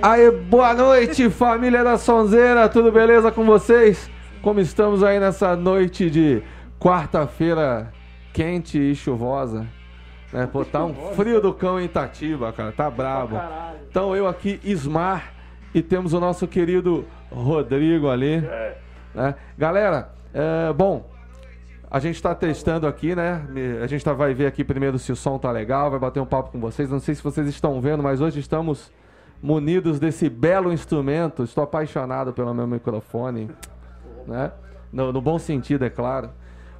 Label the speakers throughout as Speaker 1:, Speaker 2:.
Speaker 1: Aê, boa noite, família da Sonzeira, tudo beleza com vocês? Como estamos aí nessa noite de quarta-feira quente e chuvosa? Né? Pô, tá um frio do cão em Itatiba, cara, tá brabo. Então eu aqui, Ismar, e temos o nosso querido Rodrigo ali. né? Galera, é, bom, a gente tá testando aqui, né? Me- A gente tá, vai ver aqui primeiro se o som tá legal, vai bater um papo com vocês. Não sei se vocês estão vendo, mas hoje estamos munidos desse belo instrumento. Estou apaixonado pelo meu microfone, né? No, no bom sentido, é claro.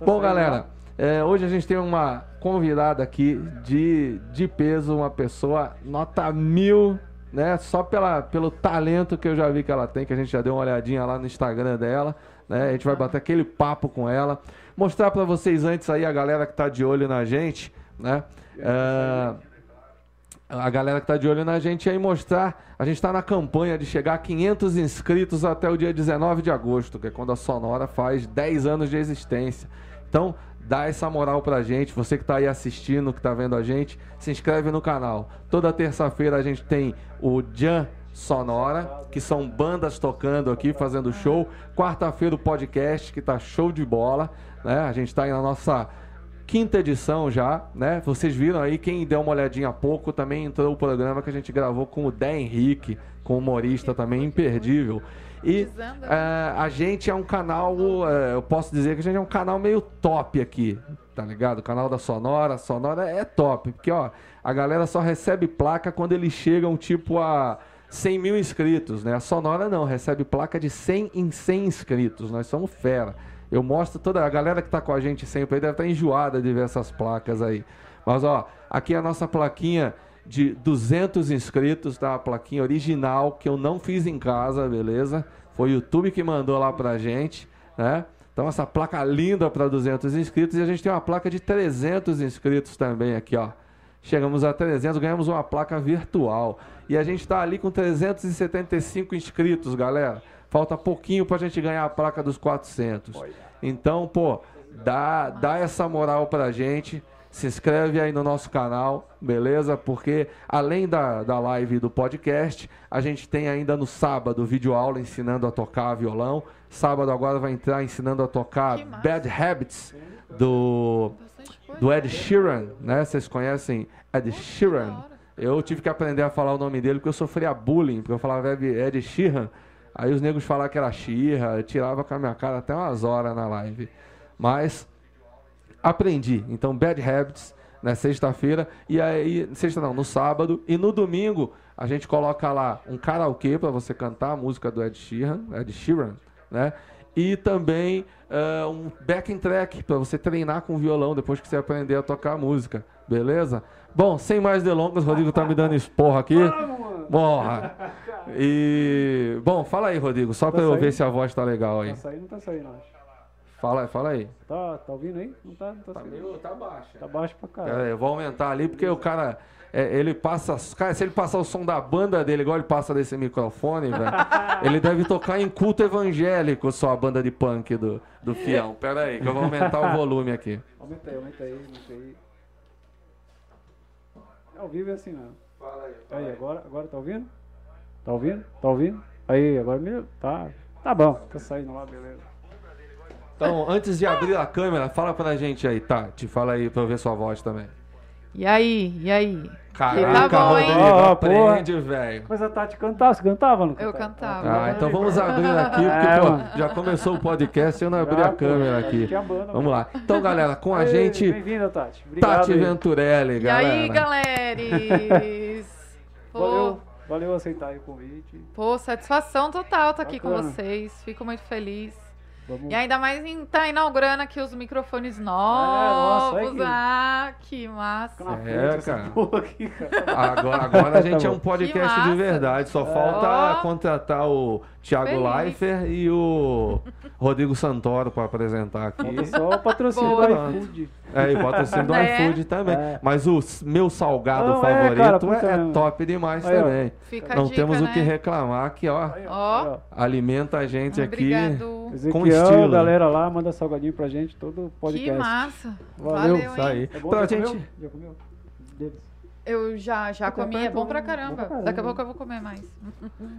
Speaker 1: Bom, galera, é, hoje a gente tem uma convidada aqui de, de peso, uma pessoa nota mil, né? Só pela, pelo talento que eu já vi que ela tem, que a gente já deu uma olhadinha lá no Instagram dela, né? A gente vai bater aquele papo com ela, mostrar pra vocês antes aí a galera que tá de olho na gente, né? Ah, a galera que tá de olho na gente aí mostrar. A gente tá na campanha de chegar a 500 inscritos até o dia 19 de agosto, que é quando a Sonora faz 10 anos de existência. Então, dá essa moral pra gente. Você que tá aí assistindo, que tá vendo a gente, se inscreve no canal. Toda terça-feira a gente tem o Jan Sonora, que são bandas tocando aqui, fazendo show. Quarta-feira o podcast, que tá show de bola, né? A gente tá aí na nossa quinta edição já, né? Vocês viram aí, quem deu uma olhadinha há pouco também entrou o programa que a gente gravou com o Dé Henrique, com o humorista também, imperdível. E eh, a gente é um canal, eh, eu posso dizer que a gente é um canal meio top aqui, tá ligado? O canal da Sonora, a Sonora é top, porque ó, a galera só recebe placa quando eles chegam tipo a 100 mil inscritos, né? A Sonora não, recebe placa de 100 em 100 inscritos, nós somos fera. Eu mostro toda a galera que tá com a gente sempre aí deve estar enjoada de ver essas placas aí. Mas ó, aqui é a nossa plaquinha de 200 inscritos, tá? A plaquinha original que eu não fiz em casa, beleza? Foi o YouTube que mandou lá pra gente, né? Então essa placa linda para 200 inscritos e a gente tem uma placa de 300 inscritos também aqui, ó. Chegamos a 300, ganhamos uma placa virtual. E a gente está ali com 375 inscritos, galera. Falta pouquinho para a gente ganhar a placa dos 400. Então, pô, dá, dá essa moral para gente. Se inscreve aí no nosso canal, beleza? Porque além da, da live e do podcast, a gente tem ainda no sábado vídeo aula ensinando a tocar violão. Sábado agora vai entrar ensinando a tocar
Speaker 2: Que massa.
Speaker 1: Bad Habits do
Speaker 2: Bastante coisa.
Speaker 1: do Ed Sheeran, né? Vocês conhecem Ed Sheeran?
Speaker 2: da hora.
Speaker 1: Eu tive que aprender a falar o nome dele porque eu sofria bullying, porque eu falava Ed Ed Sheeran, aí os negros falavam que era Sheeran, eu tirava com a minha cara até umas horas na live. Mas aprendi. Então, Bad Habits na sexta-feira e aí sexta não, no sábado e no domingo a gente coloca lá um karaokê para você cantar a música do Ed Sheeran, Ed Sheeran, né? E também eh, um backing track para você treinar com violão depois que você aprender a tocar a música, beleza? Bom, sem mais delongas, o Rodrigo tá me dando esporro aqui. Porra. E bom, fala aí, Rodrigo, só para eu ver
Speaker 3: saindo?
Speaker 1: se a voz tá legal aí.
Speaker 3: Tá saindo, não tá saindo, eu acho.
Speaker 1: Fala, fala aí.
Speaker 3: Tá, tá ouvindo aí? Não tá, não tá, saindo.
Speaker 1: tá baixa.
Speaker 3: Tá baixo pra caralho.
Speaker 1: Pera aí, É, eu vou aumentar ali porque o cara. é, ele passa. Cara, se ele passar o som da banda dele, igual ele passa desse microfone, velho, ele deve tocar em culto evangélico só a banda de punk do, do Fião. Pera aí, que eu vou aumentar o volume aqui.
Speaker 3: Aumenta aí, aumenta aí, aumenta aí. Ao vivo é assim mesmo. Aí, agora, agora tá ouvindo? Tá ouvindo? Tá ouvindo? Aí, agora mesmo? Tá. Tá bom, tá saindo lá, beleza.
Speaker 1: Então, antes de abrir a câmera, fala pra gente aí, Tati. Fala aí pra eu ver sua voz também. Tá
Speaker 2: E aí, e aí?
Speaker 1: Caraca,
Speaker 2: bom,
Speaker 1: Rodrigo,
Speaker 3: hein? Ó, ó, porra.
Speaker 1: aprende, velho.
Speaker 3: Mas a Tati cantava, você cantava ou não
Speaker 2: Eu
Speaker 3: cantava?
Speaker 2: cantava.
Speaker 1: Ah, então vamos abrir aqui, porque
Speaker 3: É,
Speaker 1: pô,
Speaker 3: mano.
Speaker 1: já começou o podcast e eu não abri
Speaker 3: Já,
Speaker 1: a
Speaker 3: pô,
Speaker 1: câmera
Speaker 3: acho
Speaker 1: aqui.
Speaker 3: que é a banda,
Speaker 1: Vamos lá. Então, galera, com a
Speaker 3: Ei,
Speaker 1: gente.
Speaker 3: Bem-vinda, Tati. Obrigado.
Speaker 1: Tati
Speaker 3: aí.
Speaker 1: Venturelli,
Speaker 2: E
Speaker 1: galera.
Speaker 2: aí, galeres? Pô,
Speaker 3: Valeu, valeu aceitar aí o convite.
Speaker 2: pô, satisfação total tá aqui com
Speaker 3: Bacana.
Speaker 2: vocês. Fico muito feliz.
Speaker 3: Vamos.
Speaker 2: E ainda mais em tá inaugurando aqui os microfones
Speaker 3: É, nossa, olha
Speaker 2: novos.
Speaker 3: que-
Speaker 2: Ah, que massa.
Speaker 3: Fica na
Speaker 1: É,
Speaker 3: frente essa
Speaker 1: cara.
Speaker 3: porra aqui, cara.
Speaker 1: Agora, agora a gente
Speaker 3: Tá
Speaker 1: é
Speaker 3: bom.
Speaker 1: um podcast
Speaker 2: Que massa.
Speaker 1: de verdade. Só falta
Speaker 2: Ó.
Speaker 1: contratar o Thiago
Speaker 2: Feliz.
Speaker 1: Leifert e o Rodrigo Santoro para apresentar aqui.
Speaker 3: Falta só o patrocínio
Speaker 2: Boa.
Speaker 3: do iFood.
Speaker 1: É, e bota o sino do
Speaker 2: É.
Speaker 1: iFood também.
Speaker 3: É.
Speaker 1: Mas o s- meu salgado
Speaker 3: Não, é,
Speaker 1: favorito
Speaker 3: cara,
Speaker 1: é-
Speaker 3: puta
Speaker 1: é,
Speaker 3: mesmo.
Speaker 1: top demais
Speaker 3: Aí, ó.
Speaker 1: também.
Speaker 2: Fica a
Speaker 1: Não
Speaker 2: dica,
Speaker 1: temos
Speaker 2: né?
Speaker 1: o que reclamar que, ó,
Speaker 3: Aí,
Speaker 2: Ó.
Speaker 3: aí,
Speaker 1: alimenta a gente aqui.
Speaker 2: Obrigado.
Speaker 1: Com
Speaker 3: Ezequiel,
Speaker 1: estilo.
Speaker 3: a galera lá, manda salgadinho pra gente, todo
Speaker 2: né? Que
Speaker 3: podcast.
Speaker 2: massa.
Speaker 3: Valeu,
Speaker 2: Valeu,
Speaker 1: Isso
Speaker 2: hein?
Speaker 1: aí.
Speaker 3: É bom,
Speaker 1: pra
Speaker 3: já
Speaker 1: gente.
Speaker 3: Comeu? Já comeu? Deles.
Speaker 2: Eu já, já
Speaker 3: Eu tô
Speaker 2: comi, é bom pra caramba.
Speaker 3: caramba.
Speaker 2: Daqui a pouco eu vou comer mais.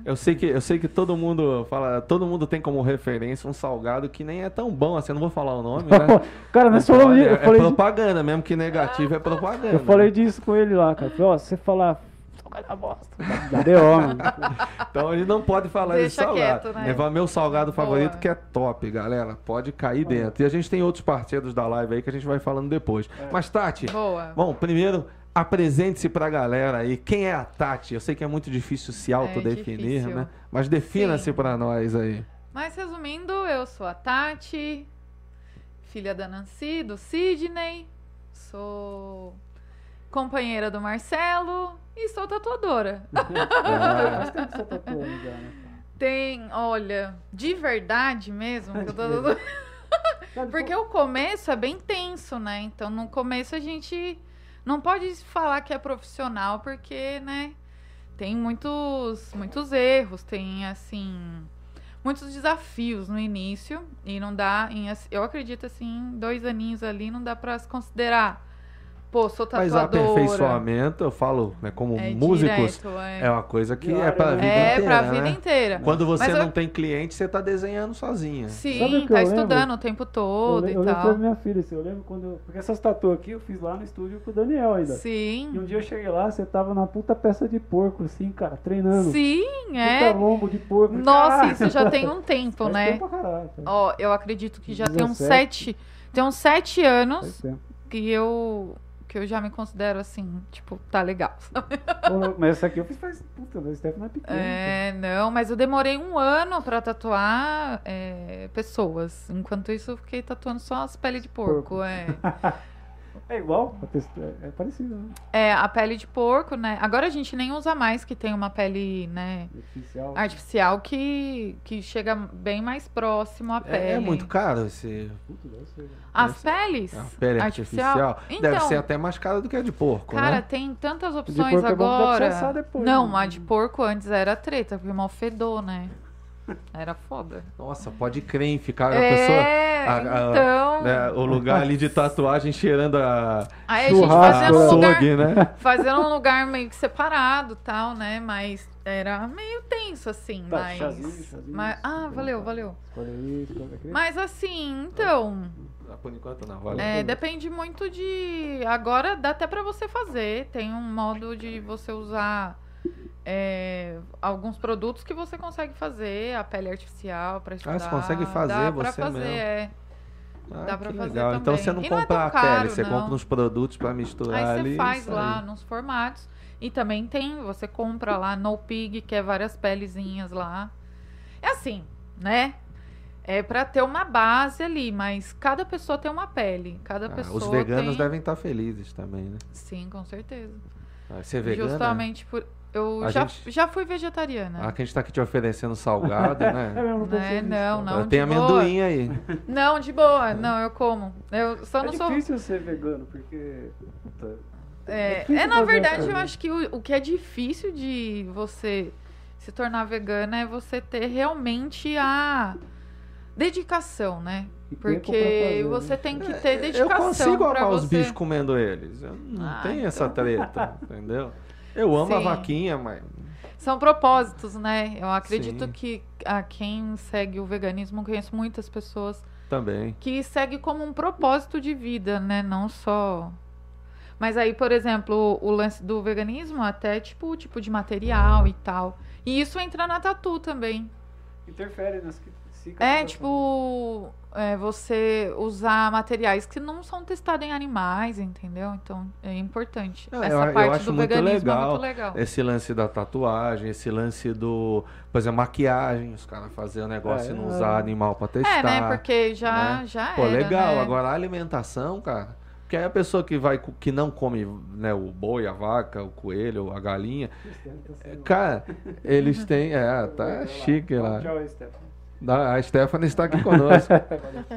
Speaker 1: Eu sei que eu sei que todo mundo fala, todo mundo tem como referência um salgado que nem é tão bom assim, eu não vou falar o nome, né?
Speaker 3: cara,
Speaker 1: Mas
Speaker 3: nós falamos
Speaker 1: olha,
Speaker 3: disso. Eu
Speaker 1: é
Speaker 3: falei, de-
Speaker 1: propaganda, mesmo que negativo é propaganda.
Speaker 3: eu falei disso com ele lá, cara. Falei, ó, se você falar. Salgado da bosta. Já deu, homem.
Speaker 1: Então ele não pode falar de
Speaker 2: Deixa
Speaker 1: salgado.
Speaker 2: quieto, né?
Speaker 1: É meu salgado
Speaker 2: Boa.
Speaker 1: favorito que é top, galera. Pode cair dentro. E a gente tem outros partidos da live aí que a gente vai falando depois.
Speaker 2: É.
Speaker 1: Mas Tati,
Speaker 2: Boa.
Speaker 1: bom, primeiro apresente-se pra galera aí. Quem é a Tati? Eu sei que é muito difícil se autodefinir,
Speaker 2: difícil.
Speaker 1: né? Mas defina-se
Speaker 2: Sim.
Speaker 1: pra nós aí.
Speaker 2: Mas resumindo, eu sou a Tati, filha da Nancy, do Sidney, sou companheira do Marcelo e sou tatuadora.
Speaker 1: Ah,
Speaker 3: Faz tempo que você tatuou já, né?
Speaker 2: Tem, olha, de verdade mesmo, que eu tô-
Speaker 3: Sabe,
Speaker 2: porque
Speaker 3: pô,
Speaker 2: o começo é bem tenso, né? Então no começo a gente não pode falar que é profissional porque, né, tem muitos muitos erros, tem assim muitos desafios no início e não dá em, ass- eu acredito assim, dois aninhos ali não dá pra se considerar. Pô, sou
Speaker 1: Mas
Speaker 2: tatuadora.
Speaker 1: aperfeiçoamento, eu falo, né, como
Speaker 2: é
Speaker 1: músicos,
Speaker 2: direto, é.
Speaker 1: é uma coisa que é
Speaker 3: Diário,
Speaker 1: pra
Speaker 3: né?
Speaker 1: vida
Speaker 2: É,
Speaker 1: inteira,
Speaker 2: pra
Speaker 1: né?
Speaker 2: vida inteira.
Speaker 1: Quando você
Speaker 2: Mas eu-
Speaker 1: não tem cliente, você tá desenhando sozinha.
Speaker 3: Sabe o
Speaker 2: Sim,
Speaker 3: que
Speaker 2: tá
Speaker 3: eu lembro?
Speaker 2: estudando é o tempo
Speaker 3: eu
Speaker 2: todo
Speaker 3: le-
Speaker 2: e
Speaker 3: eu lembro
Speaker 2: tal.
Speaker 3: da minha filha, assim, eu lembro quando. eu- Porque essas tatuas aqui eu fiz lá no estúdio com o Daniel ainda. E um
Speaker 2: Sim.
Speaker 3: dia eu cheguei lá, você tava na puta peça de porco, assim, cara, treinando.
Speaker 2: Sim,
Speaker 3: Puta
Speaker 2: é.
Speaker 3: lombo de porco.
Speaker 2: Nossa,
Speaker 3: caralho.
Speaker 2: isso já tem um tempo,
Speaker 3: Faz
Speaker 2: né?
Speaker 3: tempo pra caralho, cara.
Speaker 2: Ó, eu acredito que já tem uns
Speaker 3: 17.
Speaker 2: sete. Tem uns sete
Speaker 3: Faz
Speaker 2: anos
Speaker 3: tempo.
Speaker 2: que eu. Que eu já me considero assim, tipo, tá legal. sabe?
Speaker 3: Ô, louco, Mas essa aqui eu fiz faz. Puta, o Stefano é pequeno.
Speaker 2: É, não, mas eu demorei um ano pra tatuar é, pessoas. Enquanto isso, eu fiquei tatuando só as peles de porco. É.
Speaker 3: cara. É igual? a textura- É parecido, né?
Speaker 2: é, a pele de porco, né? Agora a gente nem usa mais que tem uma pele, né?
Speaker 3: Artificial.
Speaker 2: artificial que, que chega bem mais próximo à pele.
Speaker 1: É, é muito caro esse.
Speaker 3: Puta, deve ser.
Speaker 2: As peles?
Speaker 1: A pele artificial, deve
Speaker 2: Então,
Speaker 1: ser até mais cara do que a de porco,
Speaker 2: cara,
Speaker 1: né?
Speaker 2: tem tantas
Speaker 3: porco
Speaker 2: opções
Speaker 3: é bom que dá pra
Speaker 2: agora.
Speaker 3: processar depois,
Speaker 2: não,
Speaker 3: né?
Speaker 2: a de porco antes era treta, porque mal fedor, né? Era foda.
Speaker 1: Nossa, pode crer em ficar a pessoa.
Speaker 2: É,
Speaker 1: a- a-
Speaker 2: então.
Speaker 1: né, o lugar ali de tatuagem cheirando a
Speaker 2: aí a gente
Speaker 3: churrasco,
Speaker 2: fazendo um, lugar,
Speaker 1: açougue, né?
Speaker 2: fazendo um lugar meio que separado tal, né? Mas era meio tenso, assim.
Speaker 3: Tá,
Speaker 2: mas,
Speaker 3: chazinho, chazinho. um
Speaker 2: mas- Ah, valeu, valeu.
Speaker 3: Escolhe aí, escolhe aquele.
Speaker 2: Mas assim, então.
Speaker 1: Ah, Por enquanto não, valeu.
Speaker 2: É, depende muito de. Agora dá até pra você fazer. Tem um modo de você usar é, alguns produtos que você consegue fazer, a pele artificial pra estudar.
Speaker 1: Ah, você consegue
Speaker 2: dá
Speaker 1: fazer
Speaker 2: pra
Speaker 1: você
Speaker 2: fazer,
Speaker 1: mesmo.
Speaker 2: é.
Speaker 1: Ah,
Speaker 2: dá
Speaker 1: que
Speaker 2: pra fazer
Speaker 1: legal. Então
Speaker 2: também.
Speaker 1: você não
Speaker 2: E não é
Speaker 1: compra
Speaker 2: tão
Speaker 1: a
Speaker 2: caro,
Speaker 1: pele, você
Speaker 2: não.
Speaker 1: compra uns produtos pra misturar
Speaker 2: Aí
Speaker 1: ali.
Speaker 2: você faz
Speaker 1: isso aí.
Speaker 2: lá nos formatos. E também tem, você compra lá no pig, que é várias pelezinhas lá. É assim, né? É pra ter uma base ali, mas cada pessoa tem uma pele. Cada
Speaker 1: Ah,
Speaker 2: pessoa
Speaker 1: os veganos
Speaker 2: tem...
Speaker 1: devem estar felizes também, né?
Speaker 2: Sim, com certeza.
Speaker 1: Ah, Você é vegana?
Speaker 2: Justamente né? por. Eu
Speaker 1: A
Speaker 2: já,
Speaker 1: gente-
Speaker 2: já fui vegetariana.
Speaker 1: Ah, que a gente tá aqui te oferecendo salgado,
Speaker 3: É
Speaker 1: né?
Speaker 3: mesmo, não
Speaker 2: né?
Speaker 3: pensei nisso,
Speaker 2: Não,
Speaker 3: cara.
Speaker 2: não.
Speaker 1: Tem
Speaker 2: de boa.
Speaker 1: amendoim aí.
Speaker 2: Não, de boa. Não, eu como. Eu só
Speaker 3: É
Speaker 2: não sou.
Speaker 3: difícil ser vegano, porque. puta, é
Speaker 2: É,
Speaker 3: difícil
Speaker 2: é, na
Speaker 3: fazer
Speaker 2: verdade,
Speaker 3: essa-
Speaker 2: eu acho que o, o que é difícil de você se tornar vegana é você ter realmente a dedicação, né?
Speaker 3: e tempo pra
Speaker 2: Porque
Speaker 3: fazer, né?
Speaker 2: você tem que ter
Speaker 1: é, Eu
Speaker 2: dedicação
Speaker 1: consigo
Speaker 2: pra
Speaker 1: amar
Speaker 2: você.
Speaker 1: os bichos comendo eles. Eu não
Speaker 2: Ah,
Speaker 1: tenho
Speaker 2: então.
Speaker 1: essa treta, entendeu? Eu amo a
Speaker 2: Sim.
Speaker 1: vaquinha, mas.
Speaker 2: São propósitos, né? Eu acredito
Speaker 1: Sim.
Speaker 2: que a quem segue o veganismo, eu conheço muitas pessoas
Speaker 1: Também.
Speaker 2: que segue como um propósito de vida, né? Não só. Mas aí, por exemplo, o lance do veganismo, até tipo o tipo de material e tal. E isso entra na tatu também.
Speaker 3: Interfere nas que- cicatrizações.
Speaker 2: É tipo é, você usar materiais que não são testados em animais, entendeu? Então é importante.
Speaker 1: Não, eu-
Speaker 2: Essa
Speaker 1: eu
Speaker 2: parte
Speaker 1: acho
Speaker 2: do
Speaker 1: muito
Speaker 2: veganismo é
Speaker 1: legal.
Speaker 2: muito legal.
Speaker 1: Esse lance da tatuagem, esse lance do. Por exemplo, maquiagem, os caras faziam o negócio
Speaker 3: É,
Speaker 1: e não
Speaker 3: é.
Speaker 1: usar animal pra testar.
Speaker 2: É, né? Porque já, já
Speaker 1: Pô,
Speaker 2: era.
Speaker 1: legal.
Speaker 2: né?
Speaker 1: Agora a alimentação, cara. Porque aí a pessoa que vai, co- que não come né, o boi, a vaca, o coelho, a galinha,
Speaker 3: Stefano, tá
Speaker 1: cara, eles têm. É,
Speaker 3: sendo-
Speaker 1: tá chique lá.
Speaker 3: Tchau, Stefano.
Speaker 1: Da- A Stephanie está aqui conosco.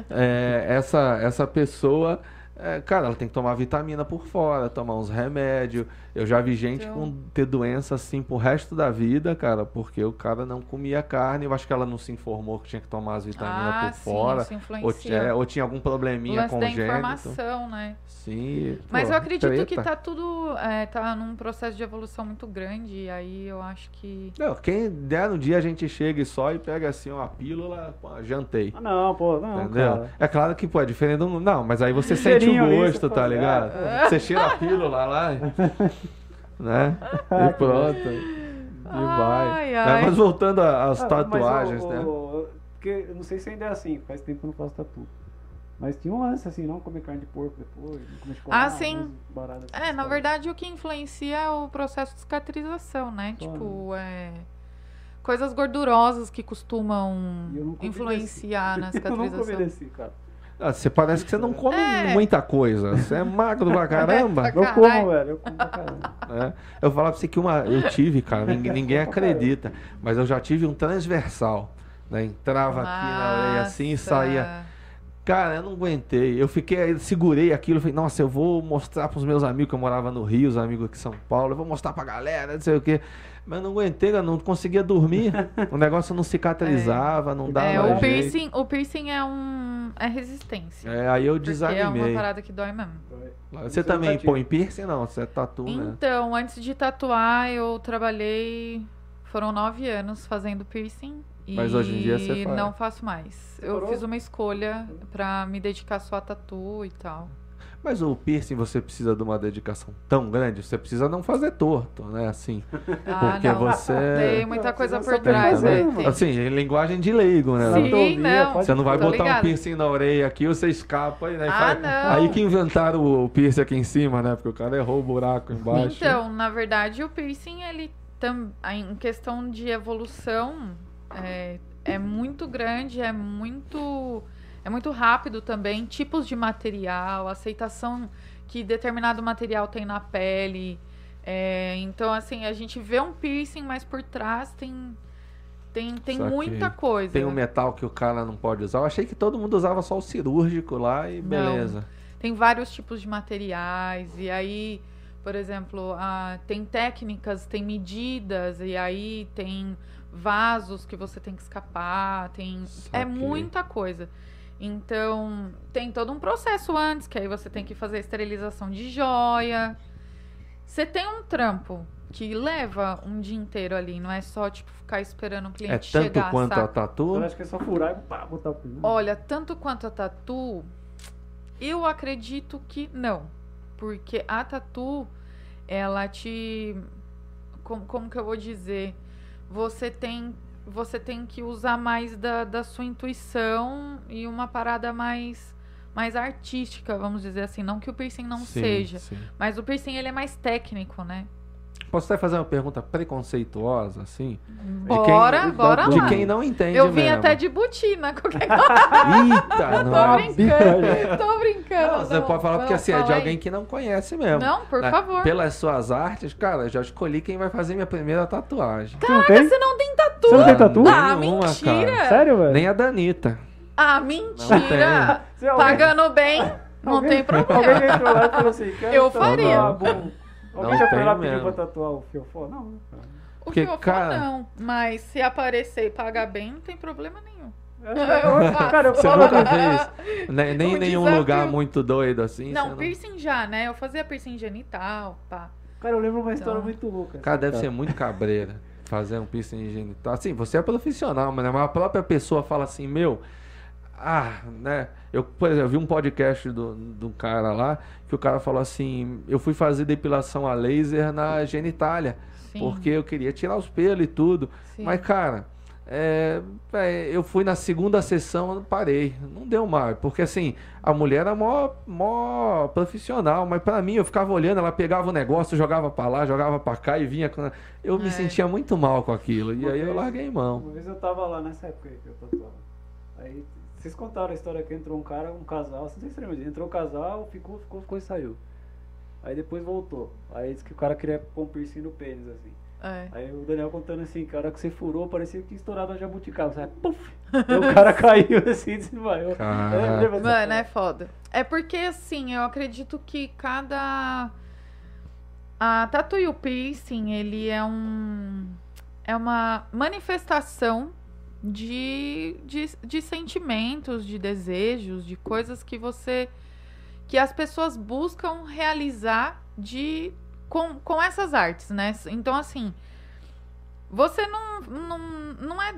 Speaker 1: É, essa, essa pessoa é, cara, ela tem que tomar vitamina por fora, tomar uns remédios. Eu já vi gente
Speaker 2: Então-
Speaker 1: com ter doença assim pro resto da vida, cara, porque o cara não comia carne. Eu acho que ela não se informou que tinha que tomar as vitaminas
Speaker 2: ah,
Speaker 1: tá, né? por
Speaker 2: sim,
Speaker 1: fora.
Speaker 2: isso
Speaker 1: Ou, ti-
Speaker 2: influencia.
Speaker 1: é, ou tinha algum
Speaker 2: o
Speaker 1: probleminha
Speaker 2: lance da
Speaker 1: congênito.
Speaker 2: informação, né?
Speaker 1: Sim.
Speaker 2: Mas
Speaker 1: pô,
Speaker 2: eu acredito que
Speaker 1: treta.
Speaker 2: tá tudo. É, tá num processo de evolução muito grande. E aí eu acho que.
Speaker 1: Não, quem der no dia a gente chega e só e pega assim uma pílula, pô, jantei.
Speaker 3: Ah, não, pô, não,
Speaker 1: Entendeu?
Speaker 3: cara.
Speaker 1: É claro que, pô, é diferente do. Não, mas aí você sente
Speaker 3: Ligeirinho
Speaker 1: o
Speaker 3: ali,
Speaker 1: gosto, tá
Speaker 3: você fala, "Ah, é."
Speaker 1: ligado? Você cheira a pílula lá, e- né? E pronto. E vai.
Speaker 2: Ai,
Speaker 1: É,
Speaker 2: ai.
Speaker 1: mas voltando a- às
Speaker 3: Ah,
Speaker 1: tatuagens,
Speaker 3: mas,
Speaker 1: né?
Speaker 3: o- o- Porque eu não sei se ainda é assim, faz tempo que eu não faço tatu. Mas tinha um lance assim, não comer carne de porco depois, não comer chocolate.
Speaker 2: Ah, sim.
Speaker 3: umas baratas assim,
Speaker 2: É, na
Speaker 3: sabe?
Speaker 2: verdade o que influencia é o processo de cicatrização, né?
Speaker 3: Claro.
Speaker 2: Tipo, é. Coisas gordurosas que costumam
Speaker 3: E eu nunca
Speaker 2: influenciar na
Speaker 3: Eu nunca
Speaker 2: cicatrização.
Speaker 3: obedeci, cara.
Speaker 1: Ah, você parece que você não come
Speaker 2: É.
Speaker 1: muita coisa. Você é magro pra caramba.
Speaker 2: É,
Speaker 3: Eu
Speaker 2: Caralho.
Speaker 3: como, velho, eu como pra caramba.
Speaker 1: né? Eu falava pra você que uma. Eu tive, cara, ninguém, ninguém acredita. Mas eu já tive um transversal. Né? Entrava aqui na orelha assim e
Speaker 2: Massa.
Speaker 1: saía. Cara, eu não aguentei. Eu fiquei, aí, segurei aquilo, falei, nossa, eu vou mostrar pros meus amigos que eu morava no Rio, os amigos aqui em São Paulo, eu vou mostrar pra galera, não sei o quê. Mas eu não aguentei, eu não conseguia dormir. o negócio não cicatrizava, não dava
Speaker 2: É, o
Speaker 1: jeito.
Speaker 2: piercing, o piercing é um. é resistência.
Speaker 1: É, aí eu
Speaker 2: porque é uma
Speaker 1: desanimei.
Speaker 2: parada que dói mesmo.
Speaker 1: Você
Speaker 3: Você
Speaker 1: também
Speaker 3: tá ativo.
Speaker 1: põe piercing? Não, você é tatu, né?
Speaker 2: Então, antes de tatuar, eu trabalhei. Foram nove anos fazendo piercing. E
Speaker 1: Mas hoje em dia você faz.
Speaker 2: não faço mais. Eu
Speaker 3: parou?
Speaker 2: fiz uma escolha pra me dedicar só a tatu e tal.
Speaker 1: Mas o piercing você precisa de uma dedicação tão grande, você precisa não fazer torto, né? Assim,
Speaker 2: Ah,
Speaker 1: porque
Speaker 2: não. Tem
Speaker 1: você... é,
Speaker 2: muita
Speaker 3: Não,
Speaker 2: coisa
Speaker 3: você
Speaker 2: por
Speaker 3: não
Speaker 2: trás,
Speaker 3: sabe
Speaker 2: né?
Speaker 3: também,
Speaker 2: Tem-
Speaker 3: mano.
Speaker 1: Assim, em linguagem de leigo, né?
Speaker 2: Sim,
Speaker 3: Anatomia,
Speaker 2: não.
Speaker 3: pode-
Speaker 1: Você não vai
Speaker 2: Tô
Speaker 1: botar
Speaker 2: ligada.
Speaker 1: um piercing na orelha aqui, você escapa e né,
Speaker 2: Ah,
Speaker 1: faz-
Speaker 2: não.
Speaker 1: Aí que inventaram o piercing aqui em cima, né? Porque o cara errou o buraco embaixo.
Speaker 2: Então, na verdade, o piercing, ele tam... em questão de evolução, é, é muito grande, é muito. É muito rápido também, tipos de material, aceitação que determinado material tem na pele. É, então, assim, a gente vê um piercing, mas por trás tem, tem, tem
Speaker 1: Saquei.
Speaker 2: muita coisa. né?
Speaker 1: Tem um metal que o cara não pode usar. Eu achei que todo mundo usava só o cirúrgico lá e
Speaker 2: Não.
Speaker 1: beleza.
Speaker 2: tem vários tipos de materiais e aí por exemplo ah, tem técnicas tem medidas e aí tem vasos que você tem que escapar tem
Speaker 1: Saquei.
Speaker 2: é muita coisa então tem todo um processo antes que aí você tem que fazer a esterilização de joia você tem um trampo que leva um dia inteiro ali não é só tipo ficar esperando o cliente
Speaker 1: É tanto
Speaker 2: chegar
Speaker 1: quanto
Speaker 2: saca?
Speaker 1: a tatu.
Speaker 3: Eu acho que é só furar e pá, botar o né? pino.
Speaker 2: Olha, tanto quanto a tatu, eu acredito que não. Porque a tatu, ela te. Como, como que eu vou dizer? Você tem, você tem que usar mais da, da sua intuição e uma parada mais, mais artística, vamos dizer assim. Não que o piercing não
Speaker 1: Sim,
Speaker 2: seja.
Speaker 1: sim.
Speaker 2: Mas o piercing, ele é mais técnico, né?
Speaker 1: Posso até fazer uma pergunta preconceituosa, assim? quem-
Speaker 2: Bora,
Speaker 3: de
Speaker 2: bora
Speaker 3: tatu.
Speaker 2: lá.
Speaker 1: de
Speaker 3: Ah.
Speaker 1: quem não entende
Speaker 2: eu vim
Speaker 1: mesmo.
Speaker 2: até de botina, qualquer coisa.
Speaker 1: Eita,
Speaker 2: Tô
Speaker 1: nós.
Speaker 2: brincando, tô brincando.
Speaker 1: Não, você pode falar porque assim, é de
Speaker 2: fala aí.
Speaker 1: alguém que não conhece mesmo.
Speaker 2: Não, por
Speaker 1: né?
Speaker 2: favor.
Speaker 1: Pelas suas artes, cara, eu já escolhi quem vai fazer minha primeira tatuagem.
Speaker 3: Você não tem?
Speaker 2: Você não tem tatu.
Speaker 3: Você não tem tatu?
Speaker 2: Ah,
Speaker 1: Nenhuma,
Speaker 2: mentira.
Speaker 3: Sério, velho?
Speaker 1: Nem a Danita.
Speaker 2: Ah, mentira. Tá
Speaker 3: Você- alguém-
Speaker 2: Pagando bem, não
Speaker 3: alguém-
Speaker 2: tem problema.
Speaker 3: Alguém entrou lá e falou assim, cara,
Speaker 2: Eu
Speaker 3: tá
Speaker 2: faria.
Speaker 3: lá, bom. Alguém
Speaker 1: Não
Speaker 3: já foi
Speaker 1: tem
Speaker 3: lá e pediu
Speaker 1: mesmo.
Speaker 3: pra tatuar o fiofó? Não, né, cara?
Speaker 2: O
Speaker 1: Porque,
Speaker 2: que eu
Speaker 1: cara-
Speaker 2: falo, não. Mas se aparecer e pagar bem, não tem problema nenhum.
Speaker 3: Eu acho que-
Speaker 2: Eu faço.
Speaker 3: Cara, eu
Speaker 1: Você
Speaker 3: falo
Speaker 1: nunca fez. né, nem
Speaker 2: Um
Speaker 1: em nenhum
Speaker 2: desafio.
Speaker 1: lugar muito doido assim. você
Speaker 2: Não, piercing já, né? Eu fazia piercing genital, pá.
Speaker 3: Cara, eu lembro uma história
Speaker 2: Então.
Speaker 3: muito louca.
Speaker 1: Cara, deve
Speaker 3: Tá.
Speaker 1: ser muito cabreira fazer um piercing genital. Assim, você é profissional, mas né, mas a própria pessoa fala assim, meu. Ah, né? Eu, por exemplo, eu vi um podcast do- de um cara lá que o cara falou assim: eu fui fazer depilação a laser na genitália,
Speaker 2: Sim.
Speaker 1: porque eu queria tirar os pelos e tudo.
Speaker 2: sim.
Speaker 1: Mas, cara, é, é, eu fui na segunda sessão, eu parei. Não deu mais. Porque, assim, a mulher era mó, mó profissional. Mas, pra mim, eu ficava olhando, ela pegava o negócio, jogava pra lá, jogava pra cá e vinha. com- Eu me
Speaker 2: É.
Speaker 1: sentia muito mal com aquilo. E
Speaker 3: Uma
Speaker 1: aí eu
Speaker 3: vez-
Speaker 1: larguei mão.
Speaker 3: Uma vez eu tava lá nessa época aí que eu tatuava. Aí vocês contaram a história que entrou um cara, um casal, não sei se lembra, disso. entrou o casal, ficou, ficou, ficou e saiu. Aí depois voltou. Aí disse que o cara queria pôr um piercing no pênis, assim.
Speaker 2: É.
Speaker 3: Aí o Daniel contando assim, cara, que você furou, parecia que tinha estourado a jabuticaba. Você, puf! Aí o cara caiu assim, desmaiou.
Speaker 1: Caraca.
Speaker 3: Eu lembrei, mas-
Speaker 2: Mano, é foda. É porque, assim, eu acredito que cada. A Tattoo e o Piercing, ele é um. É uma manifestação de, de, de sentimentos, de desejos, de coisas que você. que as pessoas buscam realizar de com, com essas artes, né? Então, assim. Você não, não, não é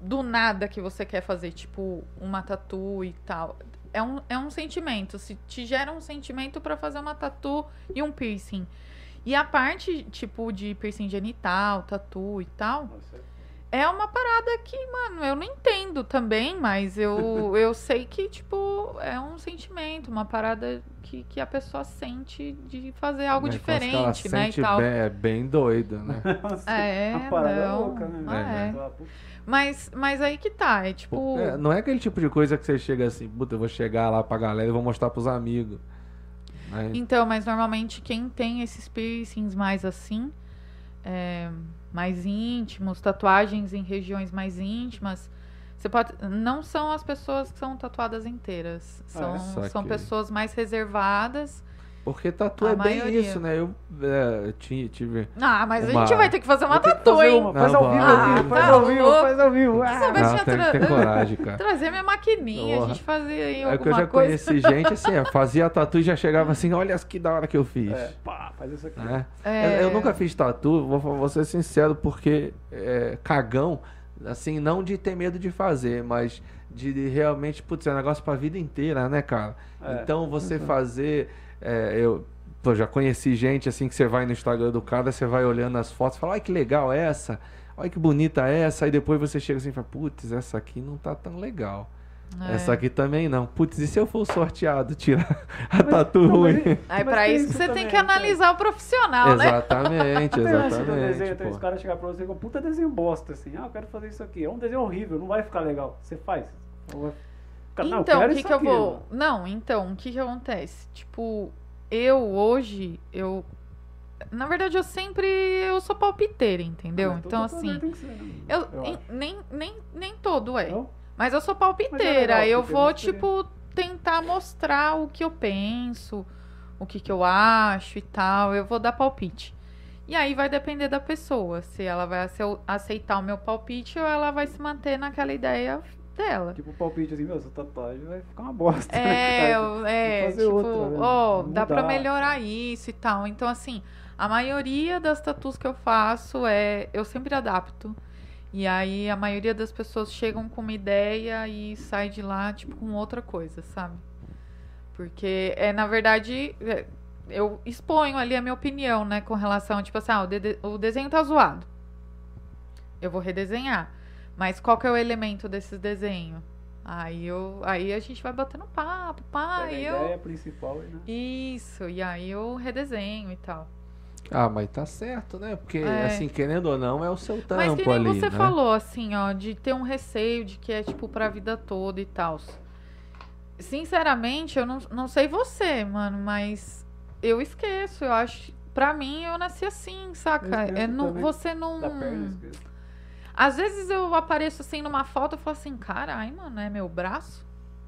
Speaker 2: do nada que você quer fazer, tipo, uma tatu e tal. É um, é um sentimento. Se te gera um sentimento pra fazer uma tatu e um piercing. E a parte, tipo, de piercing genital, tatu e tal,
Speaker 3: Nossa,
Speaker 2: é uma parada que, mano, eu não entendo também, mas eu, eu sei que, tipo, é um sentimento, uma parada que, que a pessoa sente de fazer algo
Speaker 1: Né, quando ela
Speaker 2: diferente, né? E
Speaker 1: sente
Speaker 2: tal.
Speaker 1: bem- é bem doida, né?
Speaker 3: nossa,
Speaker 2: É,
Speaker 3: uma parada
Speaker 2: não.
Speaker 3: louca, né?
Speaker 2: Ah,
Speaker 1: É,
Speaker 2: é.
Speaker 3: Ah, puta,
Speaker 2: Mas, mas aí que tá, é tipo.
Speaker 1: É, não é aquele tipo de coisa que você chega assim, puta, eu vou chegar lá pra galera e vou mostrar pros amigos. Né?
Speaker 2: Então, mas normalmente quem tem esses piercings mais assim, é, mais íntimos, tatuagens em regiões mais íntimas, você pode. Não são as pessoas que são tatuadas inteiras. São,
Speaker 3: Ah, é?
Speaker 2: são
Speaker 1: Saquei.
Speaker 2: pessoas mais reservadas.
Speaker 1: Porque tatu
Speaker 2: A
Speaker 1: é bem
Speaker 2: maioria.
Speaker 1: isso, né? Eu é, ti- tive.
Speaker 2: Ah, mas a
Speaker 1: Uma-
Speaker 2: gente vai ter que fazer uma
Speaker 3: Vou ter que
Speaker 2: tatu,
Speaker 3: fazer
Speaker 2: hein?
Speaker 3: uma, Faz
Speaker 1: Não,
Speaker 3: ao vivo,
Speaker 1: vai.
Speaker 3: aqui,
Speaker 1: Ah,
Speaker 3: faz
Speaker 2: tá
Speaker 3: ao vivo,
Speaker 2: louco.
Speaker 3: faz ao vivo. Ah,
Speaker 2: Talvez
Speaker 1: Não,
Speaker 2: tinha
Speaker 1: tem que
Speaker 2: tra-
Speaker 1: ter coragem, cara.
Speaker 2: Trazer minha maquininha, a
Speaker 1: Porra.
Speaker 2: gente fazer
Speaker 1: É
Speaker 2: aí
Speaker 1: que eu
Speaker 2: alguma
Speaker 1: já
Speaker 2: coisa.
Speaker 1: conheci gente assim, é, fazia tatu e já chegava assim, olha que da hora que eu fiz.
Speaker 3: é, pá, faz isso aqui.
Speaker 1: né?
Speaker 2: É.
Speaker 1: Eu, eu nunca fiz tatu, vou, fa- vou ser sincero, porque é, cagão, assim, não de ter medo de fazer, mas de, de realmente, putz, é um negócio pra vida inteira, né, cara?
Speaker 3: É.
Speaker 1: Então você
Speaker 2: Uhum.
Speaker 1: fazer. é, eu pô, já conheci gente assim que você vai no Instagram do cara, você vai olhando as fotos e fala, ai que legal essa, olha que bonita essa, aí depois você chega assim e fala, putz, essa aqui não tá tão legal.
Speaker 2: É.
Speaker 1: Essa aqui também não. Putz, e se eu for sorteado tirar a tatu
Speaker 3: Não, mas-
Speaker 1: ruim?
Speaker 3: mas
Speaker 2: Aí, pra
Speaker 1: é
Speaker 3: tem
Speaker 2: isso que você
Speaker 3: também,
Speaker 2: tem
Speaker 1: né?
Speaker 2: que
Speaker 3: cara.
Speaker 2: analisar o profissional, é né?
Speaker 1: Exatamente,
Speaker 3: Tem lance do desenho,
Speaker 1: então. exatamente.
Speaker 3: tem os
Speaker 1: pô.
Speaker 3: caras chegam pra você com um puta desenho bosta, assim. Ah, eu quero fazer isso aqui. É um desenho horrível, não vai ficar legal. Você faz. Não vai- Cara, não,
Speaker 2: Então, o
Speaker 3: quero
Speaker 2: que,
Speaker 3: isso
Speaker 2: que eu
Speaker 3: aqui, Né,
Speaker 2: vou.
Speaker 3: mano.
Speaker 2: Não, então, o que, que acontece? Tipo, eu hoje, eu. Na verdade, eu sempre. Eu sou palpiteira, entendeu?
Speaker 3: Ah, Mas todo
Speaker 2: então,
Speaker 3: tatuador
Speaker 2: assim.
Speaker 3: tem que ser, né?
Speaker 2: Eu,
Speaker 3: Eu
Speaker 2: em-
Speaker 3: acho.
Speaker 2: nem, nem, nem todo é.
Speaker 3: Não?
Speaker 2: Mas eu sou palpiteira.
Speaker 3: Mas é legal,
Speaker 2: eu
Speaker 3: porque
Speaker 2: vou,
Speaker 3: você-
Speaker 2: tipo, tentar mostrar o que eu penso, o que, que eu acho e tal. Eu vou dar palpite. E aí vai depender da pessoa, se ela vai ace- aceitar o meu palpite ou ela vai se manter naquela ideia dela.
Speaker 3: Tipo, palpite assim, meu, essa tatuagem vai ficar uma bosta. né?
Speaker 2: É, eu- é
Speaker 3: fazer
Speaker 2: tipo,
Speaker 3: outra, né?
Speaker 2: ó,
Speaker 3: Mudar,
Speaker 2: dá pra
Speaker 3: tá?
Speaker 2: melhorar isso e tal. Então, assim, a maioria das tatuas que eu faço é. Eu sempre adapto. E aí a maioria das pessoas chegam com uma ideia e sai de lá, tipo, com outra coisa, sabe? Porque é, na verdade, é, eu exponho ali a minha opinião, né, com relação, tipo assim, ah, o, dede- o desenho tá zoado. Eu vou redesenhar. Mas qual que é o elemento desse desenho? Aí eu, aí a gente vai batendo papo,
Speaker 3: Pega
Speaker 2: pá,
Speaker 3: a
Speaker 2: e eu
Speaker 3: ideia principal, né?
Speaker 2: isso, e aí eu redesenho e tal.
Speaker 1: Ah, mas tá certo, né? Porque,
Speaker 2: É.
Speaker 1: assim, querendo ou não, é o seu tampo
Speaker 2: Mas que nem
Speaker 1: ali, né?
Speaker 2: você falou, assim, ó, de ter um receio de que é, tipo, pra vida toda e tal. Sinceramente, eu não, não sei você, mano, mas eu esqueço, eu acho. Pra mim, eu nasci assim, saca?
Speaker 3: Eu
Speaker 2: É, não-
Speaker 3: também.
Speaker 2: você não.
Speaker 3: Da perna, esquece.
Speaker 2: Às vezes eu apareço assim numa foto e falo assim, carai, mano, é meu braço?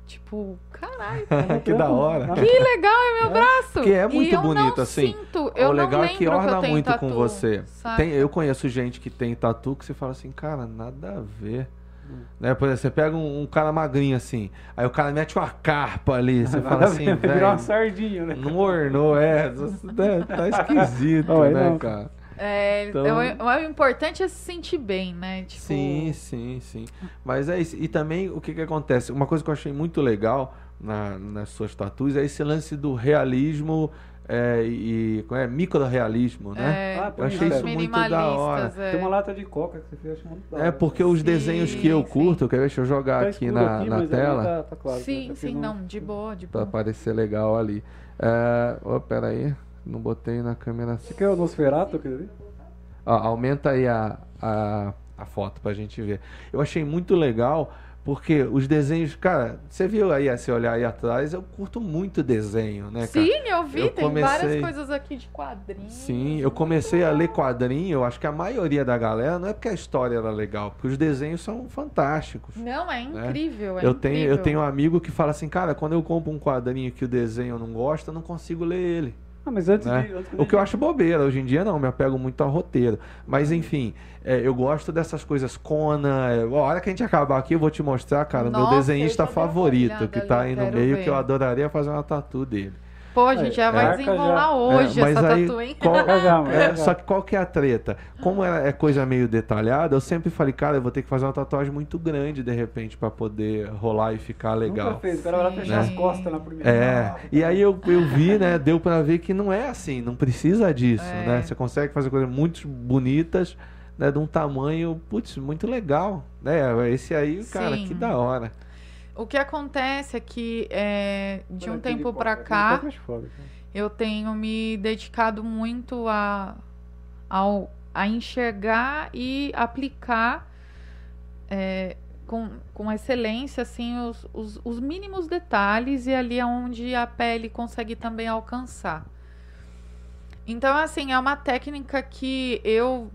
Speaker 2: Tipo, carai,
Speaker 1: que da hora.
Speaker 3: Ah,
Speaker 2: que legal é meu
Speaker 3: É,
Speaker 2: braço!
Speaker 1: porque é
Speaker 2: E
Speaker 1: muito
Speaker 2: eu não
Speaker 1: bonito, assim.
Speaker 2: Sinto, eu
Speaker 1: o
Speaker 2: não
Speaker 1: legal é que
Speaker 2: lembro
Speaker 1: orna
Speaker 2: eu tenho
Speaker 1: muito
Speaker 2: tatu,
Speaker 1: com você.
Speaker 2: saca?
Speaker 1: Tem, eu conheço gente que tem tatu que você fala assim, cara, nada a ver.
Speaker 3: Hum.
Speaker 1: Né? Por exemplo, você pega um, um cara magrinho assim, aí o cara mete uma carpa ali, você
Speaker 3: Nada
Speaker 1: fala
Speaker 3: a
Speaker 1: assim,
Speaker 3: ver, Virar uma
Speaker 1: velho,
Speaker 3: sardinha, né?
Speaker 1: não ornou, é, tá- tá esquisito,
Speaker 3: Não, aí
Speaker 1: né,
Speaker 3: não.
Speaker 1: cara?
Speaker 2: É,
Speaker 1: Então-
Speaker 2: o, o importante é se sentir bem, né? Tipo,
Speaker 1: Sim, sim, sim. Mas é isso. E também o que que acontece? Uma coisa que eu achei muito legal na- nas suas tatuas é esse lance do realismo é, e qual é? microrealismo, né?
Speaker 2: é,
Speaker 3: Ah,
Speaker 1: Eu achei
Speaker 3: Cara,
Speaker 1: isso muito da hora.
Speaker 2: minimalistas, é.
Speaker 3: Tem uma lata de coca que você fez, acho muito da
Speaker 1: É
Speaker 3: hora.
Speaker 1: porque os
Speaker 2: Sim,
Speaker 1: desenhos que eu
Speaker 2: sim.
Speaker 1: curto, quer ver? Deixa eu jogar
Speaker 3: Tá
Speaker 1: aqui
Speaker 3: escuro
Speaker 1: na, na
Speaker 3: mas ali
Speaker 1: tela
Speaker 3: Tá, tá claro,
Speaker 1: né?
Speaker 2: sim,
Speaker 3: Eu fiz
Speaker 2: sim,
Speaker 3: um-
Speaker 2: não, de boa, de
Speaker 1: pra
Speaker 2: boa.
Speaker 1: parecer legal ali. É, oh, pera aí, não botei na câmera. assim.
Speaker 3: Você quer o Nosferatu, aquele ali?
Speaker 1: Ó, aumenta aí a, a, a foto pra gente ver. Eu achei muito legal Porque os desenhos, cara, você viu aí, se olhar aí atrás, eu curto muito desenho, né, cara?
Speaker 2: Sim, eu vi,
Speaker 1: Eu
Speaker 2: tem várias
Speaker 1: comecei-
Speaker 2: coisas aqui de quadrinhos.
Speaker 1: Sim, eu comecei a ler quadrinho, eu acho que a maioria da galera, não é porque a história era legal, porque os desenhos são fantásticos.
Speaker 2: Não, é incrível, é
Speaker 1: Né? eu, tenho, eu
Speaker 2: incrível.
Speaker 1: tenho um amigo que fala assim, cara, quando eu compro um quadrinho que o desenho eu não gosta, eu não consigo ler ele.
Speaker 3: Ah, mas antes
Speaker 1: Né?
Speaker 3: de. Antes
Speaker 1: O que eu acho bobeira, hoje em dia não, me apego muito ao roteiro. Mas
Speaker 2: Uhum.
Speaker 1: enfim, é, eu gosto dessas coisas Conan. é, ó, a hora que a gente acabar aqui, eu vou te mostrar, cara,
Speaker 2: Nossa,
Speaker 1: meu
Speaker 2: eu
Speaker 1: desenhista
Speaker 2: já dei uma
Speaker 1: favorito,
Speaker 2: olhada
Speaker 1: que
Speaker 2: ali,
Speaker 1: tá aí no
Speaker 2: quero
Speaker 1: meio,
Speaker 2: ver.
Speaker 1: que eu adoraria fazer uma tatu dele.
Speaker 2: Pô, a gente já vai
Speaker 3: Caraca, já.
Speaker 2: desenrolar hoje
Speaker 1: É, mas
Speaker 2: essa
Speaker 1: aí,
Speaker 2: tatu, hein?
Speaker 1: qual-
Speaker 3: Já, já, mano,
Speaker 1: é,
Speaker 3: já.
Speaker 1: só que qual que é a treta? Como ela é coisa meio detalhada, eu sempre falei, cara, eu vou ter que fazer uma tatuagem muito grande de repente pra poder rolar e ficar legal.
Speaker 3: Nunca fez, o cara vai lá fechar
Speaker 2: Sim.
Speaker 3: as costas na primeira.
Speaker 1: É, e aí eu, eu vi, né? Deu pra ver que não é assim, não precisa disso,
Speaker 2: É.
Speaker 1: né? Você consegue fazer coisas muito bonitas, né? De um tamanho, putz, muito legal, né? Esse aí, cara,
Speaker 2: Sim.
Speaker 1: que da hora.
Speaker 2: O que acontece é que é, de um
Speaker 3: Aquele
Speaker 2: tempo
Speaker 3: copo,
Speaker 2: pra
Speaker 3: aquele
Speaker 2: cá,
Speaker 3: copo é foda, cara.
Speaker 2: eu tenho me dedicado muito a, ao, a enxergar e aplicar é, com, com excelência assim, os, os, os mínimos detalhes e ali é onde a pele consegue também alcançar. Então, assim, é uma técnica que eu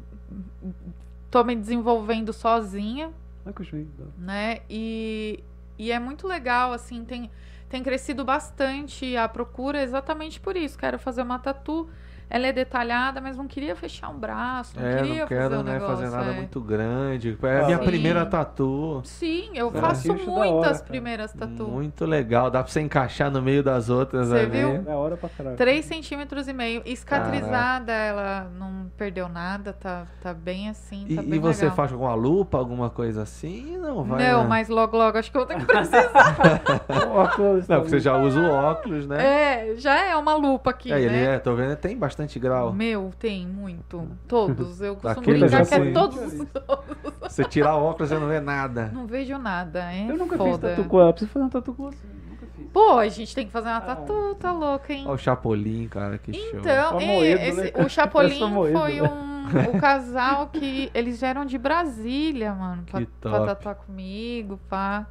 Speaker 2: tô me desenvolvendo sozinha
Speaker 3: Olha é que eu chorei, dá.
Speaker 2: né? E, e é muito legal, assim, tem, tem crescido bastante a procura exatamente por isso. Quero fazer uma tatu, ela é detalhada, mas não queria fechar um braço, não
Speaker 1: é,
Speaker 2: queria
Speaker 1: não
Speaker 2: fazer
Speaker 1: quero
Speaker 2: um
Speaker 1: né,
Speaker 2: negócio.
Speaker 1: fazer nada
Speaker 2: é.
Speaker 1: muito grande. É a
Speaker 3: Ah,
Speaker 1: minha
Speaker 2: sim.
Speaker 1: primeira tatu.
Speaker 2: Sim, eu
Speaker 1: é Cara,
Speaker 2: faço
Speaker 3: eu acho da hora,
Speaker 2: muitas
Speaker 3: cara.
Speaker 2: primeiras tatu.
Speaker 1: Muito legal, dá pra você encaixar no meio das outras
Speaker 2: Você
Speaker 1: ali.
Speaker 2: viu?
Speaker 3: Da É hora pra caralho.
Speaker 2: 3 centímetros e meio. E Cicatrizada, ela não perdeu nada, tá, tá bem assim,
Speaker 1: E,
Speaker 2: tá
Speaker 1: e
Speaker 2: bem
Speaker 1: você
Speaker 2: legal.
Speaker 1: faz com uma lupa, alguma coisa assim? Não, vai.
Speaker 2: Não,
Speaker 1: né?
Speaker 2: mas logo, logo, acho que eu vou ter que precisar.
Speaker 3: Óculos,
Speaker 1: Não, porque você já usa o óculos, né?
Speaker 2: É, já é uma lupa aqui,
Speaker 1: É, ele
Speaker 2: né?
Speaker 1: é, tô vendo, tem bastante grau.
Speaker 2: Meu, tem muito. Todos. Eu costumo
Speaker 1: Daquele
Speaker 2: brincar que é
Speaker 3: assim.
Speaker 2: todos os outros.
Speaker 1: Você tirar o óculos, você não vê nada.
Speaker 2: Não vejo nada, hein?
Speaker 3: Eu nunca fiz
Speaker 2: É Foda.
Speaker 3: tatu com ela. Preciso fazer um tatu com você. Nunca fiz.
Speaker 2: Pô, a gente tem que fazer uma
Speaker 3: Ah.
Speaker 2: tatu, tá louca, hein?
Speaker 1: Olha o Chapolin, cara, que show.
Speaker 2: Então,
Speaker 3: Tá
Speaker 2: e
Speaker 3: moído,
Speaker 2: esse-
Speaker 3: né?
Speaker 2: o Chapolin
Speaker 3: Parece um moído,
Speaker 2: foi
Speaker 3: né?
Speaker 2: um o casal que eles vieram de Brasília, mano, pra,
Speaker 1: Que
Speaker 2: pra
Speaker 1: top.
Speaker 2: tatuar comigo, pá.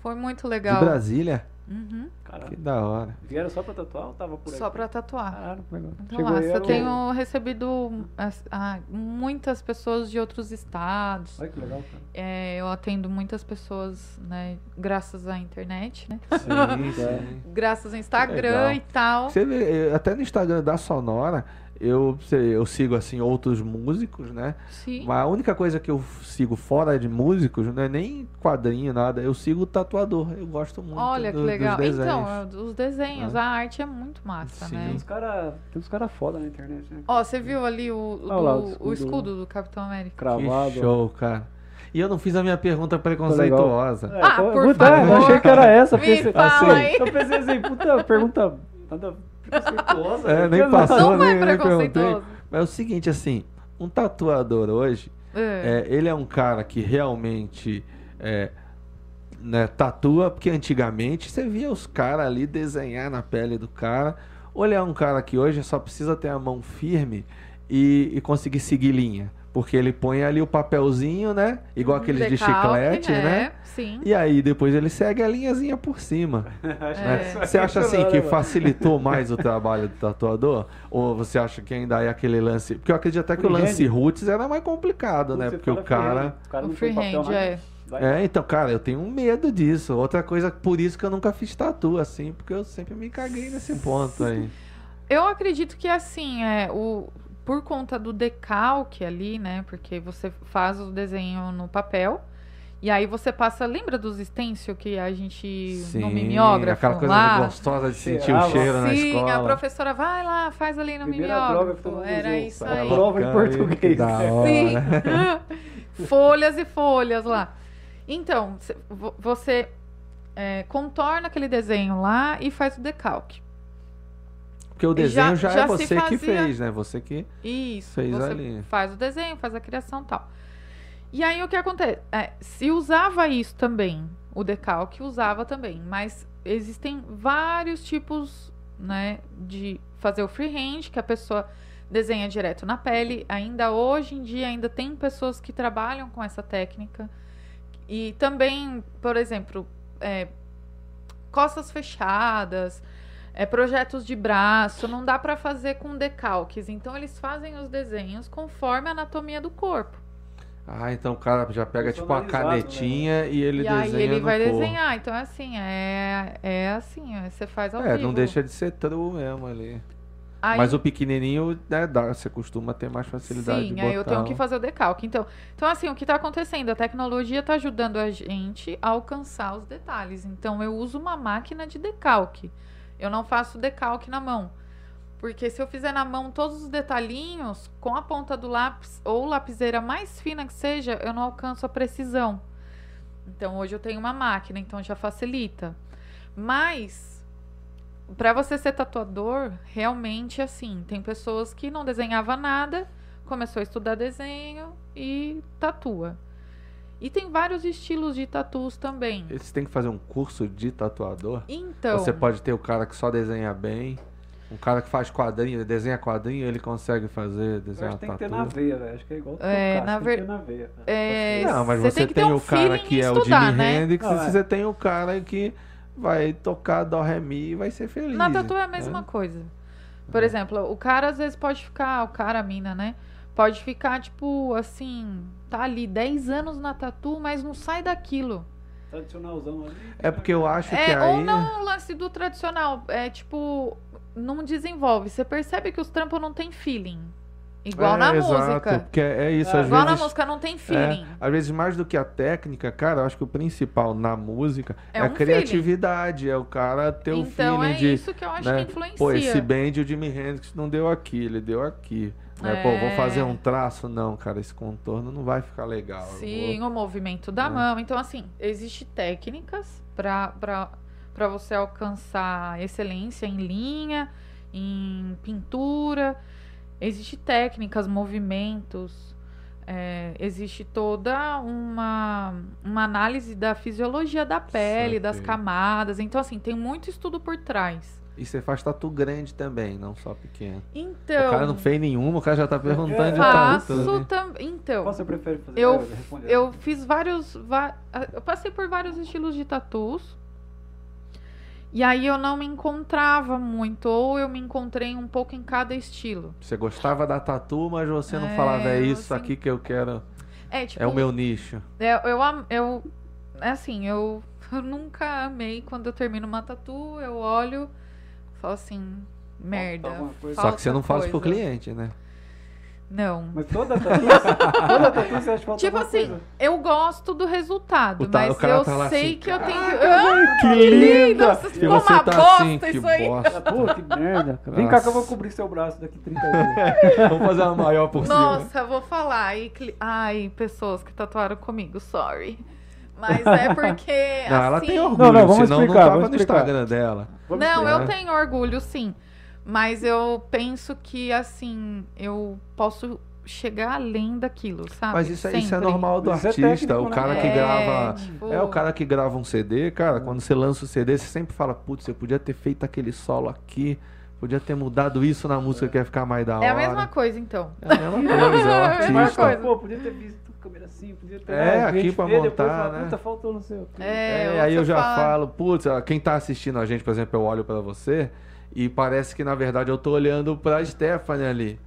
Speaker 2: Foi muito
Speaker 1: De
Speaker 2: legal.
Speaker 1: Brasília?
Speaker 2: Uhum,
Speaker 3: Caralho.
Speaker 1: Que da hora.
Speaker 3: Vieram só pra tatuar ou tava por
Speaker 2: Só
Speaker 3: aqui?
Speaker 2: pra tatuar.
Speaker 3: Caralho, que legal.
Speaker 2: Então,
Speaker 3: Chegou aí,
Speaker 2: nossa,
Speaker 3: era
Speaker 2: eu
Speaker 3: o-
Speaker 2: tenho recebido as- ah, muitas pessoas de outros estados.
Speaker 3: Olha que legal, cara.
Speaker 2: É, eu atendo muitas pessoas, né, graças à internet, né?
Speaker 1: Sim, sim.
Speaker 2: Graças ao
Speaker 1: Legal.
Speaker 2: Instagram e tal.
Speaker 1: Você vê, eh, até no Instagram da Sonora, eu, sei, eu sigo, assim, outros músicos, né?
Speaker 2: Sim.
Speaker 1: Mas a única coisa que eu sigo fora de músicos não é nem quadrinho, nada. Eu sigo o tatuador. Eu gosto muito
Speaker 2: Olha que
Speaker 1: do-
Speaker 2: legal.
Speaker 1: dos desenhos. Ah.
Speaker 2: Então, é, os desenhos, a arte é muito massa,
Speaker 1: Sim.
Speaker 2: né?
Speaker 3: Tem uns cara, tem uns cara foda na internet, né?
Speaker 2: Ó, você viu ali o, o
Speaker 3: Olha lá,
Speaker 2: do-
Speaker 3: o
Speaker 2: o
Speaker 3: escudo,
Speaker 2: escudo,
Speaker 3: né?
Speaker 2: do Capitão América?
Speaker 3: Cravado.
Speaker 1: Que show, cara. E eu não fiz a minha pergunta preconceituosa.
Speaker 3: É,
Speaker 2: Ah,
Speaker 3: então,
Speaker 2: por
Speaker 3: puta,
Speaker 2: favor.
Speaker 3: Eu achei que era essa.
Speaker 2: Me
Speaker 3: pensei,
Speaker 2: fala
Speaker 3: assim,
Speaker 2: aí.
Speaker 3: Eu pensei assim, puta, pergunta nada preconceituosa.
Speaker 1: É,
Speaker 3: né?
Speaker 1: nem
Speaker 3: Não,
Speaker 1: passou.
Speaker 2: Não
Speaker 1: nem-
Speaker 2: é
Speaker 1: nem
Speaker 2: preconceituoso.
Speaker 1: Mas é o seguinte, assim, um tatuador hoje,
Speaker 2: É.
Speaker 1: É, ele é um cara que realmente é, né, tatua, porque antigamente você via os caras ali desenhar na pele do cara. Ou ele é um cara que hoje só precisa ter a mão firme e, e conseguir seguir linha. Porque ele põe ali o papelzinho, né? Igual aqueles de
Speaker 2: Decalque,
Speaker 1: chiclete, né?
Speaker 2: Sim.
Speaker 1: E aí depois ele segue a linhazinha por cima.
Speaker 3: acho
Speaker 1: né?
Speaker 2: É.
Speaker 3: que isso
Speaker 1: Você
Speaker 3: é
Speaker 1: acha assim
Speaker 3: sensacional,
Speaker 1: que
Speaker 3: né, mano?
Speaker 1: facilitou mais o trabalho do tatuador? Ou você acha que ainda é aquele lance. Porque eu acredito até que o lance
Speaker 3: Freehand?
Speaker 1: roots era mais complicado, né?
Speaker 3: Você
Speaker 2: tá
Speaker 1: Porque o
Speaker 3: fala
Speaker 1: cara.
Speaker 3: freehand, O cara
Speaker 2: O
Speaker 3: não põe papel
Speaker 2: freehand,
Speaker 3: nada.
Speaker 2: é.
Speaker 3: Vai.
Speaker 1: É, então, cara, eu tenho um medo disso. Outra coisa, por isso que eu nunca fiz tatu, assim, porque eu sempre me caguei nesse ponto aí.
Speaker 2: Eu acredito que assim, é, o, por conta do decalque ali, né? Porque você faz o desenho no papel. E aí você passa, lembra dos stencil que a gente no mimeógrafo
Speaker 1: aquela coisa
Speaker 2: lá?
Speaker 1: gostosa de sentir o
Speaker 3: Cheirava.
Speaker 1: cheiro na
Speaker 2: Sim, a
Speaker 1: escola.
Speaker 2: professora vai lá, faz ali no
Speaker 3: Primeira droga que todo
Speaker 2: mimeógrafo.
Speaker 3: mundo
Speaker 2: Era
Speaker 3: usou,
Speaker 2: isso
Speaker 3: cara.
Speaker 2: aí.
Speaker 3: Prova em
Speaker 1: Bacana,
Speaker 3: português.
Speaker 1: que da hora. né?
Speaker 2: Sim. folhas e folhas lá. Então, cê- vo- você é, contorna aquele desenho lá e faz o decalque.
Speaker 1: Porque o desenho já,
Speaker 2: Já-
Speaker 1: é
Speaker 2: já se
Speaker 1: você que
Speaker 2: fazia.
Speaker 1: fez, né? Você que.
Speaker 2: Isso,
Speaker 1: Fez
Speaker 2: você
Speaker 1: ali.
Speaker 2: faz o desenho, faz a criação e tal. E aí o que acontece? É, se usava isso também, o decalque usava também, mas existem vários tipos, né, de fazer o freehand, que a pessoa desenha direto na pele. Ainda hoje em dia ainda tem pessoas que trabalham com essa técnica E também, por exemplo, é, costas fechadas, é, projetos de braço, não dá para fazer com decalques. Então eles fazem os desenhos conforme a anatomia do corpo.
Speaker 1: Ah, então o cara já pega tipo uma
Speaker 3: Personalizado,
Speaker 1: canetinha e ele
Speaker 2: né? e
Speaker 1: desenha
Speaker 2: aí ele
Speaker 1: no
Speaker 2: vai
Speaker 1: corpo.
Speaker 2: desenhar. Então é assim, é, é assim, é, você faz ao
Speaker 1: É,
Speaker 2: vivo.
Speaker 1: não deixa de ser true mesmo ali.
Speaker 2: Aí-
Speaker 1: Mas o pequenininho, né, dá, você costuma ter mais facilidade de
Speaker 2: Sim,
Speaker 1: botar.
Speaker 2: aí eu tenho que
Speaker 1: um-
Speaker 2: fazer o decalque. Então, então assim, o que está acontecendo? A tecnologia está ajudando a gente a alcançar os detalhes. Então, eu uso uma máquina de decalque. Eu não faço decalque na mão. Porque se eu fizer na mão todos os detalhinhos, com a ponta do lápis ou lapiseira mais fina que seja, eu não alcanço a precisão. Então, hoje eu tenho uma máquina, então já facilita. Mas, para você ser tatuador, realmente assim, tem pessoas que não desenhava nada começou a estudar desenho e tatua. E tem vários estilos de tatus também.
Speaker 1: Você tem que fazer um curso de tatuador?
Speaker 2: Então,
Speaker 1: Você pode ter o cara que só desenha bem, um cara que faz quadrinho, desenha quadrinho, ele consegue fazer,
Speaker 3: Eu
Speaker 1: desenhar
Speaker 3: acho que tem que ter
Speaker 1: tatu.
Speaker 3: na veia, velho. Acho que é igual
Speaker 2: É,
Speaker 3: tocar,
Speaker 2: na
Speaker 3: tem
Speaker 2: ver-
Speaker 3: que ter na veia. tá? velho.
Speaker 2: é,
Speaker 1: Não, mas
Speaker 2: você
Speaker 1: você,
Speaker 2: tem que ter um
Speaker 1: o cara
Speaker 2: feeling
Speaker 1: que
Speaker 2: em
Speaker 1: é o
Speaker 2: estudar,
Speaker 1: Jimi
Speaker 2: né?
Speaker 1: Hendrix
Speaker 3: Não,
Speaker 1: e
Speaker 3: é.
Speaker 1: você tem o cara que vai tocar Dó Ré Mi e vai ser feliz.
Speaker 2: Na tatu é
Speaker 1: né?
Speaker 2: a mesma coisa. Por exemplo, o cara às vezes pode ficar, o cara, a mina, né? Pode ficar, tipo, assim, tá ali 10 anos na tatu, mas não sai daquilo.
Speaker 3: Tá Tradicionalzão ali.
Speaker 1: É porque eu acho que
Speaker 2: É,
Speaker 1: aí.
Speaker 2: ou não o lance do tradicional. É tipo, não desenvolve. Você percebe que os trampos não tem feeling. Igual
Speaker 1: é,
Speaker 2: na
Speaker 1: exato,
Speaker 2: música.
Speaker 1: Porque é isso,
Speaker 3: É.
Speaker 1: às
Speaker 2: Igual na
Speaker 1: vezes.
Speaker 2: música não tem
Speaker 1: é,
Speaker 2: feeling.
Speaker 1: às vezes, mais do que a técnica, cara, eu acho que o principal na música é,
Speaker 2: É
Speaker 1: a
Speaker 2: um
Speaker 1: criatividade, é o cara ter o
Speaker 2: então
Speaker 1: feeling
Speaker 2: é
Speaker 1: de.
Speaker 2: isso que eu acho
Speaker 1: né?
Speaker 2: que influencia.
Speaker 1: Pô, esse band o Jimi Hendrix não deu aqui, ele deu aqui. Né? Pô, vou
Speaker 2: É.
Speaker 1: fazer um traço? Não, cara, esse contorno não vai ficar legal. eu
Speaker 2: Sim,
Speaker 1: vou-
Speaker 2: o movimento da
Speaker 1: É.
Speaker 2: mão. Então, assim, existem técnicas para você alcançar excelência em linha, em pintura. Existem técnicas, movimentos. É, existe toda uma, uma análise da fisiologia da pele, das
Speaker 1: Saquei.
Speaker 2: camadas. Então, assim, tem muito estudo por trás.
Speaker 1: E você faz tatu grande também, não só pequeno.
Speaker 2: Então,
Speaker 1: O cara não fez nenhuma, o cara já tá perguntando de tatu.
Speaker 2: faço
Speaker 1: né?
Speaker 2: também. Então,
Speaker 3: Qual você prefere fazer?
Speaker 2: Eu-
Speaker 3: Vai, responde
Speaker 2: Eu
Speaker 3: essa.
Speaker 2: fiz vários. va- Eu passei por vários estilos de tatus. E aí eu não me encontrava muito. Ou eu me encontrei um pouco em cada estilo.
Speaker 1: Você gostava da tatu, mas você não
Speaker 2: É,
Speaker 1: falava, é isso
Speaker 2: assim,
Speaker 1: aqui que eu quero,
Speaker 2: É, tipo,
Speaker 1: é o meu nicho.
Speaker 2: é, eu, am- eu, é Assim, eu, eu nunca amei quando eu termino uma tatu, eu olho falo assim, merda.
Speaker 3: alguma coisa.
Speaker 1: Só que você não faz
Speaker 2: falta
Speaker 1: pro
Speaker 2: coisa.
Speaker 1: cliente, né?
Speaker 2: Não.
Speaker 3: Mas toda tatu, toda tatu você acha que falta
Speaker 2: Tipo
Speaker 3: alguma
Speaker 2: assim,
Speaker 3: coisa.
Speaker 2: eu gosto do resultado,
Speaker 1: O ta- o
Speaker 2: mas
Speaker 1: cara
Speaker 2: eu
Speaker 1: tá lá
Speaker 2: sei
Speaker 1: assim,
Speaker 2: que eu tenho.
Speaker 1: que
Speaker 2: Ai,
Speaker 1: linda!
Speaker 2: Nossa,
Speaker 1: E
Speaker 2: ficou
Speaker 1: você
Speaker 2: uma
Speaker 1: tá
Speaker 2: bosta
Speaker 1: assim, que
Speaker 2: isso aí!
Speaker 1: bosta.
Speaker 3: Ah, Pô, que merda. cara. Vem cá que eu vou cobrir seu braço daqui 30 dias.
Speaker 1: Vamos fazer uma maior por cima.
Speaker 2: Nossa, vou falar. E cli- Ai, pessoas que tatuaram comigo, sorry. Mas é porque.
Speaker 1: Não, ela
Speaker 2: assim...
Speaker 1: tem orgulho, né?
Speaker 3: Não, não, vamos
Speaker 1: senão não
Speaker 3: explicar,
Speaker 1: tava
Speaker 3: vamos
Speaker 1: no
Speaker 3: explicar.
Speaker 1: Instagram dela.
Speaker 3: Vamos
Speaker 2: Não,
Speaker 3: explicar.
Speaker 2: eu tenho orgulho, sim. Mas eu penso que, assim, eu posso chegar além daquilo, sabe?
Speaker 1: Mas isso, é- isso é
Speaker 2: Ah, Sempre.
Speaker 1: normal do
Speaker 3: Isso é
Speaker 1: artista,
Speaker 3: técnico,
Speaker 1: o
Speaker 3: né?
Speaker 1: cara que
Speaker 2: É,
Speaker 1: grava...
Speaker 2: tipo,
Speaker 1: É o cara que grava um CD, cara. Quando você lança o CD, você sempre fala, putz, você podia ter feito aquele solo aqui, podia ter mudado isso na música que ia ficar mais da hora.
Speaker 2: É a mesma coisa, então.
Speaker 1: É a mesma coisa, é o
Speaker 2: É a mesma
Speaker 1: artista.
Speaker 2: coisa.
Speaker 3: Pô, podia ter visto câmera assim, podia ter.
Speaker 1: É,
Speaker 3: Ah,
Speaker 1: aqui
Speaker 3: gente
Speaker 1: pra
Speaker 3: vê, depois
Speaker 1: montar,
Speaker 3: fala,
Speaker 1: né?
Speaker 3: Puta, faltou no seu.
Speaker 2: É,
Speaker 1: É, aí eu
Speaker 2: você
Speaker 1: já
Speaker 2: fala-
Speaker 1: falo, putz, ah, quem tá assistindo a gente, por exemplo, eu olho pra você e parece que na verdade eu tô olhando pra Stephanie ali.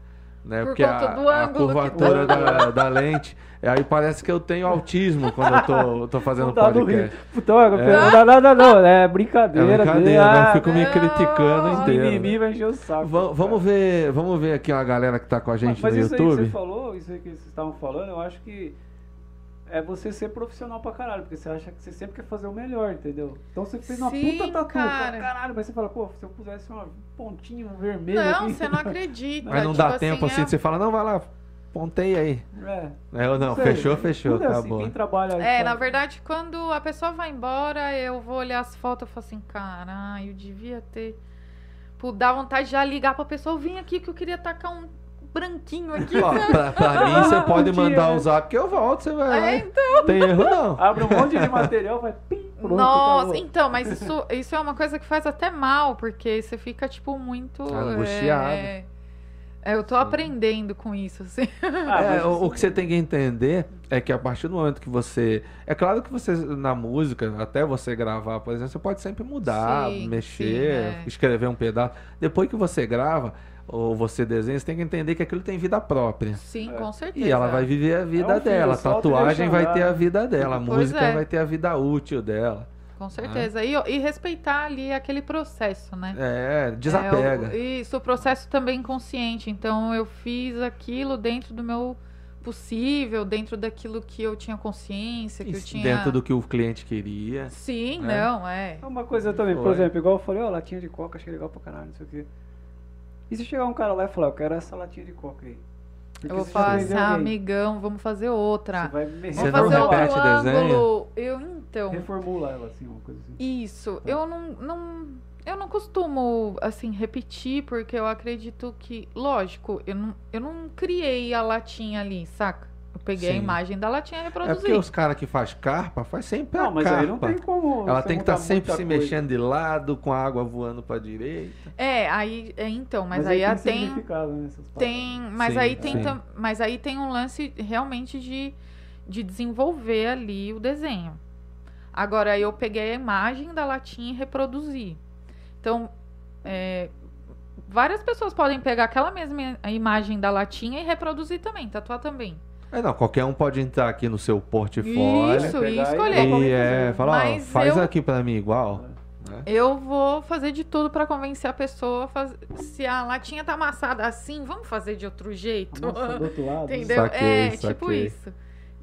Speaker 1: Né?
Speaker 2: Por
Speaker 1: Porque
Speaker 2: conta
Speaker 1: a,
Speaker 2: do
Speaker 1: a
Speaker 2: ângulo que tá.
Speaker 1: curvatura da, da lente. Aí parece que eu tenho autismo quando eu tô, tô fazendo
Speaker 3: Não dá no
Speaker 1: podcast.
Speaker 3: rio. Puta, eu não dá nada, não. É
Speaker 1: É
Speaker 3: brincadeira.
Speaker 1: brincadeira,
Speaker 3: ah,
Speaker 1: eu fico me
Speaker 2: não.
Speaker 1: criticando
Speaker 2: Os
Speaker 1: inteiro. né?
Speaker 3: mimimi vai encher o saco.
Speaker 1: Va- vamos ver, vamos ver aqui a galera que tá com a gente
Speaker 3: Mas
Speaker 1: no
Speaker 3: isso aí que
Speaker 1: YouTube.
Speaker 3: você falou, isso aí que vocês estavam falando, eu acho que é você ser profissional pra caralho, porque você acha que você sempre quer fazer o melhor, entendeu? Então você fez uma
Speaker 2: Sim,
Speaker 3: puta tatu
Speaker 2: cara.
Speaker 3: pra caralho, mas você fala, pô, se eu pusesse uma pontinho vermelho
Speaker 2: Não,
Speaker 3: aqui,
Speaker 2: você não
Speaker 3: né?
Speaker 2: acredita.
Speaker 1: Mas não
Speaker 2: tipo
Speaker 1: dá tempo assim,
Speaker 2: é-
Speaker 1: você fala, não, vai lá, pontei aí.
Speaker 3: É,
Speaker 1: É, eu não,
Speaker 3: sei.
Speaker 1: fechou, fechou, tá
Speaker 3: Tudo é assim,
Speaker 1: acabou.
Speaker 3: Quem trabalha
Speaker 2: É,
Speaker 3: sabe?
Speaker 2: na verdade, quando a pessoa vai embora, eu vou olhar as fotos e falo assim, caralho, eu devia ter. Pô, dá vontade de já ligar pra pessoa, vim aqui que eu queria tacar um branquinho aqui.
Speaker 1: Ó, pra, pra mim, você pode
Speaker 3: Um
Speaker 1: mandar
Speaker 3: dia.
Speaker 1: o zap que eu volto, você vai lá.
Speaker 2: É, então,
Speaker 1: Não tem erro, não.
Speaker 3: Abre um monte de material, vai pim, pronto,
Speaker 2: Nossa,
Speaker 3: acabou. Ah,
Speaker 2: então, mas isso, isso é uma coisa que faz até mal, porque você fica, tipo, muito.
Speaker 1: Angustiado.
Speaker 2: É, É, eu tô aprendendo com isso, assim.
Speaker 3: Ah,
Speaker 1: É,
Speaker 3: mas
Speaker 1: o,
Speaker 3: isso-
Speaker 1: o que você tem que entender é que a partir do momento que você. É claro que você, na música, até você gravar, por exemplo, você pode sempre mudar,
Speaker 2: Sim,
Speaker 1: mexer,
Speaker 2: sim, é.
Speaker 1: escrever um pedaço. Depois que você grava ou você desenha, você tem que entender que aquilo tem vida própria.
Speaker 2: Sim,
Speaker 3: É.
Speaker 2: com certeza.
Speaker 1: E ela vai viver a vida
Speaker 3: É um filho,
Speaker 1: dela. A
Speaker 3: solta e
Speaker 1: tatuagem
Speaker 3: deixa
Speaker 1: vai
Speaker 3: andar,
Speaker 1: ter a
Speaker 3: né?
Speaker 1: vida dela. A
Speaker 2: Pois
Speaker 1: música
Speaker 2: é.
Speaker 1: vai ter a vida útil dela.
Speaker 2: Com certeza. E, ó, e respeitar ali aquele processo, né?
Speaker 1: É, desapega.
Speaker 2: É, o- isso, o processo também consciente. Então eu fiz aquilo dentro do meu possível, dentro daquilo que eu tinha consciência, que eu
Speaker 1: Isso,
Speaker 2: tinha.
Speaker 1: Dentro do que o cliente queria.
Speaker 2: Sim,
Speaker 1: É.
Speaker 2: não, é.
Speaker 3: É uma coisa também, por
Speaker 1: Foi.
Speaker 3: exemplo, igual eu falei, ó, latinha de coca, achei legal pra caralho, não sei o quê. E se chegar um cara lá e falar, eu quero essa latinha de coca aí? Porque
Speaker 2: Eu vou
Speaker 3: você já
Speaker 2: falar assim,
Speaker 3: vendeu
Speaker 2: ah,
Speaker 3: alguém.
Speaker 2: amigão, vamos fazer outra.
Speaker 3: Você vai me-
Speaker 1: Você
Speaker 2: Vamos
Speaker 1: não
Speaker 2: fazer
Speaker 3: reformular,
Speaker 1: repete
Speaker 2: outro
Speaker 1: desenho? Tá.
Speaker 2: ângulo. Eu então.
Speaker 3: reformula ela assim, uma coisa assim.
Speaker 2: Isso, eu não, não, eu não costumo, assim, repetir, porque eu acredito que, lógico, eu não, eu não criei a latinha ali, saca? Eu peguei a
Speaker 1: Sim.
Speaker 2: imagem da latinha e
Speaker 1: É
Speaker 2: reproduzi.
Speaker 1: porque os caras que faz carpa faz sempre
Speaker 3: Não,
Speaker 1: a
Speaker 3: mas
Speaker 1: carpa.
Speaker 3: aí não tem como.
Speaker 1: Ela
Speaker 3: você
Speaker 1: tem que estar
Speaker 3: mudar
Speaker 1: sempre
Speaker 3: muita
Speaker 1: se
Speaker 3: coisa.
Speaker 1: mexendo de lado, com a água voando pra direita.
Speaker 2: É, aí, é, então, mas, aí, a tem,
Speaker 3: significado, né, essas palavras.
Speaker 2: tem, mas
Speaker 1: Sim,
Speaker 2: aí tem,
Speaker 1: sim.
Speaker 2: tam- mas aí tem um lance realmente de, de desenvolver ali o desenho. Agora eu peguei a imagem da latinha e reproduzi. Então, é, várias pessoas podem pegar aquela mesma i- imagem da latinha e reproduzir também, tatuar também.
Speaker 1: É, não, qualquer um pode entrar aqui no seu portfólio
Speaker 2: Isso,
Speaker 3: Pegar
Speaker 2: e
Speaker 3: e-
Speaker 2: escolher.
Speaker 1: e
Speaker 3: Qualquer
Speaker 1: é,
Speaker 3: coisa.
Speaker 1: falar, ó,
Speaker 2: Mas
Speaker 1: faz
Speaker 2: eu-
Speaker 1: aqui pra mim igual.
Speaker 2: Eu vou fazer de tudo pra convencer a pessoa. a faz- Se a latinha tá amassada assim, vamos fazer de outro jeito.
Speaker 3: Nossa, do outro lado. né?
Speaker 2: Entendeu?
Speaker 1: Saquei,
Speaker 2: é,
Speaker 1: saquei.
Speaker 2: tipo isso.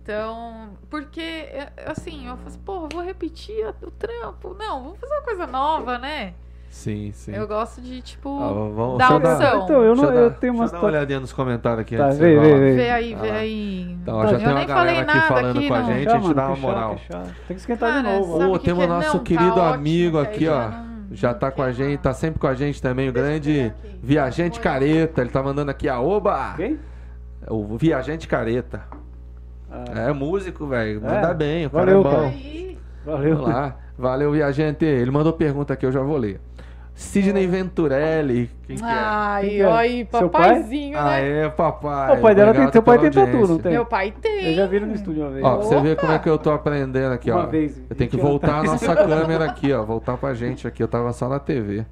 Speaker 2: Então, porque, é, assim, eu falo assim, pô, eu vou repetir a- o trampo. Não, vamos fazer uma coisa nova, né?
Speaker 1: Sim, sim.
Speaker 2: Eu gosto de, tipo,
Speaker 1: Ah, vamos,
Speaker 2: dá
Speaker 1: deixa eu
Speaker 2: opção.
Speaker 1: dar,
Speaker 3: Então, eu,
Speaker 1: deixa
Speaker 3: não,
Speaker 1: eu
Speaker 3: eu
Speaker 1: dar-
Speaker 3: tenho
Speaker 1: deixa
Speaker 3: umas.
Speaker 1: eu dar uma olhadinha nos comentários aqui.
Speaker 3: Tá,
Speaker 1: antes de
Speaker 3: vê,
Speaker 1: você falar.
Speaker 3: vê, vê.
Speaker 2: vê aí,
Speaker 1: Ah,
Speaker 2: vê
Speaker 1: lá.
Speaker 2: aí.
Speaker 1: Então, ó, já
Speaker 2: eu
Speaker 1: tem uma
Speaker 2: nem falei
Speaker 1: galera aqui
Speaker 2: nada
Speaker 1: falando
Speaker 2: aqui,
Speaker 1: com a
Speaker 2: não.
Speaker 1: gente,
Speaker 3: Tá,
Speaker 1: a gente
Speaker 3: mano,
Speaker 1: dá uma
Speaker 3: que chato,
Speaker 1: moral.
Speaker 3: que chato. Tem que esquentar
Speaker 2: Cara,
Speaker 3: de novo.
Speaker 2: sabe
Speaker 1: Ô,
Speaker 2: o que
Speaker 1: temos
Speaker 2: que é?
Speaker 1: nosso
Speaker 2: Não,
Speaker 1: querido
Speaker 2: tá ótimo,
Speaker 1: amigo
Speaker 2: que aí
Speaker 1: aqui, ó.
Speaker 2: não-
Speaker 1: Já
Speaker 2: não
Speaker 1: tá com a
Speaker 2: queima.
Speaker 1: gente, tá sempre com a gente também, o
Speaker 2: Deixa eu
Speaker 1: grande
Speaker 2: pegar aqui.
Speaker 1: Viajante
Speaker 2: Oi.
Speaker 1: Careta. Ele tá mandando aqui a Oba!
Speaker 3: Quem?
Speaker 1: O Viajante Careta.
Speaker 3: Ah,
Speaker 1: É músico, velho.
Speaker 3: É?
Speaker 1: Manda bem, o cara
Speaker 3: Valeu,
Speaker 1: é bom.
Speaker 3: cara.
Speaker 2: Aí,
Speaker 3: Valeu.
Speaker 1: Vamos lá. Valeu, viajante. Ele mandou pergunta aqui, eu já vou ler.
Speaker 2: É.
Speaker 1: Sidney Venturelli. Quem que é?
Speaker 3: Quem
Speaker 2: Ai,
Speaker 3: que é?
Speaker 2: ó, aí,
Speaker 3: Seu pai?
Speaker 2: papaizinho,
Speaker 1: Ah,
Speaker 2: Ah, né?
Speaker 1: é, papai.
Speaker 3: O pai dela tem-
Speaker 1: Obrigado
Speaker 3: teu pai
Speaker 1: pela
Speaker 3: tem tatu, não
Speaker 1: audiência.
Speaker 3: tem?
Speaker 2: Meu pai tem.
Speaker 3: Eu já vi ele no estúdio uma vez.
Speaker 1: Ó, pra você ver
Speaker 2: Opa!
Speaker 1: como é que eu tô aprendendo aqui,
Speaker 3: Uma
Speaker 1: ó.
Speaker 3: vez,
Speaker 1: eu tenho que
Speaker 3: gente, ela
Speaker 1: voltar a nossa câmera aqui, ó. Voltar pra gente aqui. Eu tava só na TV.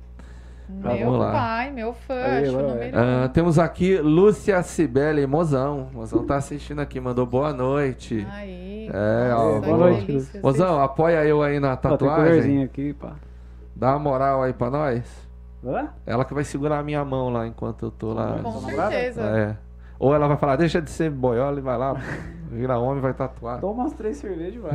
Speaker 2: Meu
Speaker 1: Vamos lá.
Speaker 2: pai, meu fã,
Speaker 3: Aí,
Speaker 2: acho o
Speaker 3: vai,
Speaker 2: número
Speaker 1: Ah,
Speaker 2: um.
Speaker 1: temos aqui Lúcia Cibele Mozão. Mozão tá assistindo aqui, mandou boa
Speaker 2: Ah,
Speaker 1: noite.
Speaker 2: Aí.
Speaker 1: É, ó, boa
Speaker 2: nossa, que
Speaker 3: noite.
Speaker 2: delícia.
Speaker 1: Mozão, apoia eu aí na
Speaker 3: Ó, tem
Speaker 1: tatuagem.
Speaker 3: colherzinho aqui, pá.
Speaker 1: Dá uma moral aí pra nós.
Speaker 3: Hã?
Speaker 1: Ela que vai segurar a minha mão lá enquanto eu tô lá.
Speaker 2: Com
Speaker 3: Sua namorada?
Speaker 2: certeza.
Speaker 1: É. Ou ela vai falar, deixa de ser boiola e vai lá, vira homem e vai tatuar.
Speaker 3: Toma umas três cervejas, vai.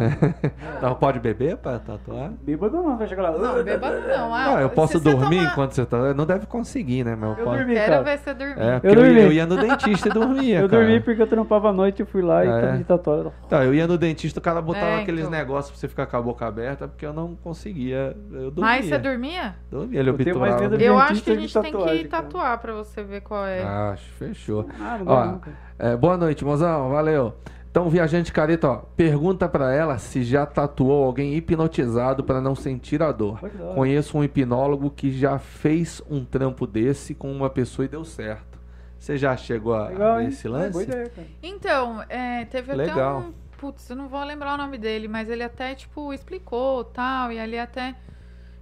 Speaker 1: Não pode beber pra tatuar?
Speaker 3: Bêbado não, vai chegar lá.
Speaker 2: Não, bêbado não. Ah,
Speaker 1: Ah, eu
Speaker 2: se
Speaker 1: posso
Speaker 2: você
Speaker 1: dormir
Speaker 2: tomar-
Speaker 1: enquanto você tá. Não deve conseguir, né, meu
Speaker 3: Eu
Speaker 1: pai?
Speaker 3: dormi,
Speaker 2: Quero
Speaker 3: cara.
Speaker 2: ver você dormir.
Speaker 1: É, porque
Speaker 3: Eu
Speaker 1: eu,
Speaker 3: dormi.
Speaker 1: eu ia no dentista e dormia.
Speaker 3: Eu
Speaker 1: cara.
Speaker 3: dormi porque eu trampava à noite, eu fui lá e
Speaker 1: Ah,
Speaker 3: tava
Speaker 1: é?
Speaker 3: de tatuagem.
Speaker 1: Tá, eu ia no dentista, o cara botava
Speaker 2: É,
Speaker 1: aqueles
Speaker 2: então.
Speaker 1: negócios pra você ficar com a boca aberta, porque eu não conseguia. Eu dormia.
Speaker 2: Mas você dormia?
Speaker 1: Dormia, ele
Speaker 3: Eu tenho mais
Speaker 1: obturava.
Speaker 3: medo de-
Speaker 2: Eu
Speaker 3: dentista
Speaker 2: acho que a
Speaker 3: de
Speaker 2: gente tem que
Speaker 3: tatuagem, cara.
Speaker 2: tatuar pra você ver qual é.
Speaker 1: Acho, fechou.
Speaker 3: Ah, não
Speaker 1: Ó,
Speaker 3: dá nunca.
Speaker 1: É, boa noite, mozão. Valeu. Então, viajante careta, ó, pergunta pra ela se já tatuou alguém hipnotizado pra não sentir a dor.
Speaker 3: Olha que da hora.
Speaker 1: Conheço um hipnólogo que já fez um trampo desse com uma pessoa e deu certo. Você já chegou a
Speaker 3: Legal,
Speaker 1: ver
Speaker 3: hein?
Speaker 1: esse
Speaker 3: É, boa
Speaker 1: lance?
Speaker 3: ideia, cara.
Speaker 2: Então, é, teve
Speaker 1: Legal.
Speaker 2: até um. Putz, eu não vou lembrar o nome dele, mas ele até, tipo, explicou tal. E ali até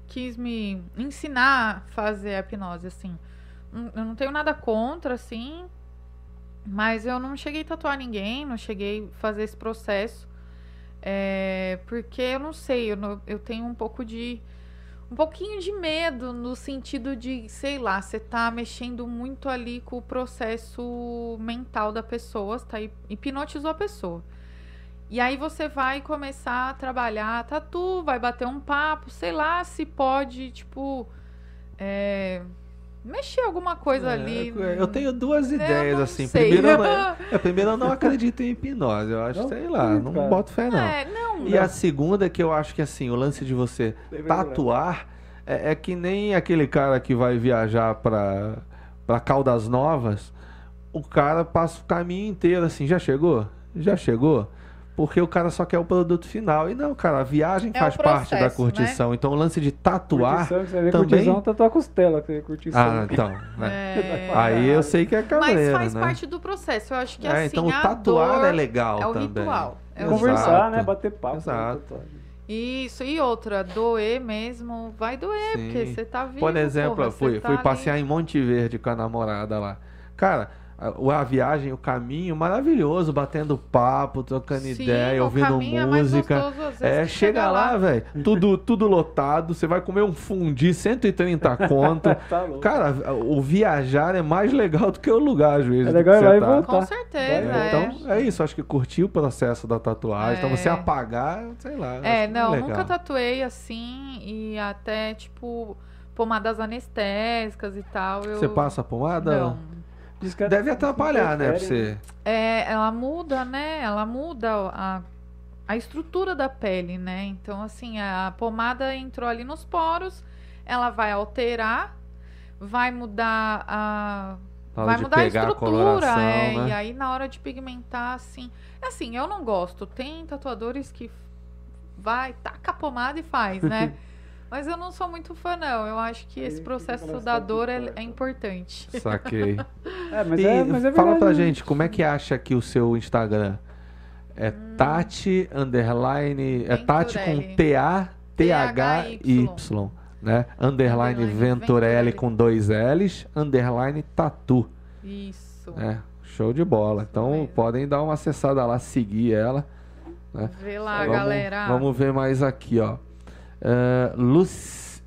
Speaker 2: quis me ensinar a fazer a hipnose, assim. Hum, Eu não tenho nada contra, assim. Mas eu não cheguei a tatuar ninguém, não cheguei a fazer esse processo. É, porque eu não sei, eu, não- eu tenho um pouco de. Um pouquinho de medo no sentido de, sei lá, você tá mexendo muito ali com o processo mental da pessoa, você tá hip- hipnotizou a pessoa. E aí você vai começar a trabalhar tatu, vai bater um papo, sei lá se pode, tipo, é, mexer alguma coisa
Speaker 1: É,
Speaker 2: ali. né?
Speaker 1: Eu tenho duas
Speaker 2: Eu
Speaker 1: ideias,
Speaker 2: não
Speaker 1: assim.
Speaker 2: sei.
Speaker 1: Primeiro, eu não, é, primeiro, eu não acredito em hipnose. Eu acho,
Speaker 3: Não
Speaker 1: sei lá, não
Speaker 3: acredito, cara.
Speaker 1: boto fé, não.
Speaker 2: É, não.
Speaker 1: E a segunda é que eu acho que, assim, o lance de você tatuar é, é que nem aquele cara que vai viajar pra, pra Caldas Novas, o cara passa o caminho inteiro assim, já chegou? Já chegou? porque o cara só quer o produto final. E não, cara, a viagem
Speaker 2: É
Speaker 1: faz
Speaker 2: o
Speaker 1: parte da
Speaker 2: processo,
Speaker 1: curtição. Então o lance de tatuar.
Speaker 3: Curtição, que você vê
Speaker 1: também-
Speaker 3: curtição, tá tua costela, que é curtição.
Speaker 1: Ah, então. né?
Speaker 2: É,
Speaker 1: Aí eu sei que é
Speaker 2: mas
Speaker 1: cabreiro,
Speaker 2: faz
Speaker 1: né?
Speaker 2: parte do processo. Eu acho que
Speaker 1: é,
Speaker 2: assim,
Speaker 1: então o
Speaker 2: a
Speaker 1: tatuar
Speaker 2: dor
Speaker 1: é legal
Speaker 2: é o
Speaker 1: também.
Speaker 2: ritual. É o
Speaker 3: Conversar,
Speaker 1: Exato.
Speaker 3: né? Bater papo. né,
Speaker 1: Exato.
Speaker 3: tatuagem.
Speaker 2: Isso, e outra, doer mesmo, vai doer,
Speaker 1: Sim.
Speaker 2: porque você tá vivo.
Speaker 1: Por exemplo,
Speaker 2: porra,
Speaker 1: eu fui,
Speaker 2: você tá
Speaker 1: fui
Speaker 2: ali.
Speaker 1: passear em Monte Verde com a namorada lá. Cara, a, o- a viagem, o caminho maravilhoso, batendo papo, trocando
Speaker 2: Sim,
Speaker 1: ideia,
Speaker 2: o
Speaker 1: ouvindo
Speaker 2: caminho é mais
Speaker 1: música.
Speaker 2: gostoso, às vezes,
Speaker 1: É,
Speaker 2: que
Speaker 1: chega
Speaker 2: chegar
Speaker 1: lá, velho, tudo, tudo lotado, você vai comer um fundi, 130 conto.
Speaker 3: Tá louco.
Speaker 1: Cara, o viajar é mais legal do que o lugar, às vezes.
Speaker 3: É
Speaker 1: do que
Speaker 3: legal ir
Speaker 1: você
Speaker 3: lá e
Speaker 1: tá.
Speaker 3: voltar.
Speaker 2: Com
Speaker 3: Tá.
Speaker 1: É,
Speaker 2: certeza,
Speaker 3: Vai,
Speaker 2: é.
Speaker 1: Então, é isso. Acho que curtir o processo da tatuagem. Então, você
Speaker 2: É.
Speaker 1: apagar, sei lá.
Speaker 2: É,
Speaker 1: acho
Speaker 2: não,
Speaker 1: legal.
Speaker 2: nunca tatuei assim e até, tipo, pomadas anestésicas e tal. Eu...
Speaker 1: Você passa a pomada?
Speaker 2: Não.
Speaker 3: Diz que é-
Speaker 1: Deve atrapalhar, né, pra
Speaker 3: interfere,
Speaker 1: você.
Speaker 2: É, ela muda, né? Ela muda a, a estrutura da pele, né? Então, assim, a pomada entrou ali nos poros, ela vai alterar, vai mudar a
Speaker 1: Na hora
Speaker 2: Vai
Speaker 1: de
Speaker 2: mudar a
Speaker 1: pegar a,
Speaker 2: estrutura,
Speaker 1: coloração,
Speaker 2: é,
Speaker 1: né?
Speaker 2: e aí na hora de pigmentar, assim. Assim, eu não gosto. Tem tatuadores que vai, taca a pomada e faz, né? Mas eu não sou muito fã, não. Eu acho que
Speaker 3: Aí
Speaker 2: esse
Speaker 3: fica
Speaker 2: processo
Speaker 3: aquelas
Speaker 2: da
Speaker 3: tatu de
Speaker 2: dor é,
Speaker 3: porta.
Speaker 2: é importante.
Speaker 1: Saquei.
Speaker 3: É, mas
Speaker 1: e
Speaker 3: é, mas é verdade.
Speaker 1: fala pra
Speaker 3: né?
Speaker 1: gente, como é que acha que o seu Instagram é Tati underline. É Tati com
Speaker 2: Venturelli.
Speaker 1: T-A T-H-Y,
Speaker 2: T-H-Y,
Speaker 1: né? Underline
Speaker 2: Underline
Speaker 1: Venturelli
Speaker 2: Venturelli.
Speaker 1: com dois L's, underline Tatu.
Speaker 2: Isso.
Speaker 1: É, show de bola.
Speaker 2: Isso
Speaker 1: Então
Speaker 2: mesmo.
Speaker 1: podem dar uma acessada lá, seguir ela.
Speaker 2: Vê lá,
Speaker 1: vamos,
Speaker 2: Tá, galera.
Speaker 1: Vamos ver mais aqui, ó. É, Luc-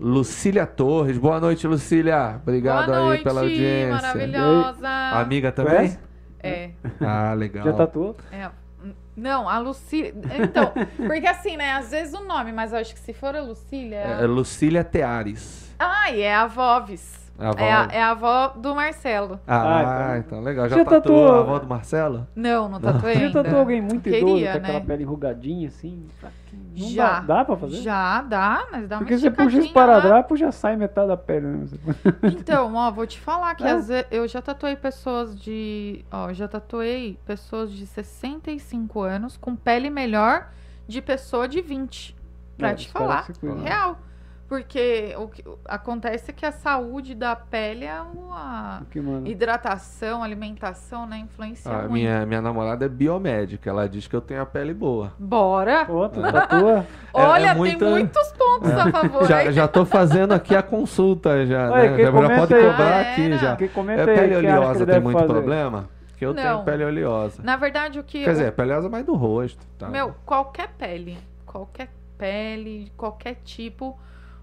Speaker 1: Lucília Torres. Boa noite, Lucília. Obrigado
Speaker 2: Boa
Speaker 1: aí
Speaker 2: noite,
Speaker 1: pela audiência.
Speaker 2: maravilhosa.
Speaker 1: Amiga também?
Speaker 3: Conhece?
Speaker 2: É,
Speaker 3: tá
Speaker 1: Ah, legal.
Speaker 3: Já tatuou?
Speaker 2: é. Não, a Lucília. Então, porque assim, né? Às vezes o nome, mas eu acho que se for a Lucília.
Speaker 1: É, é Lucília Teares.
Speaker 2: Ah, e é a Voves.
Speaker 1: A avó.
Speaker 2: É a, é a avó do Marcelo.
Speaker 1: Ah,
Speaker 3: Ah, então-
Speaker 1: então legal. Já,
Speaker 3: Já
Speaker 1: tatuou,
Speaker 3: tatuou?
Speaker 1: a avó do Marcelo?
Speaker 2: Não, não tatuei
Speaker 3: Já
Speaker 2: ainda.
Speaker 3: tatuou alguém muito
Speaker 2: Queria,
Speaker 3: idoso, com
Speaker 2: né?
Speaker 3: aquela pele enrugadinha, assim? fraquinho? Não Dá,
Speaker 2: Já.
Speaker 3: dá pra fazer?
Speaker 2: Já, dá, mas dá
Speaker 3: Porque
Speaker 2: uma
Speaker 3: você puxa né? esse
Speaker 2: esticadinha né? lá.
Speaker 3: paradrapo, já sai metade da pele. Né? Você-
Speaker 2: Então, ó, vou te falar que
Speaker 3: É.
Speaker 2: às ve- eu já tatuei pessoas de... Ó, já tatuei pessoas de 65 anos com pele melhor de pessoa de 20. Pra
Speaker 3: É,
Speaker 2: te
Speaker 3: os caras
Speaker 2: falar,
Speaker 3: se cuidam.
Speaker 2: real. Porque o que acontece é que a saúde da pele é uma...
Speaker 3: O que, mano?
Speaker 2: Hidratação, alimentação, né? Influencia
Speaker 1: Ah,
Speaker 2: muito.
Speaker 1: minha, minha namorada é biomédica. Ela diz que eu tenho a pele boa.
Speaker 2: Bora!
Speaker 3: Outro, tatua.
Speaker 1: É-
Speaker 2: Olha,
Speaker 1: é muita-
Speaker 2: tem muitos pontos a favor.
Speaker 1: Já,
Speaker 2: aí.
Speaker 1: já tô fazendo aqui a consulta, já,
Speaker 3: Olha,
Speaker 1: né?
Speaker 3: quem
Speaker 1: Já, já
Speaker 3: comenta
Speaker 1: pode
Speaker 3: aí-
Speaker 1: cobrar
Speaker 2: Já
Speaker 1: aqui
Speaker 2: Ah, era.
Speaker 1: já.
Speaker 3: Que comenta
Speaker 1: É,
Speaker 3: aí,
Speaker 1: pele
Speaker 3: que acha que
Speaker 1: oleosa
Speaker 3: ele
Speaker 1: tem
Speaker 3: deve
Speaker 1: muito
Speaker 3: fazer?
Speaker 1: problema? Que eu tenho
Speaker 2: Não.
Speaker 1: pele oleosa.
Speaker 2: Na verdade, o que.
Speaker 1: Quer dizer, pele oleosa mais do rosto. Tá?
Speaker 2: Meu, qualquer pele. Qualquer pele, qualquer tipo.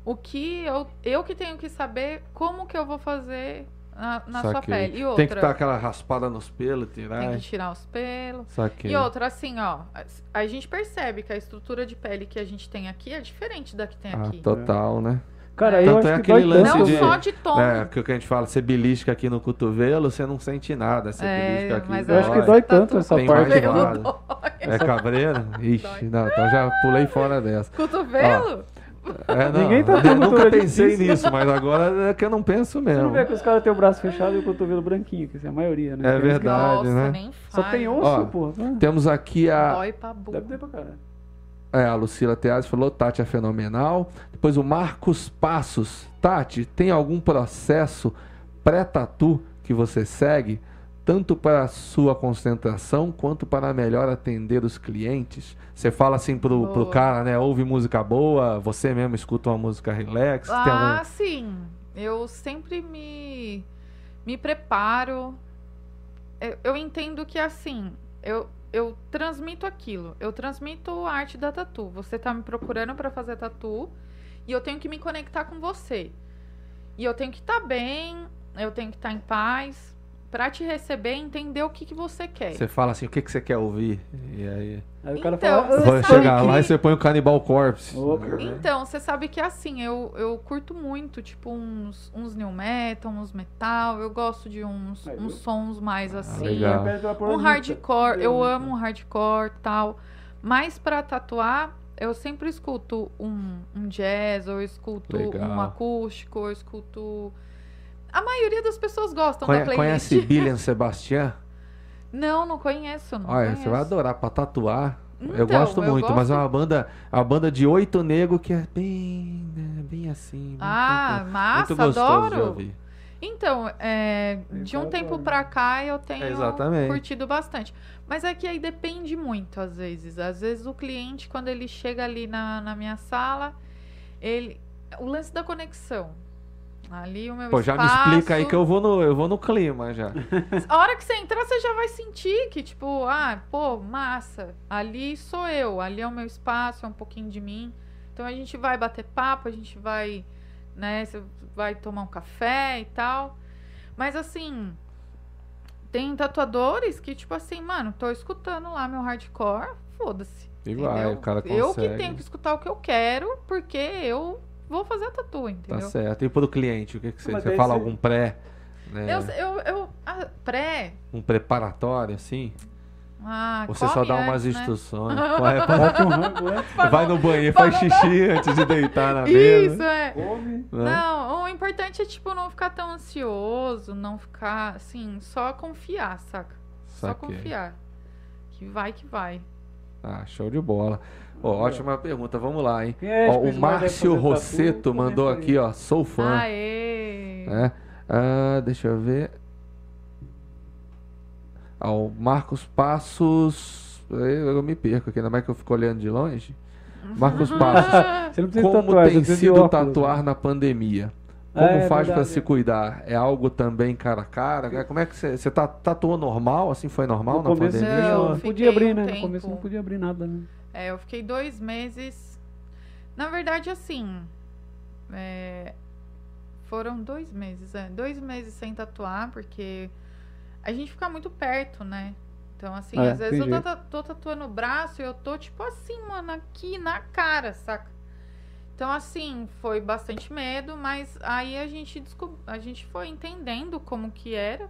Speaker 2: O que eu, eu que tenho que saber como que eu vou fazer na, na sua
Speaker 1: Saquei.
Speaker 2: pele. E outra.
Speaker 1: Tem que tá- dar aquela raspada nos pelos, tirar.
Speaker 2: tem que tirar os pelos.
Speaker 1: Saquei.
Speaker 2: E outra, assim, ó. A, a gente percebe que a estrutura de pele que a gente tem aqui é diferente da que tem
Speaker 1: Ah,
Speaker 2: aqui.
Speaker 1: total, né?
Speaker 3: Cara, eu
Speaker 1: Tanto
Speaker 3: acho
Speaker 1: é
Speaker 3: que dói
Speaker 1: aquele lance
Speaker 2: Não
Speaker 3: tanto.
Speaker 1: de-
Speaker 2: só de tom. né?
Speaker 1: É, que o que a gente fala, você belisca aqui no cotovelo, você não sente nada. Você belisca aqui.
Speaker 2: É, mas
Speaker 3: Eu acho que
Speaker 1: dói.
Speaker 3: dói tanto essa
Speaker 1: Tem
Speaker 3: parte.
Speaker 1: mais
Speaker 2: Cotovelo
Speaker 1: lado.
Speaker 2: dói.
Speaker 1: É cabreiro? Ixi,
Speaker 2: Dói.
Speaker 1: não, então já pulei fora dessa.
Speaker 2: Cotovelo?
Speaker 1: É, não,
Speaker 3: Ninguém tá
Speaker 1: eu
Speaker 3: dando
Speaker 1: nunca
Speaker 3: cotovelo
Speaker 1: pensei
Speaker 3: difícil.
Speaker 1: nisso, mas agora é que eu não penso
Speaker 3: Você não
Speaker 1: mesmo.
Speaker 3: vê que os caras têm o braço fechado e o cotovelo branquinho, que isso é a maioria, né?
Speaker 1: É
Speaker 3: Tem uns
Speaker 1: verdade,
Speaker 2: Nossa,
Speaker 1: né?
Speaker 2: nem
Speaker 3: que-
Speaker 2: faz.
Speaker 3: Só tem
Speaker 1: Ó,
Speaker 3: osso, porra.
Speaker 1: Temos aqui a,
Speaker 2: Dói pra burro.
Speaker 3: Deve ter pra caralho.
Speaker 1: É, a Lucila Teaz falou, Tati é fenomenal. Depois o Marcos Passos. Tati, tem algum processo pré-tatu que você segue, tanto para a sua concentração quanto para melhor atender os clientes? Você fala assim pro, pro
Speaker 2: Boa.
Speaker 1: cara, né? Ouve música boa, você mesmo escuta uma música relax. Tem
Speaker 2: Ah,
Speaker 1: algum...
Speaker 2: sim. Eu sempre me, me preparo. Eu, eu entendo que assim, eu, eu transmito aquilo. Eu transmito a arte da tatu. Você tá me procurando para fazer tatu e eu tenho que me conectar com você. E eu tenho que estar bem, eu tenho que estar em paz para te receber, e entender o que, que você quer.
Speaker 1: Você fala assim, o que, que você quer ouvir? E aí.
Speaker 3: Aí o cara
Speaker 2: Então,
Speaker 3: fala. "Ah,
Speaker 2: Você
Speaker 1: Vai
Speaker 2: sabe
Speaker 1: chegar
Speaker 2: que-
Speaker 1: lá e você põe o Cannibal Corpse.
Speaker 3: Opa.
Speaker 2: Então, você sabe que assim, eu, eu curto muito, tipo, uns, uns new metal, uns metal, eu gosto de uns,
Speaker 3: Aí, viu?
Speaker 2: uns sons mais assim.
Speaker 1: Ah, legal.
Speaker 2: Um hardcore, eu
Speaker 3: É.
Speaker 2: amo um hardcore tal. Mas pra tatuar, eu sempre escuto um, um jazz, ou eu escuto
Speaker 1: Legal.
Speaker 2: um acústico, ou eu escuto. A maioria das pessoas gostam
Speaker 1: Conhe-
Speaker 2: da playlist.
Speaker 1: conhece Billian Sebastian?
Speaker 2: Não, não conheço. Não
Speaker 1: Olha,
Speaker 2: conheço.
Speaker 1: você vai adorar pra tatuar. eu
Speaker 2: Então,
Speaker 1: gosto
Speaker 2: eu
Speaker 1: muito, mas é
Speaker 2: gosto-
Speaker 1: uma banda, é uma banda de oito negros que é bem, né, bem assim. bem
Speaker 2: Ah,
Speaker 1: tranquilo.
Speaker 2: massa,
Speaker 1: muito gostoso de
Speaker 2: adoro.
Speaker 1: ouvir.
Speaker 2: Então, é, de um
Speaker 3: Então,
Speaker 2: tempo
Speaker 3: tá.
Speaker 2: pra cá eu tenho
Speaker 1: Exatamente.
Speaker 2: curtido bastante. Mas é que aí depende muito, às vezes. Às vezes o cliente, quando ele chega ali na, na minha sala, ele. O lance da conexão. Ali o meu
Speaker 1: Pô, já
Speaker 2: espaço.
Speaker 1: me explica aí que eu vou no, eu vou no clima já.
Speaker 2: A hora que você entrar, você já vai sentir que, tipo, ah, pô, massa. Ali sou eu, ali é o meu espaço, é um pouquinho de mim. Então a gente vai bater papo, a gente vai, né, você vai tomar um café e tal. Mas assim, tem tatuadores que, tipo assim, mano, tô escutando lá meu hardcore, foda-se.
Speaker 1: E vai,
Speaker 2: entendeu?
Speaker 1: o cara consegue.
Speaker 2: Eu que tenho que escutar o que eu quero, porque eu vou fazer a tatu,
Speaker 1: Tá
Speaker 2: entendeu?
Speaker 1: certo. E pro cliente, o que, que você,
Speaker 3: Mas
Speaker 1: você
Speaker 3: daí
Speaker 1: fala?
Speaker 3: você-
Speaker 1: Algum pré, né,
Speaker 2: Eu, eu, eu, ah, pré,
Speaker 1: um preparatório, assim?
Speaker 2: ah,
Speaker 1: Ou você só
Speaker 2: come
Speaker 1: dá umas
Speaker 2: antes, né?
Speaker 1: instruções? Corre pra-
Speaker 3: Bate um rango antes,
Speaker 1: Vai no banheiro,
Speaker 2: pra
Speaker 1: faz xixi antes de deitar na mesa.
Speaker 2: Isso, é.
Speaker 3: come.
Speaker 1: tá né?
Speaker 2: Não, o importante é, tipo, não ficar tão ansioso, não ficar, assim, só confiar, saca? Só
Speaker 1: Saquei.
Speaker 2: confiar. Que vai que vai.
Speaker 1: Ah, show de bola. Ó, ótima pergunta, vamos lá, hein?
Speaker 3: Quem é
Speaker 1: Ó,
Speaker 3: esse
Speaker 1: o
Speaker 3: pessoal que deve
Speaker 1: Márcio
Speaker 3: fazer tatu?
Speaker 1: Rosseto
Speaker 3: Comenta
Speaker 1: mandou
Speaker 3: aí.
Speaker 1: aqui, ó, sou fã.
Speaker 2: Aê!
Speaker 1: né? Ah, deixa eu ver. Ah, o Marcos Passos. Eu eu me perco aqui, ainda mais que eu fico olhando de longe. Marcos Passos.
Speaker 3: Você não precisa
Speaker 1: Como
Speaker 3: tatuar, você
Speaker 1: tem
Speaker 3: precisa de
Speaker 1: sido
Speaker 3: óculos. né?
Speaker 1: tatuar na pandemia? Como
Speaker 3: É, é
Speaker 1: faz pra
Speaker 3: verdade,
Speaker 1: se
Speaker 3: é.
Speaker 1: cuidar? É algo também cara a cara? Como é que você, você tá, tatuou normal? Assim foi normal na
Speaker 3: No começo
Speaker 1: pandemia?
Speaker 2: Não,
Speaker 3: não
Speaker 2: eu
Speaker 3: podia abrir,
Speaker 2: fiquei
Speaker 3: né?
Speaker 2: um
Speaker 3: No começo não
Speaker 2: tempo.
Speaker 3: podia abrir nada, né?
Speaker 2: É, eu fiquei dois meses. Na verdade, assim. é, Foram dois meses, é. Dois meses sem tatuar, porque a gente fica muito perto, né? Então, assim,
Speaker 3: É,
Speaker 2: às vezes eu
Speaker 3: tem
Speaker 2: tô, ta- tô tatuando o braço e eu tô, tipo assim, mano, aqui na cara, saca? Então, assim, foi bastante medo, mas aí a gente, descob... a gente foi entendendo como que era.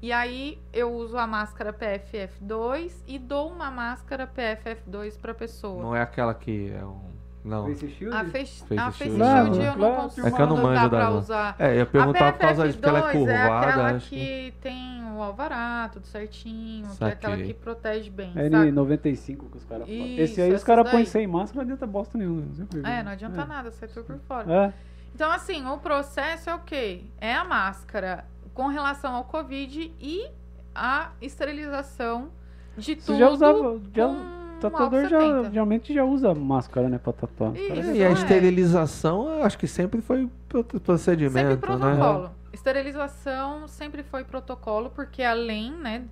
Speaker 2: E aí eu uso a máscara PFF2 e dou uma máscara PFF2 pra pessoa.
Speaker 1: Não é aquela que é um. Não.
Speaker 3: Face shield?
Speaker 2: A face,
Speaker 1: Face
Speaker 2: a face
Speaker 1: shield.
Speaker 2: shield
Speaker 1: Claro,
Speaker 2: eu
Speaker 3: claro.
Speaker 2: não consigo
Speaker 1: É que eu não manjo
Speaker 2: dá
Speaker 1: das
Speaker 2: pra
Speaker 1: outras.
Speaker 2: usar.
Speaker 1: É, eu ia perguntar
Speaker 2: a
Speaker 1: por causa disso, porque ela é
Speaker 2: PFF2
Speaker 1: curvada.
Speaker 2: aquela
Speaker 1: acho que-
Speaker 2: que tem o alvará, tudo certinho, que é aquela
Speaker 1: Saquei.
Speaker 2: que protege bem,
Speaker 3: É
Speaker 2: sabe?
Speaker 3: N95 que os caras falam.
Speaker 2: Isso,
Speaker 3: Esse aí os
Speaker 2: essas
Speaker 3: caras põem
Speaker 2: daí.
Speaker 3: sem máscara, não adianta bosta nenhuma. Não sei por quê.
Speaker 2: É, não adianta
Speaker 3: É.
Speaker 2: nada, sai tudo por fora.
Speaker 3: É.
Speaker 2: Então, assim, o processo é o quê? É a máscara com relação ao Covid e a esterilização de tudo.
Speaker 3: Você já usava. Já,
Speaker 2: com um
Speaker 3: tatuador
Speaker 2: álcool
Speaker 3: já,
Speaker 2: 70.
Speaker 3: geralmente já usa máscara, né? Pra tatuar. Os
Speaker 2: Isso.
Speaker 3: caras-
Speaker 1: É, E a
Speaker 2: é.
Speaker 1: esterilização, eu acho que sempre foi pro- pro-
Speaker 2: Sempre
Speaker 1: procedimento, né?
Speaker 2: protocolo. Esterilização sempre foi protocolo, porque além, né?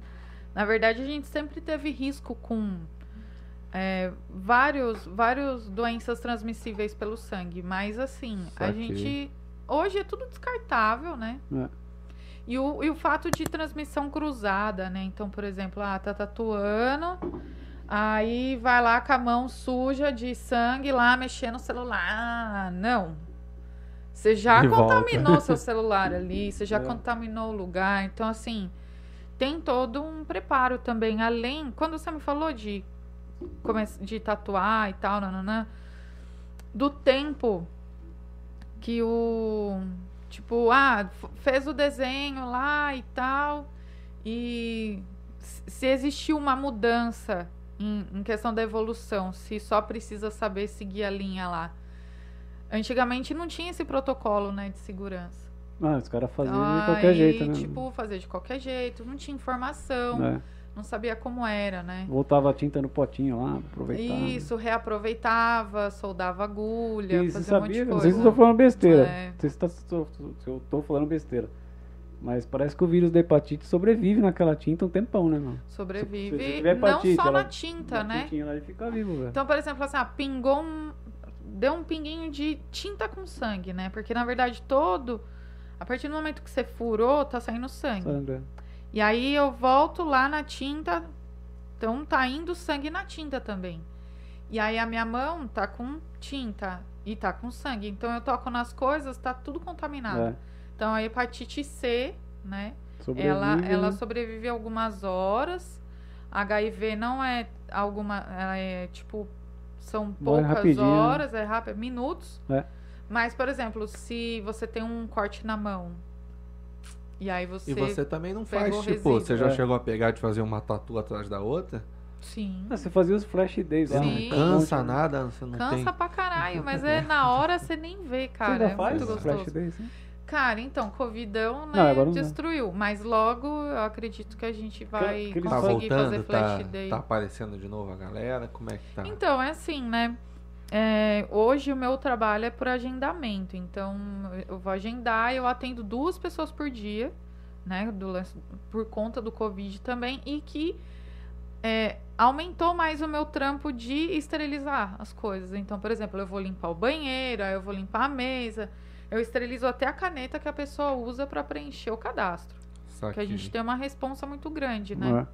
Speaker 2: Na verdade, a gente sempre teve risco com é, vários, vários doenças transmissíveis pelo sangue. Mas assim, a
Speaker 1: Saquei.
Speaker 2: gente. Hoje é tudo descartável, né?
Speaker 3: É.
Speaker 2: E o, e o fato de transmissão cruzada, né? Então, por exemplo, ah, tá tatuando, aí vai lá com a mão suja de sangue lá mexendo no celular. Ah, não. Você já
Speaker 1: E volta.
Speaker 2: contaminou seu celular ali, você já
Speaker 3: É.
Speaker 2: contaminou o lugar. Então, assim, tem todo um preparo também. Além, quando você me falou de, come- de tatuar e tal, nananã, do tempo que o. Tipo, ah, f- fez o desenho lá e tal. E s- se existiu uma mudança em, em questão da evolução, se só precisa saber seguir a linha lá. Antigamente não tinha esse protocolo, né, de segurança.
Speaker 3: Ah, os caras faziam
Speaker 2: Aí,
Speaker 3: de qualquer jeito, né?
Speaker 2: Tipo, fazer de qualquer jeito, não tinha informação,
Speaker 3: É.
Speaker 2: não sabia como era, né?
Speaker 3: Voltava a tinta no potinho lá, pra aproveitar. né?
Speaker 2: Isso, reaproveitava, soldava agulha,
Speaker 3: E você
Speaker 2: fazia um monte de
Speaker 3: sabia?
Speaker 2: coisa.
Speaker 3: Não sei se eu tô falando besteira.
Speaker 2: É.
Speaker 3: Não sei se, tá- se eu- se eu tô falando besteira. Mas parece que o vírus da hepatite sobrevive naquela tinta um tempão, né, mano?
Speaker 2: Sobrevive,
Speaker 3: Se- se tiver
Speaker 2: não
Speaker 3: hepatite,
Speaker 2: só
Speaker 3: ela-
Speaker 2: na tinta,
Speaker 1: um
Speaker 3: Na
Speaker 2: né?
Speaker 3: tintinha lá ele fica vivo, velho.
Speaker 2: Então, por exemplo, assim, ah, pingou um. Deu um pinguinho de tinta com sangue, né? Porque na verdade todo. A partir do momento que você furou, tá saindo sangue.
Speaker 3: Sangra.
Speaker 2: E aí eu volto lá na tinta. Então tá indo sangue na tinta também. E aí a minha mão tá com tinta e tá com sangue. Então eu toco nas coisas, tá tudo contaminado.
Speaker 3: É.
Speaker 2: Então a hepatite C, né?
Speaker 3: Sobrevive,
Speaker 2: Ela, ela
Speaker 3: né?
Speaker 2: sobrevive algumas horas. HIV não é alguma. Ela é tipo. São
Speaker 3: Morre
Speaker 2: poucas
Speaker 3: rapidinho, né?
Speaker 2: horas, é rápido, minutos.
Speaker 3: É.
Speaker 2: Mas, por exemplo, se você tem um corte na mão E aí você.
Speaker 1: E você também não
Speaker 2: pega
Speaker 1: faz,
Speaker 2: o
Speaker 1: tipo,
Speaker 2: resíduo.
Speaker 1: você já
Speaker 3: É.
Speaker 1: chegou a pegar de fazer uma tatu atrás da outra?
Speaker 2: Sim.
Speaker 3: Ah, Você fazia os flash days né? lá.
Speaker 1: Você
Speaker 2: Sim.
Speaker 1: não cansa né? nada, você não
Speaker 2: Cansa
Speaker 1: tem...
Speaker 2: pra caralho, mas é na hora você nem vê,
Speaker 3: Você
Speaker 2: cara.
Speaker 3: ainda
Speaker 2: É
Speaker 3: faz
Speaker 2: muito
Speaker 3: os
Speaker 2: gostoso.
Speaker 3: flash days? né?
Speaker 2: Cara, então, Covidão, né,
Speaker 3: Não, agora não dá.
Speaker 2: destruiu. Mas logo eu acredito que a gente vai
Speaker 3: que eles
Speaker 1: Tá
Speaker 2: conseguir fazer
Speaker 1: voltando, tá,
Speaker 2: flash day.
Speaker 1: tá aparecendo de novo a galera? Como é que tá?
Speaker 2: Então, é assim, né? É, hoje o meu trabalho é por agendamento. Então, eu vou agendar, eu atendo duas pessoas por dia, né? do lance- por conta do Covid também, e que é, aumentou mais o meu trampo de esterilizar as coisas. Então, por exemplo, eu vou limpar o banheiro, aí eu vou limpar a mesa, eu esterilizo até a caneta que a pessoa usa para preencher o cadastro.
Speaker 1: Só
Speaker 2: Porque a gente tem uma responsa muito grande, né?
Speaker 3: Não é?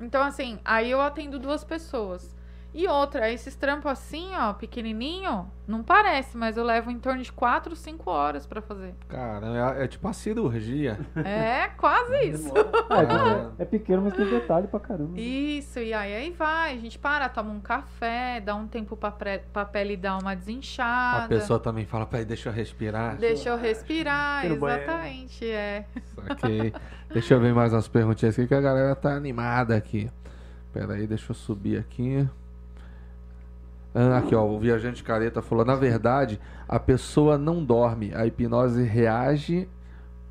Speaker 2: Então, assim, aí eu atendo duas pessoas. E outra, esses trampos assim, ó, pequenininho, não parece, mas eu levo em torno de 4, 5 horas pra fazer.
Speaker 1: Cara, é, é tipo a cirurgia.
Speaker 2: É, quase isso.
Speaker 3: Ah, é, é pequeno, mas tem detalhe pra caramba.
Speaker 2: Isso, e aí, aí vai, a gente para, toma um café, dá um tempo pra, pré, pra pele dar uma né? desinchada.
Speaker 1: A pessoa também fala, peraí, deixa eu respirar.
Speaker 2: Deixa eu respirar,
Speaker 4: Ir no banheiro.
Speaker 2: exatamente, é.
Speaker 1: Saquei. Deixa eu ver mais umas perguntinhas aqui que a galera tá animada aqui. Pera aí, deixa eu subir aqui. Ah, aqui, ó, o viajante careta falou: na verdade, a pessoa não dorme, a hipnose reage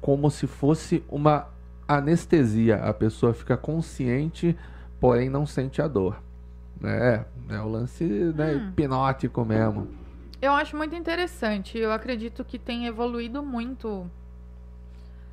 Speaker 1: como se fosse uma anestesia. A pessoa fica consciente, porém não sente a dor. É, é o lance né,
Speaker 2: Hum.
Speaker 1: hipnótico mesmo.
Speaker 2: Eu acho muito interessante. Eu acredito que tem evoluído muito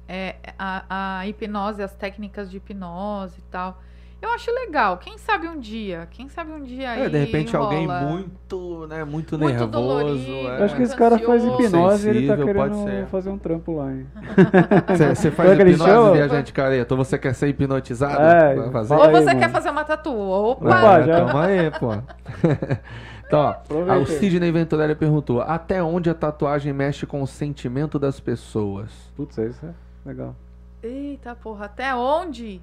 Speaker 2: é, a, a hipnose, as técnicas de hipnose e tal. Eu acho legal. Quem sabe um dia? Quem sabe um dia aí.
Speaker 1: É, de repente
Speaker 2: rola.
Speaker 1: alguém muito, né, muito,
Speaker 2: Muito
Speaker 1: nervoso.
Speaker 2: dolorido.
Speaker 1: é.
Speaker 3: Eu acho que esse cara faz
Speaker 2: Ansioso. Ah.
Speaker 3: hipnose e ele tá
Speaker 1: Sensível, pode
Speaker 3: querendo
Speaker 1: ser.
Speaker 3: fazer um trampo lá, hein?
Speaker 1: Você
Speaker 3: Como é
Speaker 1: faz
Speaker 3: que ele chama?
Speaker 1: hipnose, viajante careta? Ou você quer ser hipnotizado?
Speaker 3: É,
Speaker 1: Vai fazer?
Speaker 3: fala
Speaker 2: Ou
Speaker 3: aí,
Speaker 2: você quer
Speaker 3: mano.
Speaker 2: fazer uma tatu? Opa!
Speaker 3: Opa.
Speaker 1: É,
Speaker 3: já.
Speaker 1: Calma aí, pô. então, ó,
Speaker 3: Aproveita
Speaker 1: o
Speaker 3: aí.
Speaker 1: Sidney Venturelli perguntou: até onde a tatuagem mexe com o sentimento das pessoas?
Speaker 3: Putz, é isso, é legal.
Speaker 2: Eita porra, até onde?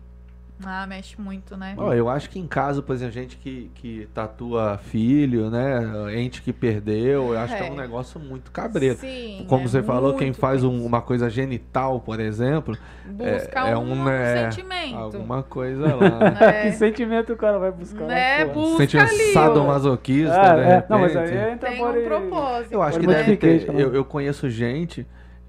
Speaker 2: Ah, mexe muito, né?
Speaker 1: Ó, é eu acho que em casa, por exemplo, gente que, que tatua filho, né? Ente que perdeu, eu acho que é um
Speaker 2: É.
Speaker 1: negócio muito cabreiro.
Speaker 2: Sim.
Speaker 1: Como
Speaker 2: é
Speaker 1: você falou, quem
Speaker 2: muito
Speaker 1: faz um-
Speaker 2: tenso.
Speaker 1: uma coisa genital, por exemplo,
Speaker 2: Busca
Speaker 1: é- é
Speaker 2: um,
Speaker 1: um, é,
Speaker 2: sentimento.
Speaker 1: alguma coisa lá. Né?
Speaker 3: Que
Speaker 2: É,
Speaker 3: sentimento o cara vai buscar? lá,
Speaker 2: né?
Speaker 3: pô?
Speaker 2: Busca
Speaker 1: Sentimento
Speaker 2: ali.
Speaker 1: sadomasoquista,
Speaker 3: Ah,
Speaker 1: de
Speaker 3: é.
Speaker 1: repente.
Speaker 3: Não, mas aí entra
Speaker 2: Tem
Speaker 3: body-
Speaker 2: um propósito.
Speaker 1: tá Eu acho
Speaker 3: Pode
Speaker 1: que deve
Speaker 3: modificar,
Speaker 1: ter.
Speaker 3: né?
Speaker 1: Eu, eu conheço gente,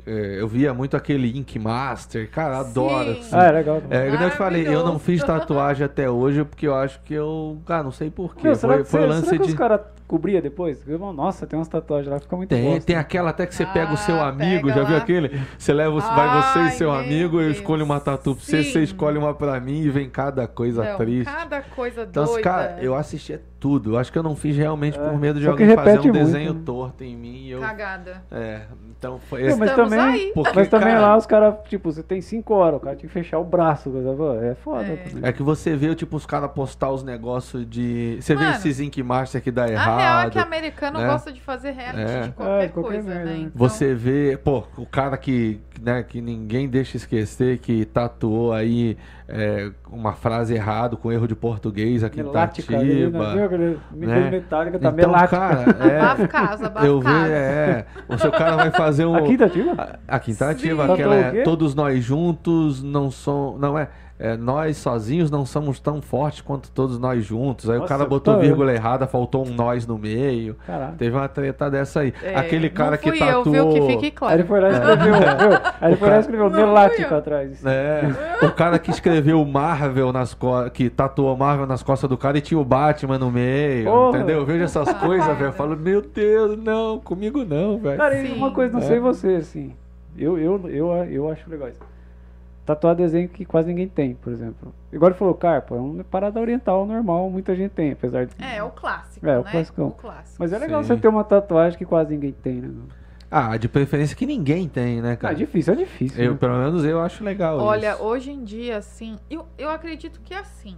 Speaker 1: é, eu via muito aquele Ink Master, cara,
Speaker 2: Sim.
Speaker 1: adoro.
Speaker 3: Ah, é legal.
Speaker 1: É, como eu te falei, eu não
Speaker 2: Maravilhoso.
Speaker 1: fiz tatuagem até hoje porque eu acho que eu. Cara, não sei porquê.
Speaker 3: Meu, será
Speaker 1: Foi,
Speaker 3: que,
Speaker 1: foi
Speaker 3: você-
Speaker 1: lance
Speaker 3: será que
Speaker 1: de.
Speaker 3: os caras cobriam depois? Meu irmão, nossa, tem umas tatuagens lá, fica muito
Speaker 1: Tem,
Speaker 3: bosta.
Speaker 1: tem aquela até que você pega o seu
Speaker 2: Ah,
Speaker 1: amigo,
Speaker 2: pega
Speaker 1: já viu
Speaker 2: lá.
Speaker 1: aquele? Você leva, os- vai
Speaker 2: Ai,
Speaker 1: você e seu
Speaker 2: meu
Speaker 1: amigo, eu
Speaker 2: Deus.
Speaker 1: escolho uma tatu pra você, você
Speaker 2: Sim.
Speaker 1: escolhe uma pra mim e vem cada coisa
Speaker 2: Não,
Speaker 1: triste.
Speaker 2: Então, Cada coisa
Speaker 1: Então,
Speaker 2: doida. né?
Speaker 1: cara, eu assistia tudo. Eu acho que eu não fiz realmente por
Speaker 3: É,
Speaker 1: medo de
Speaker 3: só que
Speaker 1: alguém fazer um
Speaker 3: repete muito,
Speaker 1: desenho
Speaker 3: né?
Speaker 1: torto em mim. e Eu...
Speaker 2: Cagada.
Speaker 1: É, então foi
Speaker 3: Não,
Speaker 1: esse.
Speaker 3: mas
Speaker 2: Estamos
Speaker 3: também,
Speaker 2: aí.
Speaker 1: Porque,
Speaker 3: mas também
Speaker 1: cara,
Speaker 3: lá os caras, tipo, você tem 5 horas, o cara tinha que fechar o braço. coisa, pô, É foda.
Speaker 2: É.
Speaker 3: também.
Speaker 1: É que você vê, tipo, os caras postar os negócios de. Você vê
Speaker 2: Mano,
Speaker 1: esses Ink Master que dá
Speaker 2: A real é
Speaker 1: errado.
Speaker 2: que americano
Speaker 1: né?
Speaker 2: gosta de fazer reality
Speaker 1: É.
Speaker 2: de qualquer,
Speaker 3: É, de qualquer
Speaker 2: coisa,
Speaker 3: merda,
Speaker 2: né?
Speaker 3: né?
Speaker 2: Então,
Speaker 1: Você vê, pô, o cara que, né, que ninguém deixa esquecer que tatuou aí é, uma frase errado com erro de português aqui em
Speaker 3: Melática, ali, né? viu
Speaker 1: Tatiba.
Speaker 3: aquele
Speaker 1: né?
Speaker 3: né? metálica, tá
Speaker 1: Então,
Speaker 3: melática.
Speaker 1: cara,
Speaker 2: Bafo casa,
Speaker 1: é,
Speaker 2: bafo
Speaker 1: eu vejo,
Speaker 2: casa.
Speaker 1: é, o seu cara vai fazer um,
Speaker 3: Aqui da Tiba?
Speaker 1: Aqui em Itatiba,
Speaker 2: Sim.
Speaker 1: aquela
Speaker 3: Tatuou o
Speaker 1: é
Speaker 3: quê?
Speaker 1: todos nós juntos não somos. Não é, é, Nós sozinhos não somos tão fortes quanto todos nós juntos. Aí o
Speaker 3: Nossa,
Speaker 1: cara botou
Speaker 3: tá.
Speaker 1: vírgula errada, faltou um nós no meio.
Speaker 3: Caralho.
Speaker 1: Teve uma treta dessa aí.
Speaker 2: É,
Speaker 1: Aquele cara
Speaker 2: não fui
Speaker 1: que tatuou.
Speaker 2: eu, viu? Que fique
Speaker 3: Aí ele
Speaker 2: claro.
Speaker 3: foi lá e escreveu, viu? Aí ele foi lá e escreveu
Speaker 2: Não, não
Speaker 3: melática
Speaker 2: fui eu.
Speaker 3: atrás.
Speaker 1: É, o cara que escreveu Marvel nas costas, que tatuou Marvel nas costas do cara e tinha o Batman no meio,
Speaker 3: Porra.
Speaker 1: entendeu? Eu vejo essas
Speaker 2: Rapaz,
Speaker 1: coisas, velho.
Speaker 2: né?
Speaker 1: Eu falo, meu Deus, não, comigo não, velho.
Speaker 3: Cara, e
Speaker 2: Sim.
Speaker 3: uma coisa, não
Speaker 1: É.
Speaker 3: sei você, assim. Eu, eu, eu, eu acho legal isso. Tatuar desenho que quase ninguém tem, por exemplo. Igual ele falou, carpa, é uma parada oriental normal, muita gente tem, apesar de.
Speaker 2: É, é o clássico,
Speaker 3: É,
Speaker 2: né?
Speaker 3: o classicão.
Speaker 2: O clássico.
Speaker 3: Mas é legal
Speaker 1: Sim.
Speaker 3: você ter uma tatuagem que quase ninguém tem, né?
Speaker 1: Ah, de preferência que ninguém tem, né,
Speaker 3: Ah,
Speaker 1: cara?
Speaker 3: é difícil, é difícil.
Speaker 1: eu,
Speaker 3: né?
Speaker 1: pelo menos eu acho legal
Speaker 2: Olha,
Speaker 1: isso.
Speaker 2: hoje em dia, assim, eu, eu acredito que é assim.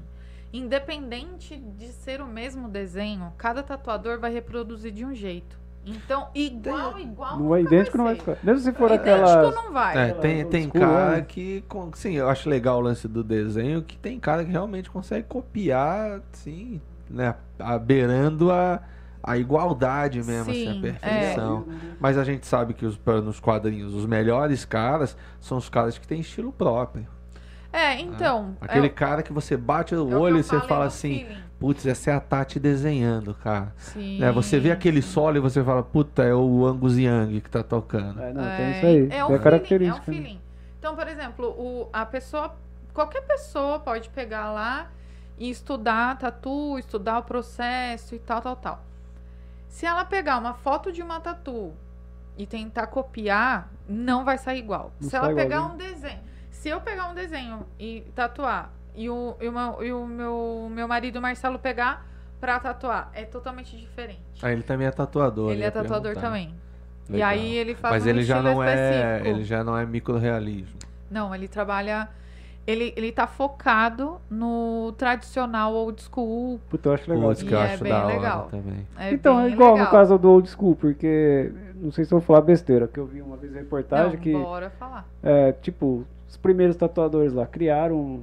Speaker 2: Independente de ser o mesmo desenho, cada tatuador vai reproduzir de um jeito. Então, igual, igual.
Speaker 3: Não é
Speaker 2: nunca
Speaker 3: idêntico, não vai
Speaker 2: ser.
Speaker 3: ficar. Mesmo se for
Speaker 2: é Idêntico
Speaker 3: aquela.
Speaker 2: não vai.
Speaker 1: É,
Speaker 3: Ela
Speaker 1: tem,
Speaker 3: do
Speaker 1: tem
Speaker 3: escuro,
Speaker 1: cara
Speaker 3: né?
Speaker 1: que. con- Sim, eu acho legal o lance do desenho, que tem cara que realmente consegue copiar, sim, né? a- Beirando a, a igualdade mesmo, assim,
Speaker 2: Sim,
Speaker 1: a
Speaker 2: é.
Speaker 1: perfeição. Mas a gente sabe que os, pra- nos quadrinhos, os melhores caras são os caras que têm estilo próprio.
Speaker 2: É, então. é
Speaker 1: Ah, Aquele
Speaker 2: o-
Speaker 1: cara que você bate
Speaker 2: é o
Speaker 1: o
Speaker 2: que eu
Speaker 1: olho e você
Speaker 2: falo, é
Speaker 1: fala
Speaker 2: no
Speaker 1: assim,
Speaker 2: feeling.
Speaker 1: putz, essa é a Tati desenhando, cara.
Speaker 2: Sim.
Speaker 1: Né, Você vê aquele solo e você fala, puta, é o Angus Young que tá tocando.
Speaker 3: É, não, tem
Speaker 2: É,
Speaker 3: isso aí.
Speaker 2: É
Speaker 3: É,
Speaker 2: um feeling, é um
Speaker 3: característica. né?
Speaker 2: feeling. Então, por exemplo, o, a pessoa, qualquer pessoa pode pegar lá e estudar tatu, estudar o processo e tal, tal, tal. Se ela pegar uma foto de uma tatu e tentar copiar, não vai sair igual.
Speaker 3: Não
Speaker 2: se ela
Speaker 3: sai né?
Speaker 2: pegar
Speaker 3: igualzinho.
Speaker 2: um desenho, se eu pegar um desenho e tatuar e o, e o meu, e o meu, meu marido Marcelo pegar pra tatuar, é totalmente diferente.
Speaker 1: Ah, ele também é tatuador.
Speaker 2: ele
Speaker 1: eu
Speaker 2: é
Speaker 1: ia
Speaker 2: tatuador
Speaker 1: perguntar.
Speaker 2: também. E
Speaker 1: Legal.
Speaker 2: aí ele faz
Speaker 1: Mas
Speaker 2: um
Speaker 1: ele já
Speaker 2: estilo
Speaker 1: não
Speaker 2: específico.
Speaker 1: é, ele já não é microrealismo.
Speaker 2: Não, ele trabalha. Ele, ele tá focado no tradicional old school.
Speaker 3: Puta, eu acho legal.
Speaker 1: Putz, que eu
Speaker 2: E é
Speaker 1: acho
Speaker 2: bem
Speaker 1: da hora
Speaker 2: legal.
Speaker 1: também.
Speaker 2: É
Speaker 3: então, é
Speaker 2: bem
Speaker 3: igual
Speaker 2: legal.
Speaker 3: no caso do old school, porque não sei se eu vou falar besteira, que eu vi uma vez reportagem
Speaker 2: Não,
Speaker 3: tá, que,
Speaker 2: Bora falar.
Speaker 3: é, tipo, os primeiros tatuadores lá criaram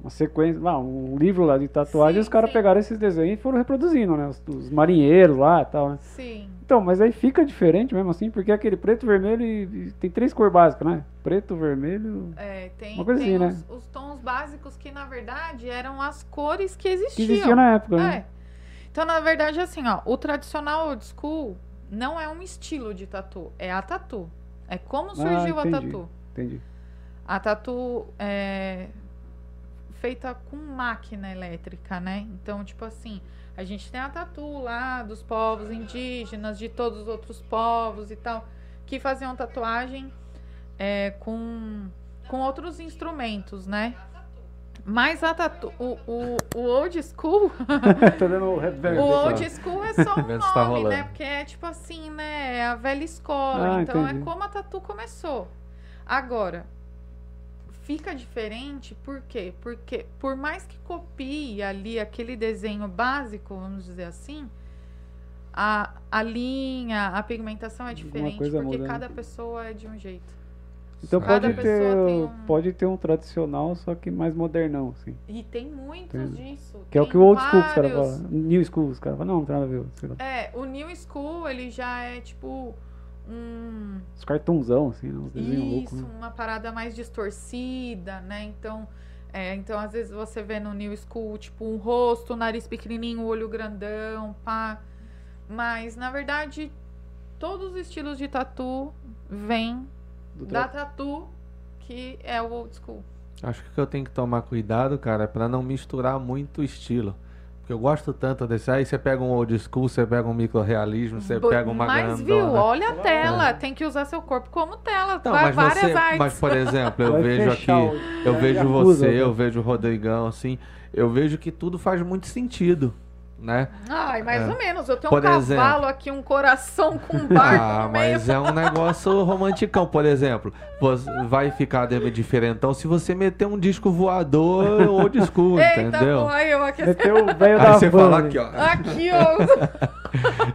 Speaker 3: uma sequência, lá, um livro lá de tatuagem,
Speaker 2: Sim,
Speaker 3: e os caras
Speaker 2: sim.
Speaker 3: pegaram esses desenhos e foram reproduzindo, né? Os, os marinheiros lá e tal, né?
Speaker 2: Sim.
Speaker 3: Então, mas aí fica diferente mesmo assim, porque aquele preto, vermelho e, e tem três cores básicas, né? Preto, vermelho.
Speaker 2: É, tem
Speaker 3: Uma coisa
Speaker 2: tem
Speaker 3: assim, né?
Speaker 2: os, os tons básicos que, na verdade, eram as cores que existiam.
Speaker 3: Que existia na época, né?
Speaker 2: É. Então, na verdade, assim, ó, o tradicional old school não é um estilo de tatu, é a tatu. É como surgiu a
Speaker 3: Ah, entendi.
Speaker 2: tatu.
Speaker 3: Entendi.
Speaker 2: A tatu é feita com máquina elétrica, né? Então, tipo assim, a gente tem a tatu lá dos povos indígenas, de todos os outros povos e tal, que faziam tatuagem é, com, com outros instrumentos, né? Mas a tatu, o, o, o old school,
Speaker 3: Tô dando o headband.
Speaker 2: o old school é só um
Speaker 1: Vendo se tá
Speaker 2: nome, né?
Speaker 1: rolando.
Speaker 2: Porque é tipo assim, né? É a velha escola.
Speaker 3: Ah,
Speaker 2: então
Speaker 3: entendi.
Speaker 2: é como a tatu começou. Agora, fica diferente por quê? Porque por mais que copie ali aquele desenho básico, vamos dizer assim, a, a linha, a pigmentação é
Speaker 3: Alguma
Speaker 2: diferente,
Speaker 3: coisa
Speaker 2: porque
Speaker 3: muda, né?
Speaker 2: cada pessoa é de um jeito.
Speaker 3: Então
Speaker 1: Cada
Speaker 3: pode ter,
Speaker 2: pessoa tem um-
Speaker 3: pode ter um tradicional, só que mais modernão, assim.
Speaker 2: E tem muitos disso.
Speaker 3: Que é o
Speaker 2: tem
Speaker 3: que o old school que os caras
Speaker 2: vários.
Speaker 3: falam. né? New school, os caras falam. Não, não tem nada a ver. sei lá.
Speaker 2: É, o new school, ele já é tipo um
Speaker 3: Os cartãozão, assim, né? Uns desenhos
Speaker 2: Isso,
Speaker 3: loucos. Né?
Speaker 2: uma parada mais distorcida, né? Então, é, então, às vezes você vê no New School, tipo, um rosto, um nariz pequenininho, um olho grandão, pá. Mas, na verdade, todos os estilos de tatu vêm
Speaker 3: Do
Speaker 2: da
Speaker 3: tra-
Speaker 2: tatu, que é o old school.
Speaker 1: Acho que o que eu tenho que tomar cuidado, cara, é pra não misturar muito o estilo. Porque eu gosto tanto desse. Aí você pega um old school, você pega um microrealismo, você
Speaker 2: Bo-
Speaker 1: pega uma
Speaker 2: mas, viu,
Speaker 1: grandona.
Speaker 2: olha a tela, tem que usar seu corpo como tela,
Speaker 1: É. Não,
Speaker 2: vai-
Speaker 1: mas
Speaker 2: várias
Speaker 1: você,
Speaker 2: artes.
Speaker 1: mas por exemplo, eu
Speaker 3: Vai
Speaker 1: vejo aqui,
Speaker 3: fechar o-
Speaker 1: eu
Speaker 3: vai
Speaker 1: vejo
Speaker 3: Yakuza,
Speaker 1: você,
Speaker 3: né?
Speaker 1: eu vejo o Rodrigão, assim, eu vejo que tudo faz muito sentido, né?
Speaker 2: Ai, mais
Speaker 1: É.
Speaker 2: ou menos, eu tenho um
Speaker 1: Por
Speaker 2: cavalo
Speaker 1: exemplo.
Speaker 2: aqui, um coração com um barco
Speaker 1: ah,
Speaker 2: no meio.
Speaker 1: mas é um negócio romanticão, por exemplo. Você vai ficar de- diferentão se você meter um disco voador old school,
Speaker 2: Eita,
Speaker 1: entendeu?
Speaker 2: porra, eu aqui
Speaker 3: Meteu o velho
Speaker 1: Aí
Speaker 3: da
Speaker 1: você
Speaker 3: van,
Speaker 1: fala
Speaker 3: né?
Speaker 1: aqui, ó.
Speaker 2: Aqui, ó.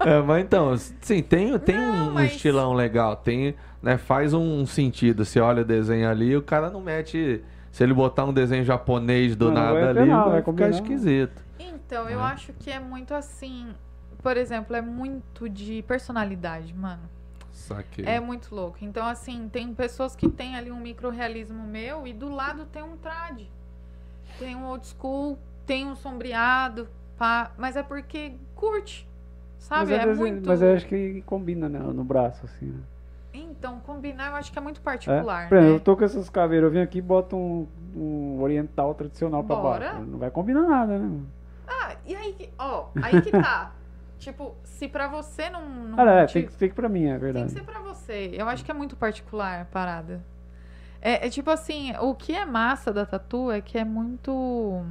Speaker 1: É, mas então, sim, tem, tem um
Speaker 2: mas-
Speaker 1: estilão legal, tem, né, faz um sentido. Você olha o desenho ali, o cara não mete. Se ele botar um desenho japonês do
Speaker 3: Não, não
Speaker 1: nada
Speaker 3: vai
Speaker 1: ali,
Speaker 3: ter nada,
Speaker 1: vai,
Speaker 3: vai
Speaker 1: ficar
Speaker 3: combinar.
Speaker 1: esquisito.
Speaker 2: Então, eu
Speaker 3: Né?
Speaker 1: É.
Speaker 2: acho que é muito assim. Por exemplo, é muito de personalidade, mano.
Speaker 1: Saquei.
Speaker 2: É muito louco. Então, assim, tem pessoas que têm ali um microrealismo meu e do lado tem um trad. Tem um old school, tem um sombreado, pá. Mas é porque curte.
Speaker 3: Mas,
Speaker 2: Sabe?
Speaker 3: é
Speaker 2: é
Speaker 3: desenho-
Speaker 2: muito.
Speaker 3: mas eu acho que combina né, no braço, assim. Né?
Speaker 2: Então, combinar eu acho que é muito
Speaker 3: É.
Speaker 2: particular.
Speaker 3: Por exemplo,
Speaker 2: né?
Speaker 3: eu tô com essas caveiras, eu venho aqui e boto um, um oriental tradicional pra
Speaker 2: Bora.
Speaker 3: baixo. Não vai combinar nada, né? mano?
Speaker 2: Ah, e aí, que- ó, aí que tá. tipo, se pra você não. não
Speaker 3: Cara, é,
Speaker 2: te-
Speaker 3: tem que tem que pra mim, é
Speaker 2: Tem que
Speaker 3: verdade.
Speaker 2: ser pra você. Eu acho que é muito particular a parada. É, é tipo assim, o que é massa da tatu é que é muito.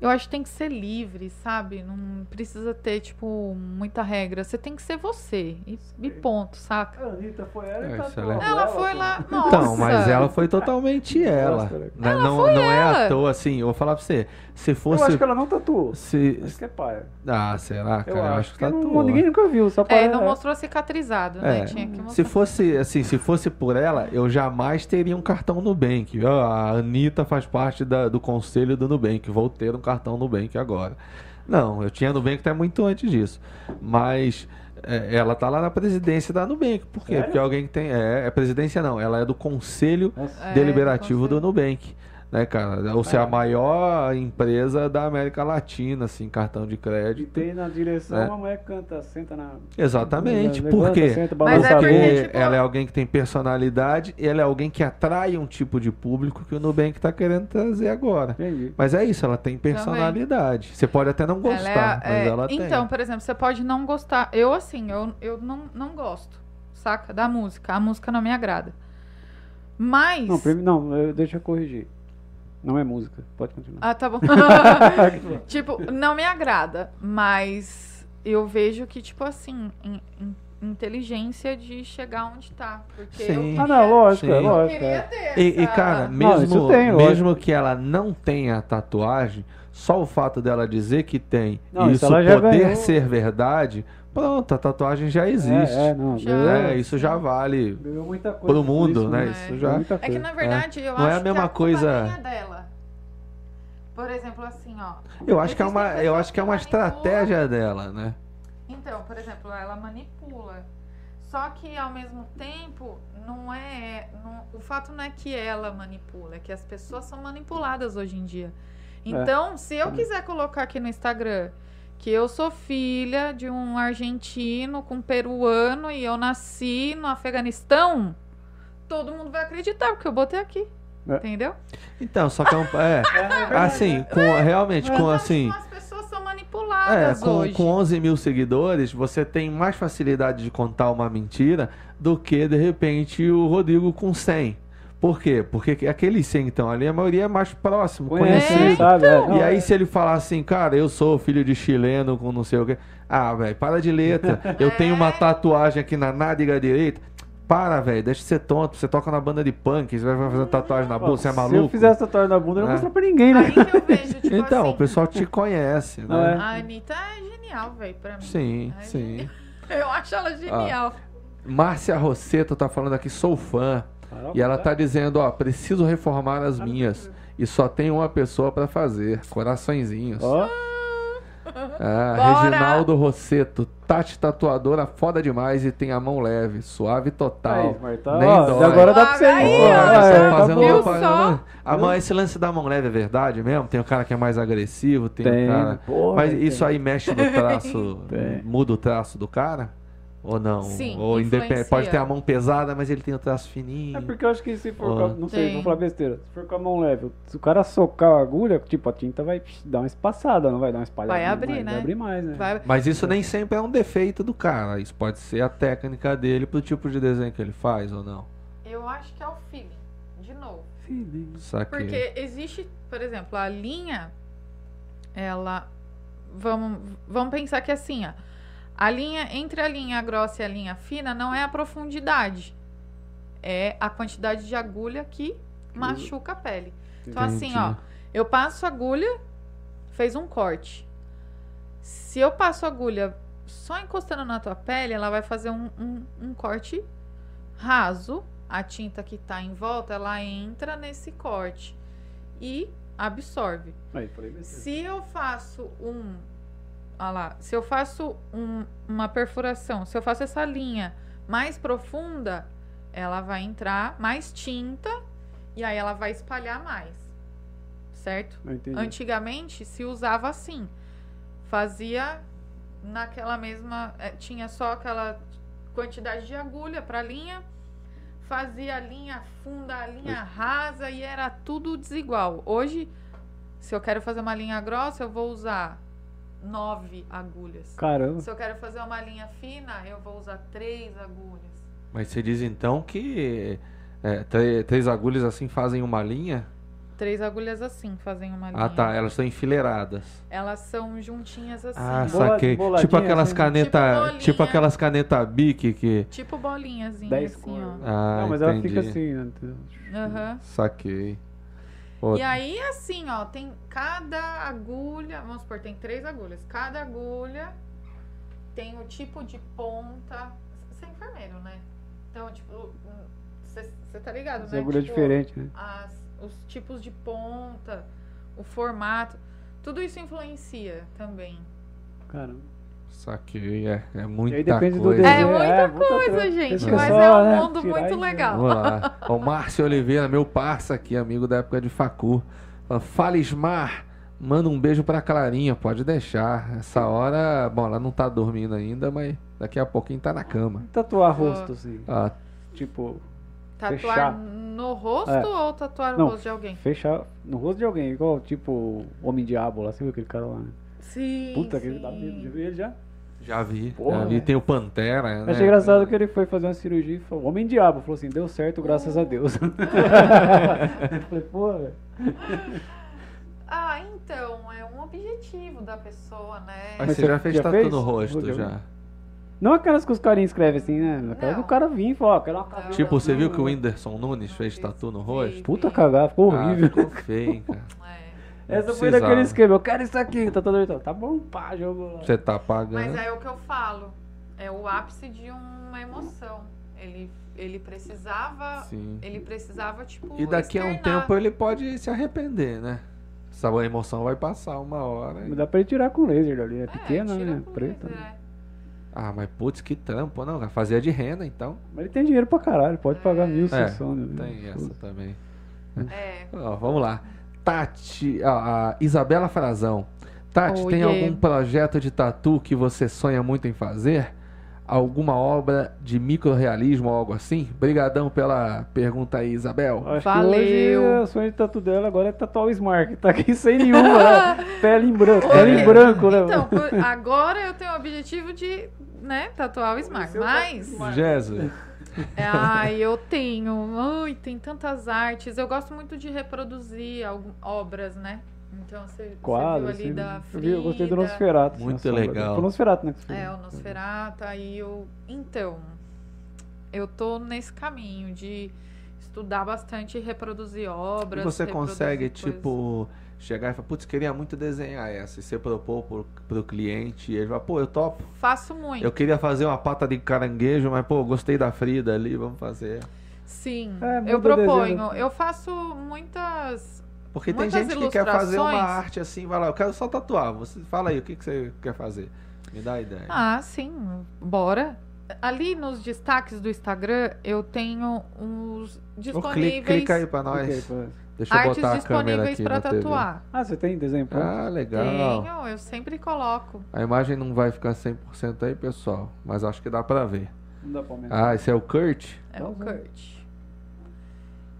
Speaker 2: Eu acho que tem que ser livre, sabe? Não precisa ter, tipo, muita regra. Você tem que ser você. E, e ponto, saca?
Speaker 3: A Anitta foi ela
Speaker 1: É,
Speaker 3: e
Speaker 1: isso é
Speaker 3: tatuou
Speaker 1: legal.
Speaker 2: Ela foi lá. Nossa.
Speaker 1: Então, mas ela foi totalmente ela.
Speaker 3: Nossa, cara.
Speaker 1: né? não não é à toa, assim, eu vou falar pra você. Se
Speaker 3: Eu acho
Speaker 1: fosse.
Speaker 3: que ela não tatuou.
Speaker 1: Se...
Speaker 3: Isso que é paia.
Speaker 1: Ah, será,
Speaker 3: Eu
Speaker 1: cara? Eu acho, que tá
Speaker 3: não-
Speaker 1: tudo.
Speaker 3: ninguém nunca viu, só para
Speaker 2: É, não mostrou cicatrizado, né?
Speaker 1: É.
Speaker 2: Tinha que mostrar.
Speaker 1: Se fosse, assim, se fosse por ela, eu jamais teria um cartão Nubank. Ó, A Anitta faz parte da- do conselho do Nubank. Vou ter um cartão Nubank agora. Não, eu tinha a Nubank até muito antes disso. Mas é, ela tá lá na presidência da Nubank. Por quê?
Speaker 3: Sério?
Speaker 1: Porque alguém que tem. É, é presidência não, ela é do Conselho
Speaker 3: Nossa,
Speaker 2: É,
Speaker 1: Deliberativo
Speaker 2: do
Speaker 1: do Nubank. Né, cara? Ou
Speaker 3: É.
Speaker 1: seja, a maior empresa da América Latina, assim, cartão de
Speaker 3: e
Speaker 1: crédito.
Speaker 3: tem É na direção,
Speaker 1: É.
Speaker 3: a mulher canta, senta na.
Speaker 1: Exatamente.
Speaker 3: Né, levanta,
Speaker 1: Por quê?
Speaker 3: Senta,
Speaker 2: Mas
Speaker 3: balança
Speaker 2: é
Speaker 3: a
Speaker 2: porque,
Speaker 3: bunda.
Speaker 1: Porque
Speaker 2: tipo-
Speaker 1: ela é alguém que tem personalidade e ela é alguém que atrai um tipo de público que o Nubank tá querendo trazer agora.
Speaker 3: Entendi.
Speaker 1: Mas é isso, ela tem personalidade. Você pode até não
Speaker 2: Ela é a-
Speaker 1: gostar, mas
Speaker 2: é,
Speaker 1: ela tem.
Speaker 2: Então, por exemplo, você pode não gostar. Eu, assim, eu, eu não, não gosto, saca? Da música. A música não me agrada. Mas.
Speaker 3: Não, prime- não, eu- deixa eu corrigir. Não é música, pode continuar.
Speaker 2: Ah, tá bom. tipo, não me agrada, mas eu vejo que, tipo assim, in- in- inteligência de chegar onde tá. Porque eu
Speaker 1: Sim.
Speaker 2: queria-
Speaker 3: Ah, não, lógico, é
Speaker 1: Sim.
Speaker 2: eu
Speaker 3: lógico.
Speaker 2: queria
Speaker 3: É.
Speaker 2: ter.
Speaker 1: E, e,
Speaker 2: essa-
Speaker 1: cara,
Speaker 3: Não,
Speaker 1: mesmo,
Speaker 3: isso tem, lógico.
Speaker 1: mesmo que ela não tenha tatuagem, só o fato dela dizer que tem
Speaker 3: Não,
Speaker 1: e
Speaker 3: isso
Speaker 1: isso
Speaker 3: ela já
Speaker 1: poder
Speaker 3: ganhou.
Speaker 1: ser verdade, pronto, a tatuagem já existe.
Speaker 3: É, é, não,
Speaker 2: Já.
Speaker 3: ganhou-
Speaker 1: né? Isso já vale.
Speaker 3: ganhou muita coisa.
Speaker 1: Pro
Speaker 3: com
Speaker 1: mundo, né?
Speaker 2: Isso
Speaker 3: Ganhou
Speaker 1: já-
Speaker 3: muita
Speaker 2: É que
Speaker 3: coisa.
Speaker 2: na verdade eu
Speaker 1: Não é
Speaker 2: acho
Speaker 1: a mesma
Speaker 2: que a culpa
Speaker 1: coisa-
Speaker 2: nem é dela. Por exemplo, assim, ó.
Speaker 1: Eu acho que é
Speaker 2: Existem
Speaker 1: uma, eu
Speaker 2: pessoas
Speaker 1: acho que é
Speaker 2: que
Speaker 1: uma
Speaker 2: manipulam.
Speaker 1: estratégia dela, né?
Speaker 2: Então, por exemplo, ela manipula. Só que ao mesmo tempo, não é. não- o fato não é que ela manipula, é que as pessoas são manipuladas hoje em dia.
Speaker 1: É.
Speaker 2: Então, se eu quiser colocar aqui no Instagram que eu sou filha de um argentino com um peruano e eu nasci no Afeganistão, todo mundo vai acreditar, porque eu botei aqui.
Speaker 3: É.
Speaker 2: Entendeu?
Speaker 1: Então, só que é um. É, assim, com, realmente, com
Speaker 2: Então,
Speaker 1: assim.
Speaker 2: tipo, as pessoas são
Speaker 1: É,
Speaker 2: manipuladas
Speaker 1: com,
Speaker 2: hoje.
Speaker 1: com 11 mil seguidores, você tem mais facilidade de contar uma mentira do que, de repente, o Rodrigo com 100. Por quê? Porque aqueles 100 que estão ali, a maioria é mais próximo,
Speaker 3: Conhece,
Speaker 1: conhecido.
Speaker 3: sabe? É, não,
Speaker 1: E aí,
Speaker 3: é.
Speaker 1: se ele falar assim, cara, eu sou filho de chileno com não sei o quê. Ah, velho, para de letra. Eu tenho uma tatuagem aqui na nádega direita. Para, velho, deixa de ser tonto. Você toca na banda de punk, você vai fazer tatuagem na
Speaker 3: Pô,
Speaker 1: bolsa, você é
Speaker 3: Se eu
Speaker 1: maluco.
Speaker 3: fizesse tatuagem na bunda, eu não
Speaker 1: É.
Speaker 3: mostrar pra ninguém, né?
Speaker 2: Aí que eu vejo, tipo
Speaker 1: Então,
Speaker 2: assim,
Speaker 1: o pessoal te conhece,
Speaker 3: Não
Speaker 1: né?
Speaker 3: é?
Speaker 2: A Anitta é genial, velho, pra mim.
Speaker 1: Sim,
Speaker 2: É
Speaker 1: sim.
Speaker 2: genial. Eu acho ela genial.
Speaker 1: Márcia Rosseto tá falando aqui, sou fã. E ela tá dizendo, ó, preciso reformar
Speaker 2: Ah,
Speaker 1: as minhas. E só tem uma pessoa pra fazer. Coraçõezinhos.
Speaker 3: Ó,
Speaker 1: Ah,
Speaker 2: Bora!
Speaker 1: Reginaldo Rosseto, Tati tatuadora foda demais e tem a mão leve, suave total.
Speaker 3: aí, Marta,
Speaker 1: Nem
Speaker 3: tá, ó,
Speaker 1: dói.
Speaker 3: e agora dá pra você ir.
Speaker 2: Aí,
Speaker 1: Pô,
Speaker 2: ó,
Speaker 1: cara,
Speaker 2: tá
Speaker 1: você
Speaker 3: é,
Speaker 1: tá fazendo
Speaker 2: viu
Speaker 1: uma
Speaker 3: bom.
Speaker 2: só?
Speaker 1: parada- Ah, mas esse lance da mão leve é verdade mesmo? Tem o cara que é mais agressivo, tem,
Speaker 3: Tem,
Speaker 1: o cara.
Speaker 3: porra,
Speaker 1: mas
Speaker 3: tem.
Speaker 1: isso aí mexe no traço, né?
Speaker 3: Tem.
Speaker 1: muda o traço do cara? Ou não?
Speaker 2: Sim,
Speaker 1: Ou independe-
Speaker 2: influencia.
Speaker 1: Pode ter a mão pesada, mas ele tem o traço fininho.
Speaker 3: É porque eu acho que se for
Speaker 1: Ó.
Speaker 3: com a, Não sei,
Speaker 2: Sim.
Speaker 3: vou falar besteira. Se for com a mão leve, se o cara socar a agulha, tipo, a tinta vai psh, dar uma espaçada, não vai dar uma espalhada.
Speaker 2: Vai abrir,
Speaker 3: mais,
Speaker 2: né?
Speaker 3: Vai abrir mais, né?
Speaker 2: Vai-
Speaker 1: Mas isso nem sempre é um defeito do cara. Isso pode ser a técnica dele pro tipo de desenho que ele faz ou não.
Speaker 2: Eu acho que é o feeling, de novo.
Speaker 3: Sim,
Speaker 1: Saquei.
Speaker 2: Porque tipo existe, por exemplo, a linha, ela. Vamos, vamos pensar que assim, ó. A linha entre a linha grossa e a linha fina não é a profundidade. É a quantidade de agulha que machuca a pele. Então, assim, ó,
Speaker 1: Entendi.
Speaker 2: eu passo agulha, fez um corte. Se eu passo agulha só encostando na tua pele, ela vai fazer um, um- um corte raso. A tinta que tá em volta, ela entra nesse corte e absorve.
Speaker 3: Aí, falei besteira.
Speaker 2: Se eu faço um. Olha lá. Se eu faço um- uma perfuração, se eu faço essa linha mais profunda, ela vai entrar mais tinta e aí ela vai espalhar mais. Certo?
Speaker 3: Não entendi.
Speaker 2: Antigamente se usava assim. Fazia naquela mesma. eh, tinha só aquela quantidade de agulha para linha. Fazia a linha funda, a linha rasa e era tudo desigual. Hoje, se eu quero fazer uma linha grossa, eu vou usar nove agulhas.
Speaker 3: Caramba.
Speaker 2: Se eu quero fazer uma linha fina, eu vou usar três agulhas.
Speaker 1: Mas você diz então que é, tre- três agulhas assim fazem uma linha?
Speaker 2: Três agulhas assim fazem uma linha.
Speaker 1: Ah tá, elas são enfileiradas.
Speaker 2: Elas são juntinhas assim.
Speaker 1: Ah,
Speaker 2: ó.
Speaker 3: Bola-
Speaker 1: saquei.
Speaker 3: boladinha,
Speaker 1: tipo aquelas
Speaker 3: assim.
Speaker 1: caneta,
Speaker 2: Tipo
Speaker 1: tipo,
Speaker 2: bolinha.
Speaker 1: aquelas caneta bic que
Speaker 2: Tipo bolinhazinha,
Speaker 3: Dez
Speaker 2: assim,
Speaker 3: cores.
Speaker 2: ó.
Speaker 1: Ah,
Speaker 3: não, mas ela
Speaker 1: entendi.
Speaker 3: fica assim, né?
Speaker 2: Aham.
Speaker 1: Saquei. Pô,
Speaker 2: E aí, assim, ó, tem cada agulha, vamos supor, tem três agulhas. Cada agulha tem o tipo de ponta. Você é enfermeiro, né? Então, tipo, você tá ligado,
Speaker 3: As
Speaker 2: né?
Speaker 3: agulhas
Speaker 2: Tipo,
Speaker 3: diferentes, né?
Speaker 2: as- os tipos de ponta, o formato. Tudo isso influencia também.
Speaker 3: Caramba.
Speaker 1: Saquei, é, é muita
Speaker 3: E aí depende do
Speaker 1: coisa.
Speaker 3: desenho.
Speaker 2: É muita
Speaker 3: muita
Speaker 2: Coisa,
Speaker 3: tran-
Speaker 2: gente,
Speaker 3: Então, Esse
Speaker 2: mas é
Speaker 3: pessoal,
Speaker 2: um
Speaker 3: né,
Speaker 2: mundo
Speaker 3: tirar
Speaker 2: muito
Speaker 3: e-
Speaker 2: legal.
Speaker 1: Vamos lá. O Márcio Oliveira, meu parça aqui, amigo da época de facu. Fala, Falismar, manda um beijo pra Clarinha, pode deixar. Essa hora, bom, ela não tá dormindo ainda, mas daqui a pouquinho tá na cama.
Speaker 3: Tatuar rosto, assim.
Speaker 1: Ah,
Speaker 3: Tipo,
Speaker 2: Tatuar
Speaker 3: Fechar.
Speaker 2: no rosto
Speaker 3: É.
Speaker 2: ou tatuar no
Speaker 3: Não.
Speaker 2: rosto de alguém?
Speaker 3: fechar no rosto de alguém, igual tipo Homem Diabo lá, você viu aquele cara lá? Né?
Speaker 2: Sim.
Speaker 3: Puta, que
Speaker 2: sim.
Speaker 3: ele dá medo de ver ele já.
Speaker 1: já vi.
Speaker 3: Porra,
Speaker 1: já vi.
Speaker 3: velho.
Speaker 1: Tem o Pantera, né?
Speaker 3: Achei engraçado que ele foi fazer uma cirurgia e falou, Homem Diabo, falou assim, deu certo, graças a Deus. Eu falei, pô, velho.
Speaker 2: Ah, então, é um objetivo da pessoa, né?
Speaker 1: Mas,
Speaker 3: Mas
Speaker 1: você
Speaker 3: você
Speaker 1: já fez
Speaker 3: já
Speaker 1: tatu
Speaker 3: fez?
Speaker 1: no rosto,
Speaker 3: Fudeu.
Speaker 1: já.
Speaker 3: Não aquelas que os carinhas escrevem assim, né? Aquela que
Speaker 2: Não.
Speaker 3: o cara vinha e falou, ó, quero uma caveira.
Speaker 1: Tipo, você viu que o
Speaker 3: Inter.
Speaker 1: Whindersson Nunes fez tatu no rosto?
Speaker 3: Puta cagada, ficou
Speaker 1: Ah,
Speaker 3: horrível.
Speaker 1: ficou feio, hein, cara.
Speaker 2: É.
Speaker 1: Não
Speaker 3: Essa foi
Speaker 1: precisava.
Speaker 3: daquele esquema, eu quero isso aqui, o tatuador tá, tá bom, pá, jogou lá.
Speaker 1: Você tá
Speaker 2: Mas
Speaker 1: pagando.
Speaker 2: é o que eu falo. É o ápice de uma emoção. Ele, ele precisava.
Speaker 1: Sim.
Speaker 2: Ele precisava, tipo.
Speaker 1: E daqui a um
Speaker 2: externar.
Speaker 1: tempo ele pode se arrepender, né? Essa emoção vai passar uma hora. e-
Speaker 3: Mas dá pra ele tirar com laser dali, é
Speaker 2: É,
Speaker 3: pequena,
Speaker 2: tira
Speaker 3: né?
Speaker 2: com
Speaker 3: Preta.
Speaker 2: laser,
Speaker 3: né?
Speaker 2: é.
Speaker 1: Ah, mas putz, que trampo. Não, cara, fazia de rena então.
Speaker 3: Mas ele tem dinheiro pra caralho, pode pagar mil
Speaker 1: É,
Speaker 3: se só, né?
Speaker 1: Tem essa também.
Speaker 2: É.
Speaker 1: Ó, vamos lá. Tati, a, a Isabela Frazão. Tati, tem
Speaker 2: Oiê.
Speaker 1: algum projeto de tatu que você sonha muito em fazer? Alguma obra de microrealismo ou algo assim? Brigadão pela pergunta aí, Isabel.
Speaker 3: Acho que
Speaker 2: Valeu.
Speaker 3: hoje o sonho de tatu dela agora é tatuar o Smart, que tá aqui sem nenhuma, né? Pele em branco, pele em branco, né?
Speaker 2: Então, por- agora eu tenho o objetivo de, né, tatuar o Smart.
Speaker 3: seu
Speaker 2: Mas. é,
Speaker 1: Jesus.
Speaker 2: Ai, eu tenho. Ai, tem tantas artes. Eu gosto muito de reproduzir algum- obras, né? Então você,
Speaker 3: Quadro,
Speaker 2: você viu ali
Speaker 3: assim,
Speaker 2: da
Speaker 3: eu,
Speaker 2: Frida,
Speaker 3: vi, eu gostei do Nosferatu. assim,
Speaker 1: Muito
Speaker 3: a sombra.
Speaker 1: legal.
Speaker 3: Foi o Nosferatu, né? que você
Speaker 2: É,
Speaker 3: fez.
Speaker 2: o Nosferatu, aí eu... Então, eu tô nesse caminho de estudar bastante e reproduzir
Speaker 1: E
Speaker 2: obras.
Speaker 1: você
Speaker 2: reproduzir
Speaker 1: consegue,
Speaker 2: coisas.
Speaker 1: tipo, chegar e falar, putz, queria muito desenhar essa. E você propor pro, pro cliente e ele fala, pô, eu topo.
Speaker 2: Faço muito.
Speaker 1: Eu queria fazer uma pata de caranguejo, mas, pô, gostei da Frida ali, vamos fazer.
Speaker 2: Sim,
Speaker 3: É, muda
Speaker 2: eu
Speaker 3: o desenho.
Speaker 2: proponho. Eu faço muitas...
Speaker 1: Porque tem
Speaker 2: Muitas
Speaker 1: gente que quer fazer uma
Speaker 2: ilustrações.
Speaker 1: arte assim, vai lá, eu quero só tatuar. Você fala aí, o que, que você quer fazer? Me dá a ideia.
Speaker 2: Ah, sim, bora. Ali nos destaques do Instagram, eu tenho uns
Speaker 1: Ô, cli-
Speaker 2: disponíveis...
Speaker 1: clica aí pra
Speaker 3: Ok,
Speaker 1: nós.
Speaker 3: pô.
Speaker 1: Deixa eu
Speaker 2: Artes
Speaker 1: botar a câmera
Speaker 2: disponíveis
Speaker 1: aqui
Speaker 2: pra
Speaker 1: na TV.
Speaker 2: tatuar.
Speaker 3: é Ah, você tem desenho pronto?
Speaker 1: Ah, legal.
Speaker 2: Tenho, eu sempre coloco.
Speaker 1: A imagem não vai ficar 100% aí, pessoal, mas acho que dá pra ver.
Speaker 3: Não dá pra aumentar.
Speaker 1: Ah, esse é o Kurt?
Speaker 2: É o
Speaker 3: Nossa.
Speaker 2: Kurt.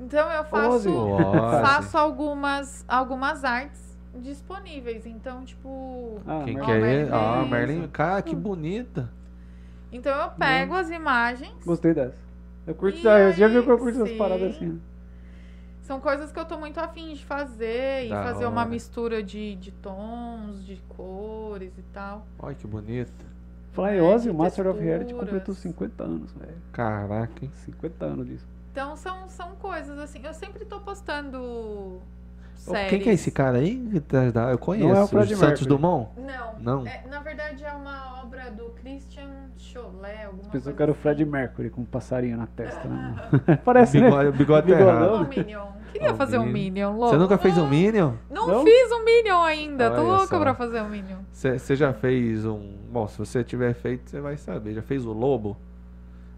Speaker 2: Então eu faço,
Speaker 3: Ozzy.
Speaker 1: Ozzy.
Speaker 2: faço algumas, algumas artes disponíveis. Então, tipo.
Speaker 3: Ah,
Speaker 1: Quem
Speaker 3: mas-
Speaker 1: que é
Speaker 2: Merlin
Speaker 1: ele? Ah,
Speaker 2: Manson.
Speaker 1: Merlin. Cara,
Speaker 2: Hum.
Speaker 1: que bonita.
Speaker 2: Então eu pego
Speaker 1: Hum.
Speaker 2: as imagens.
Speaker 3: Gostei dessa. Eu curto,
Speaker 2: E
Speaker 3: ah, eu já
Speaker 2: aí,
Speaker 3: viu que eu curto essas
Speaker 2: sim. É,
Speaker 3: paradas assim. né?
Speaker 2: São coisas que eu tô muito afim de fazer. E
Speaker 1: Da
Speaker 2: fazer uma
Speaker 1: hora.
Speaker 2: mistura de, de tons, de cores e tal.
Speaker 1: Olha que bonita.
Speaker 3: Falar
Speaker 2: É,
Speaker 3: em Ozzy,
Speaker 2: de
Speaker 3: o Master of Reality
Speaker 2: texturas.
Speaker 3: completou 50 anos, velho.
Speaker 1: Caraca, hein?
Speaker 3: 50 anos disso.
Speaker 2: Então são, são coisas assim. Eu sempre tô postando.
Speaker 1: Ô, Quem que é esse
Speaker 2: séries.
Speaker 1: cara aí? que tá- tá- Eu conheço.
Speaker 3: Não é o
Speaker 1: o
Speaker 3: Fred
Speaker 1: Santos
Speaker 3: Mercury.
Speaker 1: Dumont?
Speaker 2: Não.
Speaker 1: Não.
Speaker 2: É, na verdade é uma obra do Christian Cholé, alguma
Speaker 3: As
Speaker 2: coisa.
Speaker 3: pessoas querem o
Speaker 2: assim.
Speaker 3: Fred Mercury com um passarinho na testa, né? Parece, né?
Speaker 1: Bigode, bigode
Speaker 3: Bigodão.
Speaker 1: errado.
Speaker 2: Um Minion. Queria
Speaker 1: Ah,
Speaker 2: fazer um
Speaker 1: Minion.
Speaker 2: Minion, louco.
Speaker 1: Você nunca fez um Minion?
Speaker 2: Não,
Speaker 3: Não?
Speaker 2: fiz um Minion ainda. Tô
Speaker 1: Olha
Speaker 2: louca
Speaker 1: só.
Speaker 2: pra fazer um Minion.
Speaker 1: Você você já fez um. Bom, se você tiver feito, você vai saber. Já fez o lobo?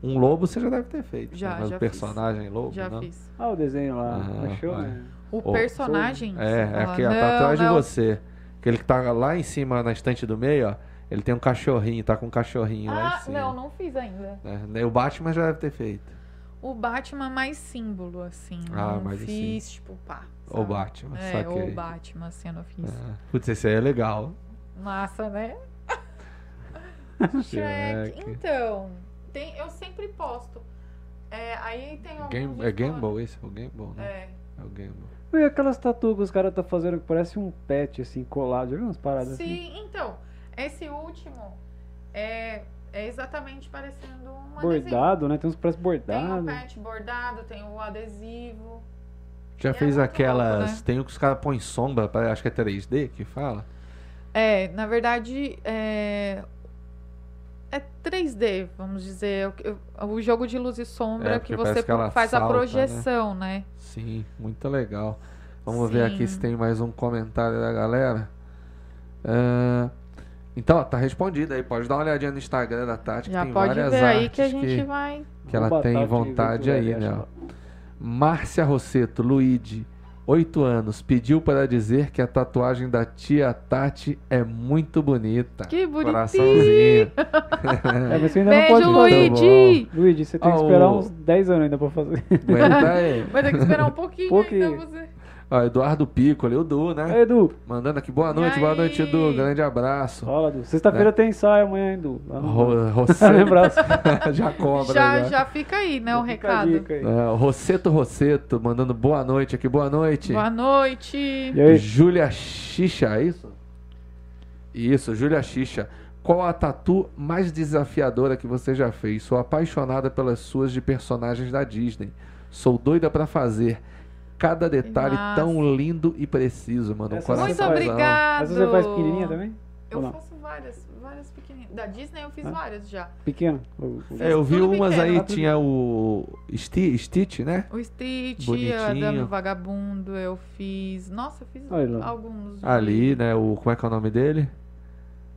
Speaker 1: Um lobo você já deve ter feito.
Speaker 2: Já,
Speaker 1: né? Mas
Speaker 2: já
Speaker 1: o
Speaker 2: fiz.
Speaker 1: personagem lobo,
Speaker 2: Já
Speaker 1: não?
Speaker 2: fiz.
Speaker 3: Ah, o desenho lá.
Speaker 1: Ah,
Speaker 3: achou,
Speaker 1: vai.
Speaker 3: né?
Speaker 2: O
Speaker 1: Oh,
Speaker 2: personagem.
Speaker 1: É,
Speaker 2: você
Speaker 1: é
Speaker 2: fala,
Speaker 1: aqui, ó,
Speaker 2: "Não,
Speaker 1: tá atrás
Speaker 2: não".
Speaker 1: de você. Aquele que tá lá em cima na estante do meio, ó. Ele tem um cachorrinho, tá com um cachorrinho lá em
Speaker 2: Ah,
Speaker 1: cima.
Speaker 2: não, não fiz ainda.
Speaker 1: né? O Batman já deve ter feito.
Speaker 2: O Batman mais símbolo, assim.
Speaker 1: Ah,
Speaker 2: não
Speaker 1: mas
Speaker 2: fiz, tipo, pá.
Speaker 1: O
Speaker 2: sabe?
Speaker 1: Batman,
Speaker 2: É,
Speaker 1: saquei.
Speaker 2: o Batman, assim, eu não fiz.
Speaker 1: Ah, Putz, esse aí é legal.
Speaker 2: Massa, né? Shrek.
Speaker 1: Shrek.
Speaker 2: Então, tem, eu sempre posto. É, aí tem alguns
Speaker 1: Game, é
Speaker 2: dispo-
Speaker 1: Gamble esse? É o Gamble, né?
Speaker 2: É.
Speaker 1: É, o Gamble.
Speaker 3: E aquelas tatuas que os caras tá fazendo que parece um pet, assim, colado. Já viu umas paradas assim?
Speaker 2: Sim, então, esse último é, é exatamente parecendo um adesivo.
Speaker 3: Bordado, né? Tem uns que parece
Speaker 2: Tem o
Speaker 3: bordado.
Speaker 2: pet bordado, tem o adesivo.
Speaker 1: Já
Speaker 2: É
Speaker 1: fez
Speaker 2: muito
Speaker 1: aquelas.
Speaker 2: louco, né?
Speaker 1: Tem o que os caras põem sombra, pra- acho que é 3D que fala.
Speaker 2: É, na verdade, é, é 3D, vamos dizer. Eu- eu- O jogo de luz e
Speaker 1: É,
Speaker 2: sombra que
Speaker 1: porque parece
Speaker 2: você
Speaker 1: que ela
Speaker 2: faz a
Speaker 1: salta,
Speaker 2: projeção, né?
Speaker 1: Sim, muito legal. Vamos ver aqui
Speaker 2: Sim.
Speaker 1: se tem mais um comentário da galera. Ah, então, ó, tá respondido aí. Pode dar uma olhadinha no Instagram da Tati, que
Speaker 2: Já
Speaker 1: tem
Speaker 2: pode
Speaker 1: várias
Speaker 2: ver aí que a
Speaker 1: artes
Speaker 2: gente vai.
Speaker 1: que ela
Speaker 3: Boa
Speaker 1: tem
Speaker 3: tarde,
Speaker 1: vontade
Speaker 3: Vitor,
Speaker 1: aí,
Speaker 3: eu
Speaker 1: né?
Speaker 3: acho.
Speaker 1: ó. Márcia Rosseto, Luigi, 8 anos, pediu para dizer que a tatuagem da tia Tati é muito bonita.
Speaker 2: Que bonitinho!
Speaker 1: Coraçãozinho.
Speaker 3: É, mas você ainda não
Speaker 2: Beijo,
Speaker 3: pode fazer.
Speaker 2: Luigi!
Speaker 3: Luigi, você tem que
Speaker 1: Ó,
Speaker 3: esperar
Speaker 1: Ah, o-
Speaker 3: uns 10 anos ainda pra fazer.
Speaker 1: Aguenta aí.
Speaker 2: Vai ter que esperar um pouquinho
Speaker 3: Pouquinho.
Speaker 2: ainda você.
Speaker 1: Ó, Eduardo Pico ali, o Du, né?
Speaker 3: Edu,
Speaker 1: Mandando aqui, boa noite,
Speaker 2: E
Speaker 1: boa
Speaker 2: aí?
Speaker 1: noite, Edu. Grande abraço.
Speaker 3: fala, Edu.
Speaker 1: É.
Speaker 3: Sexta-feira tem ensaio amanhã, Edu. Lá no-
Speaker 1: Ro Rosseto
Speaker 3: Lembrar.
Speaker 1: já cobra.
Speaker 2: Já,
Speaker 1: né?
Speaker 2: já fica aí, né, o
Speaker 3: Fica a
Speaker 2: recado.
Speaker 3: dica aí.
Speaker 1: É, o Rosseto Rosseto, mandando boa noite aqui, boa noite.
Speaker 2: Boa noite.
Speaker 3: E aí?
Speaker 1: Júlia Xixa, é isso? Isso, Júlia Xixa. Qual a tatu mais desafiadora que você já fez? Sou apaixonada pelas suas de personagens da Disney. Sou doida pra fazer. Cada detalhe
Speaker 2: Nossa.
Speaker 1: tão lindo e preciso, mano. Um
Speaker 3: Essa você
Speaker 2: Muito
Speaker 1: coraçãozão.
Speaker 3: faz,
Speaker 2: obrigado.
Speaker 3: Mas você faz pequenininha também?
Speaker 2: Eu
Speaker 3: Ou não?
Speaker 2: faço várias, várias pequenininhas. Da Disney eu fiz
Speaker 3: Hã?
Speaker 2: várias já.
Speaker 3: Pequena? Ou- ou-
Speaker 1: É, eu vi
Speaker 2: Tudo
Speaker 1: umas aí,
Speaker 2: pequeno.
Speaker 1: tinha o Sti- Stitch, né?
Speaker 2: O Stitch,
Speaker 1: Bonitinho.
Speaker 2: a Dama e o Vagabundo, eu fiz. Nossa, eu fiz
Speaker 3: Olha lá.
Speaker 2: alguns. de-
Speaker 1: Ali, né? O, como é que é o nome dele?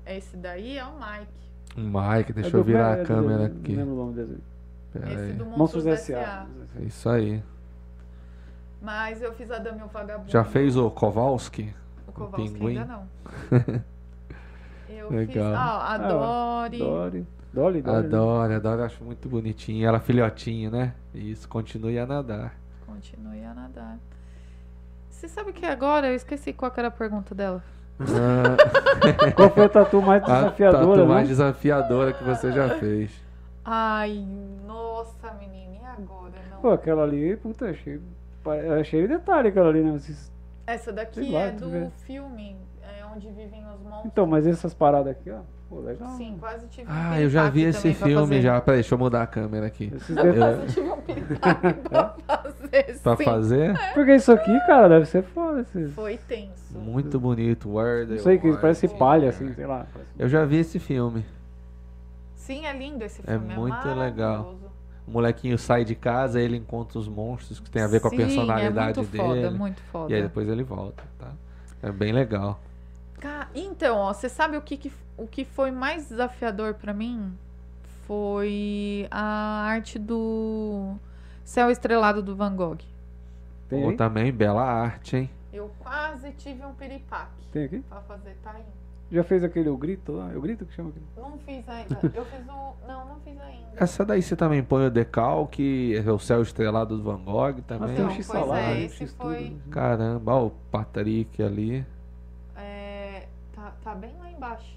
Speaker 2: Esse daí é o Mike.
Speaker 1: O Um Mike,
Speaker 3: é
Speaker 1: deixa
Speaker 3: do-
Speaker 1: eu virar
Speaker 3: é
Speaker 1: a
Speaker 3: do-
Speaker 1: câmera
Speaker 3: não
Speaker 1: aqui.
Speaker 3: lembro o nome dele.
Speaker 1: Pera
Speaker 2: Esse
Speaker 1: aí.
Speaker 2: do Monstros,
Speaker 3: Monstros
Speaker 2: S.A.
Speaker 3: S.A.
Speaker 1: É isso aí.
Speaker 2: Mas eu fiz a Dama e o Vagabundo.
Speaker 1: Já fez o Kowalski?
Speaker 2: O Kowalski
Speaker 1: Pinguim?
Speaker 2: ainda não. Eu
Speaker 1: Legal.
Speaker 2: fiz. Ah, a
Speaker 3: Ah,
Speaker 2: Dory.
Speaker 3: Dory. Dolly, Dolly.
Speaker 1: Adoro, adoro, eu acho muito bonitinho. Ela é filhotinha, né? Isso, continue a nadar.
Speaker 2: Continue a nadar. Você sabe que agora eu esqueci qual que era a pergunta dela.
Speaker 1: Ah,
Speaker 3: Qual foi a tatu mais
Speaker 1: a
Speaker 3: desafiadora,
Speaker 1: tatu
Speaker 3: né?
Speaker 1: mais desafiadora que você já fez.
Speaker 2: Ai, nossa, menina, e agora? Não.
Speaker 3: Pô, aquela ali, puta, achei, pare- achei de detalhe aquela ali, né? Esses-
Speaker 2: Essa daqui
Speaker 3: sei lá,
Speaker 2: é
Speaker 3: tu
Speaker 2: do
Speaker 3: vê.
Speaker 2: filme é Onde Vivem os Monstros.
Speaker 3: Então, mas essas paradas aqui, ó, pô, legal.
Speaker 2: Sim, quase tive um
Speaker 1: Então, Ah, eu já vi
Speaker 2: piripaque
Speaker 1: esse
Speaker 2: também pra
Speaker 1: filme
Speaker 2: fazer.
Speaker 1: já. Peraí, deixa eu mudar a câmera aqui.
Speaker 3: Esses detalhes.
Speaker 2: Quase tive um piripaque pra fazer,
Speaker 1: É? Pra
Speaker 2: sim.
Speaker 1: fazer,
Speaker 3: Porque isso aqui, cara, deve ser foda. Esses...
Speaker 2: Foi tenso.
Speaker 1: muito bonito. Word,
Speaker 3: Não sei, que
Speaker 1: word.
Speaker 3: parece palha, assim, sei lá.
Speaker 1: Eu já vi esse filme.
Speaker 2: Sim, é lindo esse
Speaker 1: É
Speaker 2: filme. É
Speaker 1: muito legal.
Speaker 2: maravilhoso.
Speaker 1: O molequinho sai de casa, ele encontra os monstros que tem a ver com a
Speaker 2: Sim,
Speaker 1: personalidade
Speaker 2: é muito
Speaker 1: dele.
Speaker 2: Foda, muito foda.
Speaker 1: E aí depois ele volta, tá? É bem legal.
Speaker 2: Ca- Então, ó, você sabe o que, que- o que foi mais desafiador pra mim? Foi a arte do Céu Estrelado do Van Gogh.
Speaker 3: Tem
Speaker 1: Ou
Speaker 3: aí?
Speaker 1: também bela arte, hein?
Speaker 2: Eu quase tive um piripaque
Speaker 3: Tem aqui?
Speaker 2: pra fazer, tá aí.
Speaker 3: Já fez aquele o grito lá? É o grito que chama aqui?
Speaker 2: Não fiz ainda. Eu fiz o. Não, não fiz ainda.
Speaker 1: Essa daí você também põe o decalque, é o céu estrelado do Van Gogh
Speaker 3: Ah,
Speaker 1: também.
Speaker 3: tem um
Speaker 2: Então,
Speaker 3: X
Speaker 2: pois
Speaker 3: salada,
Speaker 2: é,
Speaker 3: né?
Speaker 2: esse
Speaker 3: X tudo.
Speaker 2: foi-
Speaker 1: Caramba, ó, o Patrick ali.
Speaker 2: É, tá, tá bem lá embaixo.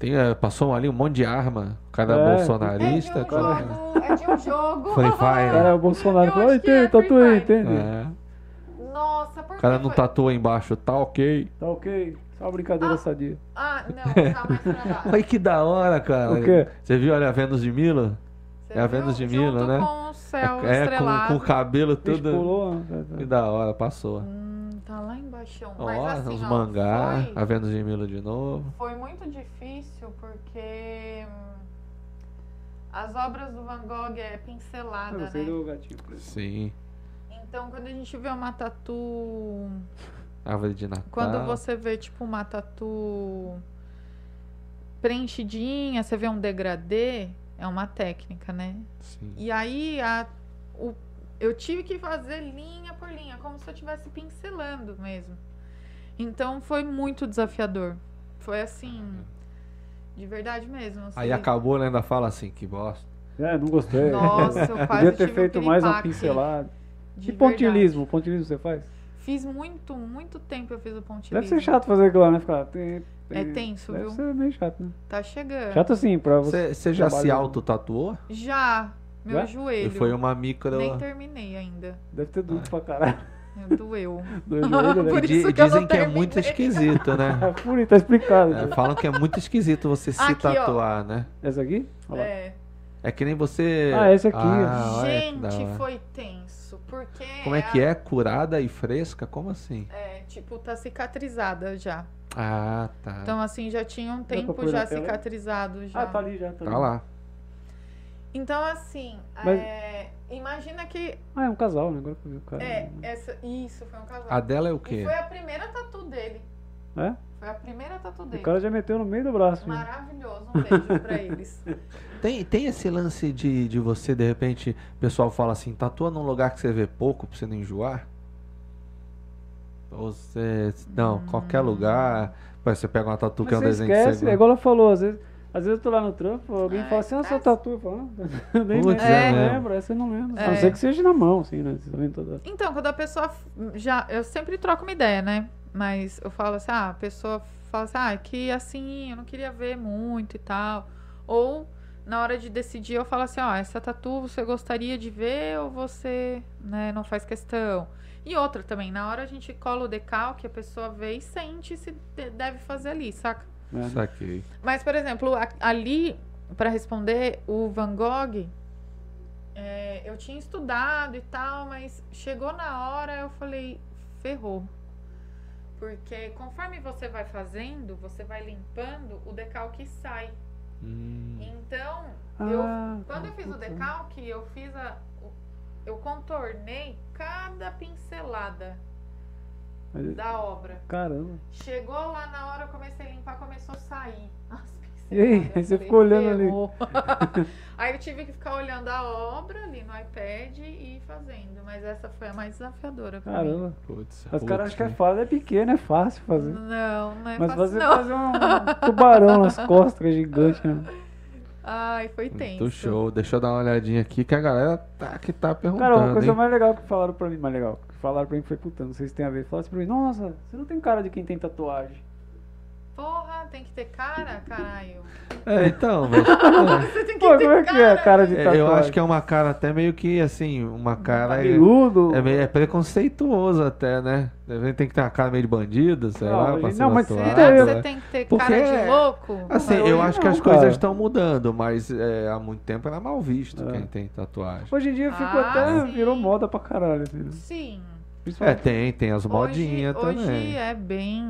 Speaker 1: Tem, eh, passou ali um monte de arma. O cara
Speaker 3: É.
Speaker 1: bolsonarista.
Speaker 2: é de um
Speaker 1: cara.
Speaker 2: jogo. É de um jogo.
Speaker 1: Free
Speaker 3: O
Speaker 1: Fire.
Speaker 3: Cara, o Bolsonaro
Speaker 2: Eu
Speaker 3: falou,
Speaker 2: acho
Speaker 3: "Oi,
Speaker 2: que é
Speaker 3: tem, tatu
Speaker 2: Free
Speaker 3: aí,
Speaker 2: Fire."
Speaker 3: entende?
Speaker 1: É.
Speaker 2: Nossa, por
Speaker 1: O
Speaker 2: que
Speaker 1: cara não
Speaker 2: foi-
Speaker 1: tatuou embaixo, tá ok.
Speaker 3: Tá ok, só uma brincadeira
Speaker 2: Ah.
Speaker 3: sadia.
Speaker 2: Ah, não, tá mais pra baixo.
Speaker 1: Olha que da hora, cara.
Speaker 3: O quê?
Speaker 1: Você viu, olha, a Vênus de Milo?
Speaker 2: Você
Speaker 1: É a
Speaker 2: viu?
Speaker 1: Vênus de
Speaker 2: Junto
Speaker 1: Milo, né?
Speaker 2: Com o céu
Speaker 1: é, com,
Speaker 2: estrelado.
Speaker 1: com o cabelo
Speaker 3: Bicho
Speaker 1: todo.
Speaker 3: pulou, né?
Speaker 1: Que da hora, passou.
Speaker 2: Hum, tá lá embaixo.
Speaker 1: Ó,
Speaker 2: Mas assim,
Speaker 1: os
Speaker 2: ó,
Speaker 1: mangá,
Speaker 2: foi-
Speaker 1: a Vênus de Milo de novo.
Speaker 2: Foi muito difícil porque hum, as obras do Van Gogh é
Speaker 3: Ah,
Speaker 2: pincelada, né?
Speaker 3: gostei do gatinho preso.
Speaker 1: Sim.
Speaker 2: Então quando a gente vê uma tatu.
Speaker 1: Árvore de Natal.
Speaker 2: Quando
Speaker 3: Tá.
Speaker 2: você vê, tipo, uma tatu preenchidinha, você vê um degradê, é uma técnica, né?
Speaker 1: Sim.
Speaker 2: E aí a, o- eu tive que fazer linha por linha, como se eu estivesse pincelando mesmo. Então foi muito desafiador. Foi assim, de verdade mesmo. assim.
Speaker 1: Aí acabou, né? Ainda fala assim, que bosta.
Speaker 3: É, não gostei.
Speaker 2: Nossa, eu quase
Speaker 3: Podia ter
Speaker 2: tive
Speaker 3: feito
Speaker 2: um
Speaker 3: mais uma
Speaker 2: piripaque,
Speaker 3: pincelada.
Speaker 2: de
Speaker 3: E
Speaker 2: verdade.
Speaker 3: pontilismo? Pontilismo você faz?
Speaker 2: Fiz muito, muito tempo eu fiz o pontilismo.
Speaker 3: Deve ser chato fazer aquilo lá, né? Ficar. tem- tem-
Speaker 2: É tenso,
Speaker 3: Deve
Speaker 2: viu?
Speaker 3: ser meio chato, né?
Speaker 2: Tá chegando.
Speaker 3: Chato assim, pra você.
Speaker 1: Você você já se
Speaker 3: trabalho-
Speaker 1: auto-tatuou?
Speaker 2: Já, meu
Speaker 3: Já?
Speaker 1: E
Speaker 2: joelho.
Speaker 1: foi uma micro.
Speaker 2: Nem terminei ainda.
Speaker 3: Deve ter
Speaker 1: Ah.
Speaker 3: doido pra caralho.
Speaker 2: Doeu.
Speaker 3: Do joelho, né?
Speaker 2: Por
Speaker 1: E di-
Speaker 2: isso que eu não
Speaker 1: dizem que é
Speaker 2: terminei.
Speaker 1: muito esquisito, né?
Speaker 3: Ah, Furi, tá explicado.
Speaker 1: É, falam que é muito esquisito você se
Speaker 2: Aqui, ó.
Speaker 1: tatuar, né?
Speaker 3: Essa aqui? Olha lá.
Speaker 2: É.
Speaker 1: É que nem você.
Speaker 3: Ah, esse aqui, ó.
Speaker 1: olha que da
Speaker 2: Gente,
Speaker 1: hora.
Speaker 2: foi tenso. Porque.
Speaker 1: Como é que é? Curada e fresca? Como assim?
Speaker 2: É, tipo, tá cicatrizada já.
Speaker 1: Ah, tá.
Speaker 2: Então, assim, já tinha um
Speaker 3: pra
Speaker 2: tempo
Speaker 3: pôr na
Speaker 2: já
Speaker 3: tela?
Speaker 2: cicatrizado já.
Speaker 3: Ah, tá ali já. Tá,
Speaker 1: tá
Speaker 3: ali.
Speaker 1: lá.
Speaker 2: Então, assim,
Speaker 3: Mas-
Speaker 2: é, imagina que
Speaker 3: Ah, é um casal, né? Agora que eu vi o cara.
Speaker 2: é, essa, isso foi um casal.
Speaker 1: A dela é o
Speaker 2: E
Speaker 1: quê?
Speaker 2: foi a primeira tatu dele.
Speaker 3: né?
Speaker 2: Foi a primeira tatu
Speaker 3: O
Speaker 2: dele.
Speaker 3: cara já meteu no meio do braço. já.
Speaker 2: Maravilhoso, um beijo pra eles.
Speaker 1: Tem, tem esse lance de, de você, de repente, o pessoal fala assim, tatua num lugar que você vê pouco pra você não enjoar? Ou você. Não, qualquer
Speaker 2: Hum.
Speaker 1: lugar. Pô, Você pega uma tatu que é um
Speaker 3: Mas você
Speaker 1: desenho que
Speaker 3: esquece,
Speaker 1: você.
Speaker 3: é igual ela falou, às vezes, às vezes eu tô lá no trampo, alguém
Speaker 2: Ah,
Speaker 3: fala assim, ah, sua
Speaker 2: esquece.
Speaker 3: tatu, eu falo, ah, eu nem
Speaker 1: Putz, né?
Speaker 3: lembro, não
Speaker 2: é
Speaker 1: mesmo.
Speaker 3: lembro, essa eu não lembro. A
Speaker 2: É.
Speaker 3: não ser que seja na mão, assim, né? Você também toda...
Speaker 2: Então, quando a pessoa f- já. Eu sempre troco uma ideia, né? Mas eu falo assim, ah, a pessoa fala assim, ah, que assim, eu não queria ver muito e tal. Ou na hora de decidir, eu falo assim, ó, essa tatu você gostaria de ver ou você né, não faz questão? E outra também, na hora a gente cola o decalque, a pessoa vê e sente se de- deve fazer ali, saca?
Speaker 3: né?
Speaker 1: Saquei.
Speaker 2: Mas, por exemplo, a- ali, para responder, o Van Gogh, é, eu tinha estudado e tal, mas chegou na hora, eu falei, ferrou. Porque conforme você vai fazendo, você vai limpando, o decalque sai.
Speaker 1: Hum,
Speaker 2: Então,
Speaker 3: Ah,
Speaker 2: eu, quando eu fiz o decalque, eu fiz a. o- Eu contornei cada pincelada
Speaker 3: Mas-
Speaker 2: da obra.
Speaker 3: Caramba.
Speaker 2: Chegou lá na hora, eu comecei a limpar, começou a sair. as pinceladas.
Speaker 3: E aí?
Speaker 2: Eu
Speaker 3: Aí você ficou olhando ali.
Speaker 2: "Ferrou." aí eu tive que ficar olhando a obra ali no iPad e fazendo. Mas essa foi a mais desafiadora pra mim.
Speaker 3: Caramba.
Speaker 1: putz,
Speaker 3: Os
Speaker 1: putz,
Speaker 3: caras acham que é
Speaker 1: né?
Speaker 3: fácil, é pequeno, é fácil fazer.
Speaker 2: Não, não é
Speaker 3: Mas
Speaker 2: fácil
Speaker 3: você
Speaker 2: não.
Speaker 3: fazer um tubarão nas costas, que é gigante, né?
Speaker 2: Ai, foi tenso.
Speaker 1: Muito show. Deixa eu dar uma olhadinha aqui que a galera tá, que tá perguntando.
Speaker 3: Cara, é uma coisa
Speaker 1: hein?
Speaker 3: mais legal que falaram pra mim, mais legal, que falaram pra mim foi puta, não sei se tem a ver. Falaram assim pra mim, nossa, você não tem cara de quem tem tatuagem.
Speaker 2: Porra, tem que ter cara, caralho.
Speaker 1: É, então, mas,
Speaker 3: Tá
Speaker 2: Você tem que
Speaker 3: Pô,
Speaker 2: ter
Speaker 3: como é que
Speaker 2: cara.
Speaker 3: é a cara de
Speaker 1: é,
Speaker 3: tatuagem?
Speaker 1: eu acho que é uma cara até meio que assim, uma cara.
Speaker 3: Cabeludo?
Speaker 1: É, meio, é preconceituoso até, né? Deve- Tem que ter uma cara meio de bandido, sei
Speaker 3: Não,
Speaker 1: lá,
Speaker 3: mas-
Speaker 1: pra ser
Speaker 3: não, mas
Speaker 1: tatuado,
Speaker 2: Será
Speaker 3: Então,
Speaker 2: que
Speaker 1: né?
Speaker 2: você tem que ter
Speaker 1: Porque
Speaker 2: cara
Speaker 1: é-
Speaker 2: de louco?
Speaker 1: Assim,
Speaker 3: Mas
Speaker 1: eu
Speaker 3: hoje
Speaker 1: acho que
Speaker 3: não,
Speaker 1: as
Speaker 3: cara.
Speaker 1: coisas estão mudando, mas é, há muito tempo era mal visto
Speaker 3: É.
Speaker 1: quem tem tatuagem.
Speaker 3: Hoje em dia ficou
Speaker 2: Ah,
Speaker 3: até.
Speaker 2: sim.
Speaker 3: Virou moda pra caralho, filho.
Speaker 2: Sim.
Speaker 1: É,
Speaker 3: Principalmente.
Speaker 1: tem, tem as modinhas
Speaker 2: hoje,
Speaker 1: também.
Speaker 2: Hoje é bem.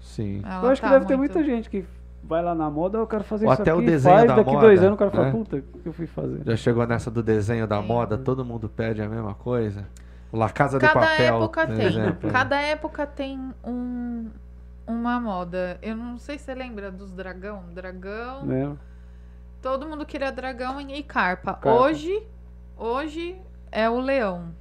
Speaker 1: Sim.
Speaker 2: ela
Speaker 3: eu acho que
Speaker 2: tá
Speaker 3: deve ter
Speaker 2: muito-
Speaker 3: muita gente que vai lá na moda, eu quero fazer
Speaker 1: Ou
Speaker 3: isso
Speaker 1: até o
Speaker 3: aqui,
Speaker 1: desenho
Speaker 3: faz,
Speaker 1: da
Speaker 3: daqui
Speaker 1: moda,
Speaker 3: dois anos o cara fala,
Speaker 1: né?
Speaker 3: puta, o que eu fui fazer?
Speaker 1: Já chegou nessa do desenho da
Speaker 2: Sim.
Speaker 1: moda, todo mundo pede a mesma coisa. O La Casa de
Speaker 2: Cada
Speaker 1: Papel,
Speaker 2: época
Speaker 1: por
Speaker 2: tem.
Speaker 1: exemplo.
Speaker 2: Cada época tem um, uma moda. Eu não sei se você lembra dos dragão. Dragão.
Speaker 3: Né?
Speaker 2: Todo mundo queria dragão e carpa.
Speaker 3: Carpa.
Speaker 2: Hoje, hoje é o leão.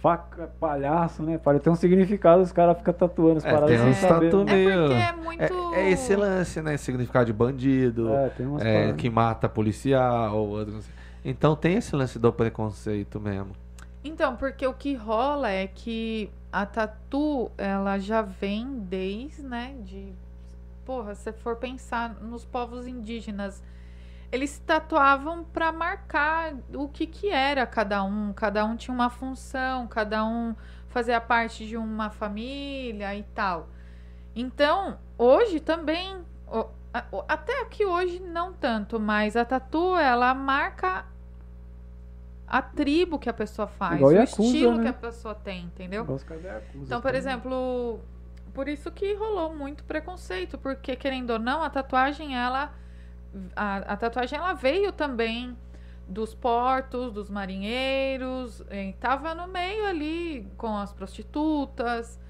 Speaker 3: Faca, palhaço, né? Palha tem um significado, os caras ficam tatuando as
Speaker 1: É,
Speaker 3: paradas
Speaker 1: tem
Speaker 3: sem
Speaker 1: uns
Speaker 3: saber.
Speaker 1: tatu
Speaker 3: né?
Speaker 2: É
Speaker 1: Meu,
Speaker 2: porque é muito.
Speaker 1: É, é esse lance, né? Significado de bandido,
Speaker 3: É, tem umas
Speaker 1: é,
Speaker 3: paradas.
Speaker 1: que mata policial, outro. não sei. Então tem esse lance do preconceito mesmo.
Speaker 2: Então, porque o que rola é que a tatu, ela já vem desde, né, de... Porra, se for pensar nos povos indígenas, eles se tatuavam para marcar o que que era cada um. Cada um tinha uma função, cada um fazia parte de uma família e tal. Então, hoje também, o- a- o- até que hoje não tanto, mas a tatu, ela marca a tribo que a pessoa faz,
Speaker 3: Igual
Speaker 2: o
Speaker 3: Yakuza,
Speaker 2: estilo
Speaker 3: né?
Speaker 2: que a pessoa tem, entendeu?
Speaker 3: Igual os caras é da Yakuza,
Speaker 2: Então, por
Speaker 3: também.
Speaker 2: exemplo, por isso que rolou muito preconceito, porque querendo ou não, a tatuagem ela a, a tatuagem ela veio também dos portos, dos marinheiros, eh, tava no meio ali com as prostitutas,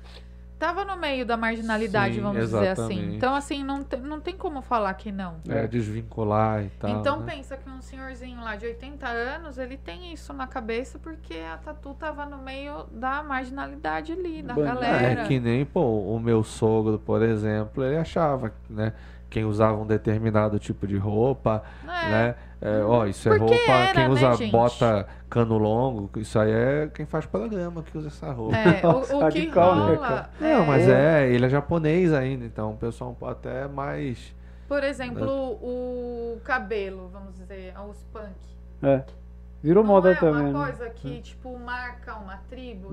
Speaker 2: tava no meio da marginalidade,
Speaker 1: Sim,
Speaker 2: vamos dizer assim.
Speaker 1: exatamente.
Speaker 2: Então, assim, não, te- não tem como falar que não.
Speaker 1: É,
Speaker 3: É.
Speaker 1: desvincular e tal.
Speaker 2: Então
Speaker 1: né?
Speaker 2: pensa que um senhorzinho lá de 80 anos, ele tem isso na cabeça porque a tatu tava no meio da marginalidade ali, da
Speaker 3: Bandido.
Speaker 2: galera.
Speaker 1: É que nem, pô, o meu sogro, por exemplo, ele achava, né? Quem usava um determinado tipo de roupa,
Speaker 2: É,
Speaker 1: né? é, ó, isso é
Speaker 2: Porque
Speaker 1: roupa.
Speaker 2: era,
Speaker 1: quem
Speaker 2: né,
Speaker 1: usa
Speaker 2: gente?
Speaker 1: bota cano longo, isso aí é quem faz programa que usa essa roupa.
Speaker 2: é,
Speaker 3: Nossa,
Speaker 2: o, o que
Speaker 3: radical, né,
Speaker 2: rola.
Speaker 3: cara?
Speaker 1: Não,
Speaker 2: é,
Speaker 1: mas é, ele é japonês ainda, então o pessoal até mais.
Speaker 3: é-
Speaker 2: Por exemplo, o cabelo, vamos dizer, os punk.
Speaker 3: É. Virou moda
Speaker 2: não é
Speaker 3: também.
Speaker 2: uma
Speaker 3: né?
Speaker 2: coisa que, tipo, marca uma tribo.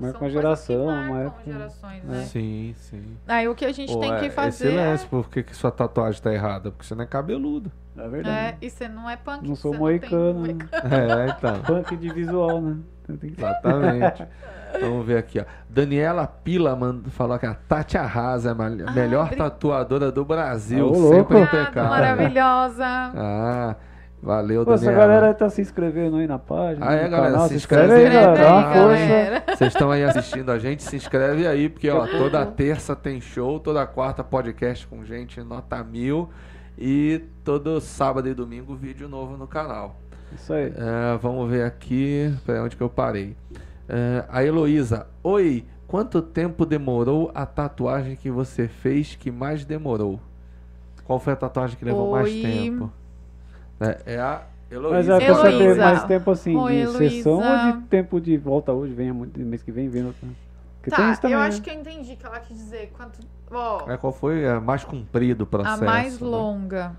Speaker 3: Marca
Speaker 2: são
Speaker 3: uma
Speaker 2: coisas que
Speaker 3: geração, uma
Speaker 2: marcam
Speaker 3: época.
Speaker 2: gerações, né?
Speaker 1: Sim, sim.
Speaker 2: Aí o que a gente
Speaker 1: Pô,
Speaker 2: tem
Speaker 1: é,
Speaker 2: que fazer né?
Speaker 1: Esse lance, por que, que sua tatuagem tá errada? Porque você não é cabeludo.
Speaker 3: É
Speaker 2: é,
Speaker 3: verdade.
Speaker 2: e você não é punk.
Speaker 3: Não sou
Speaker 2: você
Speaker 3: moicano.
Speaker 2: tem- um
Speaker 3: né?
Speaker 1: É, então.
Speaker 3: Punk de visual, né? Então tem que-
Speaker 1: Exatamente. Vamos ver aqui, ó. Daniela Pila manda, falou que a Tati Arrasa é a mal-
Speaker 2: Ah,
Speaker 1: melhor
Speaker 2: bri-
Speaker 1: tatuadora do Brasil.
Speaker 3: Ah, ô,
Speaker 1: sempre
Speaker 3: louco.
Speaker 2: Obrigada,
Speaker 1: impecável.
Speaker 2: maravilhosa.
Speaker 1: Ah, Valeu,
Speaker 3: Pô, essa
Speaker 1: Daniela.
Speaker 3: galera tá se inscrevendo aí na página.
Speaker 1: Ah, é,
Speaker 3: no
Speaker 1: galera,
Speaker 3: canal,
Speaker 1: se inscreve aí,
Speaker 2: Escreve
Speaker 1: galera,
Speaker 3: dá
Speaker 1: aí,
Speaker 3: uma força.
Speaker 2: galera.
Speaker 1: Vocês estão aí assistindo a gente, se inscreve aí, porque ó, toda
Speaker 2: Uhum.
Speaker 1: terça tem show, toda quarta podcast com gente, nota mil. E todo sábado e domingo vídeo novo no canal.
Speaker 3: Isso aí.
Speaker 1: É, vamos ver aqui. Peraí, onde que eu parei? É, a Heloísa, oi, quanto tempo demorou a tatuagem que você fez que mais demorou? Qual foi a tatuagem que levou mais
Speaker 2: Oi.
Speaker 1: tempo? É, é a
Speaker 3: Mas
Speaker 1: Heloísa.
Speaker 3: a pessoa teve
Speaker 2: Heloísa.
Speaker 3: mais tempo assim
Speaker 2: Oi,
Speaker 3: de sessão
Speaker 2: Heloísa.
Speaker 3: ou de tempo de volta hoje, venha muito mês que vem, vendo. Porque tem
Speaker 2: Tá,
Speaker 3: isso também.
Speaker 2: eu
Speaker 3: né?
Speaker 2: acho que eu entendi que ela quis dizer quanto. Ó,
Speaker 1: É, qual foi a mais comprido o
Speaker 2: a
Speaker 1: processo?
Speaker 2: mais
Speaker 1: né?
Speaker 2: longa.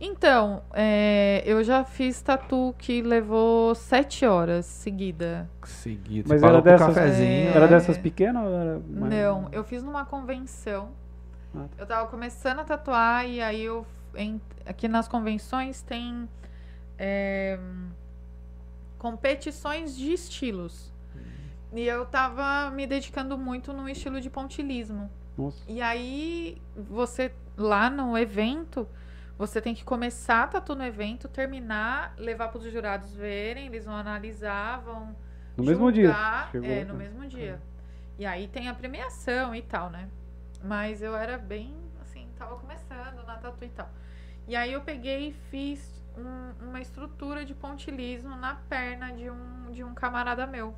Speaker 2: Então, é, eu já fiz tatu que levou sete horas seguida.
Speaker 1: Seguido.
Speaker 3: Mas
Speaker 1: Parou
Speaker 3: era
Speaker 1: pro
Speaker 3: dessas-
Speaker 1: cafezinho. né?
Speaker 3: Era
Speaker 2: É.
Speaker 3: dessas pequenas ou era mais-
Speaker 2: Não, eu fiz numa convenção.
Speaker 3: Ah,
Speaker 2: Eu tava começando a tatuar e aí eu. en- aqui nas convenções tem. é, competições de estilos. E eu tava me dedicando muito no estilo de pontilismo.
Speaker 3: Nossa.
Speaker 2: E aí, você lá no evento, você tem que começar a tatu no evento, terminar, levar para os jurados verem, eles vão analisar, vão
Speaker 3: No mesmo dia.
Speaker 2: julgar,
Speaker 3: Chegou,
Speaker 2: é, no
Speaker 3: né? É.
Speaker 2: mesmo dia. E aí tem a premiação e tal, né? Mas eu era bem assim, tava começando na tatu e tal. E aí eu peguei e fiz um- uma estrutura de pontilismo na perna de um, de um camarada meu.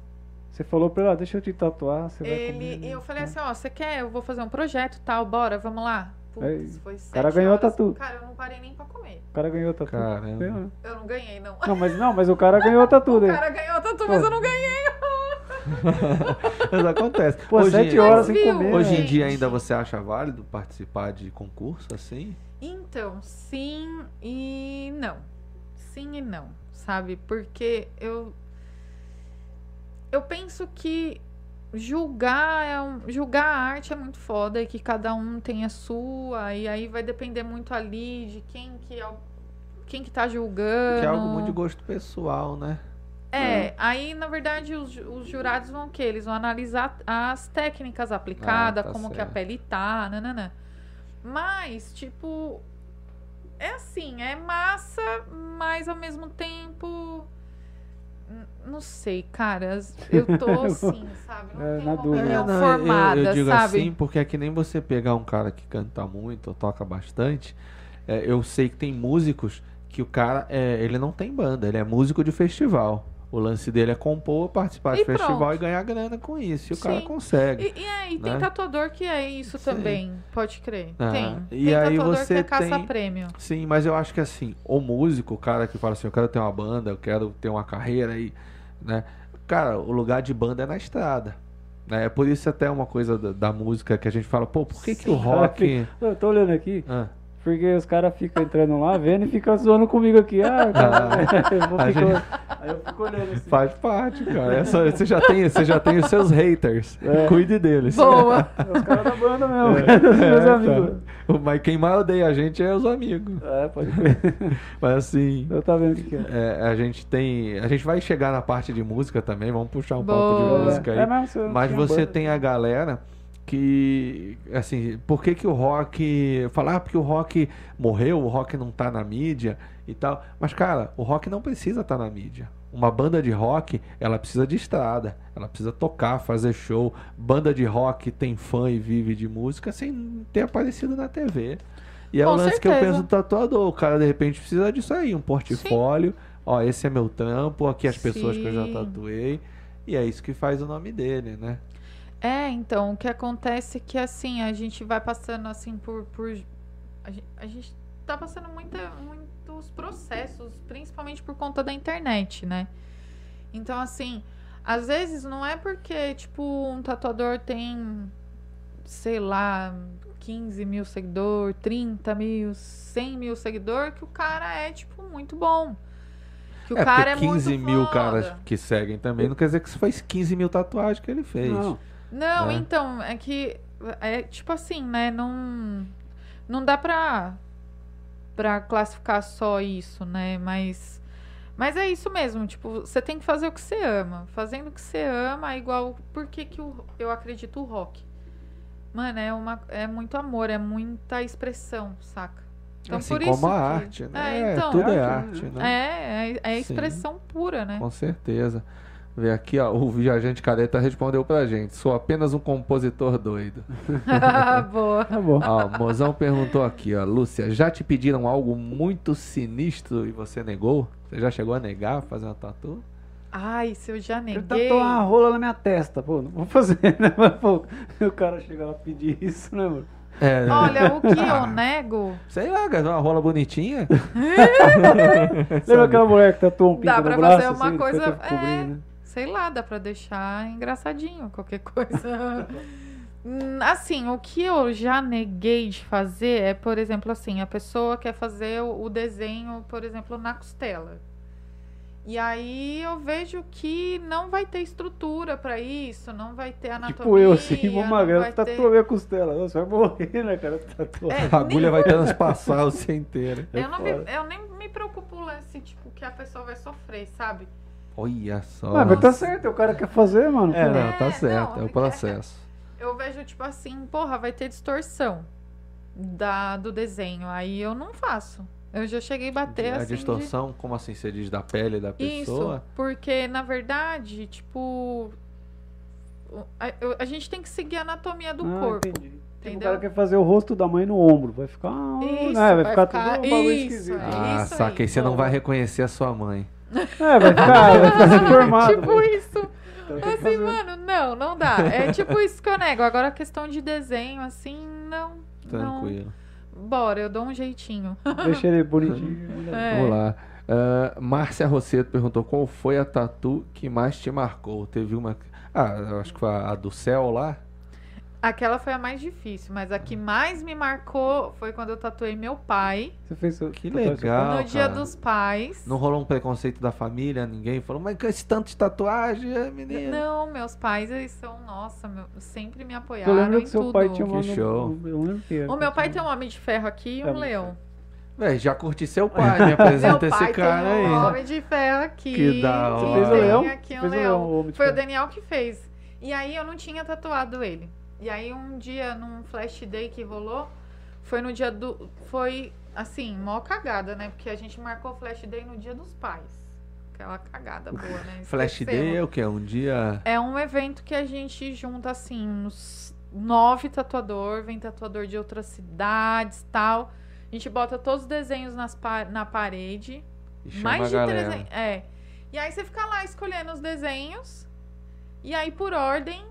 Speaker 3: Você falou pra ela, deixa eu te tatuar, você vai
Speaker 2: Ele,
Speaker 3: comigo,
Speaker 2: e eu
Speaker 3: tá?
Speaker 2: falei assim, ó, você quer? Eu vou fazer um projeto e tal, bora, vamos lá. Putz,
Speaker 3: Aí,
Speaker 2: foi sete
Speaker 3: cara ganhou
Speaker 2: horas.
Speaker 3: tatu.
Speaker 2: Cara, eu não parei nem pra comer.
Speaker 3: O cara ganhou a tatu.
Speaker 1: Caramba.
Speaker 3: É, né?
Speaker 2: Eu não ganhei, não.
Speaker 3: Não, mas não, mas o cara ganhou a tatu né?
Speaker 2: O
Speaker 3: dele.
Speaker 2: cara ganhou tatu, mas
Speaker 3: Pô.
Speaker 2: eu não ganhei.
Speaker 1: Mas acontece.
Speaker 3: Pô,
Speaker 1: hoje,
Speaker 3: sete
Speaker 1: em-
Speaker 3: horas sem
Speaker 2: Mas viu?
Speaker 3: assim, comer. né?
Speaker 1: Hoje em
Speaker 2: Gente.
Speaker 1: dia ainda você acha válido participar de concurso assim?
Speaker 2: Então, sim e não. Sim e não, sabe? Porque eu. Eu penso que julgar, é um, julgar a arte é muito foda e que cada um tem a sua, e aí vai depender muito ali de quem que, é o- quem que tá julgando.
Speaker 1: Que é algo muito de gosto pessoal, né?
Speaker 2: É, aí na verdade os, ju- os jurados vão o quê? Eles vão analisar as técnicas aplicadas,
Speaker 1: Ah, tá
Speaker 2: como que a
Speaker 1: certo.
Speaker 2: pele tá, nananã. Mas, tipo, é assim, é massa, mas ao mesmo tempo. n- Não sei, cara. as- Eu tô assim, sabe? Não
Speaker 3: É,
Speaker 2: tenho
Speaker 3: na
Speaker 2: uma
Speaker 3: dúvida.
Speaker 2: opinião
Speaker 1: não, eu-
Speaker 2: formada,
Speaker 1: eu, digo
Speaker 2: sabe?
Speaker 1: assim porque é que nem você pegar um cara que canta muito ou toca bastante. É, eu sei que tem músicos que o cara é, ele não tem banda, ele é músico de festival. O lance dele é compor, participar de
Speaker 2: E
Speaker 1: festival
Speaker 2: pronto.
Speaker 1: e ganhar grana com isso. E o cara
Speaker 2: Sim.
Speaker 1: consegue.
Speaker 2: E, e, é, e tem
Speaker 1: né?
Speaker 2: tatuador que é isso
Speaker 1: Sim.
Speaker 2: também, pode crer.
Speaker 1: Ah,
Speaker 2: tem.
Speaker 1: e
Speaker 2: tem
Speaker 1: aí
Speaker 2: tatuador
Speaker 1: você
Speaker 2: que é
Speaker 1: tem-
Speaker 2: caça-prêmio.
Speaker 1: Sim, mas eu acho que assim, o músico, o cara que fala assim, eu quero ter uma banda, eu quero ter uma carreira aí, né? Cara, o lugar de banda é na estrada. Né? É por isso até uma coisa da, da música que a gente fala, pô, por que, que o
Speaker 2: Sim.
Speaker 1: rock.
Speaker 3: Eu tô olhando aqui,
Speaker 1: Ah.
Speaker 3: porque os caras ficam entrando lá, vendo e ficam zoando comigo aqui. Ah, cara, eu vou
Speaker 1: a
Speaker 3: ficar-
Speaker 1: gente-
Speaker 3: Aí eu fico olhando assim.
Speaker 1: Faz parte, cara. É só- você, já tem, você já tem os seus haters. Cuide deles.
Speaker 2: Boa!
Speaker 3: É os caras da banda mesmo, cara, dos É. meus
Speaker 1: É,
Speaker 3: amigos.
Speaker 1: tá. Mas quem mais odeia a gente é os amigos.
Speaker 3: É, pode crer.
Speaker 1: Mas assim,
Speaker 3: Eu tava vendo o que que é.
Speaker 1: é, a gente tem. A gente vai chegar na parte de música também, vamos puxar um pouco
Speaker 2: Boa.
Speaker 1: de música aí.
Speaker 3: É mesmo, você não
Speaker 1: Mas
Speaker 3: tinha
Speaker 1: você
Speaker 3: banda.
Speaker 1: tem a galera que, assim, por que que o rock, falar "Ah, porque o rock morreu, o rock não tá na mídia e tal. Mas cara, o rock não precisa estar na mídia. Uma banda de rock, ela precisa de estrada, ela precisa tocar, fazer show. Banda de rock tem fã e vive de música sem ter aparecido na TV. E é
Speaker 2: Com
Speaker 1: o lance que eu
Speaker 2: certeza.
Speaker 1: penso do tatuador. O cara de repente precisa disso aí, um portfólio. Ó, esse é meu trampo, aqui as pessoas que eu já
Speaker 2: Sim.
Speaker 1: tatuei. E é isso que faz o nome dele, né?
Speaker 2: É, então, o que acontece é que assim, a gente vai passando assim por. por a, gente, a gente tá passando muita- muitos processos, principalmente por conta da internet, né? Então, assim, às vezes não é porque, tipo, um tatuador tem, sei lá, 15 mil seguidor, 30 mil, 100 mil seguidor, que o cara é, tipo, muito bom. Que o
Speaker 1: é,
Speaker 2: cara é
Speaker 1: porque 15
Speaker 2: muito
Speaker 1: mil
Speaker 2: foda.
Speaker 1: caras que seguem também, não quer dizer que isso faz 15 mil tatuagens que ele fez.
Speaker 3: Não,
Speaker 2: Não,
Speaker 1: né?
Speaker 2: então, é que é tipo assim, né? Não não dá pra para classificar só isso, né? Mas mas é isso mesmo, tipo, você tem que fazer o que você ama. Fazendo o que você ama é igual por que que o- eu acredito o rock. Mano, é uma é muito amor, é muita expressão, saca? Então,
Speaker 1: assim
Speaker 2: por
Speaker 1: como
Speaker 2: isso
Speaker 1: a
Speaker 2: que-
Speaker 1: arte, né?
Speaker 2: É, então.
Speaker 1: Tudo é
Speaker 3: Arte,
Speaker 1: arte,
Speaker 3: né?
Speaker 1: né?
Speaker 2: É, é, é
Speaker 1: Sim.
Speaker 2: expressão pura, né?
Speaker 1: Com certeza. Vê aqui, ó, o viajante cadeta respondeu pra gente. Sou apenas um compositor doido.
Speaker 2: Boa.
Speaker 3: Tá bom.
Speaker 1: Ó, o mozão perguntou aqui, ó, Lúcia, já te pediram algo muito sinistro e você negou? Você já chegou a negar fazer uma tatu?
Speaker 2: Ai, se eu já
Speaker 3: Eu
Speaker 2: neguei.
Speaker 3: tatuar uma rola na minha testa, pô, não vou fazer, né? Mas, pô, o cara chega lá pedir isso, né, mano?
Speaker 1: É, né?
Speaker 2: Olha, o que
Speaker 1: Ah.
Speaker 2: eu nego.
Speaker 1: sei lá, cara, uma rola bonitinha.
Speaker 3: Lembra aquela mulher que tatuou um pinto
Speaker 2: Dá
Speaker 3: no
Speaker 2: pra
Speaker 3: braço?
Speaker 2: fazer uma
Speaker 3: assim, depois
Speaker 2: coisa-
Speaker 3: teve que cobrir,
Speaker 2: é.
Speaker 3: né?
Speaker 2: Sei lá, dá pra deixar engraçadinho qualquer coisa. Hum, assim, o que eu já neguei de fazer é, por exemplo, assim, a pessoa quer fazer o o desenho, por exemplo, na costela. E aí eu vejo que não vai ter estrutura pra isso, não vai ter anatomia.
Speaker 3: Tipo eu, assim, vou
Speaker 2: não
Speaker 3: magrelo,
Speaker 2: vai ter-
Speaker 3: tatuou minha costela. Nossa, vai morrer, né, cara? Tatuou.
Speaker 2: É,
Speaker 1: A agulha vai transpassar o seu inteiro.
Speaker 2: Eu, não me,
Speaker 3: é foda.
Speaker 2: eu nem me preocupo assim, tipo, que a pessoa vai sofrer, sabe?
Speaker 1: Olha só.
Speaker 3: Ah, mas tá certo, o cara quer fazer, mano.
Speaker 1: É,
Speaker 3: pô.
Speaker 1: não,
Speaker 2: É,
Speaker 1: tá certo,
Speaker 2: não,
Speaker 1: é o processo.
Speaker 2: Eu vejo, tipo assim, porra, vai ter distorção da, do desenho. Aí eu não faço. Eu já cheguei a bater
Speaker 1: a
Speaker 2: assim. de-
Speaker 1: distorção, como assim você diz, da pele da pessoa?
Speaker 2: Isso, porque na verdade, tipo. o- A, eu- a gente tem que seguir a anatomia do
Speaker 3: Ah,
Speaker 2: corpo.
Speaker 3: entendi. Tipo,
Speaker 2: entendeu?
Speaker 3: o cara quer fazer o rosto da mãe no ombro. Vai ficar. ah,
Speaker 2: Isso,
Speaker 3: né, vai
Speaker 2: vai
Speaker 3: ficar,
Speaker 2: ficar-
Speaker 3: tudo um bagulho
Speaker 2: isso,
Speaker 3: esquisito.
Speaker 2: é.
Speaker 1: Ah,
Speaker 2: isso aí,
Speaker 1: saquei, você não
Speaker 2: pô.
Speaker 1: vai reconhecer a sua mãe.
Speaker 3: É, vai ficar, vai ficar deformado.
Speaker 2: Tipo isso.
Speaker 3: Então tem que
Speaker 2: Assim,
Speaker 3: fazer.
Speaker 2: mano, não, não dá. É tipo isso que eu nego. Agora a questão de desenho, assim, não.
Speaker 1: Tranquilo.
Speaker 2: Não. Bora, eu dou um jeitinho.
Speaker 3: Deixa ele bonitinho.
Speaker 2: É.
Speaker 1: Vamos lá. Ah, Márcia Rosseto perguntou qual foi a tatu que mais te marcou. Teve uma. Ah, eu acho que foi a, a do céu lá.
Speaker 2: Aquela foi a mais difícil, mas a que mais me marcou foi quando eu tatuei meu pai.
Speaker 3: Você fez seu-
Speaker 1: Que
Speaker 3: tatuagem
Speaker 1: legal.
Speaker 2: no dia
Speaker 1: cara.
Speaker 2: dos pais.
Speaker 1: Não rolou um preconceito da família, ninguém falou, mas com esse tanto de tatuagem, é, menino.
Speaker 2: Não, meus pais, eles são, nossa, meu- sempre me
Speaker 3: Eu
Speaker 2: apoiaram
Speaker 3: lembro
Speaker 2: em
Speaker 3: que seu
Speaker 2: tudo.
Speaker 3: pai tinha
Speaker 1: Que
Speaker 3: uma.
Speaker 1: show.
Speaker 3: Eu lembro que era.
Speaker 2: O meu pai tem um homem de ferro aqui e
Speaker 3: É,
Speaker 2: um
Speaker 3: mas-
Speaker 2: leão.
Speaker 1: Véi, É, já curti seu pai, me apresenta
Speaker 2: meu
Speaker 1: esse
Speaker 2: É. pai
Speaker 1: cara
Speaker 2: tem um
Speaker 1: aí.
Speaker 2: homem de ferro aqui.
Speaker 1: Que da
Speaker 2: que
Speaker 1: hora.
Speaker 3: Fez o
Speaker 2: tem
Speaker 3: leão?
Speaker 2: aqui um
Speaker 3: Fez o
Speaker 2: leão.
Speaker 3: leão, o homem de
Speaker 2: Foi o
Speaker 3: ferro.
Speaker 2: Daniel que fez. E aí eu não tinha tatuado ele. E aí um dia, num flash day que rolou, foi no dia do. Foi assim, mó cagada, né? Porque a gente marcou o flash day no dia dos pais. Aquela cagada boa, né?
Speaker 1: Flash
Speaker 2: Esquecemos.
Speaker 1: Day é o que? Um dia.
Speaker 2: É um evento que a gente junta, assim, uns nove tatuador, vem tatuador de outras cidades tal. A gente bota todos os desenhos nas pa- na parede.
Speaker 1: e chama
Speaker 2: mais
Speaker 1: a
Speaker 2: de
Speaker 1: galera.
Speaker 2: 300. É. E aí você fica lá escolhendo os desenhos. E aí, por ordem,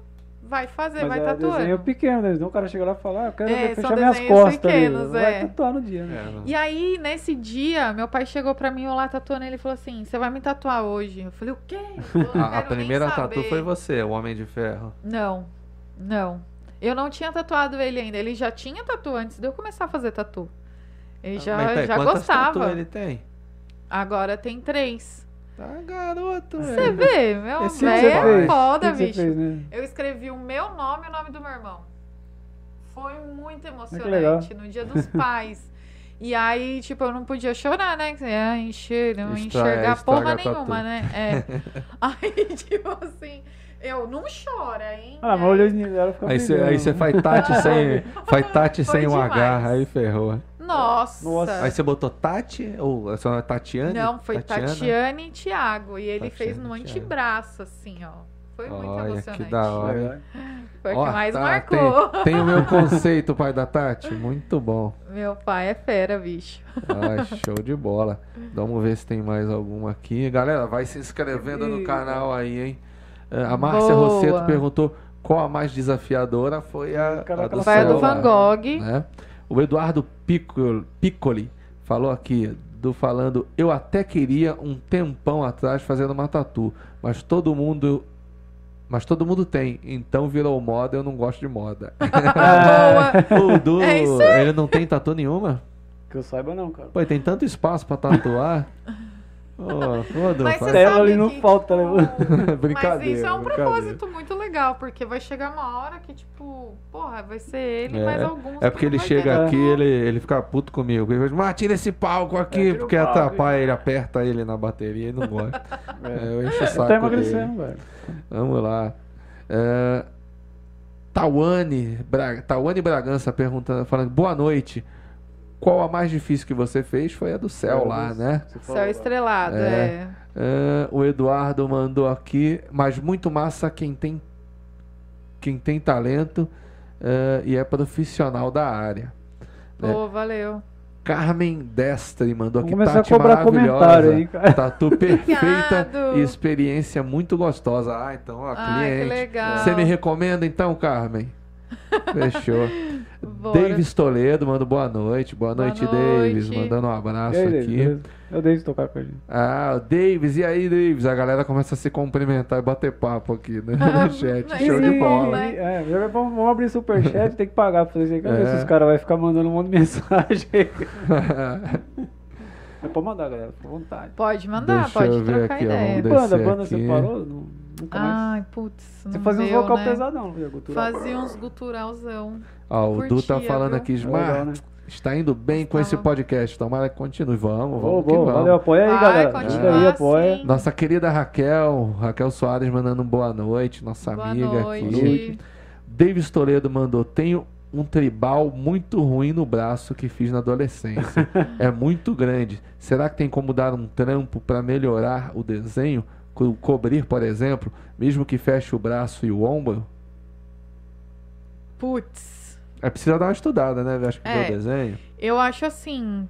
Speaker 2: vai fazer,
Speaker 3: Mas
Speaker 1: é
Speaker 2: vai
Speaker 3: era
Speaker 2: tatuando.
Speaker 3: desenho pequeno, né? Senão o cara chega lá e fala, ah, eu quero
Speaker 2: É,
Speaker 3: ver-
Speaker 2: são
Speaker 3: fechar minhas
Speaker 2: desenhos
Speaker 3: costas
Speaker 2: pequenos,
Speaker 3: ali. Vai
Speaker 2: é.
Speaker 3: tatuar no dia, né?
Speaker 1: É, não-
Speaker 2: E aí, nesse dia, meu pai chegou pra mim, eu lá tatuando, ele falou assim, você vai me tatuar hoje? Eu falei, o quê? Eu não
Speaker 1: A, a
Speaker 2: quero nem
Speaker 1: primeira tatu
Speaker 2: saber."
Speaker 1: foi você, o Homem de Ferro.
Speaker 2: Não, não. Eu não tinha tatuado ele ainda. Ele já tinha tatu antes de eu começar a fazer tatu. Ele já,
Speaker 1: Ah, Mas, peraí,
Speaker 2: já
Speaker 1: quantas
Speaker 2: gostava.
Speaker 1: tatu ele tem?
Speaker 2: Agora tem três.
Speaker 1: Tá garoto,
Speaker 2: Você
Speaker 1: velho.
Speaker 2: vê, meu
Speaker 1: Esse que você
Speaker 2: velho é
Speaker 1: fez?
Speaker 2: foda,
Speaker 3: O que que
Speaker 2: bicho.
Speaker 3: Você fez, né?
Speaker 2: Eu escrevi o meu nome e o nome do meu irmão. Foi
Speaker 1: Ah,
Speaker 2: muito
Speaker 3: legal.
Speaker 2: emocionante. No dia dos pais. E aí, tipo, eu não podia chorar, né? Que você ia encher, não ia
Speaker 1: Estra-
Speaker 2: enxergar
Speaker 1: estraga
Speaker 2: porra
Speaker 1: a tatu.
Speaker 2: nenhuma, né? É. aí, tipo assim, eu não chora, hein?
Speaker 3: Ah, mas
Speaker 2: Aí-
Speaker 3: olhou em ela e ficou
Speaker 1: Aí você
Speaker 3: brilhando.
Speaker 1: aí cê faz Tati sem, faz tati
Speaker 2: Foi
Speaker 1: sem um
Speaker 2: demais.
Speaker 1: H, aí ferrou.
Speaker 2: Nossa.
Speaker 3: Nossa.
Speaker 1: Aí você botou Tati, ou a senhora é Tatiane?
Speaker 2: Não, foi
Speaker 1: Tatiana?
Speaker 2: Tatiane e Thiago. E ele fez
Speaker 1: Tatiana
Speaker 2: no
Speaker 1: e Thiago.
Speaker 2: antebraço, assim, ó. Foi muito
Speaker 1: Olha, que
Speaker 2: emocionante.
Speaker 1: da hora.
Speaker 2: Foi o
Speaker 1: Ó,
Speaker 2: que mais
Speaker 1: tá,
Speaker 2: marcou.
Speaker 1: Tem o meu conceito, pai da Tati. Muito bom.
Speaker 2: Meu pai é fera, bicho.
Speaker 1: Ai, show de bola. Vamos ver se tem mais alguma aqui. Galera, vai se inscrevendo no
Speaker 3: Ih.
Speaker 1: canal aí, hein? É, A Márcia
Speaker 2: Boa.
Speaker 1: Rosseto perguntou qual a mais desafiadora foi a,
Speaker 3: Aquela-
Speaker 1: a do
Speaker 3: aquela
Speaker 2: Vai a é do
Speaker 1: céu lá.
Speaker 2: Van Gogh.
Speaker 1: né? O Eduardo Piccol- Piccoli falou aqui do falando, eu até queria um tempão atrás fazendo uma tatu, mas todo mundo mas todo mundo tem, então virou moda, eu não gosto de moda.
Speaker 3: É.
Speaker 2: Boa.
Speaker 1: o Du,
Speaker 2: É isso
Speaker 1: ele não tem tatu nenhuma?
Speaker 3: Que eu saiba não, cara.
Speaker 1: Pô, ele tem tanto espaço pra tatuar. Ô, ô, Du,
Speaker 2: Mas
Speaker 1: faz-
Speaker 2: você
Speaker 3: Tela
Speaker 2: sabe
Speaker 3: ali
Speaker 2: que,
Speaker 3: não falta, né?
Speaker 2: tipo, Mas
Speaker 1: Brincadeira,
Speaker 2: isso é um
Speaker 1: brincadeira.
Speaker 2: propósito muito legal, porque vai chegar uma hora que, tipo, porra, vai ser ele e mais alguns.
Speaker 1: É porque
Speaker 2: que
Speaker 1: ele
Speaker 2: não vai ter
Speaker 1: chega
Speaker 2: nada.
Speaker 1: aqui, ele, ele fica puto comigo. Ele fala, mas tira esse palco aqui,
Speaker 3: tira o
Speaker 1: porque
Speaker 3: palco,
Speaker 1: atrapalha, ele aperta ele na bateria e não gosta.
Speaker 3: É.
Speaker 1: É, eu encho o
Speaker 3: Você tá
Speaker 1: saco dele.
Speaker 3: emagrecendo, velho.
Speaker 1: Vamos lá. É, Tawane, Bra... Tawane Bragança perguntando, falando, boa noite. Qual a mais difícil que você fez foi a do céu lá, né?
Speaker 3: Você falou
Speaker 2: Céu
Speaker 3: lá.
Speaker 2: estrelado,
Speaker 1: É.
Speaker 2: é.
Speaker 1: Ah, o Eduardo mandou aqui, mas muito massa quem tem quem tem talento ah, e é profissional da área. né?
Speaker 2: Pô, valeu.
Speaker 1: Carmen Destre mandou
Speaker 3: Vamos
Speaker 1: aqui,
Speaker 3: começar a
Speaker 1: Tati
Speaker 3: cobrar comentário,
Speaker 1: maravilhosa.
Speaker 3: hein, cara.
Speaker 1: Tatu perfeita
Speaker 2: Obrigado.
Speaker 1: e experiência muito gostosa. Ah, então, ó,
Speaker 2: Ai, que
Speaker 1: cliente.
Speaker 2: legal.
Speaker 1: Você me recomenda então, Carmen? Fechou.
Speaker 2: Bora.
Speaker 1: Davis Toledo manda boa noite. Boa,
Speaker 2: Boa
Speaker 1: noite, Davis.
Speaker 2: noite.
Speaker 1: Mandando um
Speaker 3: E
Speaker 1: abraço
Speaker 3: aí,
Speaker 1: aqui.
Speaker 3: David, beleza? Eu deixo tocar com a gente.
Speaker 1: Ah, o Davis, e aí, Davis? A galera começa a se cumprimentar e bater papo aqui né, no chat.
Speaker 2: mas
Speaker 1: Show
Speaker 2: isso
Speaker 1: de
Speaker 2: é bom,
Speaker 1: bola.
Speaker 2: né?
Speaker 3: É, já vai- vamos, vamos abrir superchat, tem que pagar pra fazer isso aí. Quero ver
Speaker 1: É.
Speaker 3: se os caras vão ficar mandando um monte de mensagem. é pra mandar, galera, fica à vontade.
Speaker 2: Pode mandar,
Speaker 1: Deixa
Speaker 2: pode
Speaker 1: eu ver
Speaker 2: trocar
Speaker 1: aqui, ó,
Speaker 2: ideia.
Speaker 1: vamos
Speaker 3: E
Speaker 1: descer
Speaker 3: banda, banda
Speaker 1: aqui.
Speaker 3: você parou? Não, nunca mais.
Speaker 2: Ai, putz.
Speaker 3: Você
Speaker 2: não
Speaker 3: fazia uns
Speaker 2: deu,
Speaker 3: vocal
Speaker 2: né?
Speaker 3: pesadão, viu? cultural.
Speaker 2: Fazia uns guturalzão.
Speaker 1: Ó, o Du tá
Speaker 2: Curtia,
Speaker 1: falando
Speaker 2: viu?
Speaker 1: aqui,
Speaker 3: É legal,
Speaker 1: Smart.
Speaker 3: né?
Speaker 1: Está indo bem com
Speaker 2: Tá
Speaker 1: esse
Speaker 2: bom.
Speaker 1: podcast. Tomara que continue. Vamos,
Speaker 3: Ô,
Speaker 1: vamos que
Speaker 3: bom,
Speaker 1: vamos.
Speaker 3: valeu, apoia aí,
Speaker 2: Vai,
Speaker 3: galera.
Speaker 2: continua
Speaker 3: Ajuda aí, apoia.
Speaker 2: assim.
Speaker 1: Nossa querida Raquel, Raquel Soares mandando boa noite, nossa
Speaker 2: Boa
Speaker 1: Tá, amiga aqui.
Speaker 2: noite.
Speaker 1: Davis Toledo mandou: tenho um tribal muito ruim no braço que fiz na adolescência. é muito grande. Será que tem como dar um trampo para melhorar o desenho? Co- Cobrir, por exemplo, mesmo que feche o braço e o ombro?
Speaker 2: Putz.
Speaker 1: É preciso dar uma estudada, né? Acho que
Speaker 2: É.
Speaker 1: ver o desenho.
Speaker 2: Eu acho assim,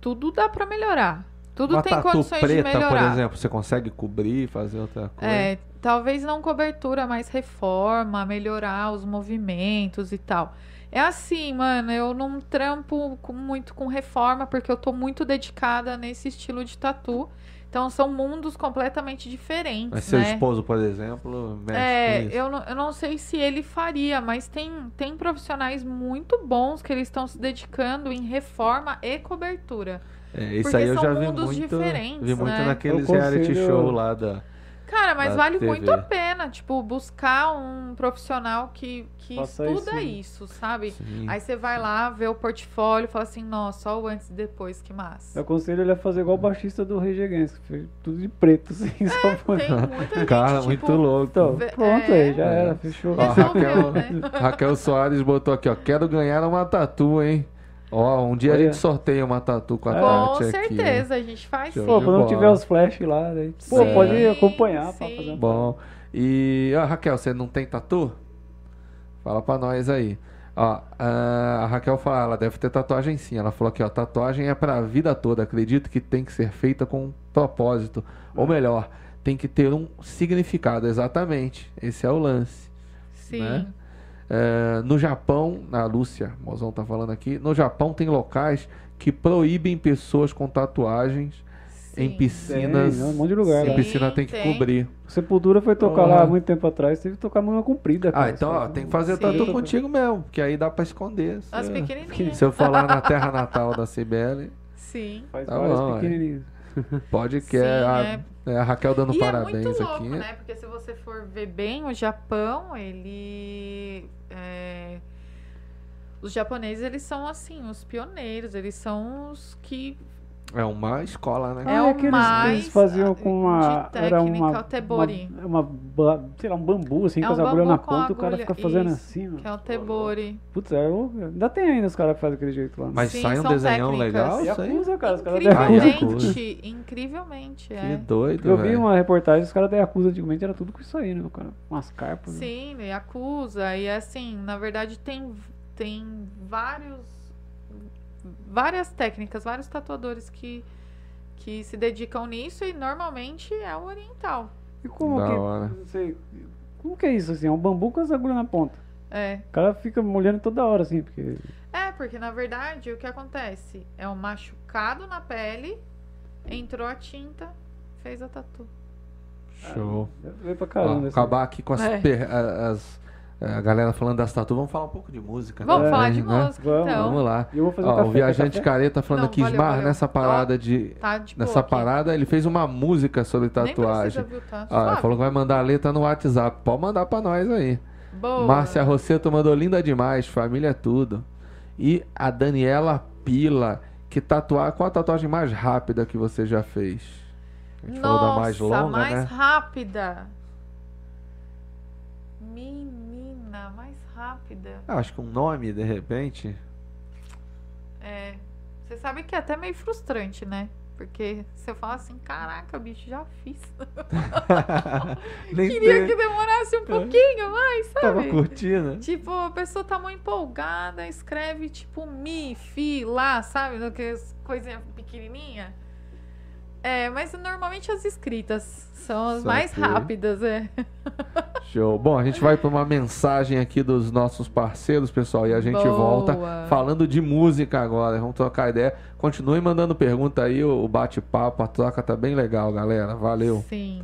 Speaker 2: tudo dá pra melhorar. Tudo
Speaker 1: uma
Speaker 2: tem
Speaker 1: tatu
Speaker 2: condições de
Speaker 1: preta, por
Speaker 2: melhorar.
Speaker 1: exemplo, você consegue cobrir, fazer outra coisa?
Speaker 2: É, talvez não cobertura, mas reforma, melhorar os movimentos e tal. É assim, mano, eu não trampo com- muito com reforma porque eu tô muito dedicada nesse estilo de tatu. Então são mundos completamente diferentes,
Speaker 1: Mas seu
Speaker 2: né?
Speaker 1: esposo, por exemplo, mexe
Speaker 2: É,
Speaker 1: com tipo isso.
Speaker 2: eu não, eu não sei se ele faria, mas tem, tem profissionais muito bons que eles estão se dedicando em reforma e cobertura.
Speaker 1: É, isso
Speaker 2: Porque
Speaker 1: aí eu
Speaker 2: são
Speaker 1: já vi
Speaker 2: mundos
Speaker 1: muito,
Speaker 2: diferentes,
Speaker 1: vi muito
Speaker 2: né?
Speaker 1: naqueles
Speaker 3: Eu
Speaker 1: reality
Speaker 3: consigo-
Speaker 1: show lá da...
Speaker 2: Cara, mas
Speaker 1: Da
Speaker 2: vale
Speaker 1: TV.
Speaker 2: muito a pena, tipo, buscar um profissional que, que
Speaker 3: Faça
Speaker 2: estuda isso,
Speaker 3: isso.
Speaker 2: sabe?
Speaker 1: Sim.
Speaker 2: Aí você vai lá, vê o portfólio, fala assim, nossa, olha o antes e depois, que massa.
Speaker 3: Eu aconselho ele a fazer igual o baixista do Rage Against, que fez tudo de preto, assim, só por...
Speaker 2: É, Tem muita gente,
Speaker 1: Cara,
Speaker 2: tipo,
Speaker 1: muito louco.
Speaker 3: Então,
Speaker 2: Ve-
Speaker 3: pronto
Speaker 2: é.
Speaker 3: aí, já
Speaker 1: É.
Speaker 3: era, fechou.
Speaker 1: Ó,
Speaker 2: resolveu, né?
Speaker 1: Raquel Soares botou aqui, ó. Quero ganhar uma tatu, hein? Ó, um dia a
Speaker 3: Olha.
Speaker 1: gente sorteia uma tatu com a
Speaker 2: Com
Speaker 1: Tati aqui.
Speaker 2: certeza, a gente faz
Speaker 1: Show
Speaker 2: sim.
Speaker 3: Pô,
Speaker 1: de
Speaker 3: quando
Speaker 1: bola.
Speaker 3: não tiver os flash lá, daí, pô,
Speaker 1: Sim,
Speaker 3: pode acompanhar pra
Speaker 2: sim.
Speaker 3: fazer um...
Speaker 1: Bom. E, ó, Raquel, você não tem tatu? Fala pra nós aí. Ó, a Raquel fala, ela deve ter tatuagem sim. Ela falou aqui, ó, tatuagem é pra vida toda. Acredito que tem que ser feita com um propósito. Ou melhor, tem que ter um significado, exatamente. Esse é o lance.
Speaker 2: Sim.
Speaker 1: né? É, no Japão, a Lúcia Mozão tá falando aqui, no Japão tem locais que proíbem pessoas com tatuagens em
Speaker 2: sim.
Speaker 1: piscinas.
Speaker 3: Tem, né? Um monte de lugar,
Speaker 1: em
Speaker 3: né?
Speaker 1: piscina tem que
Speaker 2: Tem.
Speaker 1: cobrir.
Speaker 3: Sepultura foi tocar
Speaker 1: Porra.
Speaker 3: lá há muito tempo atrás, teve que tocar manga comprida.
Speaker 1: Ah,
Speaker 3: cara.
Speaker 1: então ó,
Speaker 3: Só-
Speaker 1: tem que fazer
Speaker 2: Sim.
Speaker 1: tatu contigo mesmo, porque aí dá pra esconder. Se,
Speaker 2: As pequenininhas.
Speaker 1: se eu for lá na terra natal da Cibele,
Speaker 2: Sim.
Speaker 3: Faz
Speaker 1: Tá
Speaker 3: várias
Speaker 1: bom, é.
Speaker 3: pequenininhas.
Speaker 1: pode que
Speaker 2: Sim,
Speaker 1: é, a,
Speaker 2: é.
Speaker 1: é, a Raquel dando
Speaker 2: e é
Speaker 1: parabéns
Speaker 2: muito louco,
Speaker 1: aqui.
Speaker 2: né? Porque se você for ver bem, o Japão, ele... é, Os japoneses, eles são assim, os pioneiros, eles são os que...
Speaker 1: É uma escola, né?
Speaker 2: É
Speaker 3: Ah,
Speaker 2: o
Speaker 3: aqueles que
Speaker 2: mais, ah,
Speaker 3: eles faziam
Speaker 2: de
Speaker 3: com uma. Era
Speaker 2: técnica,
Speaker 3: uma.
Speaker 2: o tebori.
Speaker 3: Uma, uma ba- sei lá, um bambu assim,
Speaker 2: É
Speaker 3: com
Speaker 2: um
Speaker 3: as agulhas
Speaker 2: bambu
Speaker 3: na
Speaker 2: com
Speaker 3: ponta e o cara
Speaker 2: agulha,
Speaker 3: fica fazendo
Speaker 2: isso,
Speaker 3: assim. ó.
Speaker 2: Que é o Tebori.
Speaker 3: Putz, é louco. Ainda tem ainda os caras que fazem aquele jeito lá.
Speaker 1: Mas
Speaker 2: Sim,
Speaker 1: sai um
Speaker 2: são
Speaker 1: desenhão
Speaker 2: técnicas.
Speaker 1: legal, isso aí.
Speaker 3: Yakuza, cara, os caras da Yakuza.
Speaker 2: Incrivelmente, incrivelmente,
Speaker 1: Que
Speaker 2: é.
Speaker 1: doido,
Speaker 3: Eu vi
Speaker 1: velho.
Speaker 3: uma reportagem, os caras da Yakuza antigamente era tudo com isso aí, né? O cara, umas carpas. né?
Speaker 2: Sim, e acusa. E assim, na verdade, tem, tem vários. Várias técnicas, vários tatuadores que, que se dedicam nisso e normalmente é o oriental.
Speaker 3: E como
Speaker 1: Da
Speaker 3: que.
Speaker 1: hora.
Speaker 3: Não sei. Como que é isso, assim? É um bambu com as agulhas na ponta.
Speaker 2: É.
Speaker 3: O cara fica molhando toda hora, assim, porque.
Speaker 2: É, porque na verdade o que acontece é um machucado na pele, entrou a tinta, fez a tatu.
Speaker 1: Show.
Speaker 3: Vê pra
Speaker 1: Ó,
Speaker 3: caramba. assim.
Speaker 1: acabar aqui com as,
Speaker 2: É.
Speaker 1: per- a- as- a galera falando das tatu. Vamos falar um pouco de música. também,
Speaker 2: Vamos falar de
Speaker 1: né?
Speaker 2: música,
Speaker 3: Vamos,
Speaker 2: então.
Speaker 1: Vamos lá.
Speaker 3: E eu vou fazer um
Speaker 1: Ó,
Speaker 3: café.
Speaker 1: o
Speaker 3: quer
Speaker 1: viajante
Speaker 3: café?
Speaker 1: careta falando
Speaker 2: Não,
Speaker 1: que
Speaker 2: valeu,
Speaker 1: Esmar
Speaker 2: valeu.
Speaker 1: nessa parada de
Speaker 2: Tá de boa
Speaker 1: nessa
Speaker 2: aqui.
Speaker 1: parada ele fez uma música sobre tatuagem.
Speaker 2: Nem precisa, viu? Tá
Speaker 1: Ah, ela
Speaker 2: suave.
Speaker 1: falou que vai mandar a letra no WhatsApp. Pode mandar pra nós aí.
Speaker 2: Boa.
Speaker 1: Márcia Rosseto mandou linda demais, família é tudo. E a Daniela Pila, que tatuar qual a tatuagem mais rápida que você já fez? A gente falou
Speaker 2: Nossa,
Speaker 1: da mais longa,
Speaker 2: mais
Speaker 1: né?
Speaker 2: rápida. Menina, mais rápida.
Speaker 1: Ah, acho que um nome de repente.
Speaker 2: É. Você sabe que é até meio frustrante, né? Porque você fala assim, caraca, bicho, já fiz.
Speaker 1: Nem
Speaker 2: Queria
Speaker 1: sei.
Speaker 2: que demorasse um pouquinho mais,
Speaker 1: né? Tava
Speaker 2: sabe?
Speaker 1: curtindo.
Speaker 2: Tipo, a pessoa tá muito empolgada, escreve tipo mi, fi, lá, sabe? Aquelas coisinha pequenininha. É, mas normalmente as escritas são as mais
Speaker 1: Saquei.
Speaker 2: rápidas, é.
Speaker 1: Show. Bom, a gente vai pra uma mensagem aqui dos nossos parceiros, pessoal, e a gente
Speaker 2: Boa.
Speaker 1: volta falando de música agora. Vamos trocar ideia. Continue mandando pergunta aí, o bate-papo, a troca tá bem legal, galera. Valeu.
Speaker 2: Sim.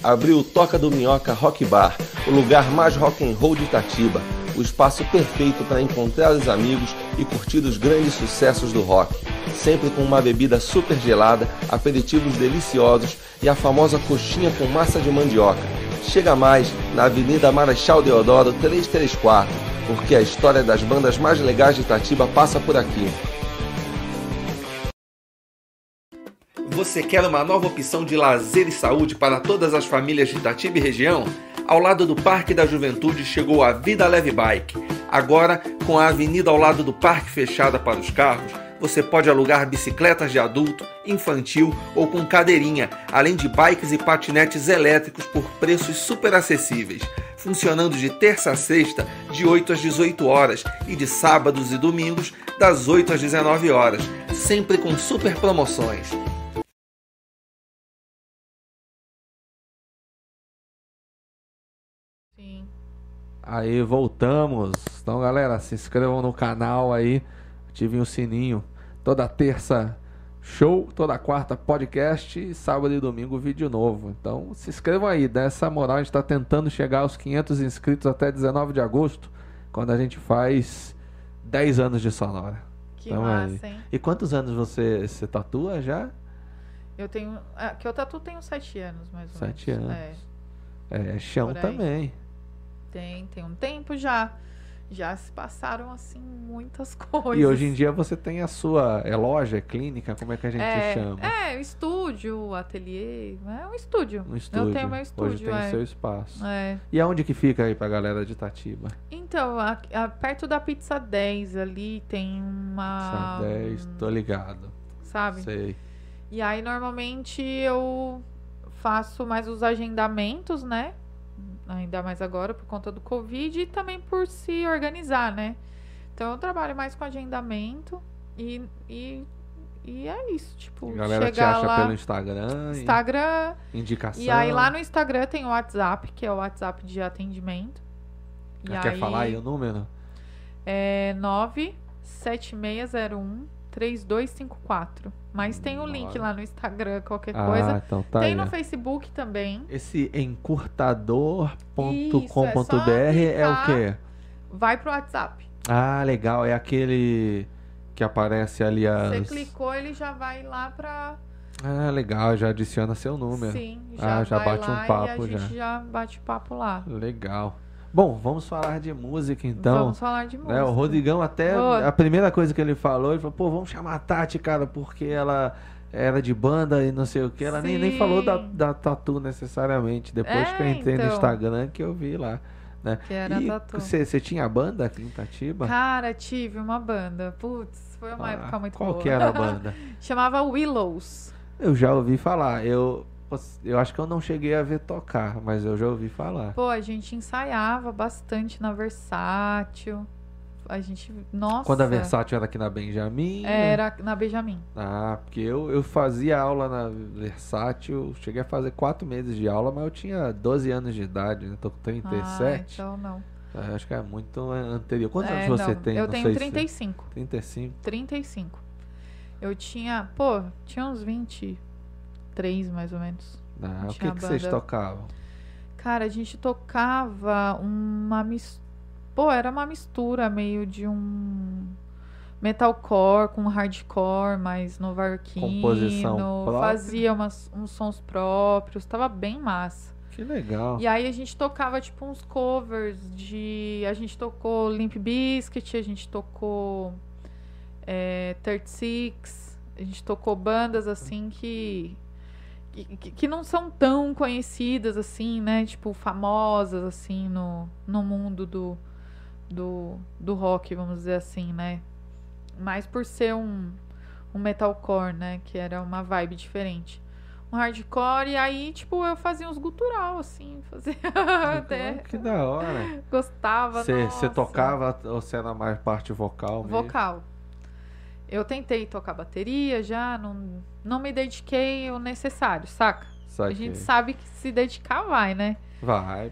Speaker 4: abriu o Toca do Minhoca Rock Bar, o lugar mais rock and roll de Itatiba, o espaço perfeito para encontrar os amigos e curtir os grandes sucessos do rock, sempre com uma bebida super gelada, aperitivos deliciosos e a famosa coxinha com massa de mandioca. Chega mais na Avenida Marechal Deodoro 334, porque a história das bandas mais legais de Itatiba passa por aqui. Você quer uma nova opção de lazer e saúde para todas as famílias de Itatiba e região? Ao lado do Parque da Juventude chegou a Vida Leve Bike. Agora, com a avenida ao lado do parque fechada para os carros, você pode alugar bicicletas de adulto, infantil ou com cadeirinha, além de bikes e patinetes elétricos por preços super acessíveis. Funcionando de terça a sexta, de 8 às 18 horas, e de sábados e domingos, das 8 às 19 horas, sempre com super promoções.
Speaker 2: Sim.
Speaker 1: Aí, voltamos. Então, galera, se inscrevam no canal aí, ativem o sininho. Toda terça, show. Toda quarta, podcast. E sábado e domingo, vídeo novo. Então, se inscrevam aí, dá essa moral. A gente tá tentando chegar aos 500 inscritos até 19 de agosto, quando a gente faz 10 anos de Sonora.
Speaker 2: Que
Speaker 1: Então, aí.
Speaker 2: massa, hein?
Speaker 1: E quantos anos você, você tatua já?
Speaker 2: Eu tenho. ah, que eu tatu tenho sete anos, mais ou
Speaker 1: Sete
Speaker 2: menos.
Speaker 1: anos.
Speaker 2: É.
Speaker 1: É, chão
Speaker 2: Por aí.
Speaker 1: também.
Speaker 2: Tem, tem um tempo já. Já se passaram, assim, muitas coisas.
Speaker 1: E hoje em dia você tem a sua é loja, é clínica, como é que a gente
Speaker 2: é,
Speaker 1: chama?
Speaker 2: É, estúdio, ateliê. É um estúdio.
Speaker 1: Um estúdio.
Speaker 2: Eu tenho meu estúdio,
Speaker 1: Hoje tem
Speaker 2: é.
Speaker 1: seu espaço.
Speaker 2: É.
Speaker 1: E aonde que fica aí pra galera de Itatiba?
Speaker 2: Então, a- a- perto da Pizza 10 ali tem uma.
Speaker 1: São 10, tô é, ligado.
Speaker 2: Ah. Sabe?
Speaker 1: Sei.
Speaker 2: E aí, normalmente, eu faço mais os agendamentos, né? Ainda mais agora por conta do Covid e também por se organizar, né? Então, eu trabalho mais com agendamento e, e, e é isso. Tipo,
Speaker 1: A galera te
Speaker 2: chegar
Speaker 1: acha
Speaker 2: lá
Speaker 1: pelo Instagram, e
Speaker 2: Instagram.
Speaker 1: indicação.
Speaker 2: E aí, lá no Instagram tem o WhatsApp, que é o WhatsApp de atendimento. E
Speaker 1: Ah, Quer falar aí um o número?
Speaker 2: É 97601 3254. Mas tem o link lá no Instagram, qualquer
Speaker 1: Ah,
Speaker 2: coisa.
Speaker 1: então tá
Speaker 2: tem
Speaker 1: aí.
Speaker 2: no
Speaker 1: ó.
Speaker 2: Facebook também.
Speaker 1: Esse encurtador.com.br
Speaker 2: Isso,
Speaker 1: é,
Speaker 2: é só
Speaker 1: o quê?
Speaker 2: Vai pro WhatsApp.
Speaker 1: Ah, legal. É aquele que aparece ali as...
Speaker 2: Você clicou, ele já vai lá pra.
Speaker 1: Ah, legal. Já adiciona seu número.
Speaker 2: Sim, já,
Speaker 1: Ah, já
Speaker 2: vai
Speaker 1: bate um
Speaker 2: lá
Speaker 1: papo,
Speaker 2: e a gente já bate papo lá.
Speaker 1: Legal. Bom, vamos falar de música então.
Speaker 2: Vamos falar de música.
Speaker 1: Né, o Rodrigão até
Speaker 2: Ô.
Speaker 1: a primeira coisa que ele falou, ele falou, pô, vamos chamar a Tati, cara, porque ela era de banda e não sei o que. Ela nem, nem
Speaker 2: Sim.
Speaker 1: falou da, da Tatu necessariamente. Depois
Speaker 2: É,
Speaker 1: que eu entrei no
Speaker 2: então.
Speaker 1: Instagram que eu vi lá.
Speaker 2: Que era
Speaker 1: e
Speaker 2: tatu.
Speaker 1: você você tinha banda aqui em Tatiba?
Speaker 2: Cara, tive uma banda. Putz, foi uma
Speaker 1: Ah,
Speaker 2: época muito
Speaker 1: Qual
Speaker 2: boa.
Speaker 1: que era a banda?
Speaker 2: Chamava Willows.
Speaker 1: eu já ouvi falar. Eu, eu acho que eu não cheguei a ver tocar, mas eu já ouvi falar.
Speaker 2: Pô, a gente ensaiava bastante na Versátil. A gente. Nossa.
Speaker 1: Quando a Versátil era aqui na Benjamin. né?
Speaker 2: Era na Benjamin.
Speaker 1: Ah, porque eu, eu fazia aula na Versátil, cheguei a fazer quatro meses de aula, mas eu tinha 12 anos de idade, né? Tô com
Speaker 2: Ah,
Speaker 1: 37.
Speaker 2: então não.
Speaker 1: Ah, Acho que é muito anterior. Quantos
Speaker 2: É,
Speaker 1: anos você
Speaker 2: não.
Speaker 1: tem?
Speaker 2: Eu
Speaker 1: Não
Speaker 2: tenho
Speaker 1: sei se-
Speaker 2: 35.
Speaker 1: 35.
Speaker 2: 35. Eu tinha, pô, tinha uns 23 mais ou menos.
Speaker 1: Ah, o que,
Speaker 2: Tinha
Speaker 1: que vocês
Speaker 2: banda.
Speaker 1: tocavam?
Speaker 2: Cara, a gente tocava uma mistura. Pô, era uma mistura meio de um metalcore com hardcore, mais novarquino.
Speaker 1: Composição própria?
Speaker 2: Fazia umas- uns sons próprios, tava bem massa.
Speaker 1: Que legal.
Speaker 2: E aí a gente tocava tipo uns covers de. A gente tocou Limp Bizkit, a gente tocou é, 36, a gente tocou bandas assim que, que. que não são tão conhecidas assim, né? Tipo, famosas assim no, no mundo do, do, do rock, vamos dizer assim, né? Mas por ser um, um metalcore, né? Que era uma vibe diferente. Um hardcore, e aí, tipo, eu fazia uns gutural, assim, fazia até.
Speaker 1: é Que da hora.
Speaker 2: Gostava.
Speaker 1: Você
Speaker 2: nossa.
Speaker 1: tocava ou você era mais parte vocal? mesmo?
Speaker 2: Vocal. Eu tentei tocar bateria já, não, não me dediquei o necessário, saca? A
Speaker 1: Saquei.
Speaker 2: gente sabe que se dedicar vai, né?
Speaker 1: Vai.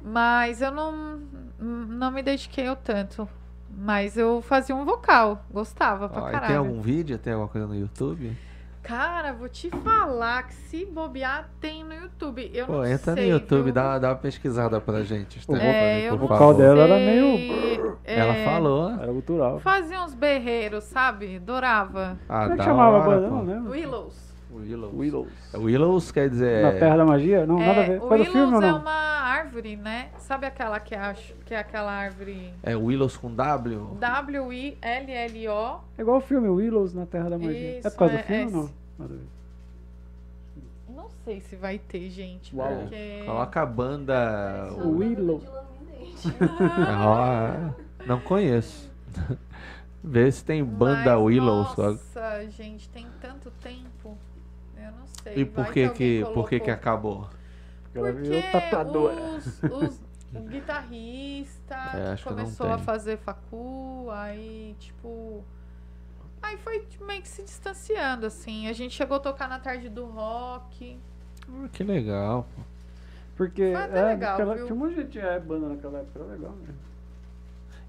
Speaker 2: Mas eu não, não me dediquei ao tanto. Mas eu fazia um vocal, gostava pra
Speaker 1: Ó, e
Speaker 2: caralho.
Speaker 1: tem algum vídeo? Tem alguma coisa no YouTube?
Speaker 2: Cara, vou te falar que se bobear tem no YouTube. Eu
Speaker 1: Pô,
Speaker 2: não
Speaker 1: entra no
Speaker 2: sei,
Speaker 1: YouTube,
Speaker 2: viu?
Speaker 1: dá, uma- dá uma pesquisada pra gente. Estefane,
Speaker 2: É, eu
Speaker 1: por
Speaker 2: não
Speaker 3: vocal
Speaker 1: favor.
Speaker 3: dela era
Speaker 2: sei.
Speaker 3: meio-
Speaker 1: Ela
Speaker 2: É,
Speaker 1: falou.
Speaker 3: Era gutural.
Speaker 2: Fazia uns berreiros, sabe? Adorava.
Speaker 1: Ah,
Speaker 3: Como é que
Speaker 1: da
Speaker 3: chamava a
Speaker 1: hora,
Speaker 3: banda?
Speaker 1: pô.
Speaker 3: Não lembro.
Speaker 2: Willows.
Speaker 1: Willows. É
Speaker 3: Willows.
Speaker 1: Willows quer dizer.
Speaker 3: Na Terra da Magia? Não, nada a
Speaker 2: É,
Speaker 3: ver.
Speaker 2: o
Speaker 3: Foi do filme ou
Speaker 2: Willows é
Speaker 3: não?
Speaker 2: uma árvore, né? Sabe aquela que acho que é aquela árvore
Speaker 1: É Willows com W?
Speaker 2: W-I-L-L-O?
Speaker 3: É igual o filme Willows na Terra da Magia. é
Speaker 2: um- Isso,
Speaker 3: por causa
Speaker 2: é Tá,
Speaker 3: do filme
Speaker 2: esse.
Speaker 3: ou não? Nada a ver.
Speaker 2: Não sei se vai ter, gente.
Speaker 3: Uau.
Speaker 2: Porque...
Speaker 1: Coloca a banda.
Speaker 3: Willows.
Speaker 1: Ah, não conheço. Vê se tem banda
Speaker 2: Mas,
Speaker 1: Willows.
Speaker 2: Nossa, gente, tem tanto tempo. Eu não sei.
Speaker 1: E
Speaker 2: vai
Speaker 1: por que
Speaker 2: alguém
Speaker 1: que, por que que
Speaker 2: colocou.
Speaker 1: acabou?
Speaker 3: Ela
Speaker 2: Porque
Speaker 3: virou tatuadora.
Speaker 2: os, os o guitarrista
Speaker 1: É,
Speaker 2: que
Speaker 1: acho que não
Speaker 2: começou a
Speaker 1: tem.
Speaker 2: fazer facu, aí tipo. Aí foi meio que se distanciando, assim. A gente chegou a tocar na tarde do rock.
Speaker 1: Ah, Que legal. pô.
Speaker 3: Porque
Speaker 2: Foi até
Speaker 3: é,
Speaker 2: legal,
Speaker 3: naquela-
Speaker 2: viu?
Speaker 3: tinha um monte de gente é, banda naquela época, era legal, né?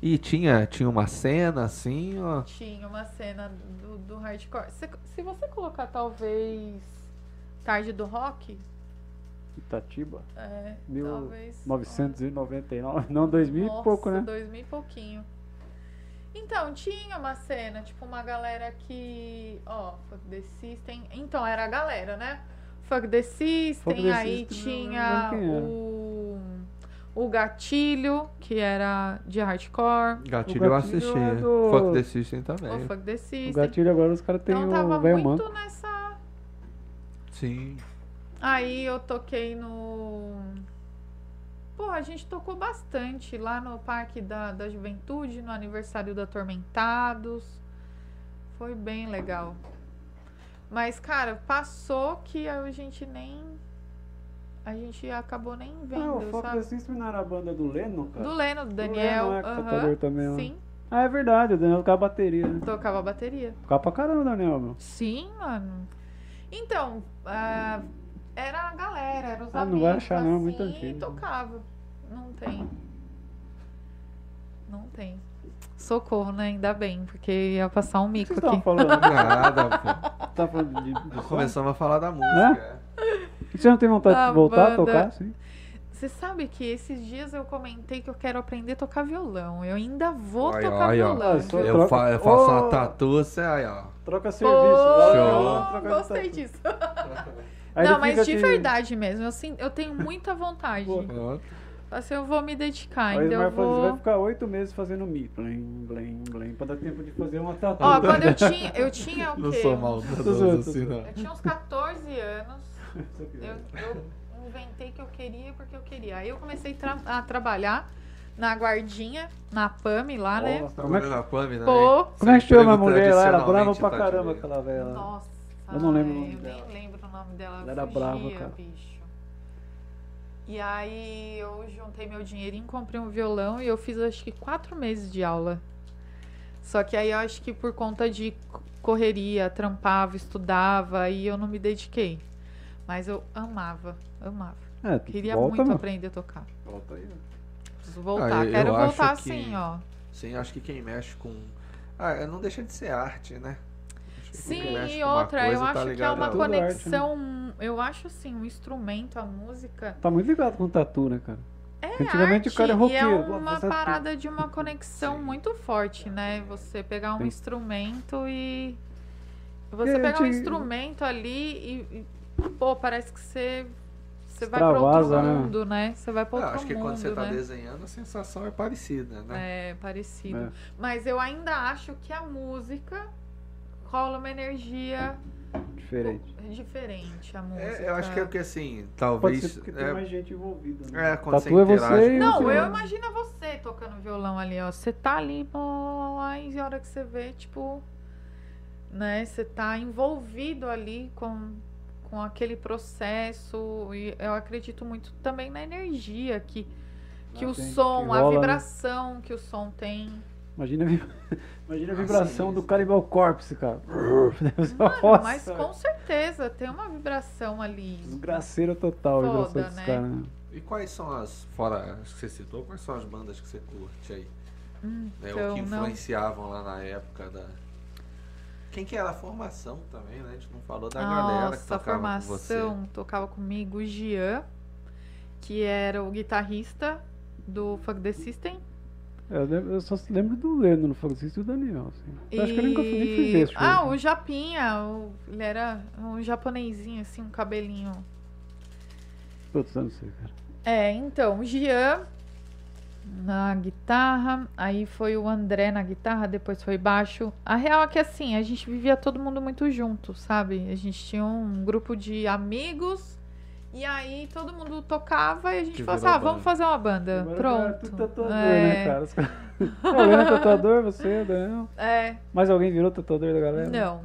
Speaker 1: E tinha, tinha uma cena assim, ó.
Speaker 2: Tinha uma cena do, do hardcore. Se, se você colocar talvez tarde do rock,
Speaker 3: Itatiba,
Speaker 2: é,
Speaker 3: Mil-
Speaker 2: talvez.
Speaker 3: 999, não, 2000
Speaker 2: Nossa,
Speaker 3: e pouco, né?
Speaker 2: Dois mil e pouquinho. Então, tinha uma cena, tipo, uma galera que. Ó, Fuck the System. Então, era a galera, né? Fuck the System,
Speaker 3: Fuck the
Speaker 2: aí
Speaker 3: System, eu não
Speaker 2: tinha
Speaker 3: lembro quem era.
Speaker 2: o. O Gatilho, que era de hardcore.
Speaker 1: Gatilho
Speaker 3: O
Speaker 1: eu
Speaker 3: Gatilho
Speaker 1: assisti.
Speaker 3: é do-
Speaker 1: Fuck the System
Speaker 2: O
Speaker 1: também.
Speaker 2: Fuck the
Speaker 3: É. O
Speaker 2: System.
Speaker 3: gatilho agora os caras têm
Speaker 2: Então, tava
Speaker 3: o velho
Speaker 2: muito
Speaker 3: manco.
Speaker 2: nessa.
Speaker 1: Sim.
Speaker 2: Aí eu toquei no. Pô, a gente tocou bastante lá no Parque da, da Juventude, no aniversário do Atormentados. Foi bem legal. Mas, cara, passou que a gente nem. A gente acabou nem
Speaker 3: Ah,
Speaker 2: vendo,
Speaker 3: o Foco
Speaker 2: sabe?
Speaker 3: da System não era a banda do Leno, cara?
Speaker 2: Do Leno, do Daniel.
Speaker 3: Leno, é, que
Speaker 2: aham,
Speaker 3: tocador também, ó.
Speaker 2: Sim,
Speaker 3: Ah, é verdade, o Daniel tocava bateria, né?
Speaker 2: tocava bateria.
Speaker 3: Tocava pra caramba, Daniel, meu.
Speaker 2: Sim, mano. Então, ah, era a galera, era os
Speaker 3: Ah,
Speaker 2: amigos.
Speaker 3: não vai achar, não, é muito
Speaker 2: assim,
Speaker 3: antigo.
Speaker 2: E tocava. Não tem. Não tem. Socorro, né? Ainda bem, porque ia passar um
Speaker 3: O que
Speaker 2: mico
Speaker 3: vocês
Speaker 2: aqui.
Speaker 3: estavam falando?
Speaker 1: Nada, pô.
Speaker 3: Tá falando de, de som?
Speaker 1: Começamos a falar
Speaker 3: Né?
Speaker 1: da música.
Speaker 3: Você não tem vontade
Speaker 2: Da
Speaker 3: de voltar
Speaker 2: banda.
Speaker 3: a tocar? Sim.
Speaker 2: Você sabe que esses dias eu comentei que eu quero aprender a tocar violão. Eu ainda vou
Speaker 1: Ai,
Speaker 2: tocar
Speaker 1: ai, ó.
Speaker 2: violão.
Speaker 3: Ah, só-
Speaker 2: viu?
Speaker 1: Eu, fa- eu faço uma
Speaker 3: Oh!
Speaker 1: tatu, você aí, ó.
Speaker 3: Troca
Speaker 2: Pô,
Speaker 3: serviço. vai lá, troca- troca-
Speaker 2: gostei disso.
Speaker 3: Aí ele
Speaker 2: não, mas
Speaker 3: fica
Speaker 2: de
Speaker 3: te-
Speaker 2: verdade mesmo. Eu, sin- eu tenho muita vontade.
Speaker 3: Boa.
Speaker 1: Pronto.
Speaker 2: assim, eu vou me dedicar.
Speaker 3: Aí
Speaker 2: Ainda
Speaker 3: o
Speaker 2: eu
Speaker 3: Marcos
Speaker 2: vou...
Speaker 3: vai ficar oito meses fazendo mi. Blém, blém, blém. Pra dar tempo de fazer uma tatu.
Speaker 2: Ó, quando eu tinha. Eu tinha o quê?
Speaker 1: Não sou
Speaker 2: Uns-
Speaker 1: maldoso assim, não.
Speaker 2: Eu tinha uns 14 anos. Eu, eu inventei que eu queria porque eu queria. Aí eu comecei tra- a trabalhar na guardinha, na PAMI lá, né?
Speaker 1: Como é que na Pami, né?
Speaker 2: Pô.
Speaker 3: Como é que chama a
Speaker 1: Emprego
Speaker 3: mulher lá? Era brava
Speaker 1: tradicionalmente
Speaker 3: pra
Speaker 1: tá
Speaker 3: caramba
Speaker 1: de-
Speaker 3: aquela velha lá.
Speaker 2: Nossa.
Speaker 3: Eu não lembro o
Speaker 2: ai,
Speaker 3: nome
Speaker 2: eu
Speaker 3: dela.
Speaker 2: nem lembro o nome dela.
Speaker 3: Ela era
Speaker 2: fugia,
Speaker 3: brava, cara.
Speaker 2: bicho. E aí eu juntei meu dinheirinho, comprei um violão e eu fiz acho que quatro meses de aula. Só que aí eu acho que por conta de co- correria, trampava, estudava, aí eu não me dediquei. Mas eu amava, amava.
Speaker 3: É,
Speaker 2: Queria
Speaker 3: volta,
Speaker 2: muito
Speaker 3: mano.
Speaker 2: aprender a tocar.
Speaker 3: Volta aí.
Speaker 1: né?
Speaker 3: mano.
Speaker 2: Preciso voltar.
Speaker 1: Ah, eu-
Speaker 2: Quero
Speaker 1: eu acho
Speaker 2: voltar
Speaker 1: que-
Speaker 2: assim, ó.
Speaker 1: Sim, acho que quem mexe com. Ah, não deixa de ser arte, né? Acho que quem
Speaker 2: Sim,
Speaker 1: mexe
Speaker 2: e
Speaker 1: com uma
Speaker 2: outra,
Speaker 1: coisa
Speaker 2: eu
Speaker 1: tá
Speaker 2: acho que é
Speaker 1: ligado
Speaker 2: uma
Speaker 1: a
Speaker 3: Tudo né?
Speaker 1: outra.
Speaker 2: conexão. Eu acho assim, um instrumento, a música.
Speaker 3: Tá muito ligado com tatu, né, cara?
Speaker 2: É
Speaker 3: Antigamente
Speaker 2: arte,
Speaker 3: o cara é
Speaker 2: e é
Speaker 3: roqueiro. Pô,
Speaker 2: uma
Speaker 3: fazer tudo.
Speaker 2: parada de uma conexão
Speaker 1: Sim.
Speaker 2: muito forte, né? Você pegar um
Speaker 3: Tem-
Speaker 2: instrumento e. Você
Speaker 3: É,
Speaker 2: pegar um
Speaker 3: tinha-
Speaker 2: instrumento ali e. e, Pô, parece que você. Você vai para outro
Speaker 3: Extravasa, né?
Speaker 2: mundo, né? Você vai para
Speaker 1: Ah,
Speaker 2: outro
Speaker 1: acho que
Speaker 2: mundo.
Speaker 1: quando você tá
Speaker 2: né?
Speaker 1: desenhando, a sensação é parecida, né?
Speaker 2: É, parecido.
Speaker 3: É.
Speaker 2: Mas eu ainda acho que a música rola uma energia
Speaker 3: Diferente.
Speaker 2: diferente. A música.
Speaker 1: É, eu acho que é porque assim,
Speaker 3: Pode
Speaker 1: talvez.
Speaker 3: ser porque tem
Speaker 1: É,
Speaker 3: mais gente envolvida.
Speaker 1: é,
Speaker 3: Né?
Speaker 1: quando
Speaker 3: Tatu é
Speaker 1: você interage.
Speaker 3: você e
Speaker 1: com
Speaker 3: o
Speaker 2: Não,
Speaker 1: você-
Speaker 2: eu imagino você tocando violão ali, ó. Você tá ali, pô, aí a hora que você vê, tipo. né? Você tá envolvido ali com, com aquele processo. E eu acredito muito também na energia que, que
Speaker 3: Ah,
Speaker 2: o
Speaker 3: tem- que
Speaker 2: som,
Speaker 3: rola,
Speaker 2: a
Speaker 3: né?
Speaker 2: vibração que o som tem.
Speaker 3: Imagina, a vi- imagina a
Speaker 5: Nossa,
Speaker 3: vibração
Speaker 5: isso.
Speaker 3: do Cannibal Corpse, cara. Deve ser uma
Speaker 2: Mano,
Speaker 3: roça,
Speaker 2: mas com certeza tem uma vibração ali.
Speaker 3: Desgraceira total a
Speaker 2: Foda,
Speaker 3: vibração dos
Speaker 2: né?
Speaker 3: caras. né?
Speaker 1: E quais são as, fora as que você citou, quais são as bandas que você curte aí? Né, o
Speaker 2: Então,
Speaker 1: que
Speaker 2: não.
Speaker 1: influenciavam lá na época da. Quem que era a formação também, né? A gente não falou da galera que
Speaker 2: Nossa, a
Speaker 1: tocava com você.
Speaker 2: Ah, formação tocava comigo o Gian, que era o guitarrista do Fuck the System.
Speaker 3: Eu, lembro- eu só se lembro do Leno, não falei isso do Daniel. Assim. Eu acho que eu nunca fui, nem fui ver esse show.
Speaker 2: Ah, o Japinha, o- ele era um japonesinho, assim, um cabelinho.
Speaker 3: Putz, eu não sei, cara.
Speaker 2: É, então, o Gian na guitarra, aí foi o André na guitarra, depois foi baixo. A real é que assim, a gente vivia todo mundo muito junto, sabe? A gente tinha um grupo de amigos. E aí todo mundo tocava e a gente
Speaker 1: Que
Speaker 2: falava, assim,
Speaker 1: virou
Speaker 2: ah,
Speaker 1: banda."
Speaker 2: vamos fazer uma banda.
Speaker 3: Agora tá
Speaker 2: Pronto.
Speaker 3: tudo tatuador,
Speaker 2: É,
Speaker 3: né, cara? Os caras- o Leno é tatuador, você, Daniel.
Speaker 2: É,
Speaker 3: Mas alguém virou tatuador da galera?
Speaker 2: não.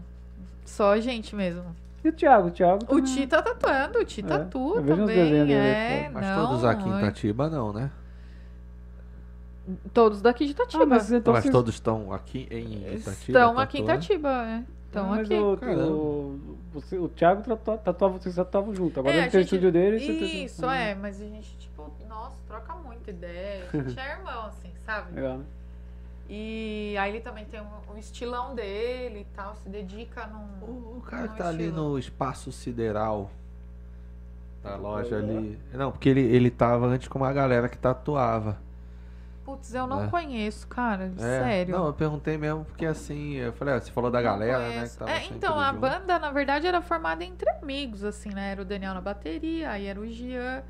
Speaker 2: Só a gente mesmo.
Speaker 3: E o Thiago? O Thiago
Speaker 2: O
Speaker 3: também.
Speaker 2: Ti tá tatuando, o Ti
Speaker 3: Ah. É,
Speaker 2: tatua
Speaker 3: eu vejo uns desenhos
Speaker 2: também.
Speaker 3: dele,
Speaker 2: É,
Speaker 3: pô.
Speaker 1: Mas
Speaker 2: não,
Speaker 1: todos aqui em
Speaker 2: é-
Speaker 1: Itatiba não, né?
Speaker 2: Todos daqui de Itatiba.
Speaker 3: Ah, mas então
Speaker 1: Mas
Speaker 3: vocês-
Speaker 1: todos estão aqui em Itatiba. tá
Speaker 2: Estão aqui em
Speaker 1: tatuando?
Speaker 2: Itatiba, é. Estão
Speaker 3: Ah, mas
Speaker 2: aqui.
Speaker 3: O,
Speaker 1: Caramba.
Speaker 3: o, você- o Thiago tatua- tatuava, vocês tatuavam junto. Agora
Speaker 2: É,
Speaker 3: ele
Speaker 2: a
Speaker 3: tem o
Speaker 2: gente-
Speaker 3: estúdio dele e você tem o
Speaker 2: Isso,
Speaker 3: seu-
Speaker 2: é, mas a gente, tipo, nossa, troca muita ideia. A gente é irmão, assim, sabe?
Speaker 3: Legal, né?
Speaker 2: E aí ele também tem o o estilão dele e tal, se dedica num.
Speaker 1: O, o cara
Speaker 2: No
Speaker 1: que tá ali
Speaker 2: estilo.
Speaker 1: no espaço sideral da loja
Speaker 3: Olha lá.
Speaker 1: ali. Não, porque ele, ele tava antes com uma galera que tatuava.
Speaker 2: Putz, eu não
Speaker 1: É.
Speaker 2: conheço, cara,
Speaker 1: É,
Speaker 2: sério.
Speaker 1: Não, eu perguntei mesmo porque assim, eu falei, ah, você falou da
Speaker 2: Não
Speaker 1: galera, né?
Speaker 2: conheço.
Speaker 1: que tava
Speaker 2: É,
Speaker 1: sempre
Speaker 2: então, a
Speaker 1: junto.
Speaker 2: banda, na verdade, era formada entre amigos, assim, né? Era o Daniel na bateria, aí era o Jean,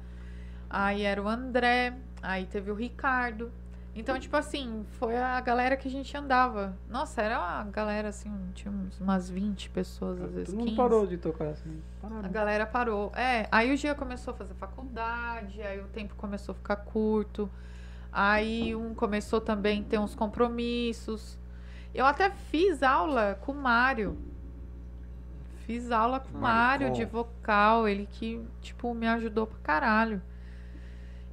Speaker 2: aí era o André, aí teve o Ricardo. Então, tipo assim, foi a galera que a gente andava. Nossa, era uma galera, assim, tinha uns- umas 20 pessoas,
Speaker 1: É,
Speaker 2: às vezes
Speaker 3: Todo
Speaker 2: 15.
Speaker 3: mundo parou de tocar assim.
Speaker 2: A
Speaker 3: Pararam.
Speaker 2: galera parou. É, aí o Jean começou a fazer faculdade, aí o tempo começou a ficar curto. Aí um começou também a ter uns compromissos. Eu até fiz aula com o Mário. Fiz aula com o
Speaker 1: Mário
Speaker 2: Mário de
Speaker 1: Coll.
Speaker 2: vocal, ele que, tipo, me ajudou pra caralho.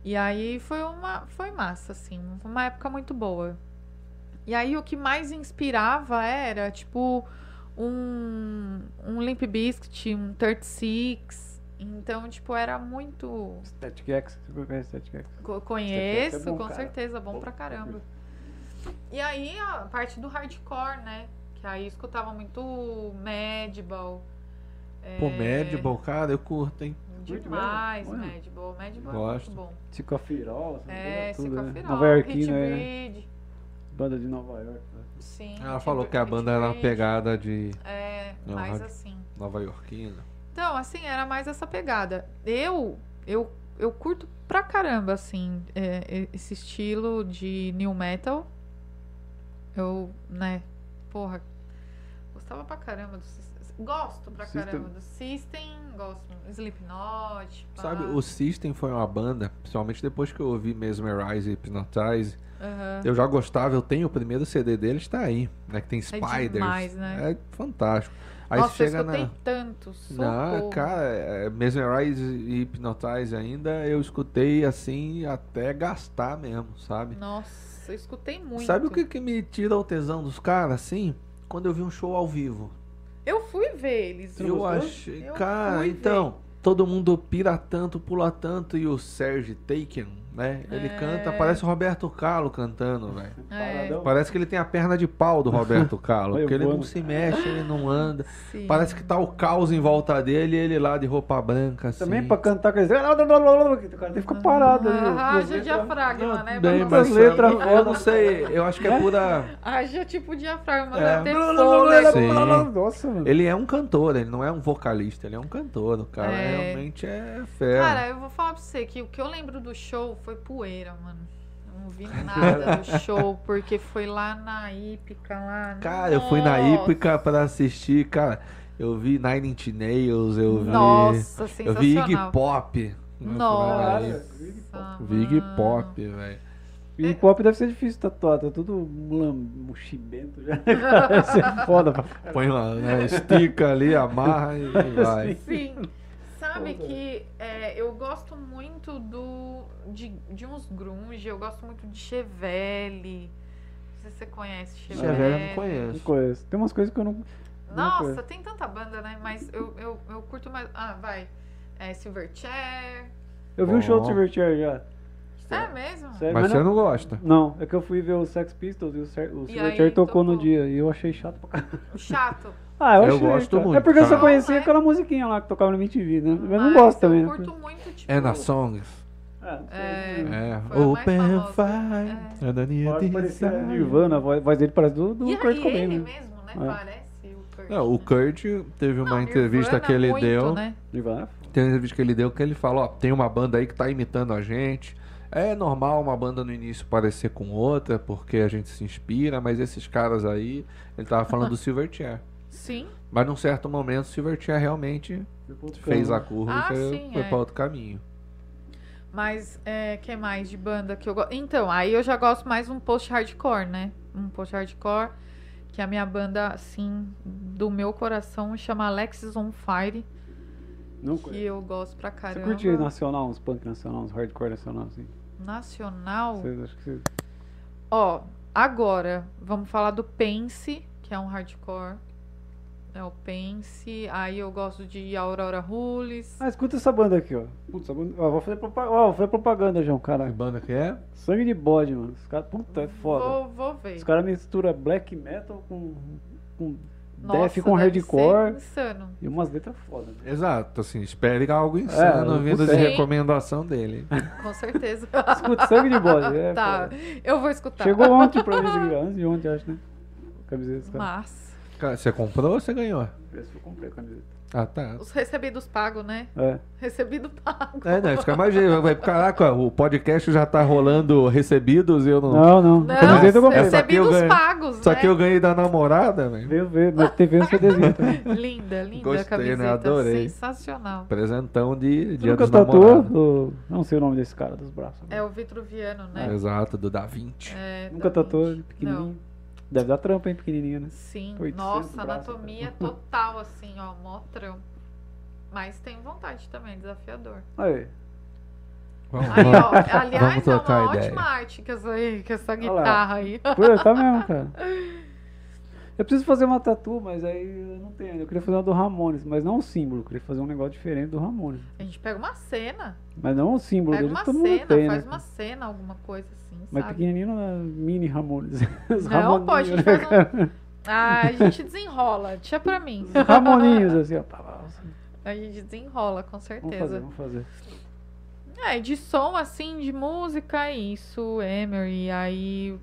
Speaker 2: E aí foi uma foi massa assim, uma época muito boa. E aí o que mais inspirava era, tipo, um um Limp Bizkit, um 36. Então, tipo, era muito
Speaker 3: Static X, você conhece Static X?
Speaker 2: Co-
Speaker 3: Esse
Speaker 2: Conheço,
Speaker 3: aqui é bom,
Speaker 2: com
Speaker 3: cara.
Speaker 2: certeza, bom pra caramba. E aí a parte do hardcore, né? Que aí escutava muito Madball. é,
Speaker 1: Pô, Madball, cara, eu curto, hein?
Speaker 3: mesmo?
Speaker 2: Demais,
Speaker 3: Olha.
Speaker 2: Madball. Madball
Speaker 1: Gosto.
Speaker 2: é muito bom.
Speaker 3: Tico Afirol, essa
Speaker 2: É,
Speaker 3: porra toda,
Speaker 2: Sica
Speaker 3: né?
Speaker 2: Final,
Speaker 3: Nova
Speaker 2: Hit
Speaker 3: Yorkina, é,
Speaker 2: Breed.
Speaker 3: banda de Nova York. né?
Speaker 2: Sim.
Speaker 1: Ela
Speaker 2: Hit
Speaker 1: falou
Speaker 2: Breed,
Speaker 1: que a
Speaker 2: Hit
Speaker 1: banda era uma
Speaker 2: Breed.
Speaker 1: pegada de
Speaker 2: É,
Speaker 1: Não,
Speaker 2: mais
Speaker 1: hard-
Speaker 2: assim.
Speaker 1: Nova Yorkina.
Speaker 2: Então, assim, era mais essa pegada. Eu, eu, eu curto pra caramba, assim, é, é, esse estilo de new metal. Eu, né, porra, gostava pra caramba do System. Gosto pra
Speaker 3: System.
Speaker 2: caramba do System, gosto do Slipknot. pá.
Speaker 1: Sabe, o System foi uma banda, principalmente depois que eu ouvi Mesmerize e Hypnotize.
Speaker 2: Aham. É
Speaker 1: Eu já gostava, eu tenho o primeiro CD deles, tá aí, né? Que tem Spiders.
Speaker 2: demais, né?
Speaker 1: É fantástico. Aí
Speaker 2: Nossa,
Speaker 1: chega
Speaker 2: eu escutei um
Speaker 1: na.
Speaker 2: tanto,
Speaker 1: Não,
Speaker 2: socorro.
Speaker 1: cara, é, Mesmerize e Hypnotize ainda, eu escutei assim até gastar mesmo, sabe?
Speaker 2: Nossa, eu escutei muito.
Speaker 1: Sabe o que, que me tira o tesão dos caras, assim? Quando eu vi um show ao vivo.
Speaker 2: Eu fui ver eles.
Speaker 3: Você
Speaker 1: eu
Speaker 3: gostou?
Speaker 1: achei.
Speaker 2: Eu
Speaker 1: cara,
Speaker 2: fui
Speaker 1: então, todo mundo pira tanto, pula tanto, e o Serge Taken, né? Ele canta, parece o Roberto Carlo cantando, velho.
Speaker 2: É,
Speaker 3: Paradão.
Speaker 1: Parece que ele tem a perna de pau do Roberto Carlo,
Speaker 3: Olha,
Speaker 1: porque ele não
Speaker 3: voando.
Speaker 1: se mexe, ele não anda.
Speaker 2: sim.
Speaker 1: Parece que tá o caos em volta dele e ele lá de roupa branca, assim.
Speaker 3: Também pra cantar com eles. O cara tem que ficar parado. né?
Speaker 2: Ah, Haja
Speaker 3: Você-
Speaker 2: diafragma, né?
Speaker 1: Bem,
Speaker 2: Pra
Speaker 1: mas
Speaker 3: Essas letras
Speaker 1: eu, eu
Speaker 3: foda.
Speaker 1: não sei, eu acho que é pura.
Speaker 2: Haja tipo diafragma,
Speaker 1: É.
Speaker 2: deve ter
Speaker 3: Blá, blá, blá, blá,
Speaker 2: fôlego.
Speaker 3: blá, blá,
Speaker 1: Sim.
Speaker 3: Nossa, mano.
Speaker 1: Ele é um cantor, ele não é um vocalista, ele é um cantor. O cara
Speaker 2: É.
Speaker 1: realmente é fera.
Speaker 2: Cara, eu vou falar pra você que o que eu lembro do show foi poeira, mano. Eu não vi nada do show, porque foi lá na Ípica, lá.
Speaker 1: Cara, eu fui na
Speaker 2: Nossa.
Speaker 1: Ípica pra assistir, cara. Eu vi Nine Inch Nails, eu vi.
Speaker 2: Nossa,
Speaker 1: eu vi Iggy
Speaker 2: sensacional.
Speaker 1: Pop. Eu fui na
Speaker 2: Nossa.
Speaker 1: Nine Inch-
Speaker 3: Caralho.
Speaker 1: Vi Iggy Pop, velho.
Speaker 3: E o pop deve ser difícil tatuar, tá tudo mulam- muxibento já. Cara, Isso é foda. pô.
Speaker 1: Põe lá, né? Estica ali, amarra e vai.
Speaker 2: Sim. Sabe que é, eu gosto muito do de, de uns grunge, eu gosto muito de Chevelle. Não sei se você conhece Chevelle.
Speaker 1: Chevelle eu não
Speaker 3: Não
Speaker 1: conheço.
Speaker 3: conheço. Tem umas coisas que eu não.
Speaker 2: Nossa,
Speaker 3: conheço.
Speaker 2: tem tanta banda, né? Mas eu, eu, eu curto mais. Ah, vai. É, Silverchair.
Speaker 3: Eu vi um show
Speaker 1: Bom.
Speaker 3: do Silverchair já.
Speaker 2: É mesmo?
Speaker 3: sério,
Speaker 1: Mas você não gosta.
Speaker 3: Não, é que eu fui ver o Sex Pistols e o, Cer- o
Speaker 2: E
Speaker 3: Silverchair
Speaker 2: aí,
Speaker 3: tocou no
Speaker 2: tocou.
Speaker 3: dia e eu achei chato pra caralho.
Speaker 2: Chato.
Speaker 3: Ah,
Speaker 1: Eu
Speaker 3: eu, achei,
Speaker 1: gosto
Speaker 3: cara.
Speaker 1: muito,
Speaker 3: É porque eu só
Speaker 1: cara.
Speaker 3: conhecia
Speaker 2: Não, é.
Speaker 3: aquela musiquinha lá que tocava no MTV, né? Mas,
Speaker 2: Ah,
Speaker 3: não gosto também.
Speaker 2: Eu
Speaker 3: né?
Speaker 2: é curto muito, tipo.
Speaker 1: É na Songs.
Speaker 3: Ah, não sei.
Speaker 1: É.
Speaker 2: Foi a mais
Speaker 1: Open
Speaker 2: famosa. É.
Speaker 1: Fire. É And I
Speaker 3: Pode
Speaker 1: need
Speaker 3: parecer
Speaker 1: inside.
Speaker 3: Nirvana, a voz, a voz dele parece do, do
Speaker 2: E,
Speaker 3: Kurt
Speaker 2: e
Speaker 3: Cobain,
Speaker 2: ele
Speaker 3: né?
Speaker 2: mesmo, né?
Speaker 3: É.
Speaker 2: Parece o Kurt.
Speaker 1: É, o
Speaker 2: né?
Speaker 1: Kurt teve uma
Speaker 2: Não,
Speaker 1: entrevista
Speaker 2: Nirvana
Speaker 1: que ele
Speaker 2: muito,
Speaker 1: deu.
Speaker 2: né?
Speaker 3: Nirvana.
Speaker 1: Tem uma entrevista que ele deu que ele fala, ó, tem uma banda aí que tá imitando a gente. É normal uma banda no início parecer com outra, porque a gente se inspira, mas esses caras aí, ele tava falando do Silverchair.
Speaker 2: Sim.
Speaker 1: Mas num certo momento o Silverchair realmente fez a curva
Speaker 2: Ah,
Speaker 1: e foi,
Speaker 2: sim,
Speaker 1: foi
Speaker 2: é.
Speaker 1: pra outro caminho.
Speaker 2: Mas é, que mais de banda que eu gosto? Então, aí eu já gosto mais um post hardcore, né? Um post hardcore que a minha banda, assim, do meu coração chama Alexis on Fire,
Speaker 3: Não
Speaker 2: que
Speaker 3: conheço.
Speaker 2: eu gosto pra
Speaker 3: Você
Speaker 2: caramba.
Speaker 3: curte nacional, uns punk nacional, uns hardcore nacional, assim?
Speaker 2: Nacional.
Speaker 3: Vocês acham que você-
Speaker 2: Ó, agora vamos falar do Pense, que é um hardcore. É o Pense. Aí eu gosto de Aurora Rules.
Speaker 3: Ah, escuta essa banda aqui, ó. Putz, essa banda... ó, vou fazer propaganda, ó, vou fazer propaganda, João,
Speaker 1: Que
Speaker 3: caralho.
Speaker 1: banda que é?
Speaker 3: Sangue de bode, mano. Os caras, puta, é foda.
Speaker 2: Vou, vou ver.
Speaker 3: Os caras misturam black metal com, com
Speaker 2: Nossa,
Speaker 3: death, com
Speaker 2: deve
Speaker 3: hardcore
Speaker 2: ser insano.
Speaker 3: e umas letras foda. né?
Speaker 1: Exato, assim, espere algo insano
Speaker 3: É,
Speaker 1: vindo de
Speaker 2: sim.
Speaker 1: recomendação dele.
Speaker 2: Com certeza.
Speaker 3: Escuta, sangue de bode. É,
Speaker 2: tá,
Speaker 3: foda.
Speaker 2: eu vou escutar.
Speaker 3: Chegou ontem pra mim, isso aqui, ó, antes de ontem, acho, né? A Camiseta dos caras.
Speaker 2: Mas,
Speaker 1: Cara, você comprou ou você ganhou?
Speaker 3: Parece que eu comprei a camiseta.
Speaker 1: Ah, tá.
Speaker 2: os recebidos pagos, né?
Speaker 3: É.
Speaker 2: Recebido pago.
Speaker 1: É, não, isso que é mais jeito. vai- Caraca, o podcast já tá rolando recebidos e eu não.
Speaker 3: Não, não.
Speaker 2: Não,
Speaker 3: camiseta eu comprei.
Speaker 1: Essa aqui eu
Speaker 2: recebidos
Speaker 1: ganho.
Speaker 2: pagos,
Speaker 1: Só
Speaker 2: né?
Speaker 1: que eu ganhei da namorada, velho.
Speaker 3: Veio ver, mas teve esse adesivo também.
Speaker 2: Linda, linda
Speaker 1: Gostei,
Speaker 2: a camiseta.
Speaker 1: né? Adorei.
Speaker 2: Sensacional.
Speaker 1: Presentão de
Speaker 3: Tu
Speaker 1: Dia
Speaker 3: nunca
Speaker 1: dos Namorados.
Speaker 3: tatuou? o- Não sei o nome desse cara dos braços.
Speaker 2: É o Vitruviano, né?
Speaker 1: Exato, do Da Vinci.
Speaker 2: É,
Speaker 3: Ah, Nunca
Speaker 2: da
Speaker 3: tatuou ele
Speaker 2: Vinci.
Speaker 3: pequenininho. Deve dar trampa, hein, pequenininho, né?
Speaker 2: Não, sim.
Speaker 3: 800
Speaker 2: Nossa,
Speaker 3: braços,
Speaker 2: anatomia
Speaker 3: então.
Speaker 2: total, assim, ó. Mó trampo. Mas tem vontade também, desafiador.
Speaker 3: Aí,
Speaker 1: Vamos,
Speaker 2: Aí,
Speaker 1: vamos.
Speaker 2: ó, aliás,
Speaker 1: Vamos
Speaker 2: é
Speaker 1: trocar
Speaker 2: uma
Speaker 1: ideia.
Speaker 2: ótima arte que essa, aí, que essa
Speaker 3: Olha lá.
Speaker 2: guitarra aí.
Speaker 3: Pô, tá mesmo, cara. Eu preciso fazer uma tatu, mas aí eu não tenho. Eu queria fazer uma do Ramones, mas não um símbolo. Eu queria fazer um negócio diferente do Ramones.
Speaker 2: A gente pega uma cena.
Speaker 3: Mas não um símbolo
Speaker 2: Pega
Speaker 3: dele,
Speaker 2: uma
Speaker 3: todo mundo
Speaker 2: cena,
Speaker 3: tem,
Speaker 2: faz
Speaker 3: né?
Speaker 2: uma cena, alguma coisa assim,
Speaker 3: Mas
Speaker 2: sabe?
Speaker 3: pequenininho não é mini Ramones. Os
Speaker 2: Não, pô, a
Speaker 3: Ramoninhos,
Speaker 2: gente faz
Speaker 3: né,
Speaker 2: um...
Speaker 3: cara?
Speaker 2: Ah, a gente desenrola, deixa pra mim.
Speaker 3: Os Ramoninhos, assim, ó. pá, pá, pá.
Speaker 2: A gente desenrola, com
Speaker 3: Vamos fazer,
Speaker 2: certeza.
Speaker 3: vamos fazer.
Speaker 2: É, de som, assim, de música, é isso, Emery, aí...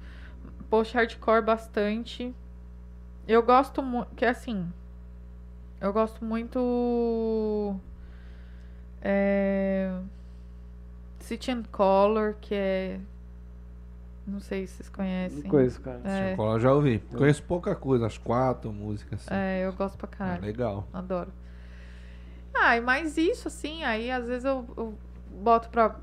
Speaker 2: Post hardcore bastante. Eu gosto muito... Que, assim... Eu gosto muito... É... City and Color, que é... Não sei se vocês conhecem.
Speaker 3: Não conheço, cara.
Speaker 2: É,
Speaker 1: Cola, já ouvi. Conheço pouca coisa, as quatro músicas. Assim.
Speaker 2: é, eu gosto pra
Speaker 1: Ah,
Speaker 2: caralho.
Speaker 1: legal.
Speaker 2: Adoro. Ah, e mais isso, assim, aí às vezes eu, eu boto pra.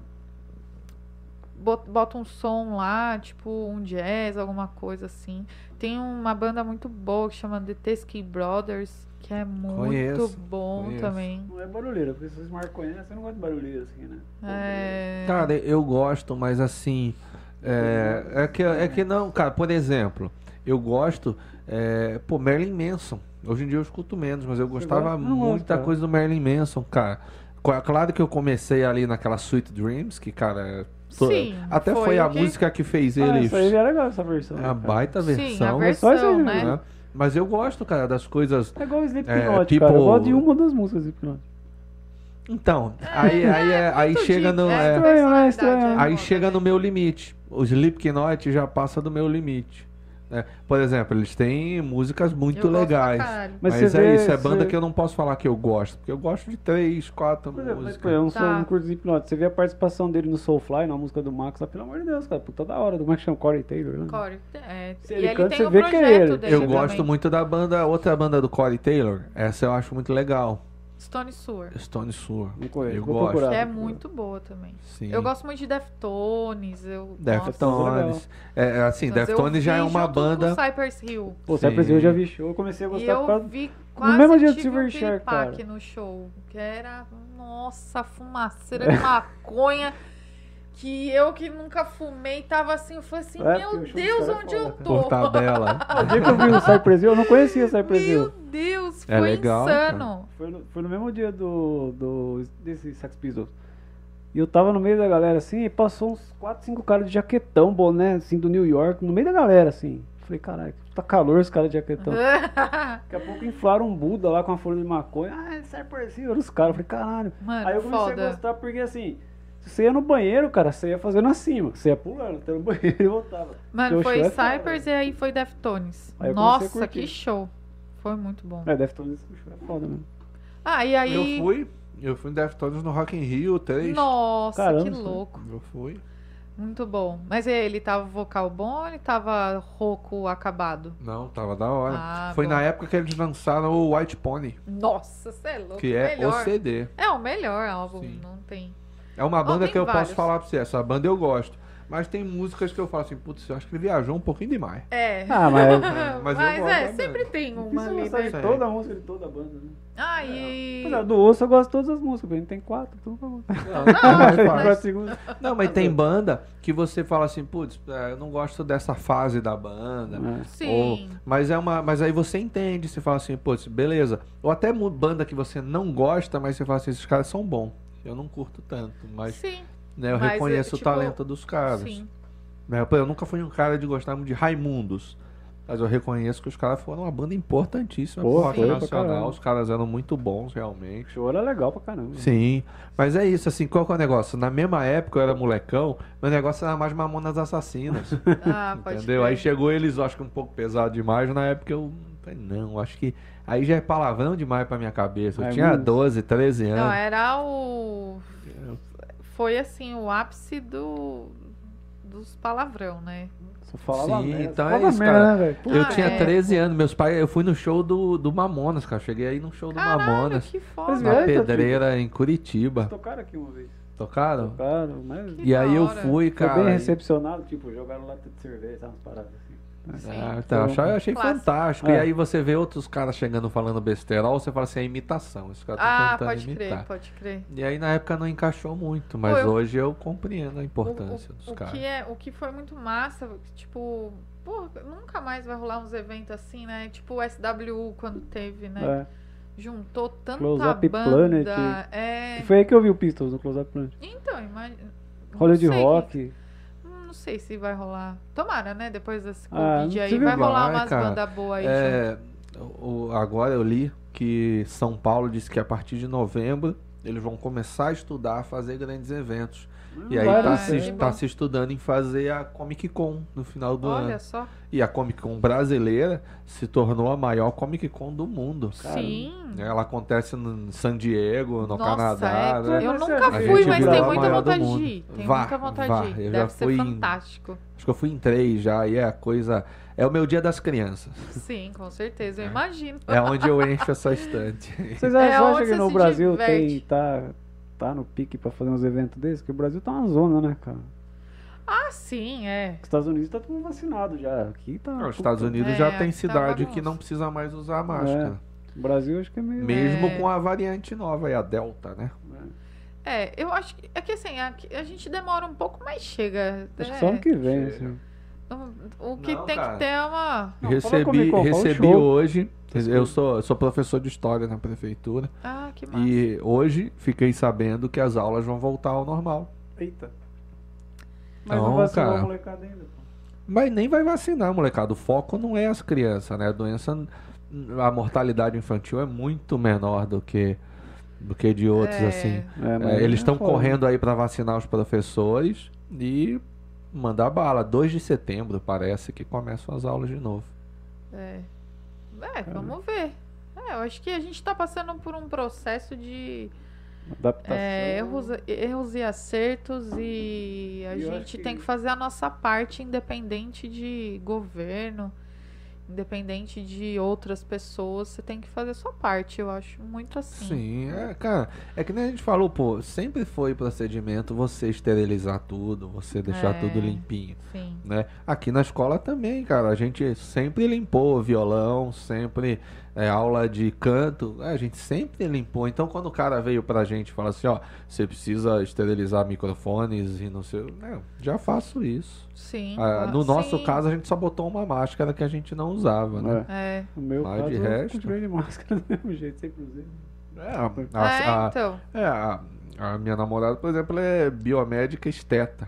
Speaker 2: bot- Boto um som lá, tipo um jazz, alguma coisa assim. Tem uma banda muito boa que chama The Teskey Brothers, que é muito
Speaker 1: Conheço,
Speaker 2: bom
Speaker 1: conheço.
Speaker 2: também.
Speaker 3: Não é barulheira, porque se vocês marconham, você não gosta de barulheira, assim, né?
Speaker 2: É...
Speaker 1: Cara, eu gosto, mas assim. É, é que, é que não, cara, por exemplo, eu gosto. É, pô, Merlin Manson. Hoje em dia eu escuto menos, mas eu gostava
Speaker 3: gosta? Eu não gosto,
Speaker 1: muita
Speaker 3: cara.
Speaker 1: coisa do Merlin Manson, cara. Co- Claro que eu comecei ali naquela Sweet Dreams, que, cara. to-
Speaker 2: Sim,
Speaker 1: até foi,
Speaker 2: foi
Speaker 1: a
Speaker 2: o que-
Speaker 1: música que fez
Speaker 3: Ah,
Speaker 1: ele.
Speaker 3: isso aí é legal, essa versão.
Speaker 1: a
Speaker 3: né, cara?
Speaker 1: baita versão.
Speaker 2: Sim, a
Speaker 3: só isso aí,
Speaker 2: versão, né?
Speaker 1: né? Mas eu gosto, cara, das coisas.
Speaker 3: É igual o
Speaker 1: É,
Speaker 3: Slipknot,
Speaker 1: tipo-
Speaker 3: cara. Eu gosto de uma das músicas do Slipknot.
Speaker 1: Então, aí, aí, é- aí
Speaker 2: Muito
Speaker 1: chega
Speaker 2: de-
Speaker 1: no.
Speaker 2: é,
Speaker 1: é,
Speaker 3: Estranho, né?
Speaker 2: personalidade,
Speaker 3: Estranho.
Speaker 2: é
Speaker 1: Aí
Speaker 2: foda,
Speaker 1: chega
Speaker 2: né?
Speaker 1: no meu limite. O Slipknot já passa do meu limite. né? Por exemplo, eles têm músicas
Speaker 2: Eu
Speaker 1: muito
Speaker 2: gosto pra
Speaker 1: legais.
Speaker 2: caralho.
Speaker 1: Mas,
Speaker 3: Mas você
Speaker 1: é
Speaker 3: vê-
Speaker 1: isso, é
Speaker 3: você-
Speaker 1: banda que eu não posso falar que eu gosto. Porque eu gosto de três, quatro
Speaker 3: Por exemplo, mas, pô,
Speaker 1: músicas.
Speaker 3: eu não sou
Speaker 2: Tá.
Speaker 3: um curto de hipnose. Você vê a participação dele no Soulfly, na música do Max, lá, pelo amor de Deus, cara. Puta da hora, do Max chama Corey Taylor,
Speaker 1: Hum.
Speaker 3: né?
Speaker 2: Corey, é,
Speaker 3: Se
Speaker 2: e
Speaker 3: ele
Speaker 2: ele
Speaker 3: canta,
Speaker 2: tem
Speaker 3: você
Speaker 2: o
Speaker 3: vê que é
Speaker 2: projeto
Speaker 3: ele.
Speaker 2: dele.
Speaker 1: Eu gosto
Speaker 2: também.
Speaker 1: muito da banda, outra banda do Corey Taylor. Essa eu acho muito legal.
Speaker 2: Stone Sour.
Speaker 1: Stone Sour.
Speaker 3: Não conheço,
Speaker 1: Eu
Speaker 3: vou
Speaker 1: gosto.
Speaker 3: procurar.
Speaker 2: É muito boa também.
Speaker 1: Sim.
Speaker 2: Eu gosto muito de Deftones. Eu,
Speaker 1: Deftones. É, é, assim,
Speaker 2: Nossa, eu
Speaker 1: Deftones já
Speaker 2: vi
Speaker 1: é uma
Speaker 2: junto
Speaker 1: banda.
Speaker 2: Com Cypress Hill.
Speaker 3: Pô,
Speaker 1: Sim.
Speaker 3: Cypress Hill eu já vi show, eu comecei a
Speaker 2: E
Speaker 3: gostar por
Speaker 2: eu
Speaker 3: causa
Speaker 2: vi quase
Speaker 3: mesmo dia do
Speaker 2: tive um
Speaker 3: Silverchair,
Speaker 2: piripaque
Speaker 3: cara.
Speaker 2: no show. Que era, nossa, fumaceira de maconha. Que eu que nunca fumei, tava assim, eu falei assim,
Speaker 3: É, porque o show
Speaker 2: meu
Speaker 3: dos caras
Speaker 2: Deus,
Speaker 3: é
Speaker 2: onde eu
Speaker 3: foda.
Speaker 2: tô?
Speaker 1: Por tabela.
Speaker 3: O dia que eu vi o Cypress Hill, eu não conhecia o Cypress
Speaker 2: Meu
Speaker 3: Hill.
Speaker 2: Deus, foi
Speaker 1: É legal, cara.
Speaker 2: insano.
Speaker 3: Foi no, foi no mesmo dia do, do desse Sex Pistols. E eu tava no meio da galera assim, e passou uns 4, 5 caras de jaquetão, boné, assim, do New York, no meio da galera, assim. Falei, caralho, tá calor os caras de jaquetão. Daqui a pouco inflaram um Buda lá com uma folha de maconha. Ah, Cypress Hill, era os caras. Eu Falei, caralho.
Speaker 2: Mano,
Speaker 3: Aí eu comecei a
Speaker 2: foda.
Speaker 3: gostar porque assim, se você ia no banheiro, cara, você ia fazendo acima. Você ia pulando até no banheiro e voltava.
Speaker 2: Mano,
Speaker 3: Teu
Speaker 2: foi
Speaker 3: show é foda,
Speaker 2: Cypress e aí foi Deftones.
Speaker 3: Aí eu comecei a
Speaker 2: Nossa,
Speaker 3: curtir.
Speaker 2: que show. Foi muito bom.
Speaker 3: É, deve ter isso é foda mesmo.
Speaker 2: Ah, e aí...
Speaker 1: Eu fui. Eu fui em Deftones no Rock in Rio 3.
Speaker 2: Nossa,
Speaker 3: Caramba,
Speaker 2: que
Speaker 3: foi.
Speaker 2: louco.
Speaker 1: Eu fui.
Speaker 2: Muito bom. Mas e aí, ele tava vocal bom ou ele tava rouco acabado?
Speaker 1: Não, tava da hora.
Speaker 2: Ah,
Speaker 1: foi
Speaker 2: bom.
Speaker 1: na época que eles lançaram o White Pony,
Speaker 2: Nossa, você é louco.
Speaker 1: que é
Speaker 2: melhor.
Speaker 1: o CD.
Speaker 2: É o melhor álbum,
Speaker 1: Sim.
Speaker 2: não tem.
Speaker 1: É uma banda
Speaker 2: tem
Speaker 1: que eu
Speaker 2: vários.
Speaker 1: posso falar pra você. Essa banda eu gosto. Mas tem músicas que eu falo assim, putz, eu acho que ele viajou um pouquinho demais.
Speaker 2: É.
Speaker 3: Ah, mas.
Speaker 1: mas eu gosto
Speaker 2: é,
Speaker 1: da
Speaker 2: sempre tem uma
Speaker 3: Isso
Speaker 2: ali,
Speaker 3: eu
Speaker 2: né?
Speaker 3: de toda a música de toda a banda, né?
Speaker 2: Ah, e...
Speaker 3: Pois é, do osso eu gosto de todas as músicas, a gente tem quatro, então vamos.
Speaker 1: é, Não,
Speaker 2: Ah, mas-
Speaker 3: Quatro segundos.
Speaker 1: Não, mas tem banda que você fala assim, putz, é, eu não gosto dessa fase da banda.
Speaker 3: É.
Speaker 2: Sim.
Speaker 1: Ou- mas é uma, mas aí você entende, você fala assim, putz, beleza. Ou até mu- banda que você não gosta, mas você fala assim, esses caras são bons. Eu não curto tanto, mas
Speaker 2: Sim,
Speaker 1: né, eu
Speaker 2: mas,
Speaker 1: reconheço
Speaker 2: é,
Speaker 1: o
Speaker 2: tipo,
Speaker 1: talento dos caras.
Speaker 2: sim.
Speaker 1: Né, Eu, eu nunca fui um cara de gostar muito de Raimundos. Mas eu reconheço que os caras foram uma banda importantíssima pro
Speaker 3: Pô,
Speaker 1: rock
Speaker 2: foi pra
Speaker 1: nacional.
Speaker 3: caralho.
Speaker 1: Os caras eram muito bons, realmente.
Speaker 3: Show era legal pra caramba.
Speaker 1: Sim, mas é isso, assim, qual que é o negócio? Na mesma época eu era molecão, meu negócio era mais Mamonas Assassinas,
Speaker 2: Ah, pode
Speaker 1: entendeu?
Speaker 2: crer.
Speaker 1: Aí chegou eles, eu acho que um pouco pesado demais, na época eu falei, não, acho que aí já é palavrão demais pra minha cabeça. Eu
Speaker 3: É
Speaker 1: tinha
Speaker 3: mesmo?
Speaker 1: 12, 13 anos.
Speaker 2: Não, é, era o...
Speaker 1: É.
Speaker 2: Foi, assim, o ápice do... dos palavrão, né?
Speaker 3: Só falava
Speaker 1: Sim,
Speaker 3: merda.
Speaker 1: então
Speaker 3: só
Speaker 1: é
Speaker 3: falava
Speaker 1: isso,
Speaker 3: merda,
Speaker 1: cara.
Speaker 3: né, velho? Pô,
Speaker 1: Eu
Speaker 2: Ah,
Speaker 1: tinha
Speaker 2: é.
Speaker 1: 13 anos, meus pais, eu fui no show do, do Mamonas, cara, cheguei aí no show do
Speaker 2: Caralho,
Speaker 1: Mamonas,
Speaker 2: que
Speaker 3: Mas
Speaker 2: foda.
Speaker 1: na
Speaker 3: velho,
Speaker 1: Pedreira, em Curitiba.
Speaker 3: Tocaram aqui uma vez.
Speaker 1: Tocaram?
Speaker 3: Tocaram, mas.
Speaker 2: Que
Speaker 1: E aí eu
Speaker 2: da hora.
Speaker 1: fui,
Speaker 3: Foi
Speaker 1: cara.
Speaker 3: bem
Speaker 1: e-
Speaker 3: recepcionado, tipo, jogaram lata de cerveja, sabe, umas paradas assim.
Speaker 2: Sim.
Speaker 1: Ah, tá. Eu achei, eu achei
Speaker 2: Clássico.
Speaker 1: fantástico. E
Speaker 3: É.
Speaker 1: aí você vê outros caras chegando falando besterol, você fala assim, é imitação. Esse cara tá
Speaker 2: Ah,
Speaker 1: tentando
Speaker 2: pode
Speaker 1: imitar.
Speaker 2: crer, pode crer.
Speaker 1: E aí na época não encaixou muito, mas
Speaker 2: Pô, eu-
Speaker 1: hoje eu compreendo a importância
Speaker 2: o, o,
Speaker 1: dos
Speaker 2: o
Speaker 1: caras.
Speaker 2: Que é, o que foi muito massa, tipo, pô, nunca mais vai rolar uns eventos assim, né? Tipo o SWU quando teve, né?
Speaker 3: É.
Speaker 2: Juntou tanta
Speaker 3: Close Up
Speaker 2: banda.
Speaker 3: Planet.
Speaker 2: É.
Speaker 3: E Foi aí que eu vi o Pistols no Close Up Planet.
Speaker 2: Então, imagina.
Speaker 3: Rolê de rock.
Speaker 2: Não sei se vai rolar. Tomara, né? Depois desse
Speaker 3: Ah,
Speaker 2: Covid
Speaker 3: não
Speaker 2: aí,
Speaker 3: tive
Speaker 2: vai rolar
Speaker 1: vai,
Speaker 2: umas
Speaker 1: cara.
Speaker 2: bandas boas aí.
Speaker 1: É,
Speaker 2: junto.
Speaker 1: o- o- agora eu li que São Paulo disse que a partir de novembro eles vão começar a estudar a fazer grandes eventos. E aí
Speaker 2: vai
Speaker 1: tá
Speaker 2: dar
Speaker 1: se,
Speaker 3: né?
Speaker 2: certo.
Speaker 1: tá se estudando em fazer a Comic Con no final do ano.
Speaker 2: Olha só.
Speaker 1: E a Comic Con brasileira se tornou a maior Comic Con do mundo.
Speaker 3: Cara,
Speaker 2: Sim.
Speaker 1: Ela acontece no em San Diego, no
Speaker 2: Hum. Nossa,
Speaker 1: Canadá,
Speaker 2: é.
Speaker 1: né?
Speaker 2: Eu
Speaker 3: Mas
Speaker 2: nunca
Speaker 3: é, a
Speaker 2: fui,
Speaker 3: gente
Speaker 2: mas
Speaker 3: viu
Speaker 2: tem
Speaker 3: lá a
Speaker 2: muita
Speaker 1: maior do
Speaker 2: vontade
Speaker 1: mundo.
Speaker 2: de ir. Tem
Speaker 1: Vá,
Speaker 2: muita
Speaker 1: vá.
Speaker 2: vontade de ir.
Speaker 1: Eu
Speaker 2: Deve
Speaker 1: já
Speaker 2: ser
Speaker 1: fui em-
Speaker 2: fantástico.
Speaker 1: Acho que eu fui em três já e é a coisa. É o meu dia das crianças.
Speaker 2: Sim, com certeza. Eu imagino.
Speaker 1: É onde eu encho essa estante.
Speaker 3: Vocês
Speaker 2: É onde
Speaker 3: acham
Speaker 2: você
Speaker 3: que no
Speaker 2: se
Speaker 3: Brasil tem,
Speaker 2: diverte.
Speaker 3: tá, tá no pique pra fazer uns eventos desses? Porque o Brasil tá uma zona, né, cara?
Speaker 2: Ah, sim, é.
Speaker 3: Os Estados Unidos tá todo mundo vacinado já. Aqui tá.
Speaker 1: Ah, Os Estados Unidos
Speaker 2: É,
Speaker 1: já tem
Speaker 2: tá
Speaker 1: cidade que
Speaker 2: bagunça.
Speaker 1: não precisa mais usar máscara.
Speaker 3: O Brasil acho que é meio.
Speaker 1: Mesmo com a variante nova, aí, a Delta, né?
Speaker 2: É, eu acho que. É que assim, a, a gente demora um pouco, mas chega.
Speaker 3: Acho
Speaker 2: é.
Speaker 3: que só
Speaker 1: um
Speaker 3: ano que vem,
Speaker 1: chega.
Speaker 3: assim.
Speaker 2: O, o que
Speaker 1: Não,
Speaker 2: tem
Speaker 1: cara.
Speaker 2: que ter é uma.
Speaker 3: Não, fala como
Speaker 1: recebi
Speaker 3: é que eu falo,
Speaker 1: recebi
Speaker 3: show.
Speaker 1: hoje. Eu sou, sou professor de história na prefeitura.
Speaker 2: Ah, que massa.
Speaker 1: E hoje fiquei sabendo que as aulas vão voltar ao normal.
Speaker 3: Eita. Mas
Speaker 1: Então,
Speaker 3: não vacinou
Speaker 1: cara.
Speaker 3: a molecada ainda. pô.
Speaker 1: Mas nem vai vacinar, molecada. O foco não é as crianças, né? A doença, a mortalidade infantil é muito menor do que do que de outros,
Speaker 2: É.
Speaker 1: assim.
Speaker 3: É,
Speaker 1: É, eles estão
Speaker 3: foda.
Speaker 1: correndo aí pra vacinar os professores e mandar bala. 2 de setembro parece que começam as aulas de novo.
Speaker 2: É. É, vamos ver. É, eu acho que a gente tá passando por um processo de
Speaker 3: Adaptação.
Speaker 2: é, erros, erros e acertos e a
Speaker 3: Eu acho
Speaker 2: gente
Speaker 3: que-
Speaker 2: tem que fazer a nossa parte independente de governo Independente de outras pessoas, você tem que fazer a sua parte, eu acho muito assim.
Speaker 1: Sim, é, cara, é que nem a gente falou, pô, sempre foi procedimento você esterilizar tudo, você deixar
Speaker 2: É.
Speaker 1: tudo limpinho.
Speaker 2: Sim.
Speaker 1: né? Aqui na escola também, cara, a gente sempre limpou violão, sempre é, aula de canto, a gente sempre limpou. Então, quando o cara veio pra gente e fala assim, ó, você precisa esterilizar microfones e não sei, não, já faço isso.
Speaker 2: Sim.
Speaker 1: Ah,
Speaker 2: claro.
Speaker 1: no nosso
Speaker 2: Sim.
Speaker 1: caso, a gente só botou uma máscara que a gente não usava, né?
Speaker 2: É,
Speaker 3: O meu
Speaker 1: Mas
Speaker 3: caso,
Speaker 1: de
Speaker 3: eu
Speaker 1: resto-
Speaker 3: continuei de máscara do mesmo jeito, sempre usei.
Speaker 1: É, a,
Speaker 2: é
Speaker 1: a- a-
Speaker 2: então.
Speaker 1: é, a- a minha namorada, por exemplo, ela é biomédica esteta.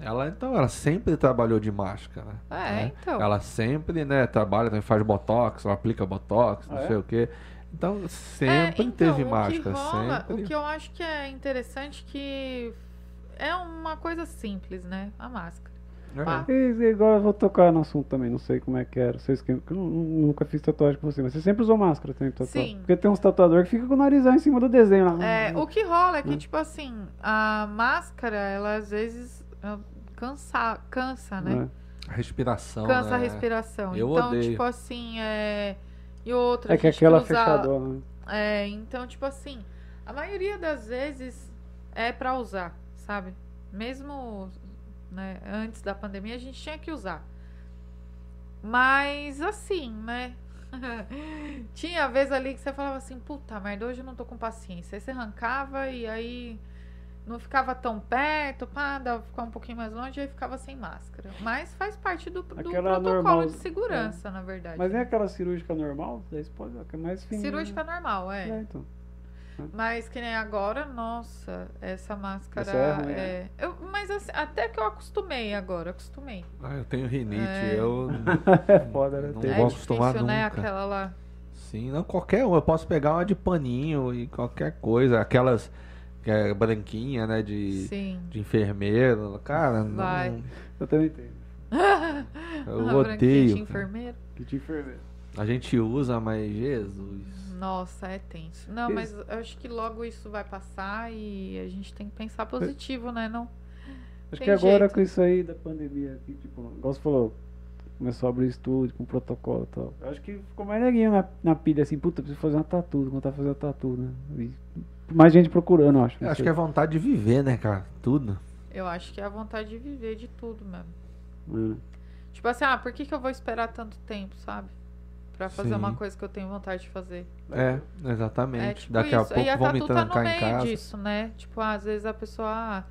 Speaker 1: Ela, então, ela sempre trabalhou de máscara.
Speaker 2: É,
Speaker 1: né?
Speaker 2: então.
Speaker 1: Ela sempre, né, trabalha, né, faz botox, ela aplica botox, não
Speaker 3: Ah, é?
Speaker 1: sei o quê. Então,
Speaker 2: É,
Speaker 1: sempre
Speaker 2: então, o
Speaker 1: teve
Speaker 2: que
Speaker 1: máscara,
Speaker 2: rola-
Speaker 1: sempre.
Speaker 2: O que eu acho que é interessante que é uma coisa simples, né? A máscara.
Speaker 1: É.
Speaker 2: pá.
Speaker 3: E, e agora eu vou tocar no assunto também, não sei como é que era. Vocês que que eu nu- nu- nunca fiz tatuagem com você, mas você sempre usou máscara também pra tatuar.
Speaker 2: Sim.
Speaker 3: Porque tem uns tatuadores que ficam com o narizão em cima do desenho lá.
Speaker 2: É,
Speaker 1: Uhum.
Speaker 2: o que rola é que,
Speaker 3: Hum.
Speaker 2: tipo assim, a máscara, ela às vezes ah, cansa, cansa
Speaker 3: É.
Speaker 2: né?
Speaker 1: A respiração,
Speaker 2: Cansa a
Speaker 1: né?
Speaker 2: respiração.
Speaker 1: Eu
Speaker 2: então,
Speaker 1: odeio.
Speaker 2: tipo assim, é. E
Speaker 3: É,
Speaker 2: outra. a
Speaker 3: é que
Speaker 2: gente
Speaker 3: aquela
Speaker 2: usa-
Speaker 3: fechadora, né?
Speaker 2: É, então, tipo assim, a maioria das vezes é pra usar, sabe? Mesmo né, antes da pandemia, a gente tinha que usar. Mas assim, né? tinha vez ali que você falava assim, puta merda, hoje eu não tô com paciência. Aí você arrancava e aí não ficava tão perto, pá, dava pra ficar um pouquinho mais longe, aí ficava sem máscara. Mas faz parte do, do
Speaker 3: Aquela
Speaker 2: protocolo
Speaker 3: normal-
Speaker 2: de segurança, na verdade.
Speaker 3: Mas é nem
Speaker 2: né?
Speaker 3: aquela cirúrgica normal, daí você pode, que é mais fininha.
Speaker 2: Cirúrgica normal,
Speaker 3: É, então.
Speaker 2: mas que nem agora, nossa, essa máscara
Speaker 3: Essa é ruim,
Speaker 2: é.
Speaker 1: né?
Speaker 2: Eu, mas assim, até que eu acostumei agora, acostumei.
Speaker 1: Ah, eu tenho rinite,
Speaker 2: É.
Speaker 1: eu
Speaker 3: É foda, né?
Speaker 1: Não
Speaker 3: Tem-
Speaker 2: é
Speaker 1: vou
Speaker 2: difícil,
Speaker 1: acostumar
Speaker 2: né?
Speaker 1: nunca.
Speaker 2: Aquela lá.
Speaker 1: Sim, não, qualquer um. Eu posso pegar uma de paninho e qualquer coisa. Aquelas que é, branquinha, né? De,
Speaker 2: Sim.
Speaker 1: de enfermeiro. Cara, não-
Speaker 2: Vai.
Speaker 3: Eu também tenho.
Speaker 1: eu
Speaker 2: Uma branquinha
Speaker 1: odeio. né?
Speaker 2: de
Speaker 1: cara.
Speaker 2: enfermeiro.
Speaker 3: Que te enfermeira.
Speaker 1: A gente usa, mas Jesus.
Speaker 2: Nossa, é tenso. Não, mas eu acho que logo isso vai passar e a gente tem que pensar positivo, né? Não.
Speaker 3: Acho
Speaker 2: Tem
Speaker 3: que agora
Speaker 2: jeito.
Speaker 3: com isso aí da pandemia aqui, tipo, igual você falou, começou a abrir estúdio com protocolo e tal. Eu acho que ficou mais neguinho na, na pilha, assim, puta, preciso fazer uma tatu, vou tentar fazer uma tatu, né? E mais gente procurando, eu
Speaker 2: Uhum.
Speaker 3: acho.
Speaker 1: Eu acho que é vontade de viver, né, cara? Tudo.
Speaker 2: Eu acho que é a vontade de viver de tudo mesmo.
Speaker 3: é.
Speaker 2: Tipo assim, ah, por que, que eu vou esperar tanto tempo, sabe? Pra fazer
Speaker 1: Sim.
Speaker 2: uma coisa que eu tenho vontade de fazer.
Speaker 1: É, exatamente.
Speaker 2: É, tipo
Speaker 1: Daqui a
Speaker 2: isso. E
Speaker 1: pouco vão me
Speaker 2: tatu tá no
Speaker 1: trancar
Speaker 2: meio
Speaker 1: em casa.
Speaker 2: disso, né? Tipo, às vezes a pessoa... ah,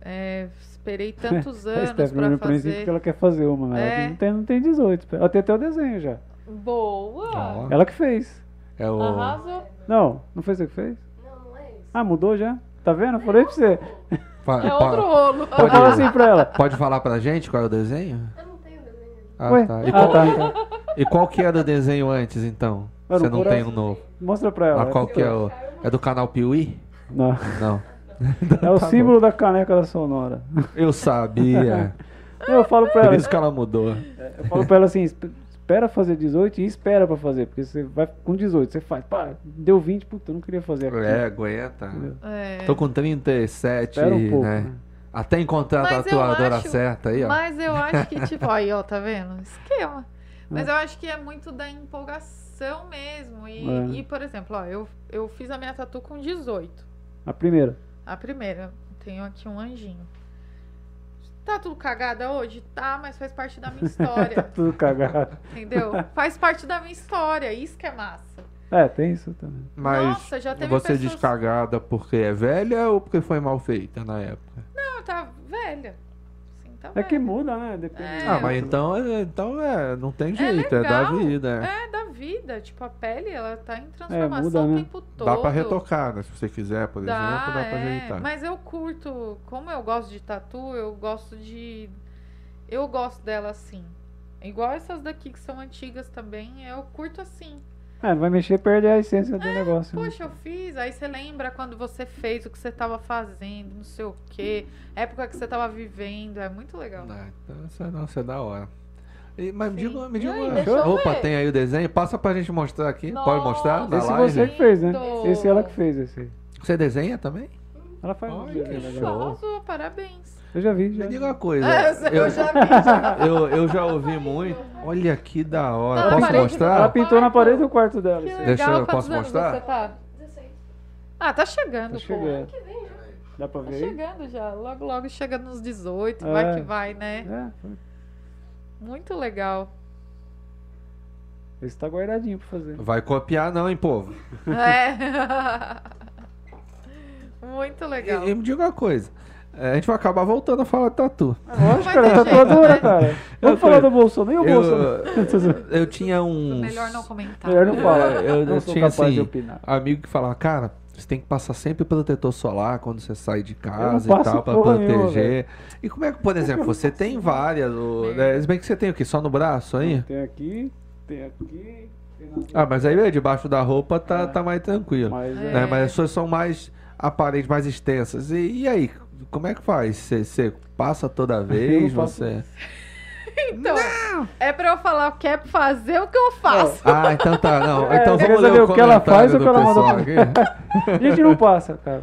Speaker 2: é, esperei tantos anos
Speaker 3: Steph,
Speaker 2: pra
Speaker 3: no princípio
Speaker 2: fazer...
Speaker 3: que ela quer fazer uma, mas ela
Speaker 2: É.
Speaker 3: não tem, não tem 18. Ela tem até o desenho já.
Speaker 2: Boa!
Speaker 1: Ó,
Speaker 3: Ela que fez.
Speaker 1: é o...
Speaker 2: Arrasou!
Speaker 3: Não, não foi você que fez?
Speaker 6: Não, não é isso.
Speaker 3: Ah, mudou já? Tá vendo? Eu Falei pra você.
Speaker 1: Pa-
Speaker 2: É
Speaker 1: pa-
Speaker 2: outro rolo.
Speaker 1: Pode-
Speaker 3: Fala assim pra ela.
Speaker 1: Pode falar pra gente qual é o desenho?
Speaker 6: Eu não tenho desenho.
Speaker 1: Ah,
Speaker 3: Ué?
Speaker 1: tá. E,
Speaker 3: Ah,
Speaker 1: qual,
Speaker 3: tá. então.
Speaker 1: e qual que era o desenho antes, então?
Speaker 3: Era
Speaker 1: Você
Speaker 3: um
Speaker 1: não
Speaker 3: coração.
Speaker 1: tem um novo.
Speaker 3: Mostra pra ela.
Speaker 1: Ah, qual que é o... É do canal Piuí?
Speaker 3: Não.
Speaker 1: Não.
Speaker 3: É o
Speaker 1: Tá bom.
Speaker 3: símbolo da caneca da Sonora.
Speaker 1: Eu sabia.
Speaker 3: Eu falo pra
Speaker 1: Por
Speaker 3: ela.
Speaker 1: isso que ela mudou.
Speaker 3: Eu falo pra ela assim, "Espe- espera fazer 18 e espera pra fazer, porque você vai com 18, você faz, pá, deu 20, puta, eu não queria fazer aquilo.
Speaker 1: É, aguenta.
Speaker 2: É.
Speaker 1: Tô com 37,
Speaker 3: espera um pouco,
Speaker 1: né?
Speaker 3: né?
Speaker 1: Até encontrar a
Speaker 2: Mas eu
Speaker 1: tatuadora
Speaker 2: acho-
Speaker 1: certa aí, ó.
Speaker 2: Mas eu acho que, tipo, aí, ó, tá vendo? Esquema. Mas eu acho que é muito da empolgação mesmo. E,
Speaker 3: É.
Speaker 2: e, por exemplo, ó, eu, eu fiz a minha tatu com 18.
Speaker 3: A primeira.
Speaker 2: A primeira. Tenho aqui um anjinho. Tá tudo cagada hoje? Tá, mas faz parte da minha
Speaker 3: Tá
Speaker 2: história.
Speaker 3: tudo cagado.
Speaker 2: Entendeu? Faz parte da minha história, isso que é massa.
Speaker 3: É, tem isso também.
Speaker 1: Mas
Speaker 2: Nossa, já teve
Speaker 1: você é
Speaker 2: pessoas-
Speaker 1: descagada porque é velha ou porque foi mal feita na época?
Speaker 2: Não, tá velha. Assim, tá
Speaker 3: É
Speaker 2: velha.
Speaker 3: que muda, né? Depende.
Speaker 2: É.
Speaker 1: Ah, mas então, é- então é, não tem
Speaker 2: É
Speaker 1: jeito, é, da
Speaker 2: legal.
Speaker 1: vida. é.
Speaker 2: É da vida, tipo, a pele, ela tá em transformação
Speaker 3: muda, né?
Speaker 2: o tempo todo.
Speaker 1: Dá pra retocar, né? Se você quiser, por
Speaker 2: Dá,
Speaker 1: exemplo, dá pra
Speaker 2: é.
Speaker 1: ajeitar.
Speaker 2: Mas eu curto, como eu gosto de tatu, eu gosto de... Eu gosto dela assim. Igual essas daqui que são antigas também, eu curto assim.
Speaker 3: É, não vai mexer, perde a essência do negócio. né?
Speaker 2: É, Poxa, eu fiz. Aí você lembra quando você fez o que você tava fazendo, não sei o quê, época que você tava vivendo. É muito legal.
Speaker 1: Ah, então, isso, é- nossa, é da hora. E- mas me
Speaker 2: Sim.
Speaker 1: diga, me
Speaker 2: E
Speaker 1: diga
Speaker 2: aí,
Speaker 1: uma
Speaker 2: deixa eu
Speaker 1: roupa,
Speaker 2: ver.
Speaker 1: tem aí o desenho? Passa pra gente mostrar aqui. Pode mostrar?
Speaker 2: Nossa.
Speaker 1: Na
Speaker 3: Esse
Speaker 1: live?
Speaker 3: você que fez, né?
Speaker 2: Lindo.
Speaker 3: Esse ela que fez, esse.
Speaker 1: Você desenha também?
Speaker 3: Ela faz um
Speaker 4: Olha,
Speaker 3: uns desenhos
Speaker 1: show.
Speaker 3: legais.
Speaker 2: Arrasou, parabéns.
Speaker 3: Eu já vi, já.
Speaker 4: Me diga uma coisa.
Speaker 2: É, eu,
Speaker 1: eu-
Speaker 2: já vi. Já.
Speaker 1: Eu, eu já ouvi muito. Olha que da hora.
Speaker 2: Tá na
Speaker 1: Posso
Speaker 2: parede,
Speaker 3: Ela
Speaker 1: mostrar?
Speaker 2: tá
Speaker 3: pintou na parede do quarto dela.
Speaker 2: Que
Speaker 3: isso aí.
Speaker 1: Deixa eu-
Speaker 2: legal. Quantos
Speaker 1: posso
Speaker 2: anos
Speaker 1: mostrar?
Speaker 2: você tá?
Speaker 6: 16.
Speaker 2: Ah, tá chegando,
Speaker 3: Tá
Speaker 2: pô.
Speaker 3: chegando. Dá pra
Speaker 2: Tá
Speaker 3: ver aí?
Speaker 2: chegando já. Logo, logo chega nos 18.
Speaker 3: É.
Speaker 2: Vai que vai, né?
Speaker 3: É,
Speaker 2: Muito legal.
Speaker 3: esse tá guardadinho pra fazer.
Speaker 1: Vai copiar não, hein, povo.
Speaker 2: É. Muito legal.
Speaker 1: E, e me diga uma coisa. É, a gente vai acabar voltando a falar de tatu.
Speaker 3: Lógico,
Speaker 2: vai
Speaker 3: cara,
Speaker 2: ter
Speaker 3: tá
Speaker 2: jeito,
Speaker 3: toda dura,
Speaker 2: né?
Speaker 3: cara. Vamos falar do Bolsonaro. Nem o Bolsonaro.
Speaker 1: Eu, eu tinha um.
Speaker 2: Melhor não comentar.
Speaker 3: Melhor não falar.
Speaker 1: É, eu-
Speaker 3: não
Speaker 1: eu
Speaker 3: sou
Speaker 1: tinha,
Speaker 3: capaz de
Speaker 1: assim,
Speaker 3: opinar.
Speaker 1: amigo que falava, cara, você tem que passar sempre protetor solar quando você sai de casa
Speaker 3: Eu não
Speaker 1: e
Speaker 3: passo
Speaker 1: tal, pra
Speaker 3: porra
Speaker 1: proteger.
Speaker 3: nenhuma,
Speaker 1: e como é que, por exemplo, você tem várias, o, né, se bem que você tem o quê? Só no braço aí?
Speaker 3: Tem aqui, tem aqui, tem na...
Speaker 1: Ah, mas aí debaixo da roupa tá,
Speaker 3: É.
Speaker 1: tá mais tranquilo.
Speaker 3: Mas é.
Speaker 1: né? Mas as suas são mais aparentes, mais extensas. E, e aí, como é que faz? Você- Você passa toda vez?
Speaker 3: faço
Speaker 1: Você.
Speaker 2: Então, é pra eu falar o que é pra fazer o que eu faço.
Speaker 1: Ah, então tá, não.
Speaker 3: É,
Speaker 1: Então
Speaker 3: eu quero
Speaker 1: vamos ler
Speaker 3: saber
Speaker 1: o que ela faz ou o que ela
Speaker 3: manda
Speaker 1: mandou.
Speaker 3: pra A gente não passa, cara.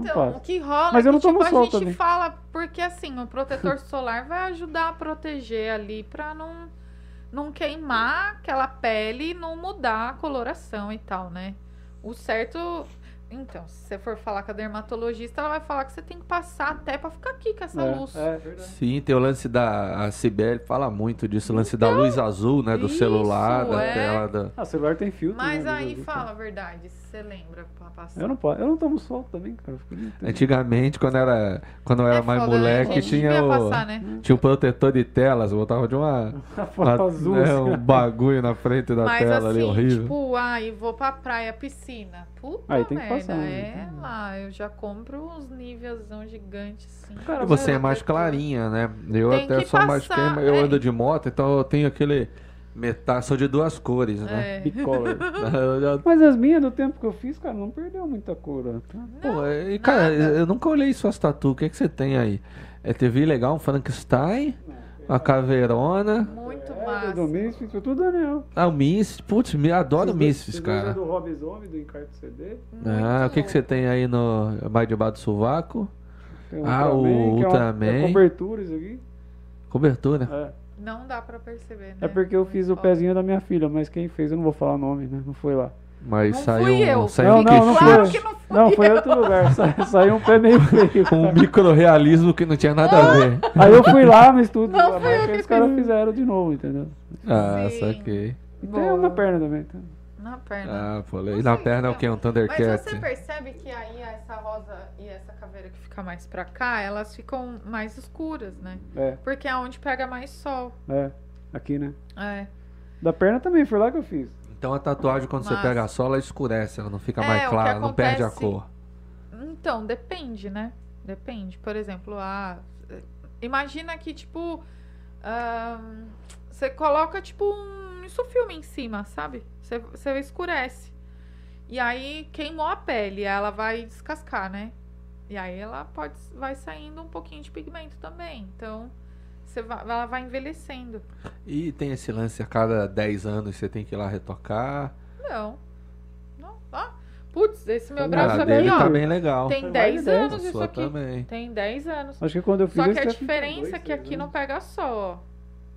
Speaker 2: Então,
Speaker 3: Opa.
Speaker 2: o que rola
Speaker 3: Mas
Speaker 2: é
Speaker 3: eu
Speaker 2: que
Speaker 3: não tomo
Speaker 2: tipo, a
Speaker 3: sol
Speaker 2: gente
Speaker 3: também.
Speaker 2: fala, porque assim, o protetor solar vai ajudar a proteger ali pra não, não queimar aquela pele e não mudar a coloração e tal, né? O certo. Então, se você for falar com a dermatologista, ela vai falar que você tem que passar até pra ficar aqui com essa luz.
Speaker 3: É, é verdade.
Speaker 1: Sim, tem o lance da. A Cibele fala muito disso, o lance da luz azul, né? Do
Speaker 2: Então, isso,
Speaker 1: celular, da
Speaker 2: é.
Speaker 1: tela. Da...
Speaker 3: Ah, celular tem filtro.
Speaker 2: Mas
Speaker 3: né,
Speaker 2: aí
Speaker 3: eu-
Speaker 2: fala a verdade, se você lembra pra passar.
Speaker 3: Eu não, posso, eu não tomo sol também, cara. Eu fico nem
Speaker 1: É
Speaker 3: entendendo.
Speaker 1: tipo, Antigamente, quando era, quando eu era
Speaker 2: É
Speaker 1: mais
Speaker 2: foda, né,
Speaker 1: moleque,
Speaker 2: gente?
Speaker 1: tinha
Speaker 2: Devia
Speaker 1: o.
Speaker 2: passar, né?
Speaker 1: Tinha um protetor de telas, botava de uma.
Speaker 3: A foto
Speaker 1: uma-
Speaker 3: azul,
Speaker 1: né,
Speaker 3: assim.
Speaker 1: um bagulho na frente da
Speaker 2: Mas
Speaker 1: tela
Speaker 2: assim,
Speaker 1: ali, horrível.
Speaker 2: tipo, ai, vou pra praia, piscina. Puta
Speaker 3: Aí tem que
Speaker 2: merda,
Speaker 3: passar, né?
Speaker 2: é lá. Eu já compro uns níveazão gigantes, assim.
Speaker 3: Cara,
Speaker 1: E
Speaker 3: mas
Speaker 1: você
Speaker 2: eu
Speaker 1: é mais
Speaker 2: prefiro.
Speaker 1: clarinha, né? Eu
Speaker 2: Tem
Speaker 1: até
Speaker 2: que
Speaker 1: sou mais
Speaker 2: passar,
Speaker 1: queima, eu
Speaker 2: é.
Speaker 1: ando de moto, então eu tenho aquele metade, sou de duas cores, né?
Speaker 2: É.
Speaker 3: assim, bicolor.
Speaker 1: Eu já-
Speaker 3: Mas as minhas, do tempo que eu fiz, cara, não perdeu muita cor. né? ó.
Speaker 1: Pô, é- e, cara, eu nunca olhei suas tatu, o que, é que você tem aí? É TV legal, um Frankenstein, uma caveirona,
Speaker 2: Ah. Muito
Speaker 3: É,
Speaker 2: massa.
Speaker 3: do Misfits, foi tudo Daniel.
Speaker 1: ah, o Misfits, putz, me adoro
Speaker 3: Esses né? dois-
Speaker 1: Misfits,
Speaker 3: esses dois é
Speaker 1: cara.
Speaker 3: do Rob Zombie, do Encarto CD.
Speaker 2: muito
Speaker 1: Ah, o que, que você tem aí no mais debaixo do sovaco?
Speaker 3: Tem
Speaker 1: Ah, o
Speaker 3: que é uma-
Speaker 1: Ultraman.
Speaker 3: É cobertura isso aqui.
Speaker 1: Cobertura.
Speaker 3: É.
Speaker 2: louco. Não dá pra perceber, né?
Speaker 3: É porque eu fiz o
Speaker 2: Muito foda.
Speaker 3: pezinho da minha filha, mas quem fez, eu não vou falar o nome, né? Não foi lá.
Speaker 1: Mas
Speaker 2: Não
Speaker 1: saiu
Speaker 2: fui
Speaker 1: um,
Speaker 2: eu.
Speaker 1: saiu
Speaker 3: Não,
Speaker 1: um
Speaker 3: não, não
Speaker 1: queixo-
Speaker 2: Claro
Speaker 3: foi.
Speaker 2: que não fui
Speaker 3: Não, foi
Speaker 2: eu.
Speaker 3: em outro lugar. sa- Saiu um pé meio feio.
Speaker 1: um microrealismo que não tinha nada a ver.
Speaker 3: Aí eu fui lá, mas tudo.
Speaker 2: Não
Speaker 3: mas
Speaker 2: fui eu
Speaker 3: aí
Speaker 2: que
Speaker 3: os caras
Speaker 2: fiz.
Speaker 3: fizeram de novo, entendeu?
Speaker 1: Ah,
Speaker 2: Sim.
Speaker 1: saquei.
Speaker 3: E tem
Speaker 2: Boa.
Speaker 3: uma perna também. Tá?
Speaker 2: Na perna.
Speaker 1: Ah, pô,
Speaker 2: Não
Speaker 1: e na
Speaker 2: sei,
Speaker 1: perna é o
Speaker 2: então.
Speaker 1: que? Um
Speaker 2: Mas
Speaker 1: Thundercat?
Speaker 2: você percebe que aí essa rosa e essa caveira que fica mais pra cá, elas ficam mais escuras, né?
Speaker 3: É,
Speaker 2: Porque é onde pega mais sol.
Speaker 3: é. Aqui, né?
Speaker 2: É.
Speaker 3: Da perna também, foi lá que eu fiz.
Speaker 1: Então a tatuagem, quando você
Speaker 2: Massa.
Speaker 1: pega a sola, ela escurece, ela não fica
Speaker 2: É, o
Speaker 1: mais
Speaker 2: que
Speaker 1: clara, não perde a
Speaker 2: acontece-
Speaker 1: cor.
Speaker 2: Então, depende, né? Depende. Por exemplo, a... imagina que, tipo, ahn, você coloca, tipo, um isso filme em cima, sabe? Você, você escurece. E aí queimou a pele, ela vai descascar, né? E aí ela pode, vai saindo um pouquinho de pigmento também. Então, você vai- ela vai envelhecendo.
Speaker 1: E tem esse lance a cada 10 anos você tem que ir lá retocar.
Speaker 2: Não. Não. Ah, putz, esse meu
Speaker 3: Ah,
Speaker 2: braço
Speaker 1: a
Speaker 2: aqui,
Speaker 1: dele
Speaker 2: ó.
Speaker 1: tá bem legal.
Speaker 2: Tem
Speaker 3: Foi mais de
Speaker 2: 10
Speaker 3: dez,
Speaker 1: a
Speaker 2: anos isso
Speaker 1: sua
Speaker 2: aqui.
Speaker 1: também.
Speaker 2: Tem 10 anos.
Speaker 3: Acho que quando eu fiz
Speaker 2: Só
Speaker 3: eu
Speaker 2: que a
Speaker 3: tinha
Speaker 2: diferença
Speaker 3: 22,
Speaker 2: é que aqui
Speaker 3: seis
Speaker 2: não
Speaker 3: anos.
Speaker 2: pega sol, ó.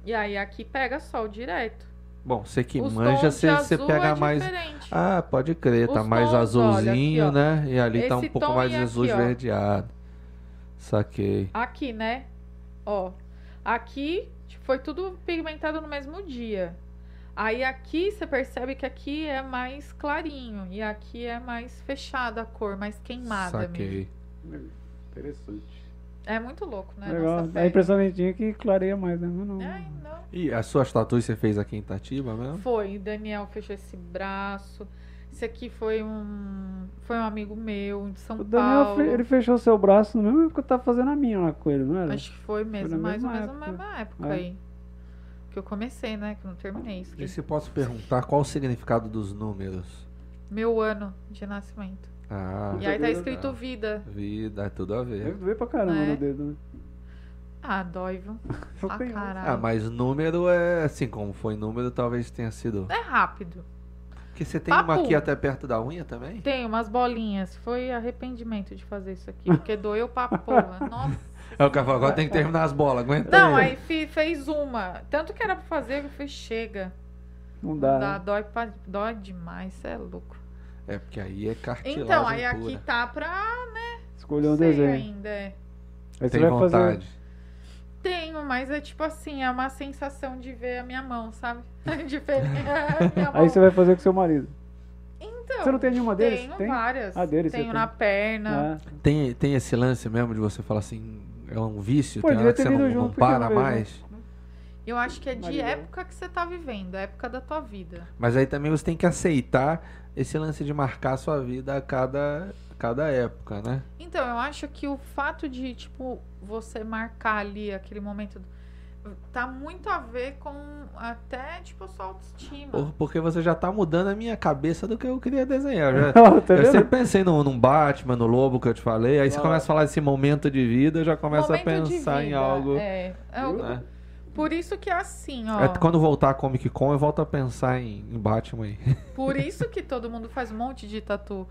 Speaker 2: E aí aqui pega sol direto.
Speaker 1: Bom, você que
Speaker 2: Os
Speaker 1: manja,
Speaker 2: tons
Speaker 1: você,
Speaker 2: de
Speaker 1: você
Speaker 2: azul
Speaker 1: pega
Speaker 2: é
Speaker 1: mais.
Speaker 2: diferente.
Speaker 1: Ah, pode crer, tá
Speaker 2: Os
Speaker 1: mais
Speaker 2: tons, olha,
Speaker 1: azulzinho,
Speaker 2: aqui,
Speaker 1: né? E ali tá um
Speaker 2: Esse
Speaker 1: pouco
Speaker 2: tom
Speaker 1: mais
Speaker 2: e aqui,
Speaker 1: azul
Speaker 2: ó.
Speaker 1: esverdeado. Saquei.
Speaker 2: Aqui, né? Ó. Aqui tipo, foi tudo pigmentado no mesmo dia. Aí aqui você percebe que aqui é mais clarinho e aqui é mais fechada a cor, mais queimada mesmo.
Speaker 1: Saquei.
Speaker 3: Interessante.
Speaker 2: É muito louco, né?
Speaker 3: Legal.
Speaker 2: Nossa É,
Speaker 3: A
Speaker 2: pele.
Speaker 3: impressão que eu tinha é que clareia mais, né? Mas não.
Speaker 2: Ai, não.
Speaker 1: E as suas tatuas você fez aqui em Itatiba mesmo?
Speaker 2: Foi, Daniel fechou esse braço. Esse aqui foi um foi um amigo meu de São
Speaker 3: O Daniel,
Speaker 2: Paulo.
Speaker 3: fe- ele fechou seu braço no mesmo que eu tava fazendo a minha lá com ele, não era?
Speaker 2: Acho que foi mesmo,
Speaker 3: na
Speaker 2: mais ou
Speaker 3: mesma
Speaker 2: menos na
Speaker 3: época.
Speaker 2: mesma época
Speaker 3: É.
Speaker 2: aí. Que eu comecei, né? Que eu não terminei isso. aqui.
Speaker 1: E se posso perguntar qual o significado dos números?
Speaker 2: Meu ano de nascimento.
Speaker 1: Ah,
Speaker 2: E aí tá
Speaker 3: Legal.
Speaker 2: escrito vida.
Speaker 1: vida, é tudo a ver.
Speaker 3: Deve doer pra caramba
Speaker 2: É.
Speaker 3: no dedo, né?
Speaker 2: Ah, dói, viu?
Speaker 3: Só
Speaker 2: Ah,
Speaker 3: tem um.
Speaker 2: caralho.
Speaker 1: Ah, mas número é assim, como foi número, talvez tenha sido.
Speaker 2: É rápido.
Speaker 1: Porque você tem uma
Speaker 2: Papo.
Speaker 1: aqui até perto da unha também?
Speaker 2: Tem umas bolinhas. Foi arrependimento de fazer isso aqui, porque doeu pra porra. Nossa.
Speaker 1: É o cavalo, agora tem que terminar as bolas, aguenta.
Speaker 2: Não, aí fi- fez uma. Tanto que era pra fazer, eu fiz, chega.
Speaker 3: Não
Speaker 2: Não dá,
Speaker 3: dá. né?
Speaker 2: dói, pra- dói demais, cê é louco.
Speaker 1: É porque aí é cartilagem
Speaker 2: Então, aí aqui
Speaker 1: pura.
Speaker 2: tá pra
Speaker 3: Escolher um
Speaker 2: sei
Speaker 3: desenho.
Speaker 2: ainda. é.
Speaker 3: Aí você
Speaker 1: Tem
Speaker 3: vai fazer.
Speaker 1: vontade.
Speaker 2: Tenho, mas é tipo assim, é uma sensação de ver a minha mão, sabe? É Diferente. É, minha mão.
Speaker 3: Aí você vai fazer com seu marido.
Speaker 2: Então,
Speaker 3: Você não tem nenhuma deles?
Speaker 2: tenho
Speaker 3: Tem?
Speaker 2: várias.
Speaker 3: Ah, deles você
Speaker 2: tenho
Speaker 3: tem.
Speaker 2: na perna.
Speaker 3: Ah,
Speaker 1: Tem, tem esse lance mesmo de você falar assim, é um vício,
Speaker 3: Pô,
Speaker 1: tem hora
Speaker 3: devia
Speaker 1: que
Speaker 3: ter
Speaker 1: você não,
Speaker 3: lido
Speaker 1: não
Speaker 3: junto, né? por
Speaker 1: para
Speaker 3: que não veio
Speaker 1: mais.
Speaker 2: Eu acho que é de
Speaker 3: Marilão.
Speaker 2: época que você tá vivendo, a época da tua vida.
Speaker 1: Mas aí também você tem que aceitar esse lance de marcar a sua vida a cada, cada época, né?
Speaker 2: Então, eu acho que o fato de, tipo, você marcar ali aquele momento do- tá muito a ver com até, tipo, a sua autoestima.
Speaker 1: Por- Porque você já tá mudando a minha cabeça do que eu queria desenhar. Eu já-
Speaker 3: tá
Speaker 1: eu
Speaker 3: vendo?
Speaker 1: sempre pensei no, num Batman, no Lobo que eu te falei. Aí você
Speaker 3: Ah.
Speaker 1: começa a falar desse momento de vida, eu já começa a
Speaker 2: Momento de
Speaker 1: pensar em
Speaker 2: vida,
Speaker 1: algo.
Speaker 2: É, É o-
Speaker 1: né?
Speaker 2: Por isso que é assim, ó.
Speaker 1: É, quando voltar a Comic Con, eu volto a pensar em, em Batman aí.
Speaker 2: Por isso que todo mundo faz um monte de tatu.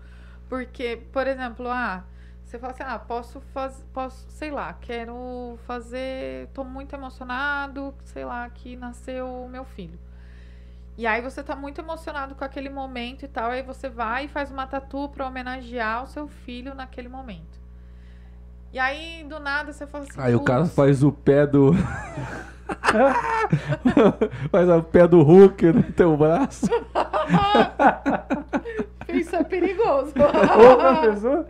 Speaker 2: Porque, por exemplo, ah, você fala assim, ah, posso fazer, posso, sei lá, quero fazer, tô muito emocionado, sei lá, que nasceu o meu filho. E aí você tá muito emocionado com aquele momento e tal, aí você vai e faz uma tatu pra homenagear o seu filho naquele momento. E aí, do nada, você fala assim,
Speaker 1: Aí o cara
Speaker 2: "Putz,
Speaker 1: faz o pé do. faz o pé do Hulk no teu braço.
Speaker 2: Isso é perigoso.
Speaker 3: Ô, professor.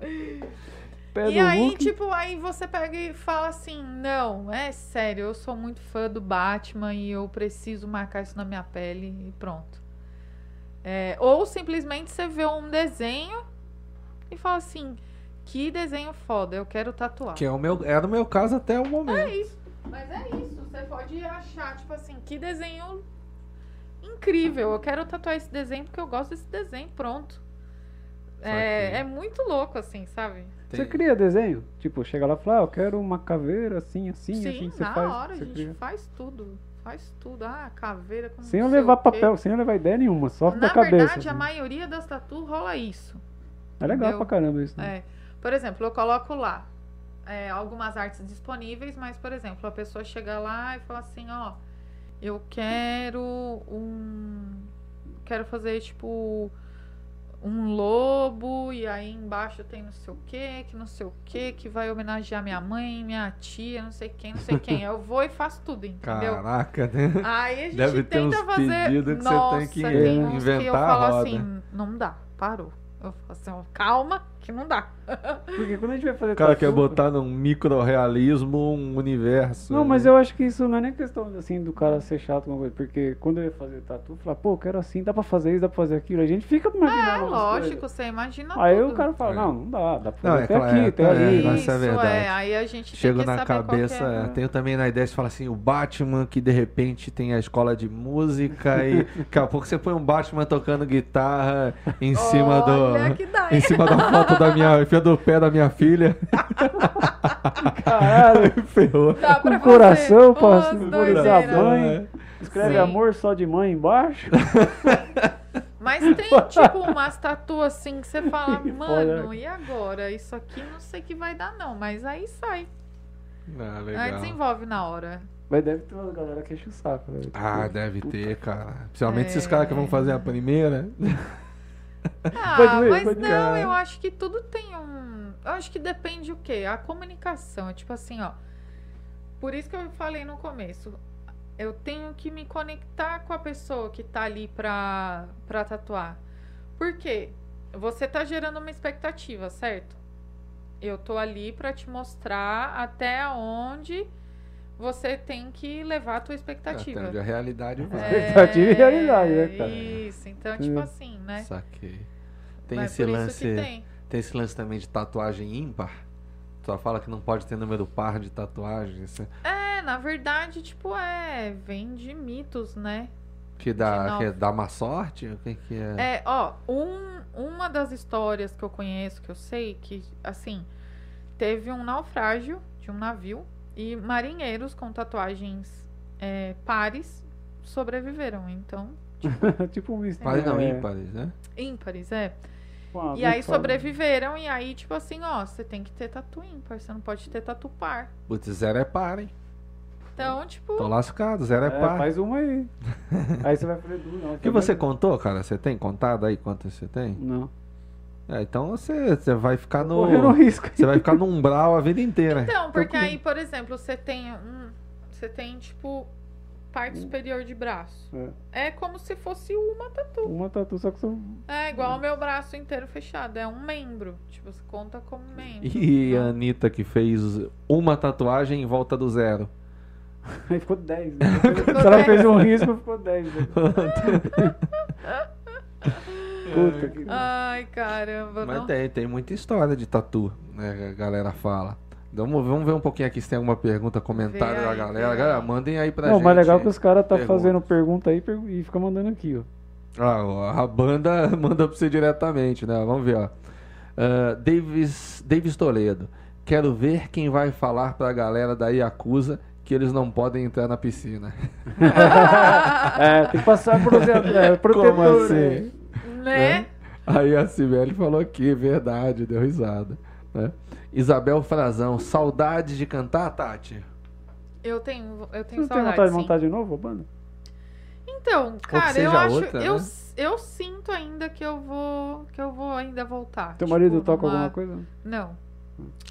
Speaker 3: Pé
Speaker 2: e
Speaker 3: do
Speaker 2: aí,
Speaker 3: Hulk.
Speaker 2: tipo, aí você pega e fala assim: não, é sério, eu sou muito fã do Batman e eu preciso marcar isso na minha pele e pronto. É, ou simplesmente você vê um desenho e fala assim: que desenho foda, eu quero tatuar.
Speaker 1: Que é o meu, era o meu caso até o momento.
Speaker 2: É isso. Mas é isso, você pode achar, tipo assim, que desenho incrível, eu quero tatuar esse desenho porque eu gosto desse desenho, pronto. É,
Speaker 1: Saquei.
Speaker 2: é muito louco, assim, sabe?
Speaker 3: Você cria desenho? Tipo, chega lá e fala, ah, eu quero uma caveira assim, assim,
Speaker 2: Sim,
Speaker 3: assim. Você
Speaker 2: na
Speaker 3: faz,
Speaker 2: hora, a
Speaker 3: você
Speaker 2: gente
Speaker 3: cria.
Speaker 2: faz tudo. Faz tudo. Ah, caveira com
Speaker 3: Sem eu
Speaker 2: não sei
Speaker 3: levar
Speaker 2: o quê.
Speaker 3: papel, sem eu levar ideia nenhuma, só
Speaker 2: Na
Speaker 3: da cabeça.
Speaker 2: verdade, é a
Speaker 3: assim.
Speaker 2: maioria das tatu rola isso.
Speaker 3: É legal pra
Speaker 2: entendeu?
Speaker 3: caramba isso. Né?
Speaker 2: É. Por exemplo, eu coloco lá é, algumas artes disponíveis, mas, por exemplo, a pessoa chega lá e fala assim, ó, eu quero um. Quero fazer, tipo, um lobo, e aí embaixo tem não sei o que, que não sei o que, que vai homenagear minha mãe, minha tia, não sei quem, não sei quem. eu vou e faço tudo, entendeu?
Speaker 1: Caraca, né?
Speaker 2: Aí a gente
Speaker 1: Deve ter
Speaker 2: tenta
Speaker 1: uns
Speaker 2: fazer.
Speaker 1: pedidos que você tem
Speaker 2: Nossa,
Speaker 1: que
Speaker 2: tem uns que eu
Speaker 1: inventar a
Speaker 2: falo
Speaker 1: roda.
Speaker 2: assim, não dá, parou. Eu falo assim, ó, calma, que não dá. É.
Speaker 3: Porque quando a gente vai fazer
Speaker 7: O cara quer
Speaker 3: tatu-
Speaker 7: botar num microrealismo um universo.
Speaker 3: Não,
Speaker 1: né?
Speaker 3: mas eu acho que isso não é nem questão assim do cara ser chato com alguma coisa, porque quando eu ia fazer tatu, eu falava, pô, eu quero assim, dá pra fazer isso, dá pra fazer aquilo. A gente fica
Speaker 2: É
Speaker 3: imaginando. umas
Speaker 2: lógico,
Speaker 3: coisas.
Speaker 2: você imagina
Speaker 3: Aí
Speaker 2: tudo.
Speaker 3: o cara fala,
Speaker 1: É.
Speaker 3: não, não dá, dá pra fazer
Speaker 1: Não, é
Speaker 3: até
Speaker 1: claro, é,
Speaker 3: aqui, até
Speaker 1: é,
Speaker 3: ali.
Speaker 1: mas- isso é verdade.
Speaker 2: aí a gente
Speaker 1: Chego
Speaker 2: tem que
Speaker 1: na
Speaker 2: saber
Speaker 1: cabeça,
Speaker 2: qual que é.
Speaker 1: é, tenho também na ideia de falar assim, o Batman que de repente tem a escola de música e daqui a pouco você põe um Batman tocando guitarra em cima
Speaker 2: Olha
Speaker 1: do
Speaker 2: que dá,
Speaker 7: Em
Speaker 2: hein?
Speaker 7: cima da foto da minha filha do pé da minha filha.
Speaker 3: Caralho,
Speaker 7: Ferrou.
Speaker 2: Dá pra
Speaker 3: com
Speaker 2: fazer
Speaker 3: coração,
Speaker 2: umas
Speaker 3: pra simbolizar
Speaker 2: doideiras.
Speaker 1: É.
Speaker 3: mãe. Escreve
Speaker 2: Sim.
Speaker 3: amor só de mãe embaixo.
Speaker 2: Mas tem, tipo, umas tatu assim que você fala,
Speaker 3: Que
Speaker 2: mano,
Speaker 3: foda.
Speaker 2: e agora? Isso aqui não sei que vai dar, não. Mas aí sai.
Speaker 1: Ah,
Speaker 2: Aí
Speaker 1: legal.
Speaker 2: desenvolve na hora.
Speaker 3: Mas deve ter uma galera que enche o saco, né?
Speaker 1: Ah,
Speaker 3: Tipo,
Speaker 1: deve ter, cara. Principalmente
Speaker 2: É.
Speaker 1: esses caras que vão fazer a primeira.
Speaker 2: Ah,
Speaker 3: Pode ver,
Speaker 2: mas
Speaker 3: pode ver.
Speaker 2: não, eu acho que tudo tem um. Eu acho que depende o quê? A comunicação. É Tipo assim, ó. Por isso que eu falei no começo. Eu tenho que me conectar com a pessoa que tá ali pra, pra tatuar. Por quê? Você tá gerando uma expectativa, certo? Eu tô ali pra te mostrar até onde você tem que levar a tua expectativa.
Speaker 3: Ah,
Speaker 2: É,
Speaker 1: Até onde a realidade vai.
Speaker 3: tá, Expectativa e realidade, né, cara?
Speaker 2: Isso, então, tipo
Speaker 3: É.
Speaker 2: assim, né?
Speaker 1: Saquei. Tem
Speaker 2: Mas
Speaker 1: esse
Speaker 2: por
Speaker 1: lance.
Speaker 2: isso que tem.
Speaker 1: Tem esse lance também de tatuagem ímpar. Só fala que não pode ter número par de tatuagens. né?
Speaker 2: É, na verdade, tipo, é. Vem de mitos, né?
Speaker 1: Que dá,
Speaker 2: Sinal.
Speaker 1: que é dá má sorte? O que, que é?
Speaker 2: É, ó, um, uma das histórias que eu conheço, que eu sei, que, assim, teve um naufrágio de um navio e marinheiros com tatuagens é, pares sobreviveram. Então,
Speaker 3: tipo um mistério.
Speaker 1: Pares não,
Speaker 3: é.
Speaker 1: ímpares, né?
Speaker 2: ímpares, é.
Speaker 3: Pô,
Speaker 2: E aí
Speaker 3: muito foda.
Speaker 2: sobreviveram, e aí, tipo assim, ó, você tem que ter tatu ímpar, você não pode ter tatu par.
Speaker 1: Putz, zero é par, hein?
Speaker 2: Então, tipo,
Speaker 1: Tô lascado, zero é,
Speaker 3: É,
Speaker 1: par.
Speaker 3: faz uma aí. aí você vai fazer duas. Não,
Speaker 1: O que você contou, cara? Você tem contado aí quantas você tem?
Speaker 3: Não.
Speaker 1: É, então você, você vai ficar no.
Speaker 3: Correndo risco.
Speaker 1: Você vai ficar no umbral a vida inteira.
Speaker 2: Então, porque
Speaker 3: com
Speaker 2: aí, por exemplo, você tem um, você tem tipo parte
Speaker 3: Hum.
Speaker 2: superior de braço. É. como se fosse uma,
Speaker 3: Uma tatu, só que você.
Speaker 2: é igual o meu braço inteiro fechado, é um membro, tipo, você conta como membro.
Speaker 1: E a Anitta que fez uma tatuagem em volta do zero.
Speaker 3: Aí ficou 10. Né? Se ela fez um risco, ficou 10. Né? Puta que.
Speaker 1: Ah,
Speaker 2: Ai, caramba,
Speaker 1: Mas
Speaker 2: não.
Speaker 1: tem, tem muita história de tatu, né? que A galera fala. Vamos, vamos ver um pouquinho aqui se tem alguma pergunta, comentário
Speaker 2: Vê
Speaker 1: da
Speaker 2: aí,
Speaker 1: galera.
Speaker 2: vê
Speaker 1: Galera,
Speaker 2: aí.
Speaker 1: mandem aí pra
Speaker 3: Não,
Speaker 1: gente.
Speaker 3: mas legal que os caras tá
Speaker 1: pergunta.
Speaker 3: fazendo pergunta aí per- e fica mandando aqui, ó.
Speaker 1: Ah, ó, a banda manda pra você diretamente, né? Vamos ver, ó. Ah, Davis, Davis Toledo. Quero ver quem vai falar pra galera da Iacusa que eles não podem entrar na piscina.
Speaker 3: É, tem que passar por é, protetor.
Speaker 1: Como assim?
Speaker 3: né?
Speaker 2: né?
Speaker 1: Aí a Cibele falou aqui, verdade, deu risada. né? Isabel Frazão, saudades de cantar, Tati?
Speaker 2: Eu tenho,
Speaker 3: Você
Speaker 2: eu tenho
Speaker 3: não tem um
Speaker 2: saudade.
Speaker 3: vontade de
Speaker 2: sim.
Speaker 3: montar de novo, a banda?
Speaker 2: Então, cara, eu
Speaker 1: seja
Speaker 2: acho,
Speaker 1: outra,
Speaker 2: eu,
Speaker 1: né?
Speaker 2: eu sinto ainda que eu vou, que eu vou ainda voltar.
Speaker 3: Teu marido
Speaker 2: Tipo,
Speaker 3: toca
Speaker 2: numa-
Speaker 3: alguma coisa?
Speaker 2: Não,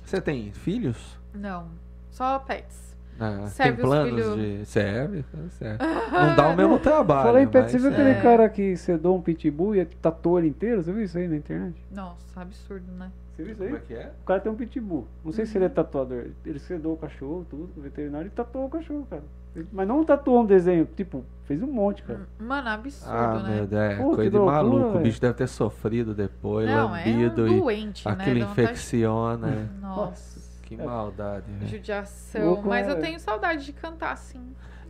Speaker 1: Você tem filhos?
Speaker 2: não. Só pets.
Speaker 1: Ah,
Speaker 2: Serve
Speaker 1: tem
Speaker 2: os
Speaker 1: planos
Speaker 2: filhos.
Speaker 1: de. Serve? serve. Não dá o mesmo trabalho.
Speaker 3: Falei, Pedro,
Speaker 1: mas
Speaker 3: você viu
Speaker 1: serve.
Speaker 3: aquele
Speaker 2: é.
Speaker 3: cara que sedou um pitbull e tatuou ele inteiro? Você viu isso aí na internet?
Speaker 2: Nossa, absurdo, né?
Speaker 3: Você viu isso
Speaker 1: Como é que é?
Speaker 3: O cara tem um pitbull. Não sei se
Speaker 2: Uhum.
Speaker 3: ele é tatuador. Ele sedou o cachorro, tudo, o veterinário, e tatuou o cachorro, cara. Ele- Mas não tatuou um desenho, tipo, fez um monte, cara.
Speaker 2: Mano, absurdo,
Speaker 1: Ah,
Speaker 2: né?
Speaker 1: meu Deus, é
Speaker 3: Pô, que
Speaker 1: coisa de
Speaker 3: loucura,
Speaker 1: maluco. O
Speaker 3: velho.
Speaker 1: bicho deve ter sofrido depois,
Speaker 2: Não, é um
Speaker 1: lambido e
Speaker 2: doente, né?
Speaker 1: aquilo
Speaker 2: Dá vontade-
Speaker 1: infecciona.
Speaker 2: Nossa,
Speaker 1: que maldade, né?
Speaker 2: judiação.
Speaker 3: Louco,
Speaker 2: Mas
Speaker 3: né,
Speaker 2: eu
Speaker 3: velho?
Speaker 2: tenho saudade de cantar, sim.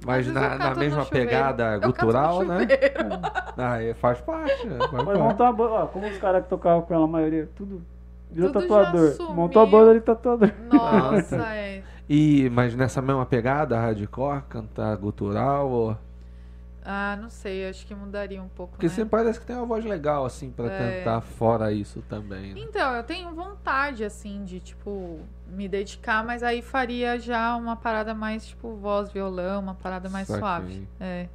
Speaker 1: Mas
Speaker 2: vezes
Speaker 1: na,
Speaker 2: eu
Speaker 1: na
Speaker 2: canto no
Speaker 1: mesma
Speaker 2: chuveiro.
Speaker 1: pegada
Speaker 2: Eu canto no
Speaker 1: cultural, né?
Speaker 2: chuveiro.
Speaker 1: Ah, é, faz parte. né?
Speaker 2: Ah.
Speaker 1: Faz
Speaker 3: Mas
Speaker 1: parte.
Speaker 3: montou uma banda, ó, como os caras que tocavam com ela, a maioria, tudo. Virou
Speaker 2: Tudo já
Speaker 3: tatuador.
Speaker 2: sumiu.
Speaker 3: Montou a banda de tatuador.
Speaker 2: Nossa, é.
Speaker 1: E, mas nessa mesma pegada, hardcore, cantar gutural, ou...
Speaker 2: Ah, não sei, acho que mudaria um pouco,
Speaker 1: porque
Speaker 2: né?
Speaker 1: você parece que tem uma voz legal, assim, pra
Speaker 2: É.
Speaker 1: cantar fora isso também. né?
Speaker 2: Então, eu tenho vontade, assim, de, tipo, me dedicar, mas aí faria já uma parada mais, tipo, voz, violão, uma parada mais
Speaker 1: Saquei.
Speaker 2: suave. É.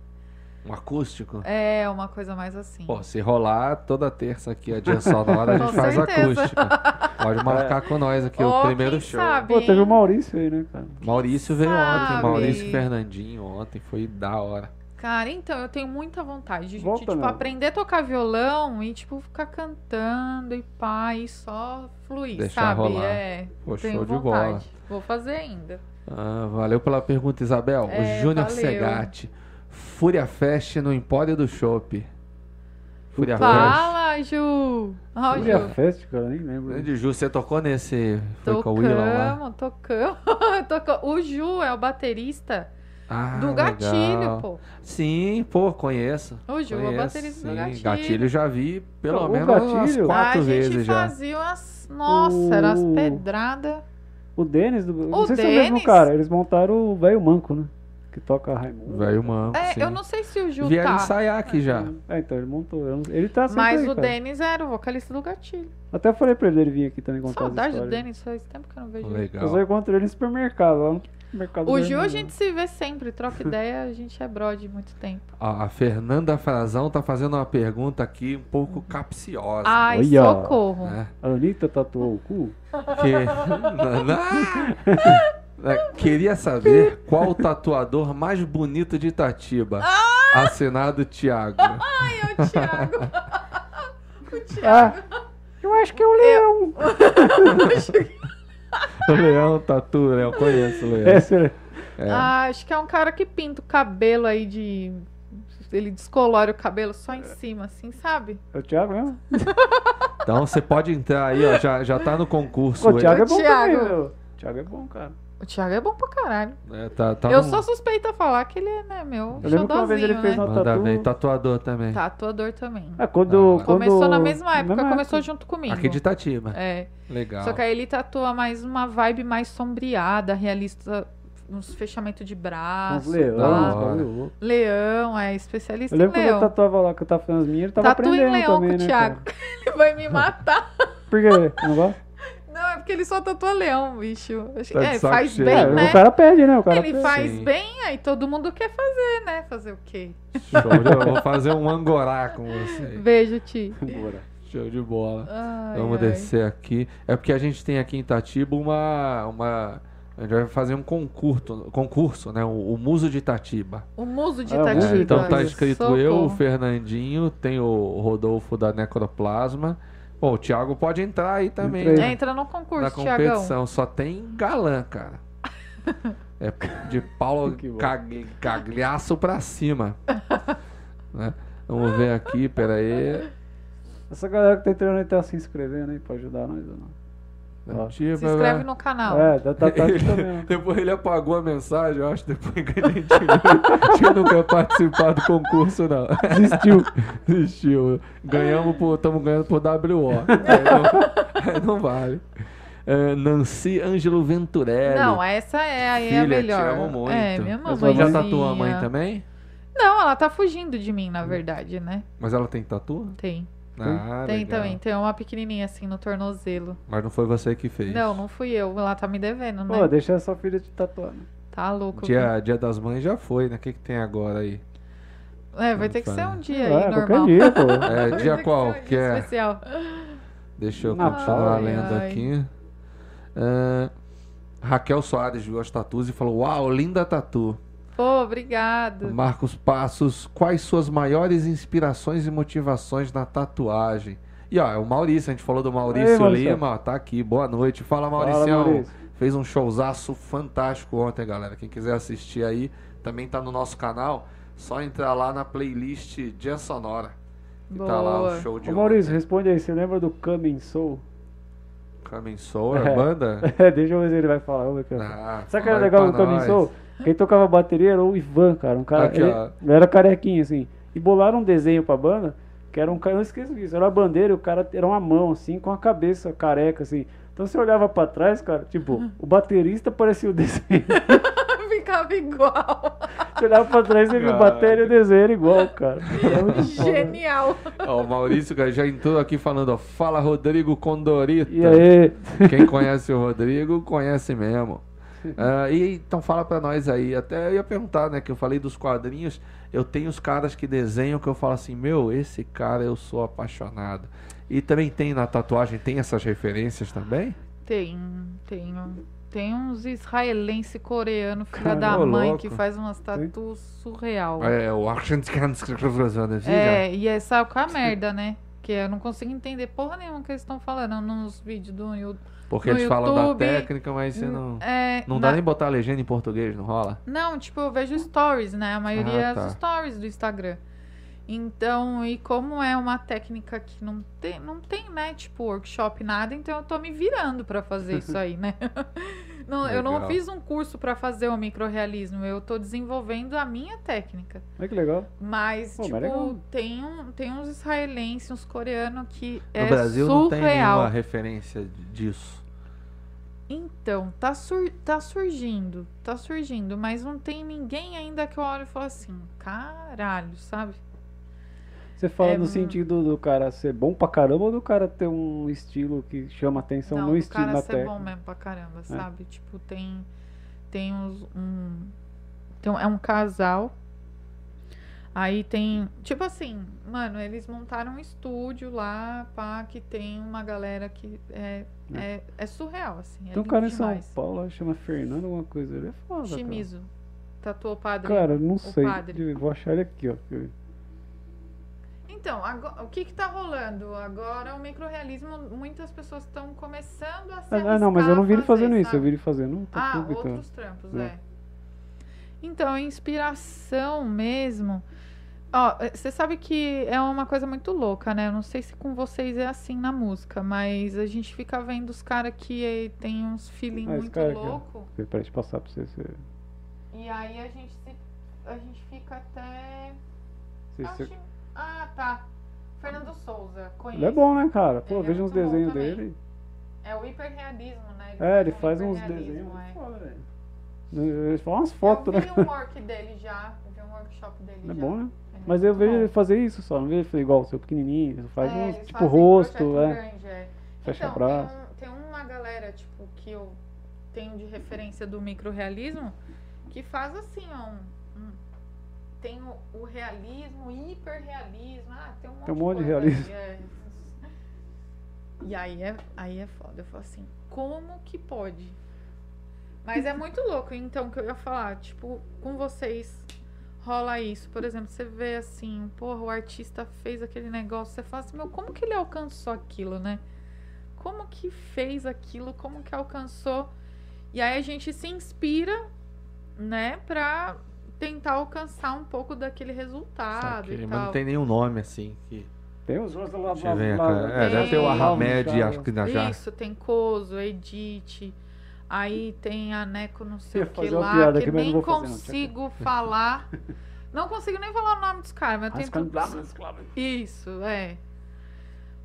Speaker 1: Um acústico.
Speaker 2: É, uma coisa mais assim.
Speaker 1: Pô, se rolar toda terça aqui a Dia Sol da Hora, a
Speaker 2: Com
Speaker 1: gente faz
Speaker 2: certeza.
Speaker 1: acústico. Pode marcar com nós aqui
Speaker 2: Ó,
Speaker 1: o primeiro
Speaker 2: quem
Speaker 1: show.
Speaker 2: sabe,
Speaker 3: Pô, teve o
Speaker 2: hein?
Speaker 3: Maurício aí, né, cara?
Speaker 1: Maurício veio ontem,
Speaker 2: sabe?
Speaker 1: Maurício Fernandinho ontem, foi da hora.
Speaker 2: Cara, então, eu tenho muita vontade de, de,
Speaker 3: Volta,
Speaker 2: tipo,
Speaker 3: meu.
Speaker 2: aprender a tocar violão e, tipo, ficar cantando e pá, e só fluir,
Speaker 1: Deixar
Speaker 2: sabe?
Speaker 1: rolar.
Speaker 2: É,
Speaker 1: Pô,
Speaker 2: tenho
Speaker 1: show de bola.
Speaker 2: vontade. Vou fazer ainda.
Speaker 1: Ah, valeu pela pergunta, Isabel.
Speaker 2: É,
Speaker 1: o Júnior
Speaker 2: valeu.
Speaker 1: Segatti. Fúria Fest no Empório do Chopp. Fúria Fest.
Speaker 2: Fala, Ju! Ó,
Speaker 1: Olha,
Speaker 3: Dia
Speaker 2: Ju,
Speaker 3: Fest, cara, nem lembro.
Speaker 1: Grande Ju, você tocou nesse. Foi com o Willow lá.
Speaker 2: tocamos, tocamos, tocamos. O Ju é o baterista
Speaker 1: Ah,
Speaker 2: do Gatilho,
Speaker 1: legal.
Speaker 2: pô.
Speaker 1: Sim, pô, conheço.
Speaker 2: O Ju é o
Speaker 1: conheço,
Speaker 2: baterista
Speaker 1: sim.
Speaker 2: do Gatilho.
Speaker 1: Gatilho já vi pelo
Speaker 3: Então, o
Speaker 1: menos umas
Speaker 3: Gatilho-
Speaker 1: quatro
Speaker 2: a gente
Speaker 1: vezes já. Uh.
Speaker 2: fazia umas... Nossa, era umas
Speaker 3: O-
Speaker 2: pedradas.
Speaker 3: O Denis do. não
Speaker 2: O
Speaker 3: sei se é o mesmo
Speaker 2: Denis?
Speaker 3: cara. Eles montaram o Velho Manco, né? Que toca Raimundo.
Speaker 1: Velho Manco.
Speaker 2: É,
Speaker 1: sim.
Speaker 2: eu não sei se o Ju
Speaker 1: Vieram
Speaker 2: tá...
Speaker 1: ensaiar aqui já.
Speaker 3: É, então ele montou. eu não- Ele tá sempre
Speaker 2: Mas
Speaker 3: aí,
Speaker 2: o
Speaker 3: cara.
Speaker 2: Denis era o vocalista do Gatilho.
Speaker 3: Até falei pra ele, ele vir aqui também contar as
Speaker 2: Saudade do
Speaker 3: histórias.
Speaker 2: Denis, faz tempo que eu não vejo ele.
Speaker 1: Legal.
Speaker 3: Eu só encontrei ele no supermercado, lá no mercado
Speaker 2: O
Speaker 3: do
Speaker 2: Ju
Speaker 3: Irmão,
Speaker 2: a
Speaker 3: né?
Speaker 2: gente se vê sempre, troca ideia, a gente é brode muito tempo.
Speaker 1: Ó, a Fernanda Frazão tá fazendo uma pergunta aqui um pouco capciosa.
Speaker 2: Ai,
Speaker 3: Olha. É.
Speaker 2: socorro.
Speaker 1: né?
Speaker 3: A Anitta tatuou o cu?
Speaker 1: Que... Ah! Queria saber qual o tatuador mais bonito de Itatiba.
Speaker 2: Ah!
Speaker 1: Assinado Tiago.
Speaker 2: Ai, é o Thiago. o
Speaker 3: Ah,
Speaker 2: Thiago.
Speaker 3: eu acho que é o leão.
Speaker 1: O Leão Tatu, né? eu conheço o Leão.
Speaker 3: É, senhor.
Speaker 1: É.
Speaker 2: Ah, acho que é um cara que pinta o cabelo aí de. Ele descolora o cabelo só em cima, assim, sabe?
Speaker 3: É o Thiago mesmo?
Speaker 1: Então você pode entrar aí, ó, já, já tá no concurso.
Speaker 3: Pô, o Thiago é
Speaker 2: O
Speaker 3: bom
Speaker 2: Thiago.
Speaker 3: também, meu. O Thiago é bom, cara.
Speaker 2: O Thiago é bom pra caralho.
Speaker 1: É, tá- tá
Speaker 2: Eu
Speaker 1: no-
Speaker 2: sou suspeita a falar que ele é, né, meu
Speaker 3: Eu lembro que uma
Speaker 2: xodozinho,
Speaker 3: vez ele fez
Speaker 2: né?
Speaker 3: uma
Speaker 1: Manda
Speaker 3: tatu.
Speaker 1: bem, tatuador também.
Speaker 2: Tá, Tatuador também.
Speaker 3: Ah, quando,
Speaker 1: Ah,
Speaker 3: quando... é
Speaker 2: Começou na mesma época,
Speaker 3: mesma
Speaker 2: começou
Speaker 3: época.
Speaker 2: junto comigo.
Speaker 1: Aqui de Itatiba.
Speaker 2: É.
Speaker 1: Legal.
Speaker 2: Só que aí ele tatua mais uma vibe mais sombreada, realista, uns fechamentos de
Speaker 3: Com os
Speaker 2: braço.
Speaker 3: leões,
Speaker 1: da
Speaker 2: pá.
Speaker 1: hora.
Speaker 3: bagulho louco.
Speaker 2: Leão, é especialista
Speaker 3: Eu lembro
Speaker 2: em
Speaker 3: quando eu
Speaker 2: leão.
Speaker 3: tatuava lá, que eu tava fazendo as minhas, eu tava
Speaker 2: Tatua em
Speaker 3: aprendendo
Speaker 2: leão
Speaker 3: também,
Speaker 2: com o
Speaker 3: né,
Speaker 2: Thiago.
Speaker 3: cara?
Speaker 2: Ele vai me matar.
Speaker 3: Por quê? Eu Não gosta?
Speaker 2: Não, é porque ele só tatua leão, bicho. Acho-
Speaker 1: Tá de
Speaker 2: é,
Speaker 1: saco
Speaker 2: faz
Speaker 1: cheio.
Speaker 2: bem,
Speaker 3: É,
Speaker 2: né?
Speaker 3: o cara pede, né? O cara
Speaker 2: Ele
Speaker 3: pede.
Speaker 2: faz
Speaker 1: Sim.
Speaker 2: bem, aí todo mundo quer fazer, né? Fazer o quê?
Speaker 1: Show de bola. Vou fazer um angorá com você.
Speaker 2: Beijo, Ti.
Speaker 3: Bora.
Speaker 1: Show de bola.
Speaker 2: Ai,
Speaker 1: Vamos
Speaker 2: ai.
Speaker 1: descer aqui. É porque a gente tem aqui em Itatiba uma. uma... A gente vai fazer um concurso, concurso né? O, o Muso de Itatiba.
Speaker 2: O muso de
Speaker 3: É, o muso
Speaker 2: Itatiba.
Speaker 1: É, então tá
Speaker 3: Socorro.
Speaker 1: escrito eu, o Fernandinho, tem o Rodolfo da Necroplasma. Bom, o Thiago pode entrar aí também.
Speaker 3: Entra
Speaker 1: né?
Speaker 3: aí.
Speaker 2: É, Entra no
Speaker 1: Na
Speaker 2: concurso,
Speaker 1: competição.
Speaker 2: Tiagão.
Speaker 1: Só tem galã, cara. É de Paulo
Speaker 3: Que bom.
Speaker 1: Cag- Cagliaço pra cima. Né? Vamos ver aqui, peraí.
Speaker 3: Essa galera que tá entrando aí tá se inscrevendo aí pra ajudar nós ou não? Ó.
Speaker 1: Tipo,
Speaker 2: Se inscreve no canal.
Speaker 3: É, tá, tá, tá aqui também.
Speaker 1: Ele,
Speaker 3: né?
Speaker 1: depois ele apagou a mensagem, eu acho, depois que a gente viu que não quer participar do concurso, não.
Speaker 3: Desistiu.
Speaker 1: Desistiu. Ganhamos por. Estamos ganhando por WO. Aí não, aí não vale. É, Nancy Ângelo Venturelli.
Speaker 2: Não, essa é, aí é a
Speaker 1: Filha, te
Speaker 2: melhor.
Speaker 1: amo muito.
Speaker 2: É, minha
Speaker 1: Mas
Speaker 2: mamãe.
Speaker 1: Já tatuou a mãe também?
Speaker 2: Não, ela tá fugindo de mim, na verdade, né?
Speaker 1: Mas ela tem tatu?
Speaker 2: Tem.
Speaker 1: Ah,
Speaker 2: tem
Speaker 1: legal.
Speaker 2: também. Tem uma pequenininha assim no tornozelo.
Speaker 1: Mas não foi você que fez.
Speaker 2: Não, não fui eu. Ela tá me devendo, né?
Speaker 3: Pô, deixa sua filha te tatuar. Né?
Speaker 2: Tá louco.
Speaker 1: Dia, dia das mães já foi, né? O que, que tem agora aí?
Speaker 2: É, vai ter que ser um
Speaker 1: Ah,
Speaker 2: dia aí,
Speaker 3: é,
Speaker 2: normal.
Speaker 3: qualquer dia, pô.
Speaker 1: É,
Speaker 2: Vai ter que ser um
Speaker 1: dia é? qualquer.
Speaker 2: especial.
Speaker 1: Deixa eu
Speaker 3: Natal.
Speaker 1: continuar
Speaker 2: Ai,
Speaker 1: lendo
Speaker 2: ai.
Speaker 1: aqui. Ah, Raquel Soares viu as tatus e falou: Uau, linda tatu.
Speaker 2: Pô, obrigado.
Speaker 1: Marcos Passos, quais suas maiores inspirações e motivações na tatuagem? E ó, é o Maurício, a gente falou do Maurício,
Speaker 3: Ei, Maurício.
Speaker 1: Lima, ó, tá aqui, boa noite. Fala Maurício.
Speaker 3: Fala, Maurício.
Speaker 1: Fez um showzaço fantástico ontem, galera. Quem quiser assistir aí, também tá no nosso canal. Só entrar lá na playlist Dia Sonora. Que tá lá
Speaker 2: Boa.
Speaker 1: o show de
Speaker 3: Ô, Maurício, responde aí. Você lembra do Coming Soul?
Speaker 1: ontem. Coming Soul, é
Speaker 3: É.
Speaker 1: banda?
Speaker 3: É, deixa eu ver se ele vai falar. Vamos ver, cara.
Speaker 1: Ah,
Speaker 3: Sabe o que
Speaker 1: fala
Speaker 3: era
Speaker 1: aí
Speaker 3: legal do
Speaker 1: pra
Speaker 3: Coming
Speaker 1: nós.
Speaker 3: Soul? Quem tocava bateria era o Ivan, cara. Um cara
Speaker 1: Aqui,
Speaker 3: ele,
Speaker 1: ó.
Speaker 3: ele era carequinho, assim. E bolaram um desenho pra banda, que era um cara. Eu não esqueço disso. Era a bandeira e o cara era uma mão, assim, com a cabeça careca, assim. Então você olhava pra trás, cara, tipo, o baterista parecia o desenho.
Speaker 2: Ficava igual.
Speaker 3: Você olhava pra trás e viu o
Speaker 1: Cara.
Speaker 3: bateria e o desenho era igual, cara. É muito foda.
Speaker 2: Genial.
Speaker 1: Ó, o Maurício cara, já entrou aqui falando, ó, fala Rodrigo Condorito.
Speaker 3: E aí?
Speaker 1: Quem conhece o Rodrigo, conhece mesmo. Ah, e então fala pra nós aí. Até eu ia perguntar, né? Que eu falei dos quadrinhos. Eu tenho os caras que desenham que eu falo assim: Meu, esse cara eu sou apaixonado. E também tem na tatuagem, tem essas referências também?
Speaker 2: Tem, tem. um- Tem uns israelense coreano, filha
Speaker 3: Cara,
Speaker 2: da
Speaker 1: ô,
Speaker 2: mãe,
Speaker 1: louco.
Speaker 2: que faz umas tatu surreal.
Speaker 1: É, o É.
Speaker 2: É, e essa é a merda, né? Que eu não consigo entender porra nenhuma que eles estão falando nos vídeos do YouTube.
Speaker 1: Porque
Speaker 2: no
Speaker 1: eles falam da
Speaker 2: YouTube,
Speaker 1: técnica, mas você não.
Speaker 2: É,
Speaker 1: Não
Speaker 2: na-
Speaker 1: dá nem botar a legenda em português, não rola?
Speaker 2: Não, tipo, eu vejo stories, né? A maioria
Speaker 1: Ah, tá.
Speaker 2: é os stories do Instagram. Então, e como é uma técnica que não tem, não tem, né, tipo, workshop, nada, então eu tô me virando pra fazer isso aí, né? Não, eu não
Speaker 1: Legal.
Speaker 2: fiz um curso pra fazer o microrealismo, eu tô desenvolvendo a minha técnica.
Speaker 3: Olha que legal.
Speaker 2: Mas,
Speaker 3: Pô, mas
Speaker 2: tipo,
Speaker 3: legal.
Speaker 2: tem, um, tem uns israelenses, uns coreanos que
Speaker 1: No
Speaker 2: é
Speaker 1: Brasil não tem
Speaker 2: surreal.
Speaker 1: nenhuma referência disso.
Speaker 2: Então, tá, sur tá surgindo, tá surgindo, mas não tem ninguém ainda que eu olho e falo assim, caralho, sabe?
Speaker 3: Você fala
Speaker 2: É,
Speaker 3: no
Speaker 2: hum.
Speaker 3: sentido do cara ser bom pra caramba ou do cara ter um estilo que chama atenção
Speaker 2: não,
Speaker 3: no
Speaker 2: do
Speaker 3: estilo
Speaker 2: cara
Speaker 3: na
Speaker 2: ser
Speaker 3: técnica?
Speaker 2: bom mesmo pra
Speaker 3: É.
Speaker 2: caramba, sabe? Tipo, tem. Tem uns. Um, tem um- é um casal. Aí tem. Tipo assim, mano, eles montaram um estúdio lá, pá, que tem uma galera que é,
Speaker 3: É.
Speaker 2: é, é surreal, assim. É
Speaker 3: Tem um
Speaker 2: lindo
Speaker 3: cara em São
Speaker 2: demais.
Speaker 3: Paulo, chama Fernando alguma coisa, ele é foda, cara.
Speaker 2: Shimizu. Tatuou o padre.
Speaker 3: Cara, eu não sei.
Speaker 2: padre.
Speaker 3: Eu Vou achar ele aqui, ó.
Speaker 2: Então, agora- o que que tá rolando? Agora o microrealismo, muitas pessoas estão começando a se
Speaker 3: Ah, ah, não, mas eu
Speaker 2: arriscar
Speaker 3: não vi
Speaker 2: a
Speaker 3: ele fazendo
Speaker 2: fazer,
Speaker 3: isso, eu
Speaker 2: sabe?
Speaker 3: vi ele fazendo um tatu
Speaker 2: Ah,
Speaker 3: então.
Speaker 2: outros trampos,
Speaker 3: É.
Speaker 2: é. Então, inspiração mesmo. Ó, é, você sabe que é uma coisa muito louca, né? Eu não sei se com vocês é assim na música, mas a gente fica vendo os caras que eh, tem uns feeling
Speaker 3: Ah, esse
Speaker 2: muito
Speaker 3: cara aqui, ó.
Speaker 2: louco.
Speaker 3: Peraí, Pra te passar pra você, você,
Speaker 2: Ah, E aí a gente se- a gente fica até.
Speaker 3: você-
Speaker 2: Acho-
Speaker 3: você-
Speaker 2: Ah, tá. Fernando Souza, conheço.
Speaker 3: Ele é bom, né, cara? Pô,
Speaker 2: Ele é
Speaker 3: veja uns
Speaker 2: muito bom
Speaker 3: desenhos
Speaker 2: também.
Speaker 3: dele.
Speaker 2: É o hiperrealismo, né?
Speaker 3: É, ele
Speaker 2: um
Speaker 3: faz uns
Speaker 2: hiperrealismo,
Speaker 3: desenhos
Speaker 2: é.
Speaker 3: muito foda, velho. Eles falam umas fotos,
Speaker 2: eu
Speaker 3: né?
Speaker 2: vi um work dele já. Eu vi um workshop dele
Speaker 3: É
Speaker 2: já.
Speaker 3: bom, né?
Speaker 2: Ele é
Speaker 3: Mas eu
Speaker 2: muito
Speaker 3: vejo
Speaker 2: bom.
Speaker 3: ele fazer isso só, não vejo ele fazer igual o seu pequenininho, ele faz
Speaker 2: É,
Speaker 3: uns,
Speaker 2: eles
Speaker 3: tipo
Speaker 2: fazem
Speaker 3: rosto,
Speaker 2: projeto
Speaker 3: é.
Speaker 2: grande, é.
Speaker 3: fecha
Speaker 2: então,
Speaker 3: braço.
Speaker 2: Tem, um- tem uma galera, tipo, que eu tenho de referência do microrealismo que faz assim, ó. Um, um- tem o, o realismo, o hiperrealismo. Ah, tem um monte,
Speaker 3: um monte de
Speaker 2: coisa
Speaker 3: realismo.
Speaker 2: aí, é. E aí é, aí é foda. Eu falo assim, como que pode? Mas é muito louco, então, que eu ia falar, tipo, com vocês rola isso. Por exemplo, você vê assim, porra, o artista fez aquele negócio, você fala assim, meu, como que ele alcançou aquilo, né? Como que fez aquilo? Como que alcançou? E aí a gente se inspira, né, pra tentar alcançar um pouco daquele resultado
Speaker 1: Saquei,
Speaker 2: e
Speaker 1: mas
Speaker 2: tal.
Speaker 1: não tem nenhum nome assim. Que...
Speaker 3: Tem uns rostos lá,
Speaker 1: Deixa eu
Speaker 3: lá,
Speaker 1: ver,
Speaker 3: lá,
Speaker 1: cara. É,
Speaker 2: tem-
Speaker 1: deve ter o
Speaker 2: tem-
Speaker 1: Arhamed e
Speaker 3: Alves,
Speaker 1: a Kinajá.
Speaker 2: Isso, tem Coso, Edite. Aí tem a Neco não sei
Speaker 3: Eu
Speaker 2: o
Speaker 3: ia
Speaker 2: que
Speaker 3: fazer uma
Speaker 2: lá,
Speaker 3: piada
Speaker 2: que
Speaker 3: aqui, mas não
Speaker 2: nem
Speaker 3: vou fazer, não.
Speaker 2: consigo falar. Não consigo nem falar o nome dos caras, mas tem tudo. Isso, é.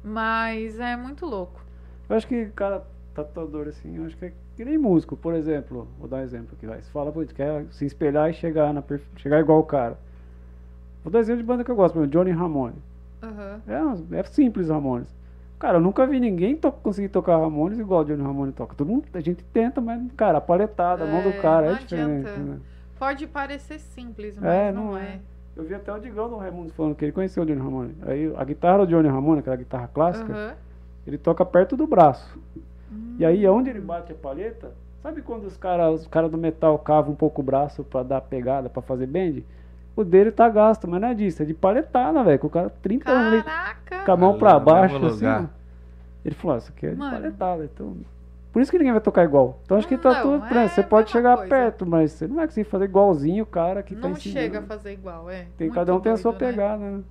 Speaker 2: Mas é muito louco.
Speaker 3: Eu acho que, cara, tatuador assim, eu acho que é que nem músico, por exemplo. Vou dar um exemplo aqui, vai. Você fala, putz, quer se espelhar e chegar, na perfe- chegar igual o cara. Vou dar um exemplo de banda que eu gosto, meu, Johnny Ramone.
Speaker 2: Aham.
Speaker 3: É, é simples, Ramones. Cara, eu nunca vi ninguém to conseguir tocar Ramones igual o Johnny Ramone toca. Todo mundo, a gente tenta, mas, cara, a paletada, a mão do
Speaker 2: É,
Speaker 3: cara é
Speaker 2: não
Speaker 3: diferente.
Speaker 2: adianta.
Speaker 3: né?
Speaker 2: Pode parecer simples, mas
Speaker 3: É,
Speaker 2: não,
Speaker 3: não
Speaker 2: é.
Speaker 3: é. Eu vi até o Digão do Raimundo falando que ele conheceu o Johnny Ramone. Aí a guitarra do Johnny Ramone, aquela guitarra clássica,
Speaker 2: Aham.
Speaker 3: ele toca perto do braço.
Speaker 2: Hum.
Speaker 3: E aí, onde ele bate a palheta, sabe quando os caras os cara do metal cavam um pouco o braço pra dar pegada, pra fazer bend? O dele tá gasto, mas não é disso, é de paletada, velho. Com o cara 30 anos ali
Speaker 2: Caraca!
Speaker 3: com a mão
Speaker 1: Ali
Speaker 3: pra
Speaker 1: no
Speaker 3: baixo,
Speaker 1: mesmo
Speaker 3: assim.
Speaker 1: lugar.
Speaker 3: ó. Ele falou, "Ah, isso aqui é de
Speaker 2: Mano.
Speaker 3: paletada, então. Por isso que ninguém vai tocar igual. Então acho que tá
Speaker 2: Não,
Speaker 3: tudo
Speaker 2: é
Speaker 3: tranquilo. Você
Speaker 2: a
Speaker 3: pode
Speaker 2: mesma
Speaker 3: chegar
Speaker 2: coisa.
Speaker 3: perto, mas você não vai conseguir fazer igualzinho o cara que tá
Speaker 2: Não
Speaker 3: ensinando.
Speaker 2: chega a fazer igual, é.
Speaker 3: Tem,
Speaker 2: Muito
Speaker 3: cada um tem a sua
Speaker 2: doido, né?
Speaker 3: pegada, né?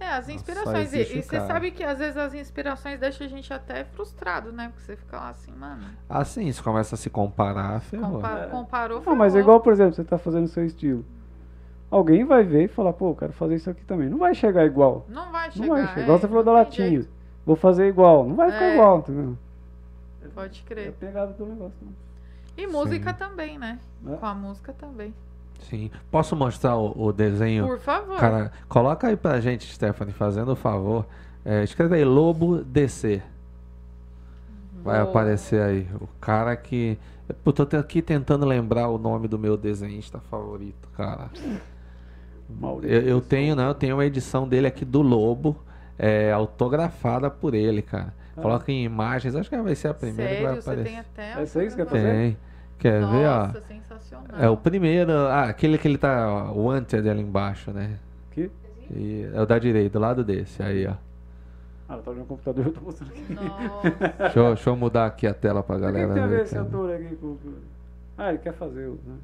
Speaker 2: É, as
Speaker 1: Nossa,
Speaker 2: inspirações. E-
Speaker 1: existe
Speaker 2: e
Speaker 1: o
Speaker 2: você
Speaker 1: cara.
Speaker 2: sabe que às vezes as inspirações deixam a gente até frustrado, né? Porque você fica lá assim, mano.
Speaker 1: Ah, sim, isso começa a se comparar, ferrou.
Speaker 2: compa-
Speaker 3: É.
Speaker 2: Comparou.
Speaker 3: Não, mas é
Speaker 2: ferrou.
Speaker 3: igual, por exemplo, você tá fazendo o seu estilo. Alguém vai ver e falar, pô, eu quero fazer isso aqui também. Não vai chegar igual.
Speaker 2: Não vai chegar.
Speaker 3: Não vai
Speaker 2: é,
Speaker 3: chegar. Igual você falou da
Speaker 2: não tem
Speaker 3: latinha.
Speaker 2: jeito,
Speaker 3: Vou fazer igual. Não vai ficar
Speaker 2: É.
Speaker 3: igual, entendeu?
Speaker 2: Pode
Speaker 3: É a
Speaker 2: crer.
Speaker 3: pegada do negócio. né?
Speaker 2: E música também, né?
Speaker 3: É.
Speaker 2: Com a música também.
Speaker 1: Sim. Posso mostrar o, o desenho?
Speaker 2: Por favor.
Speaker 1: Cara, coloca aí pra gente, Stephanie, fazendo o favor. É, escreve aí, Lobo DC. Vai
Speaker 2: Vou-
Speaker 1: aparecer aí. O cara que. Eu tô te- aqui tentando lembrar o nome do meu desenhista favorito, cara.
Speaker 3: Maurício.
Speaker 1: Eu, eu tenho, não, eu tenho uma edição dele aqui do Lobo, é, autografada por ele, cara.
Speaker 3: Ah.
Speaker 1: Coloca em imagens, acho que vai ser a primeira que vai
Speaker 2: Sério, você
Speaker 1: aparecer.
Speaker 2: tem até.
Speaker 3: É isso aí que você quer
Speaker 2: autografado?
Speaker 3: fazer?
Speaker 1: Tem. Quer ver, ó?
Speaker 2: Nossa, sensacional.
Speaker 1: É o primeiro, ah, aquele que ele tá, ó, o Wanted ali embaixo, né?
Speaker 3: Aqui.
Speaker 1: E é o da direita, do lado desse, aí, ó.
Speaker 3: Ah, eu tava no computador, eu tô mostrando aqui.
Speaker 2: Nossa.
Speaker 1: Deixa eu, deixa eu mudar aqui a tela pra
Speaker 3: Por que,
Speaker 1: galera
Speaker 3: que tem a ver
Speaker 1: ver.
Speaker 3: esse
Speaker 1: cara.
Speaker 3: ator aqui com. com- Ah, ele quer fazer o. Né?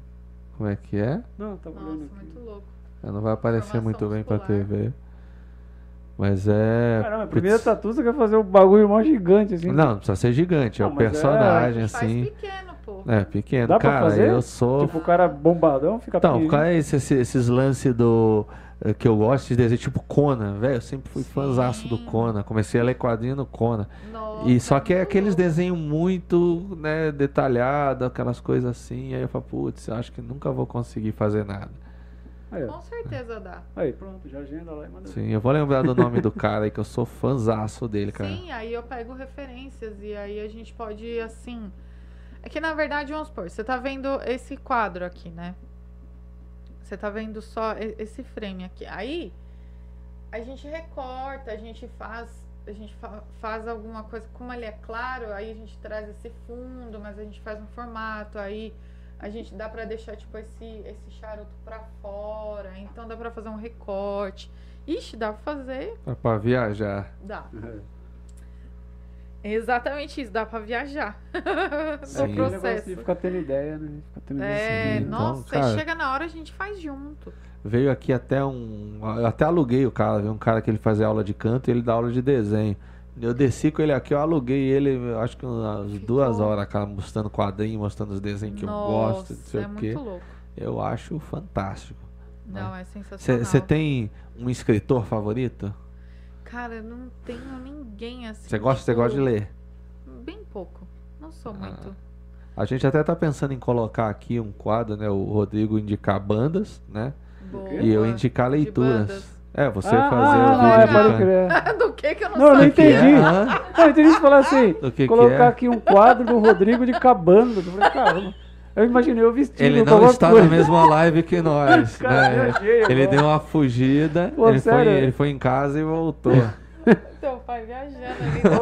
Speaker 1: Como é que é?
Speaker 3: Não, eu tava olhando
Speaker 2: Nossa,
Speaker 3: aqui.
Speaker 2: muito louco.
Speaker 1: Ela não vai aparecer
Speaker 2: Formação
Speaker 1: muito bem pra
Speaker 2: muscular.
Speaker 1: TV. Mas é.
Speaker 3: Caramba, a
Speaker 1: putz,
Speaker 3: primeira tatu você quer fazer um bagulho mó gigante, assim.
Speaker 1: Não, não precisa ser gigante, é
Speaker 3: Não,
Speaker 1: o
Speaker 3: mas é-
Speaker 1: personagem,
Speaker 2: Faz
Speaker 1: assim.
Speaker 2: pequeno, pô.
Speaker 1: É, pequeno.
Speaker 3: Dá pra
Speaker 1: cara,
Speaker 3: fazer?
Speaker 1: eu sou.
Speaker 3: Tipo, o cara bombadão fica
Speaker 1: então,
Speaker 3: pequenininho.
Speaker 1: qual é esse, esse- esses lances do. eh, Que eu gosto de dizer, tipo Conan, velho. Eu sempre fui fãzaço do
Speaker 2: Sim.
Speaker 1: Conan. Comecei a ler quadrinho no Conan.
Speaker 2: Nossa,
Speaker 1: E só que é
Speaker 2: muito
Speaker 1: aqueles
Speaker 2: louco.
Speaker 1: desenhos muito, né, detalhado, aquelas coisas assim. Aí eu falo, putz, acho que nunca vou conseguir fazer nada.
Speaker 3: Aí, ó.
Speaker 2: Com certeza dá.
Speaker 3: Aí, pronto, já agenda lá e manda.
Speaker 1: Sim, eu vou lembrar do nome do cara aí, que eu sou fãzaço dele, cara.
Speaker 2: Sim, aí eu pego referências e aí a gente pode, assim. É que na verdade, vamos supor, você tá vendo esse quadro aqui, né? Você tá vendo só e- esse frame aqui. Aí a gente recorta, a gente faz. A gente fa- faz alguma coisa, como ele é claro, aí a gente traz esse fundo, mas a gente faz um formato, aí a gente dá pra deixar tipo esse, esse charuto pra fora, então dá pra fazer um recorte. Ixi, dá pra fazer?
Speaker 1: Dá pra viajar.
Speaker 2: Dá.
Speaker 3: É.
Speaker 2: Exatamente isso, dá pra viajar.
Speaker 1: Sim.
Speaker 2: no
Speaker 3: Aquele negócio de
Speaker 2: processo.
Speaker 3: ficar tendo ideia, né? Ficar tendo
Speaker 2: É,
Speaker 1: Sim, então,
Speaker 2: nossa,
Speaker 1: cara-
Speaker 2: e chega na hora a gente faz junto.
Speaker 1: Veio aqui até um. Eu até aluguei o cara, viu? Um cara que ele fazia aula de canto e ele dá aula de desenho. Eu desci com ele aqui, eu aluguei ele, eu acho que umas
Speaker 2: Ficou.
Speaker 1: duas horas, cara, mostrando quadrinho, mostrando os desenhos que eu gosto, não sei
Speaker 2: é
Speaker 1: o quê.
Speaker 2: muito louco.
Speaker 1: Eu acho fantástico.
Speaker 2: Não, é sensacional.
Speaker 1: Você tem um escritor favorito?
Speaker 2: Cara, eu não tenho ninguém assim.
Speaker 1: Você gosta, cê
Speaker 2: tipo,
Speaker 1: gosta de ler?
Speaker 2: Bem pouco. Não sou
Speaker 1: Ah.
Speaker 2: muito.
Speaker 1: A gente até tá pensando em colocar aqui um quadro, né? O Rodrigo indicar bandas, né?
Speaker 2: Boa.
Speaker 1: E eu indicar
Speaker 2: De
Speaker 1: leituras.
Speaker 2: bandas.
Speaker 1: É, você
Speaker 3: ah,
Speaker 1: fazer.
Speaker 3: ah,
Speaker 1: os
Speaker 3: não, é,
Speaker 1: indica-
Speaker 3: pode crer.
Speaker 2: Do que que eu não,
Speaker 3: Não, eu não
Speaker 2: sabia?
Speaker 3: entendi.
Speaker 1: é? Hã?
Speaker 3: Não, eu entendi você falar assim,
Speaker 1: Do que que
Speaker 3: colocar
Speaker 1: é?
Speaker 3: aqui um quadro do Rodrigo de Cabando. Eu falei, caramba. Eu imaginei eu vestido.
Speaker 1: Ele
Speaker 3: um com
Speaker 1: não
Speaker 3: alguma
Speaker 1: está
Speaker 3: coisa.
Speaker 1: na mesma live que nós.
Speaker 3: Cara, eu
Speaker 1: né?
Speaker 3: achei
Speaker 1: Ele
Speaker 3: agora.
Speaker 1: deu uma fugida,
Speaker 3: Pô,
Speaker 1: ele, foi,
Speaker 3: sério?
Speaker 1: ele foi em casa e voltou.
Speaker 2: Teu pai Então, viajando ali.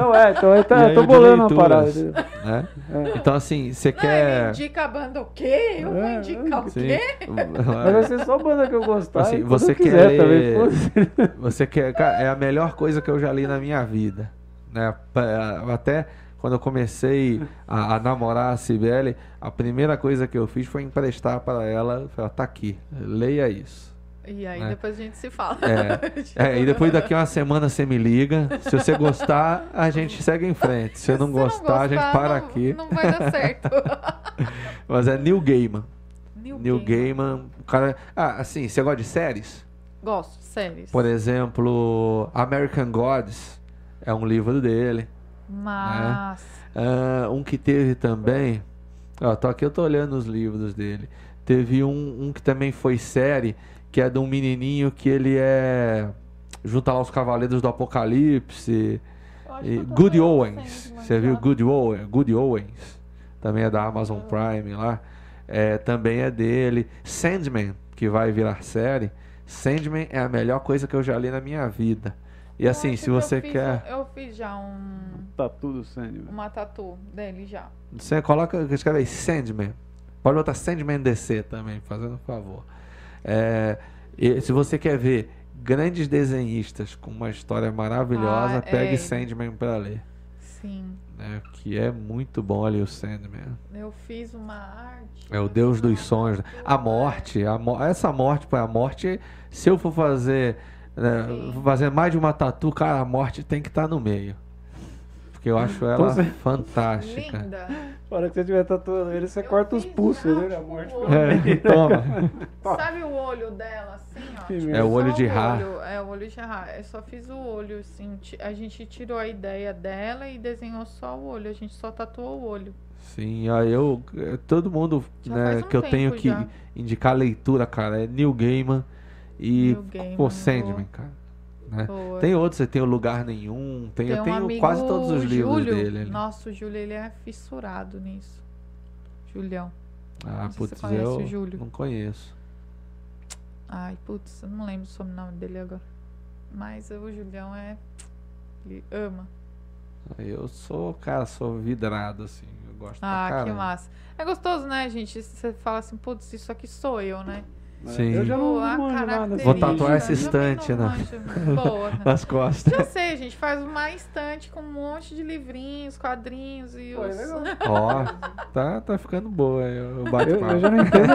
Speaker 3: Não, é, então eu, tá,
Speaker 1: E aí
Speaker 3: eu tô
Speaker 1: de
Speaker 3: bolando uma
Speaker 1: leituras,
Speaker 3: parada.
Speaker 1: né?
Speaker 3: É.
Speaker 1: Então, assim, você
Speaker 2: Não, ele
Speaker 1: quer.
Speaker 2: indica a banda o quê? Eu vou
Speaker 3: É,
Speaker 2: indicar o
Speaker 1: Sim.
Speaker 2: quê?
Speaker 3: Mas vai ser só banda que eu gostar.
Speaker 1: Assim,
Speaker 3: e quando
Speaker 1: você
Speaker 3: eu quiser
Speaker 1: quer
Speaker 3: também.
Speaker 1: ler-
Speaker 3: foda-se.
Speaker 1: Você quer. cara, É a melhor coisa que eu já li na minha vida. Né? Pa- Até quando eu comecei a, a namorar a Cibele, a primeira coisa que eu fiz foi emprestar para ela. Falei, ó, tá aqui, leia isso.
Speaker 2: E aí
Speaker 1: É.
Speaker 2: depois a gente se fala.
Speaker 1: É, e depois daqui uma semana você me liga. Se você gostar, a gente segue em frente. Se eu não,
Speaker 2: Se
Speaker 1: gostar, a gente para
Speaker 2: não-
Speaker 1: aqui.
Speaker 2: Não vai dar certo.
Speaker 1: Mas é Neil Gaiman.
Speaker 2: New,
Speaker 1: Neil Gaiman, o cara. Ah, assim, você gosta de séries?
Speaker 2: Gosto, séries.
Speaker 1: Por exemplo, American Gods é um livro dele.
Speaker 2: Mas.
Speaker 1: Ah, um que teve também. Ó, tô aqui, eu tô olhando os livros dele. Teve um, um que também foi série, que é de um menininho que ele é. Junta lá os Cavaleiros do Apocalipse.
Speaker 2: É.
Speaker 1: E
Speaker 2: tá
Speaker 1: Good Owens. Você viu Good, Owen, Good Owens? Também é da Amazon Prime lá. É, também é dele. Sandman, que vai virar série. Sandman é a melhor coisa que eu já li na minha vida. E assim,
Speaker 2: Eu
Speaker 1: se
Speaker 2: acho que
Speaker 1: você
Speaker 2: eu fiz-
Speaker 1: quer.
Speaker 2: Eu fiz já um,
Speaker 3: Tá tudo sério. velho.
Speaker 2: uma tatu dele já.
Speaker 1: Você coloca, escreve aí Sandman. Pode botar Sandman DC também, fazendo um favor. É, e se você quer ver grandes desenhistas com uma história maravilhosa,
Speaker 2: Ah,
Speaker 1: pegue
Speaker 2: é.
Speaker 1: Sandman pra ler.
Speaker 2: Sim.
Speaker 1: né? Que é muito bom ali o Sandman.
Speaker 2: Eu fiz uma arte.
Speaker 1: É o deus dos sonhos. A morte, a mo- essa morte, pô, a morte, se eu for fazer, né,
Speaker 2: Sim.
Speaker 1: for fazer mais de uma tatu, cara, a morte tem que estar no meio. Porque eu acho ela
Speaker 3: você-
Speaker 1: fantástica.
Speaker 2: Linda.
Speaker 3: A hora que você estiver tatuando ele, você
Speaker 2: Eu
Speaker 3: corta os
Speaker 2: fiz
Speaker 3: pulsos,
Speaker 2: já
Speaker 3: né? A
Speaker 2: com
Speaker 3: morte.
Speaker 2: o olho.
Speaker 1: É, toma.
Speaker 2: Sabe o olho dela, assim, ó?
Speaker 3: Que
Speaker 2: Tipo,
Speaker 3: merda.
Speaker 1: É o
Speaker 2: só
Speaker 1: olho de Ra.
Speaker 2: olho, É o olho de Ra. Eu só fiz o olho, assim. ti- A gente tirou a ideia dela e desenhou só o olho. A gente só tatuou o olho.
Speaker 1: Sim, ó, eu. eh, Todo mundo
Speaker 2: Já
Speaker 1: né,
Speaker 2: faz um
Speaker 1: que eu tenho
Speaker 2: tempo
Speaker 1: que
Speaker 2: já.
Speaker 1: indicar leitura, cara, é Neil Gaiman e
Speaker 2: Neil Gaiman,
Speaker 1: pô,
Speaker 2: boa.
Speaker 1: Sandman, cara. né?
Speaker 2: Boa.
Speaker 1: Tem outros, você tem o Lugar Nenhum, tem, eu
Speaker 2: um
Speaker 1: tenho
Speaker 2: amigo,
Speaker 1: quase todos os livros
Speaker 2: Júlio.
Speaker 1: dele. ali.
Speaker 2: Nossa, o Júlio, ele é fissurado nisso. Julião.
Speaker 1: Ah,
Speaker 2: Não sei se
Speaker 1: putz,
Speaker 2: você conhece
Speaker 1: eu
Speaker 2: o Júlio.
Speaker 1: não conheço.
Speaker 2: Ai, putz, eu não lembro o sobrenome dele agora. Mas o Julião é. Ele ama.
Speaker 1: Eu sou, cara, sou vidrado, assim. Eu gosto pra
Speaker 2: Ah, que
Speaker 1: caramba.
Speaker 2: massa. É gostoso, né, gente? Você fala assim, putz, isso aqui sou eu, né?
Speaker 1: Sim.
Speaker 3: Eu já não
Speaker 2: Pô, a
Speaker 3: manjo nada. assim.
Speaker 1: Vou tatuar esse
Speaker 2: característica,
Speaker 1: estante,
Speaker 2: eu
Speaker 1: né?
Speaker 2: também não manjo. Boa. né?
Speaker 1: Nas costas.
Speaker 2: Já sei, gente. Faz uma estante com um monte de livrinhos, quadrinhos e
Speaker 3: Pô, é
Speaker 2: os...
Speaker 3: legal.
Speaker 1: Ó, tá, tá ficando boa. Eu bato
Speaker 3: Eu, eu já não entendo.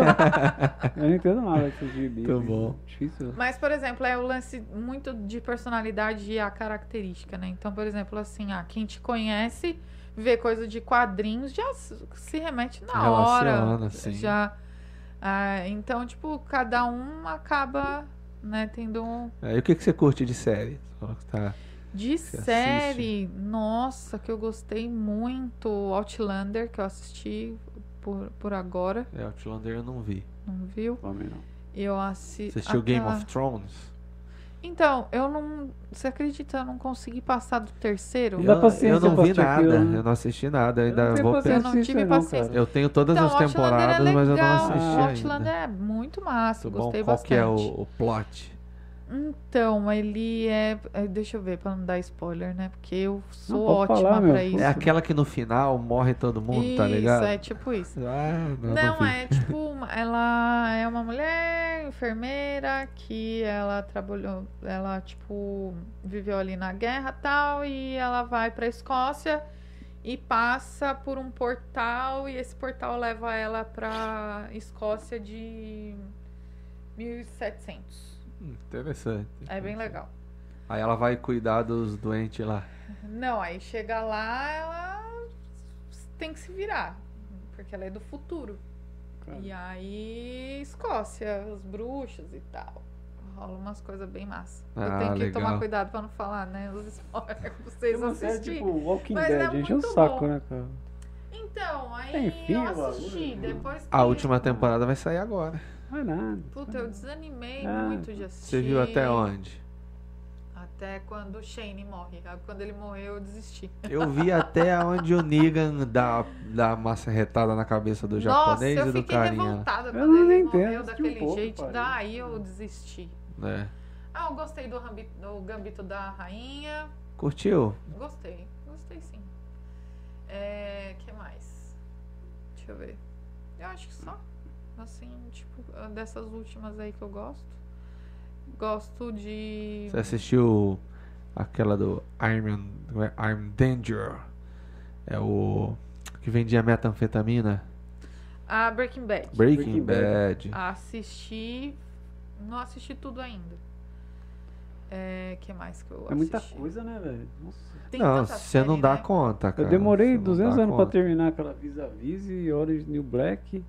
Speaker 3: eu não entendo nada desses gibis.
Speaker 1: Muito
Speaker 3: assim.
Speaker 1: Tá bom.
Speaker 3: Difícil.
Speaker 2: Mas, por exemplo, é o lance muito de personalidade e a característica, né? Então, por exemplo, assim, ah, quem te conhece, vê coisa de quadrinhos, já s- se remete na
Speaker 1: Relaciona, assim.
Speaker 2: hora.
Speaker 1: sim.
Speaker 2: Já. Ah, então, tipo, cada um acaba, né, tendo um.
Speaker 1: É, E o que, que você curte de série? Ó, Tá.
Speaker 2: De
Speaker 1: assiste?
Speaker 2: série, nossa, que eu gostei muito. Outlander, que eu assisti por, por agora,
Speaker 1: É, Outlander eu não vi.
Speaker 2: não viu?
Speaker 3: Homem não.
Speaker 2: Eu assisti.
Speaker 1: Você assistiu Game
Speaker 2: Ah.
Speaker 1: of Thrones?
Speaker 2: Então, eu não. Você acredita, eu não consegui passar do terceiro?
Speaker 3: Não dá
Speaker 1: eu,
Speaker 3: paciência
Speaker 1: eu não
Speaker 3: pra
Speaker 1: vi
Speaker 3: assistir
Speaker 1: nada,
Speaker 3: aquilo, né?
Speaker 1: eu não assisti nada,
Speaker 3: Eu
Speaker 1: ainda
Speaker 3: não tenho
Speaker 1: vou pensar.
Speaker 2: Eu
Speaker 3: paciência.
Speaker 2: não
Speaker 3: Assiste
Speaker 2: tive
Speaker 3: aí não,
Speaker 2: paciência.
Speaker 3: cara.
Speaker 1: Eu tenho todas
Speaker 2: então,
Speaker 1: as
Speaker 2: Outlander
Speaker 1: temporadas,
Speaker 2: é legal.
Speaker 1: mas eu não assisti
Speaker 2: O
Speaker 1: ainda.
Speaker 2: Outlander é muito massa,
Speaker 1: Muito bom.
Speaker 2: gostei
Speaker 1: Qual
Speaker 2: bastante.
Speaker 1: que é o, o plot?
Speaker 2: Então, ele é. é, Deixa eu ver pra não dar spoiler, né? Porque eu sou
Speaker 3: pode
Speaker 2: ótima
Speaker 3: falar, meu.
Speaker 2: pra isso.
Speaker 1: É aquela que no final morre todo mundo,
Speaker 2: isso,
Speaker 1: tá ligado?
Speaker 2: é tipo isso.
Speaker 1: Ah, não,
Speaker 2: Não,
Speaker 1: vi.
Speaker 2: é tipo, uma- ela é uma mulher enfermeira que ela trabalhou, ela tipo viveu ali na guerra e tal e ela vai pra Escócia e passa por um portal e esse portal leva ela pra Escócia de 1700.
Speaker 1: Interessante.
Speaker 2: É bem legal.
Speaker 1: Aí ela vai cuidar dos doentes lá.
Speaker 2: Não, aí chega lá, ela tem que se virar, porque ela é do futuro.
Speaker 3: Claro.
Speaker 2: E aí, Escócia, os bruxos e tal. Rola umas coisas bem massa.
Speaker 1: Ah,
Speaker 2: Eu tenho que
Speaker 1: legal.
Speaker 2: tomar cuidado pra não falar, né? Os spoilers pra vocês
Speaker 3: Tem uma série
Speaker 2: assistirem.
Speaker 3: tipo Walking
Speaker 2: Mas é
Speaker 3: Dead, gente, é um
Speaker 2: muito
Speaker 3: saco,
Speaker 2: bom.
Speaker 3: né, cara?
Speaker 2: Então, aí
Speaker 3: Tem fio,
Speaker 2: eu assisti.
Speaker 3: bagulho.
Speaker 2: Depois
Speaker 1: A
Speaker 2: que-
Speaker 1: última tá- temporada vai sair agora.
Speaker 3: Não é nada.
Speaker 2: Puta, eu desanimei
Speaker 3: Ah,
Speaker 2: muito de assistir.
Speaker 1: Você viu até onde?
Speaker 2: Até quando o Shane morre. Ah, Quando ele morreu, eu desisti.
Speaker 1: Eu vi até onde o Negan dá, dá a massa retada na cabeça do
Speaker 2: Nossa,
Speaker 1: japonês
Speaker 2: eu
Speaker 1: e do
Speaker 2: fiquei
Speaker 1: carinha.
Speaker 2: revoltada
Speaker 3: Eu
Speaker 2: quando ele
Speaker 3: nem entendo,
Speaker 2: morreu
Speaker 3: assisti um
Speaker 2: daquele
Speaker 3: pouco,
Speaker 2: jeito.
Speaker 3: pai.
Speaker 2: Daí eu desisti.
Speaker 1: né?
Speaker 2: Ah, eu gostei do rambi- do gambito da rainha.
Speaker 1: É. Curtiu?
Speaker 2: Gostei, gostei sim. É, que mais? Deixa eu ver. Eu acho que só. Assim, tipo, dessas últimas aí que eu gosto. Gosto de.
Speaker 1: Você assistiu aquela do I'm, como é? I'm Danger? É o que vendia metanfetamina?
Speaker 2: Ah, Breaking Ah, Bad.
Speaker 1: Breaking Bad.
Speaker 3: Breaking
Speaker 2: Assisti. Não assisti tudo ainda. É, que mais que eu assisti?
Speaker 3: É muita coisa, né, velho? Nossa.
Speaker 2: Tem
Speaker 1: Não,
Speaker 2: tanta
Speaker 1: você não
Speaker 2: série,
Speaker 1: dá
Speaker 2: né?
Speaker 1: conta, cara.
Speaker 3: Eu demorei
Speaker 1: Você não
Speaker 3: 200
Speaker 1: dá
Speaker 3: anos pra
Speaker 1: conta.
Speaker 3: terminar aquela Vis-a-Vis e Orange New Black.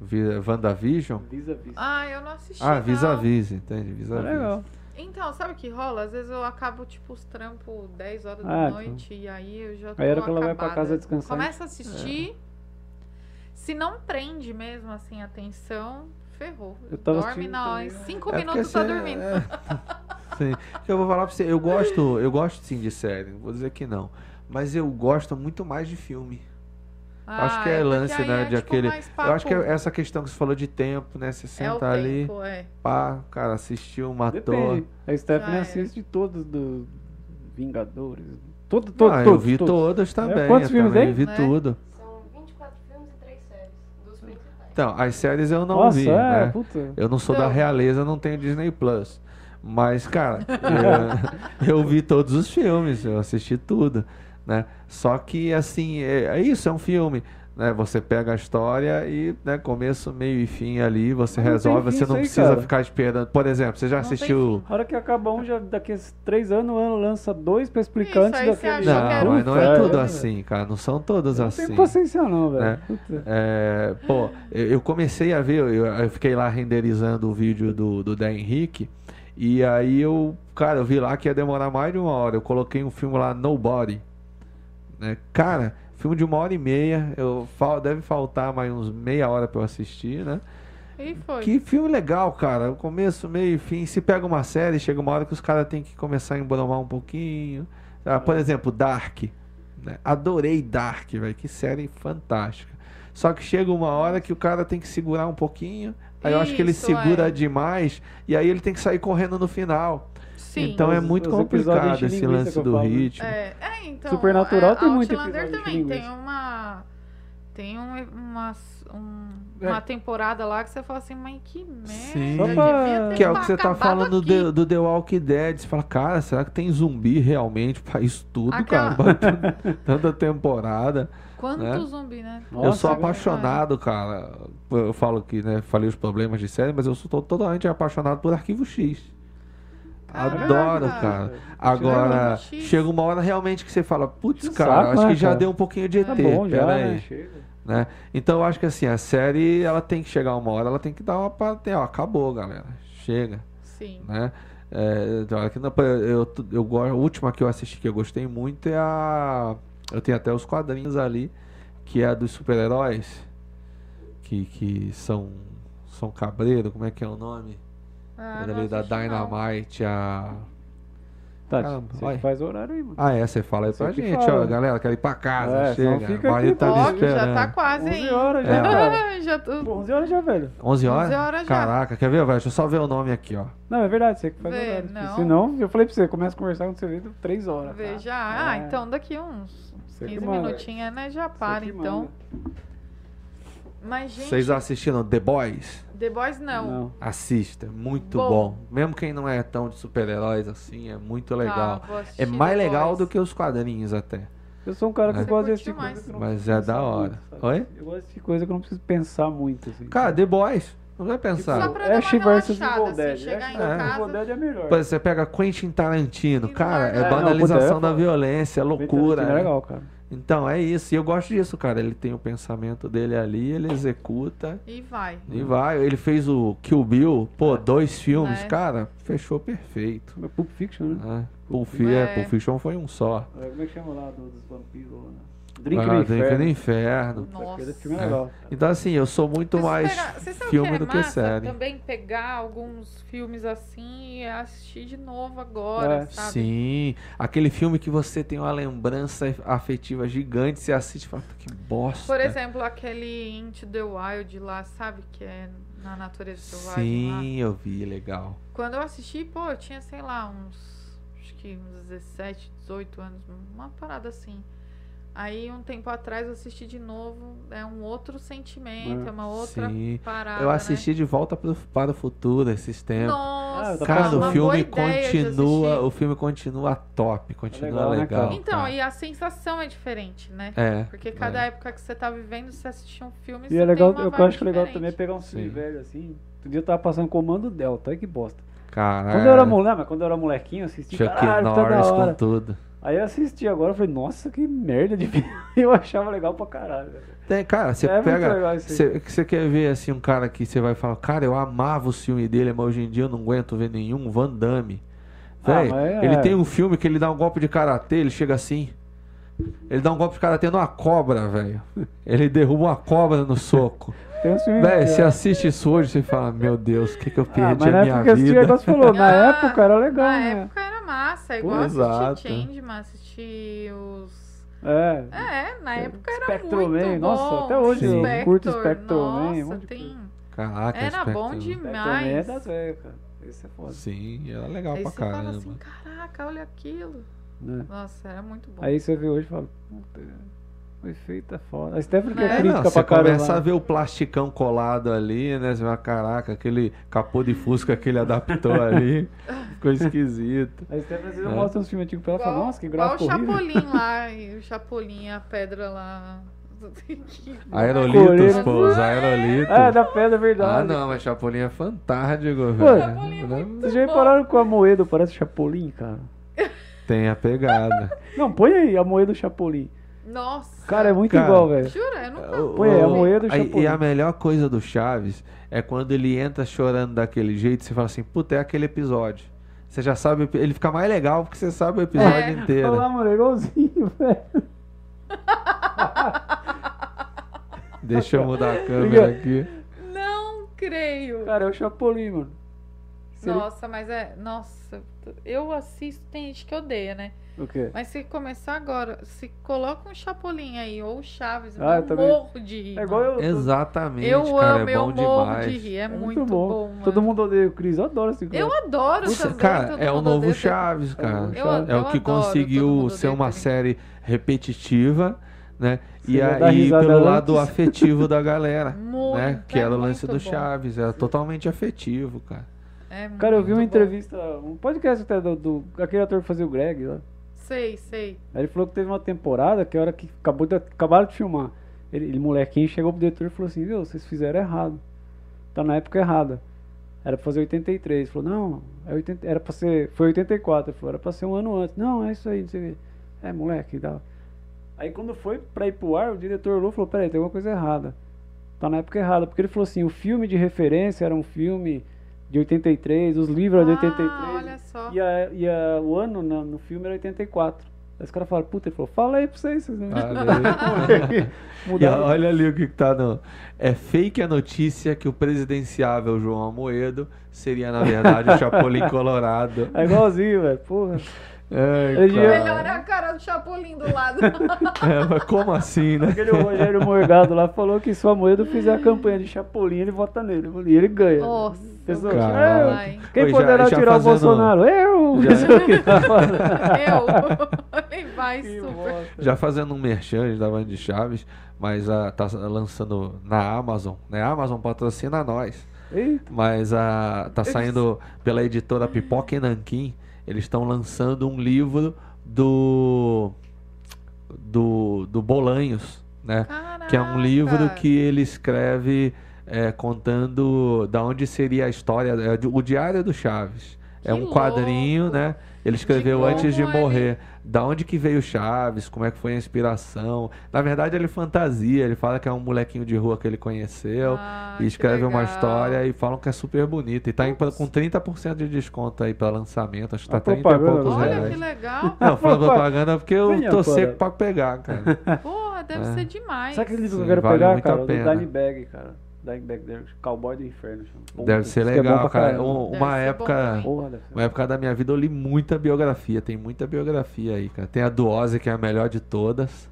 Speaker 1: Vi- WandaVision?
Speaker 3: Vis-a-Vis.
Speaker 2: Ah, eu não assisti.
Speaker 1: Ah,
Speaker 2: não.
Speaker 1: vis-a-vis, entende?
Speaker 3: Tá
Speaker 1: Vis-a-vis. É
Speaker 3: legal.
Speaker 2: Então, sabe o que rola? Às vezes eu acabo, tipo, os trampos 10 horas da
Speaker 3: Ah, então.
Speaker 2: noite e aí eu já tô
Speaker 3: Aí a hora que ela vai pra
Speaker 2: acabada.
Speaker 3: casa descansar,
Speaker 1: É.
Speaker 2: Começa a assistir. Se não prende mesmo, assim, a atenção, ferrou.
Speaker 3: Eu tava
Speaker 2: Dorme
Speaker 3: assistindo
Speaker 2: na hora, em
Speaker 3: também, né?
Speaker 2: 5
Speaker 1: É porque
Speaker 2: minutos tá
Speaker 1: você-
Speaker 2: dormindo.
Speaker 1: é. Sim. Eu vou falar pra você, eu gosto, eu gosto sim de série, não vou dizer que não. Mas eu gosto muito mais de filme. acho que é
Speaker 2: porque
Speaker 1: lance,
Speaker 2: aí
Speaker 1: né,
Speaker 2: é,
Speaker 1: de
Speaker 2: tipo,
Speaker 1: aquele-
Speaker 2: mais
Speaker 1: Eu acho que
Speaker 2: papo.
Speaker 1: é essa questão que você falou de tempo, né? Você
Speaker 2: É o
Speaker 1: senta ali,
Speaker 2: tempo, é.
Speaker 1: pá, cara, assistiu, matou.
Speaker 3: Depende. A Stephanie
Speaker 2: Já é.
Speaker 3: assiste todos do Vingadores. Todo, todo,
Speaker 1: Não, Ah, eu
Speaker 3: todos,
Speaker 1: vi
Speaker 3: todos.
Speaker 1: todas também.
Speaker 3: quantos
Speaker 1: eu
Speaker 3: filmes
Speaker 1: também
Speaker 3: tem?
Speaker 1: vi
Speaker 2: Né?
Speaker 1: tudo.
Speaker 6: São 24 filmes e 3 séries, dos principais.
Speaker 1: Então, as séries eu não
Speaker 3: Nossa,
Speaker 1: vi,
Speaker 3: é,
Speaker 1: né?
Speaker 3: puta.
Speaker 1: Eu não sou da
Speaker 2: Então-
Speaker 1: realeza, eu não tenho Disney Plus. Mas, cara, é, eu, vi todos os filmes, eu assisti tudo, né? Só que, assim, é, é isso, é um filme. Né? Você pega a história e, né, começo, meio e fim ali, você
Speaker 3: Não tem
Speaker 1: resolve,
Speaker 3: fim
Speaker 1: você
Speaker 3: isso
Speaker 1: não
Speaker 3: aí,
Speaker 1: precisa
Speaker 3: cara.
Speaker 1: ficar esperando. Por exemplo, você já
Speaker 2: Não tem
Speaker 1: assistiu.
Speaker 3: A hora que acaba um, já daqui a três anos, o ano lança dois pra explicar
Speaker 2: Isso,
Speaker 3: antes
Speaker 2: aí você
Speaker 3: daquele.
Speaker 2: achou que era
Speaker 1: Não, mas não é
Speaker 2: filme.
Speaker 1: tudo assim, cara. Não são todas
Speaker 3: um Não
Speaker 1: assim.
Speaker 3: tem paciência não,
Speaker 1: Né?
Speaker 3: velho. Puta.
Speaker 1: É, pô, eu eu comecei a ver, eu, eu fiquei lá renderizando o vídeo do, do Dan Henrique, e aí eu, cara, eu vi lá que ia demorar mais de uma hora. Eu coloquei um filme lá, Nobody. Né? Cara, filme de uma hora e meia, eu, fal- deve faltar mais uns meia hora pra eu assistir, né?
Speaker 2: E foi.
Speaker 1: Que filme legal, cara. O começo, meio e fim. Se pega uma série, chega uma hora que os caras têm que começar a embromar um pouquinho. Ah, por
Speaker 2: Uhum.
Speaker 1: exemplo, Dark. né? Adorei Dark, velho. Que série fantástica. Só que chega uma hora que o cara tem que segurar um pouquinho. Aí eu acho que ele
Speaker 2: Isso,
Speaker 1: segura
Speaker 2: é.
Speaker 1: demais. E aí ele tem que sair correndo no final.
Speaker 2: Sim.
Speaker 1: Então é
Speaker 3: Os-
Speaker 1: muito
Speaker 3: os episódios
Speaker 1: complicado
Speaker 3: de
Speaker 1: esse
Speaker 3: linguiça
Speaker 1: lance
Speaker 3: que eu
Speaker 1: do
Speaker 3: falo, né?
Speaker 1: ritmo.
Speaker 2: É, é, então.
Speaker 3: Supernatural
Speaker 2: é,
Speaker 3: tem muito
Speaker 2: Outlander
Speaker 3: episódio de
Speaker 2: também tem
Speaker 3: linguiça.
Speaker 2: uma. Tem um- umas- um-
Speaker 1: É.
Speaker 2: uma temporada lá que você fala assim, mas que merda.
Speaker 1: Sim.
Speaker 3: Só pra-
Speaker 2: devia ter
Speaker 1: Que é o que você tá
Speaker 2: acabado
Speaker 1: falando
Speaker 2: aqui.
Speaker 1: do, do The Walking Dead. Você fala, cara, será que tem zumbi realmente pra isso tudo,
Speaker 2: Aquela-
Speaker 1: cara? Tanta- Tanta temporada.
Speaker 2: Quanto
Speaker 1: né?
Speaker 2: zumbi, né?
Speaker 1: eu
Speaker 3: Nossa, é
Speaker 1: sou
Speaker 3: velho.
Speaker 1: apaixonado, cara. Eu falo que, né, falei os problemas de série, mas eu sou to- totalmente apaixonado por Arquivo X.
Speaker 2: Caraca.
Speaker 1: Adoro, cara. Agora,
Speaker 2: Arquivo X.
Speaker 1: chega uma hora realmente que você fala, putz,
Speaker 3: Enche o
Speaker 1: cara,
Speaker 3: saco,
Speaker 1: acho
Speaker 3: né,
Speaker 1: que já
Speaker 3: cara?
Speaker 1: deu um pouquinho de ET,
Speaker 3: Tá bom já, né?
Speaker 1: peraí.
Speaker 3: Chega.
Speaker 1: né? Então eu acho que assim, a série, ela tem que chegar uma hora, ela tem que dar uma pa- tem, ó, acabou, galera. Chega
Speaker 2: Sim.
Speaker 1: né? É, tem hora que não- pô, eu, eu, go- a última que eu assisti que eu gostei muito é a. Eu tenho até os quadrinhos ali, que é a dos super-heróis, que, que são. São Cabreiro, como é que é o nome?
Speaker 2: Ah,
Speaker 1: É
Speaker 2: não
Speaker 1: ali da
Speaker 2: assisti, não.
Speaker 1: Dynamite, a.
Speaker 3: Tá,
Speaker 1: Caramba,
Speaker 3: você
Speaker 1: vai.
Speaker 3: faz o horário aí, mano.
Speaker 1: Ah, é, você fala aí pra
Speaker 3: Você que
Speaker 1: gente,
Speaker 3: fala.
Speaker 1: ó, galera, quero ir pra casa,
Speaker 3: É, senão
Speaker 1: chega.
Speaker 3: fica
Speaker 1: o marido
Speaker 3: aqui,
Speaker 1: tá
Speaker 2: Ó,
Speaker 1: me
Speaker 2: que já
Speaker 1: esperando.
Speaker 2: tá quase
Speaker 3: 11
Speaker 2: aí.
Speaker 3: horas
Speaker 1: É.
Speaker 3: já, cara.
Speaker 2: já tô...
Speaker 3: Pô, 11 horas já, velho.
Speaker 1: 11 horas?
Speaker 2: 11 horas já.
Speaker 1: Caraca, quer ver, velho? Deixa eu só ver o nome aqui, ó.
Speaker 3: Não, é verdade, você que faz
Speaker 2: Vê,
Speaker 3: o horário.
Speaker 2: não.
Speaker 3: Senão, eu falei pra você, começa a conversar com o seu vídeo 3 horas.
Speaker 2: Vê
Speaker 3: cara.
Speaker 2: já. Ah,
Speaker 3: É.
Speaker 2: então daqui uns
Speaker 3: Você que
Speaker 2: 15
Speaker 3: manda.
Speaker 2: minutinhos, né? Já
Speaker 3: Você
Speaker 2: para,
Speaker 3: que
Speaker 2: então.
Speaker 3: manda.
Speaker 2: Mas, gente,
Speaker 1: Vocês assistiram The Boys?
Speaker 2: The Boys não.
Speaker 3: Não.
Speaker 1: Assista, é muito bom.
Speaker 2: Bom.
Speaker 1: Mesmo quem não é tão de super-heróis assim, é muito
Speaker 2: Tá,
Speaker 1: legal.
Speaker 2: vou assistir
Speaker 1: é mais
Speaker 2: The
Speaker 1: legal
Speaker 2: Boys.
Speaker 1: do que os quadrinhos até.
Speaker 3: Eu sou um cara que
Speaker 1: Você
Speaker 3: gosta de
Speaker 2: curte
Speaker 3: assistir
Speaker 2: mais.
Speaker 3: coisa que eu não
Speaker 1: Mas
Speaker 3: preciso
Speaker 1: é
Speaker 3: pensar
Speaker 1: da hora.
Speaker 3: muito, sabe?
Speaker 1: Oi?
Speaker 3: Eu gosto de assistir coisa que eu não preciso pensar muito, assim.
Speaker 1: Cara, The Boys, não vai
Speaker 2: Tipo, Só
Speaker 1: pensar.
Speaker 2: pra
Speaker 3: é
Speaker 2: dar uma
Speaker 3: Ash versus
Speaker 2: relaxada,
Speaker 3: Evil
Speaker 2: assim,
Speaker 3: Dead.
Speaker 2: chegar
Speaker 3: Ash
Speaker 2: em
Speaker 3: versus
Speaker 2: casa.
Speaker 3: Evil Dead é melhor.
Speaker 1: Por exemplo, você pega Quentin Tarantino,
Speaker 2: Que
Speaker 1: cara,
Speaker 2: não
Speaker 1: é
Speaker 2: é-
Speaker 3: É,
Speaker 1: banalização
Speaker 3: não,
Speaker 1: da
Speaker 3: puta, é
Speaker 1: violência, é loucura.
Speaker 3: É
Speaker 1: né?
Speaker 3: legal, cara.
Speaker 1: Então é isso, e eu gosto disso, cara. Ele tem o pensamento dele ali, ele executa
Speaker 2: E vai.
Speaker 3: Hum.
Speaker 1: e vai. Ele fez o Kill Bill, pô, dois filmes,
Speaker 2: É.
Speaker 1: cara, fechou perfeito.
Speaker 3: É Pulp Fiction, né?
Speaker 1: Né? Pulp, Fi- é,
Speaker 2: É.
Speaker 1: Pulp Fiction foi um só.
Speaker 3: É, Como é que chama lá do- dos vampiros? lá, Né? Drink
Speaker 1: Ah,
Speaker 3: no
Speaker 1: Drink
Speaker 3: Inferno.
Speaker 1: no Inferno.
Speaker 3: Puta, aquele
Speaker 2: Nossa.
Speaker 3: filme é
Speaker 1: É.
Speaker 3: legal.
Speaker 1: Então, assim, eu sou muito
Speaker 2: Mas
Speaker 1: mais
Speaker 2: pegar- vocês sabem
Speaker 1: filme
Speaker 2: é
Speaker 1: do que
Speaker 2: massa?
Speaker 1: série.
Speaker 2: Também pegar alguns filmes assim e assistir de novo agora,
Speaker 3: É.
Speaker 2: sabe?
Speaker 1: Sim, aquele filme que você tem uma lembrança afetiva gigante, você assiste e fala, "Puta, que bosta.
Speaker 2: Por exemplo, aquele Into the Wild lá, sabe? Que é na natureza selvagem lá.
Speaker 1: Sim, eu vi, legal.
Speaker 2: Quando eu assisti, pô, eu tinha, sei lá, uns. Acho que uns 17, 18 anos, uma parada assim. Aí, um tempo atrás, eu assisti de novo. É um outro sentimento, é uma outra
Speaker 1: Sim.
Speaker 2: parada.
Speaker 1: Eu assisti de volta pro- para o futuro esses
Speaker 2: Né?
Speaker 1: tempos.
Speaker 3: Ah, eu
Speaker 2: Nossa,
Speaker 3: tô
Speaker 1: Cara,
Speaker 2: uma
Speaker 1: o
Speaker 3: passando.
Speaker 2: boa
Speaker 1: filme
Speaker 2: ideia de
Speaker 1: continua,
Speaker 2: assistir.
Speaker 1: o filme continua top, continua
Speaker 3: legal, né,
Speaker 1: legal.
Speaker 3: cara?
Speaker 2: Então,
Speaker 1: cara.
Speaker 2: e a sensação é diferente, né?
Speaker 1: é,
Speaker 2: Porque cada época que você tá vivendo, você assistir um
Speaker 3: E
Speaker 2: filme, você
Speaker 3: é legal,
Speaker 2: tem
Speaker 3: eu
Speaker 2: uma
Speaker 3: acho
Speaker 2: vibe
Speaker 3: que legal
Speaker 2: diferente.
Speaker 3: também é pegar um filme
Speaker 1: Sim.
Speaker 3: velho assim. Outro dia eu tava passando comando Delta, olha que bosta.
Speaker 1: cara.
Speaker 3: Quando eu era moleque, mas quando eu era molequinho, eu assisti,
Speaker 1: Chuck
Speaker 3: caralho, tá
Speaker 1: Norris
Speaker 3: da
Speaker 1: com
Speaker 3: hora.
Speaker 1: tudo.
Speaker 3: Aí eu assisti agora, eu falei, nossa, que merda de filme. Eu achava legal pra caralho. velho.
Speaker 1: Tem, cara, você
Speaker 3: é muito
Speaker 1: pega.
Speaker 3: legal isso aí.
Speaker 1: Você você quer ver assim um cara que você vai falar, cara, eu amava o filme dele, mas hoje em dia eu não aguento ver nenhum, Van Damme.
Speaker 3: Ah,
Speaker 1: Véi,
Speaker 3: mas
Speaker 1: ele
Speaker 3: é.
Speaker 1: tem um filme que ele dá um golpe de karatê, ele chega assim. Ele dá um golpe de karatê numa cobra, velho. Ele derruba uma cobra no soco.
Speaker 3: Tem uns filmes
Speaker 1: Véi,
Speaker 3: que-
Speaker 1: você assiste isso hoje, você fala, meu Deus, o que, que eu
Speaker 3: É.
Speaker 1: perdi
Speaker 3: Ah, mas
Speaker 1: a minha
Speaker 3: na época que eu assisti,
Speaker 1: vida?
Speaker 3: igual você falou, na
Speaker 2: Ah,
Speaker 3: época era legal,
Speaker 2: Na
Speaker 3: né?
Speaker 2: época era massa, é
Speaker 1: Pô,
Speaker 2: igual
Speaker 1: exato.
Speaker 2: assistir Changeman, assistir os...
Speaker 3: É.
Speaker 2: É, na época era
Speaker 3: Spectrum
Speaker 2: muito
Speaker 3: Man,
Speaker 2: bom.
Speaker 3: nossa, até hoje
Speaker 1: eu
Speaker 3: curto Spectrum Man, um
Speaker 2: nossa,
Speaker 3: monte de
Speaker 2: tem...
Speaker 1: Caraca,
Speaker 2: Era bom
Speaker 1: Spectrum.
Speaker 3: Mas... Também é
Speaker 2: demais.
Speaker 3: das velhas, cara. Isso é foda.
Speaker 1: Sim, era legal
Speaker 2: Aí
Speaker 1: pra
Speaker 2: você
Speaker 1: caramba.
Speaker 2: fala assim, caraca, olha aquilo.
Speaker 3: né?
Speaker 2: Nossa, era muito bom.
Speaker 3: Aí você vê hoje e fala, puta, o efeito é foda. Aí você até porque
Speaker 2: É,
Speaker 3: é,
Speaker 2: não,
Speaker 1: É, não,
Speaker 3: crítica
Speaker 1: você
Speaker 3: pra caramba. né?
Speaker 1: começa a ver o plasticão colado ali, né? Você fala, caraca, aquele capô de fusca que ele adaptou ali. Ficou esquisito.
Speaker 3: Aí você precisa
Speaker 1: É.
Speaker 3: mostra uns filmes antigos pra ela e fala, nossa, que
Speaker 2: igual
Speaker 3: gráfico
Speaker 2: o
Speaker 3: horrível.
Speaker 2: Chapolin lá, e o Chapolin, a pedra lá. Que
Speaker 1: Aerolitos,
Speaker 3: Colete.
Speaker 1: pô, os aerolitos.
Speaker 3: Ah, da pedra, é
Speaker 1: Ah,
Speaker 3: verdade.
Speaker 1: não, mas Chapolin é fantástico,
Speaker 3: Pô,
Speaker 1: velho.
Speaker 2: Chapolin é muito-
Speaker 3: Vocês já repararam que o Amoedo parece Chapolin, cara?
Speaker 1: Tem a pegada.
Speaker 3: Não, põe aí, Amoedo Chapolin.
Speaker 2: Nossa.
Speaker 3: Cara, é muito
Speaker 1: Cara,
Speaker 3: igual, velho.
Speaker 2: Jura? Eu nunca...
Speaker 3: Põe aí,
Speaker 1: O-
Speaker 3: Amoedo
Speaker 1: aí-
Speaker 3: Chapolin.
Speaker 1: E a melhor coisa do Chaves é quando ele entra chorando daquele jeito, você fala assim, puta, é aquele episódio. Você já sabe, o epi- ele fica mais legal porque você sabe o episódio
Speaker 2: É.
Speaker 1: inteiro.
Speaker 3: Olha lá, mano, é igualzinho, velho.
Speaker 1: Deixa eu mudar a câmera aqui.
Speaker 2: Não creio.
Speaker 3: É, Cara, é o Chapolin, mano. Se ele-
Speaker 2: Nossa, mas é. Nossa, eu assisto, tem gente que odeia, né?
Speaker 3: O quê?
Speaker 2: Mas se começar agora, se coloca um Chapolin aí, ou Chaves,
Speaker 3: Ah, eu
Speaker 2: eu
Speaker 3: também.
Speaker 2: morro de rir.
Speaker 3: É igual eu.
Speaker 1: Exatamente,
Speaker 2: Eu
Speaker 1: cara,
Speaker 2: amo,
Speaker 1: é bom
Speaker 2: eu morro
Speaker 1: demais.
Speaker 2: de rir. É, muito, bom. mano.
Speaker 3: Todo mundo odeia o Cris, eu adoro esse Cris.
Speaker 2: Eu adoro
Speaker 1: Isso,
Speaker 2: também.
Speaker 1: cara,
Speaker 2: todo
Speaker 1: é o
Speaker 2: mundo
Speaker 1: novo
Speaker 2: odeia.
Speaker 1: Chaves, cara. é
Speaker 3: Eu-
Speaker 1: o
Speaker 2: eu
Speaker 1: que
Speaker 2: adoro, todo
Speaker 1: conseguiu
Speaker 2: mundo
Speaker 1: ser
Speaker 2: odeia
Speaker 1: uma
Speaker 2: também.
Speaker 1: série repetitiva, né?
Speaker 3: Você
Speaker 1: e
Speaker 3: já dá
Speaker 1: aí,
Speaker 3: risada
Speaker 1: pelo
Speaker 3: antes.
Speaker 1: lado afetivo da galera,
Speaker 2: Muito,
Speaker 1: né? Que
Speaker 2: é
Speaker 1: era o lance do
Speaker 2: muito bom.
Speaker 1: Chaves, era totalmente afetivo, cara.
Speaker 2: É
Speaker 3: Cara, eu vi uma
Speaker 2: muito bom.
Speaker 3: entrevista, um podcast até do, do- aquele ator que fazia o Greg lá.
Speaker 2: Sei, sei.
Speaker 3: Aí ele falou que teve uma temporada que a hora que acabou de, acabaram de filmar. Ele, ele, molequinho, chegou pro diretor e falou assim, viu, vocês fizeram errado. Tá na época errada. Era pra fazer 83. Ele falou, não, é 80, era pra ser. Foi 84. Ele falou, era pra ser um ano antes. Não, é isso aí, não sei o quê. É, moleque, dá. Aí quando foi pra ir pro ar, o diretor olhou e falou, peraí, tem alguma coisa errada. Tá na época errada. Porque ele falou assim, o filme de referência era um filme de 83, os livros eram de 83.
Speaker 2: Ah, olha só.
Speaker 3: E, a, e a- o ano na- no filme era 84. Aí os caras falaram, puta, ele falou, fala aí pra vocês, vocês não
Speaker 1: Valeu. E
Speaker 3: mudaram.
Speaker 1: olha ali o que que tá no. É fake a notícia que o presidenciável João Amoedo seria, na verdade, o Chapolin Colorado.
Speaker 3: É igualzinho, velho, porra.
Speaker 1: Ai,
Speaker 3: Ele
Speaker 1: cara.
Speaker 2: Melhor é a cara do Chapolin do lado.
Speaker 1: É, mas como assim, né?
Speaker 3: Aquele Rogério Morgado lá falou que se o Amoedo fizer a campanha de Chapolin, ele vota nele. E ele ganha.
Speaker 2: Nossa,
Speaker 3: Pessoal,
Speaker 2: eu vou te
Speaker 1: Cara.
Speaker 2: falar, hein?
Speaker 3: Quem
Speaker 1: Oi, já-
Speaker 3: poderá
Speaker 1: já
Speaker 3: tirar o
Speaker 1: fazendo-
Speaker 3: Bolsonaro? Eu!
Speaker 1: Já-
Speaker 3: Isso aqui tá falando.
Speaker 2: Eu. Ele vai
Speaker 3: Que
Speaker 2: super.
Speaker 3: bosta.
Speaker 1: Já fazendo um merchan a gente da Band de Chaves, mas a, tá lançando na Amazon, né? A Amazon patrocina nós.
Speaker 3: Eita,
Speaker 1: Mas a, tá saindo pela editora Pipoca e Nanquim. Eles estão lançando um livro do. do, do Bolanhos, né?
Speaker 2: Caraca.
Speaker 1: Que é um livro
Speaker 2: tá.
Speaker 1: que ele escreve é, contando da onde seria a história, é, o Diário do Chaves. é
Speaker 2: Que
Speaker 1: um quadrinho,
Speaker 2: louco.
Speaker 1: né? Ele escreveu
Speaker 2: como
Speaker 1: antes de
Speaker 2: ele-
Speaker 1: morrer. Da onde que veio Chaves? Como é que foi a inspiração? Na verdade, ele fantasia. Ele fala que é um molequinho de rua que ele conheceu.
Speaker 2: Ah,
Speaker 1: e
Speaker 2: que
Speaker 1: escreve uma
Speaker 2: legal.
Speaker 1: história e falam que é super bonito. E tá em- com 30% de desconto aí pra lançamento. Acho que tá
Speaker 3: A
Speaker 1: 30 e poucos
Speaker 3: propaganda,
Speaker 2: Olha
Speaker 1: reais.
Speaker 2: que legal.
Speaker 1: Não, falando propaganda porque eu
Speaker 3: Minha
Speaker 1: tô
Speaker 3: porra.
Speaker 1: seco pra pegar, cara.
Speaker 2: Porra, deve
Speaker 1: É.
Speaker 2: ser demais.
Speaker 3: Sabe aquele livro
Speaker 1: Sim,
Speaker 3: que eu quero
Speaker 1: vale
Speaker 3: pegar,
Speaker 1: muito a
Speaker 3: cara? Do
Speaker 1: pena.
Speaker 3: Dimebag, cara. Dimebag, deve- Cowboy do Inferno. chama. Puta,
Speaker 1: Deve
Speaker 3: isso
Speaker 1: ser
Speaker 3: que é bom
Speaker 1: legal,
Speaker 3: pra
Speaker 1: cara.
Speaker 3: caramba.
Speaker 1: Um-
Speaker 2: Deve
Speaker 1: uma
Speaker 2: ser bom
Speaker 1: época.
Speaker 2: também.
Speaker 3: Porra, deve ser.
Speaker 1: Uma época da minha vida eu li muita biografia, tem muita biografia aí, cara. Tem a do Ozzy, que é a melhor de todas.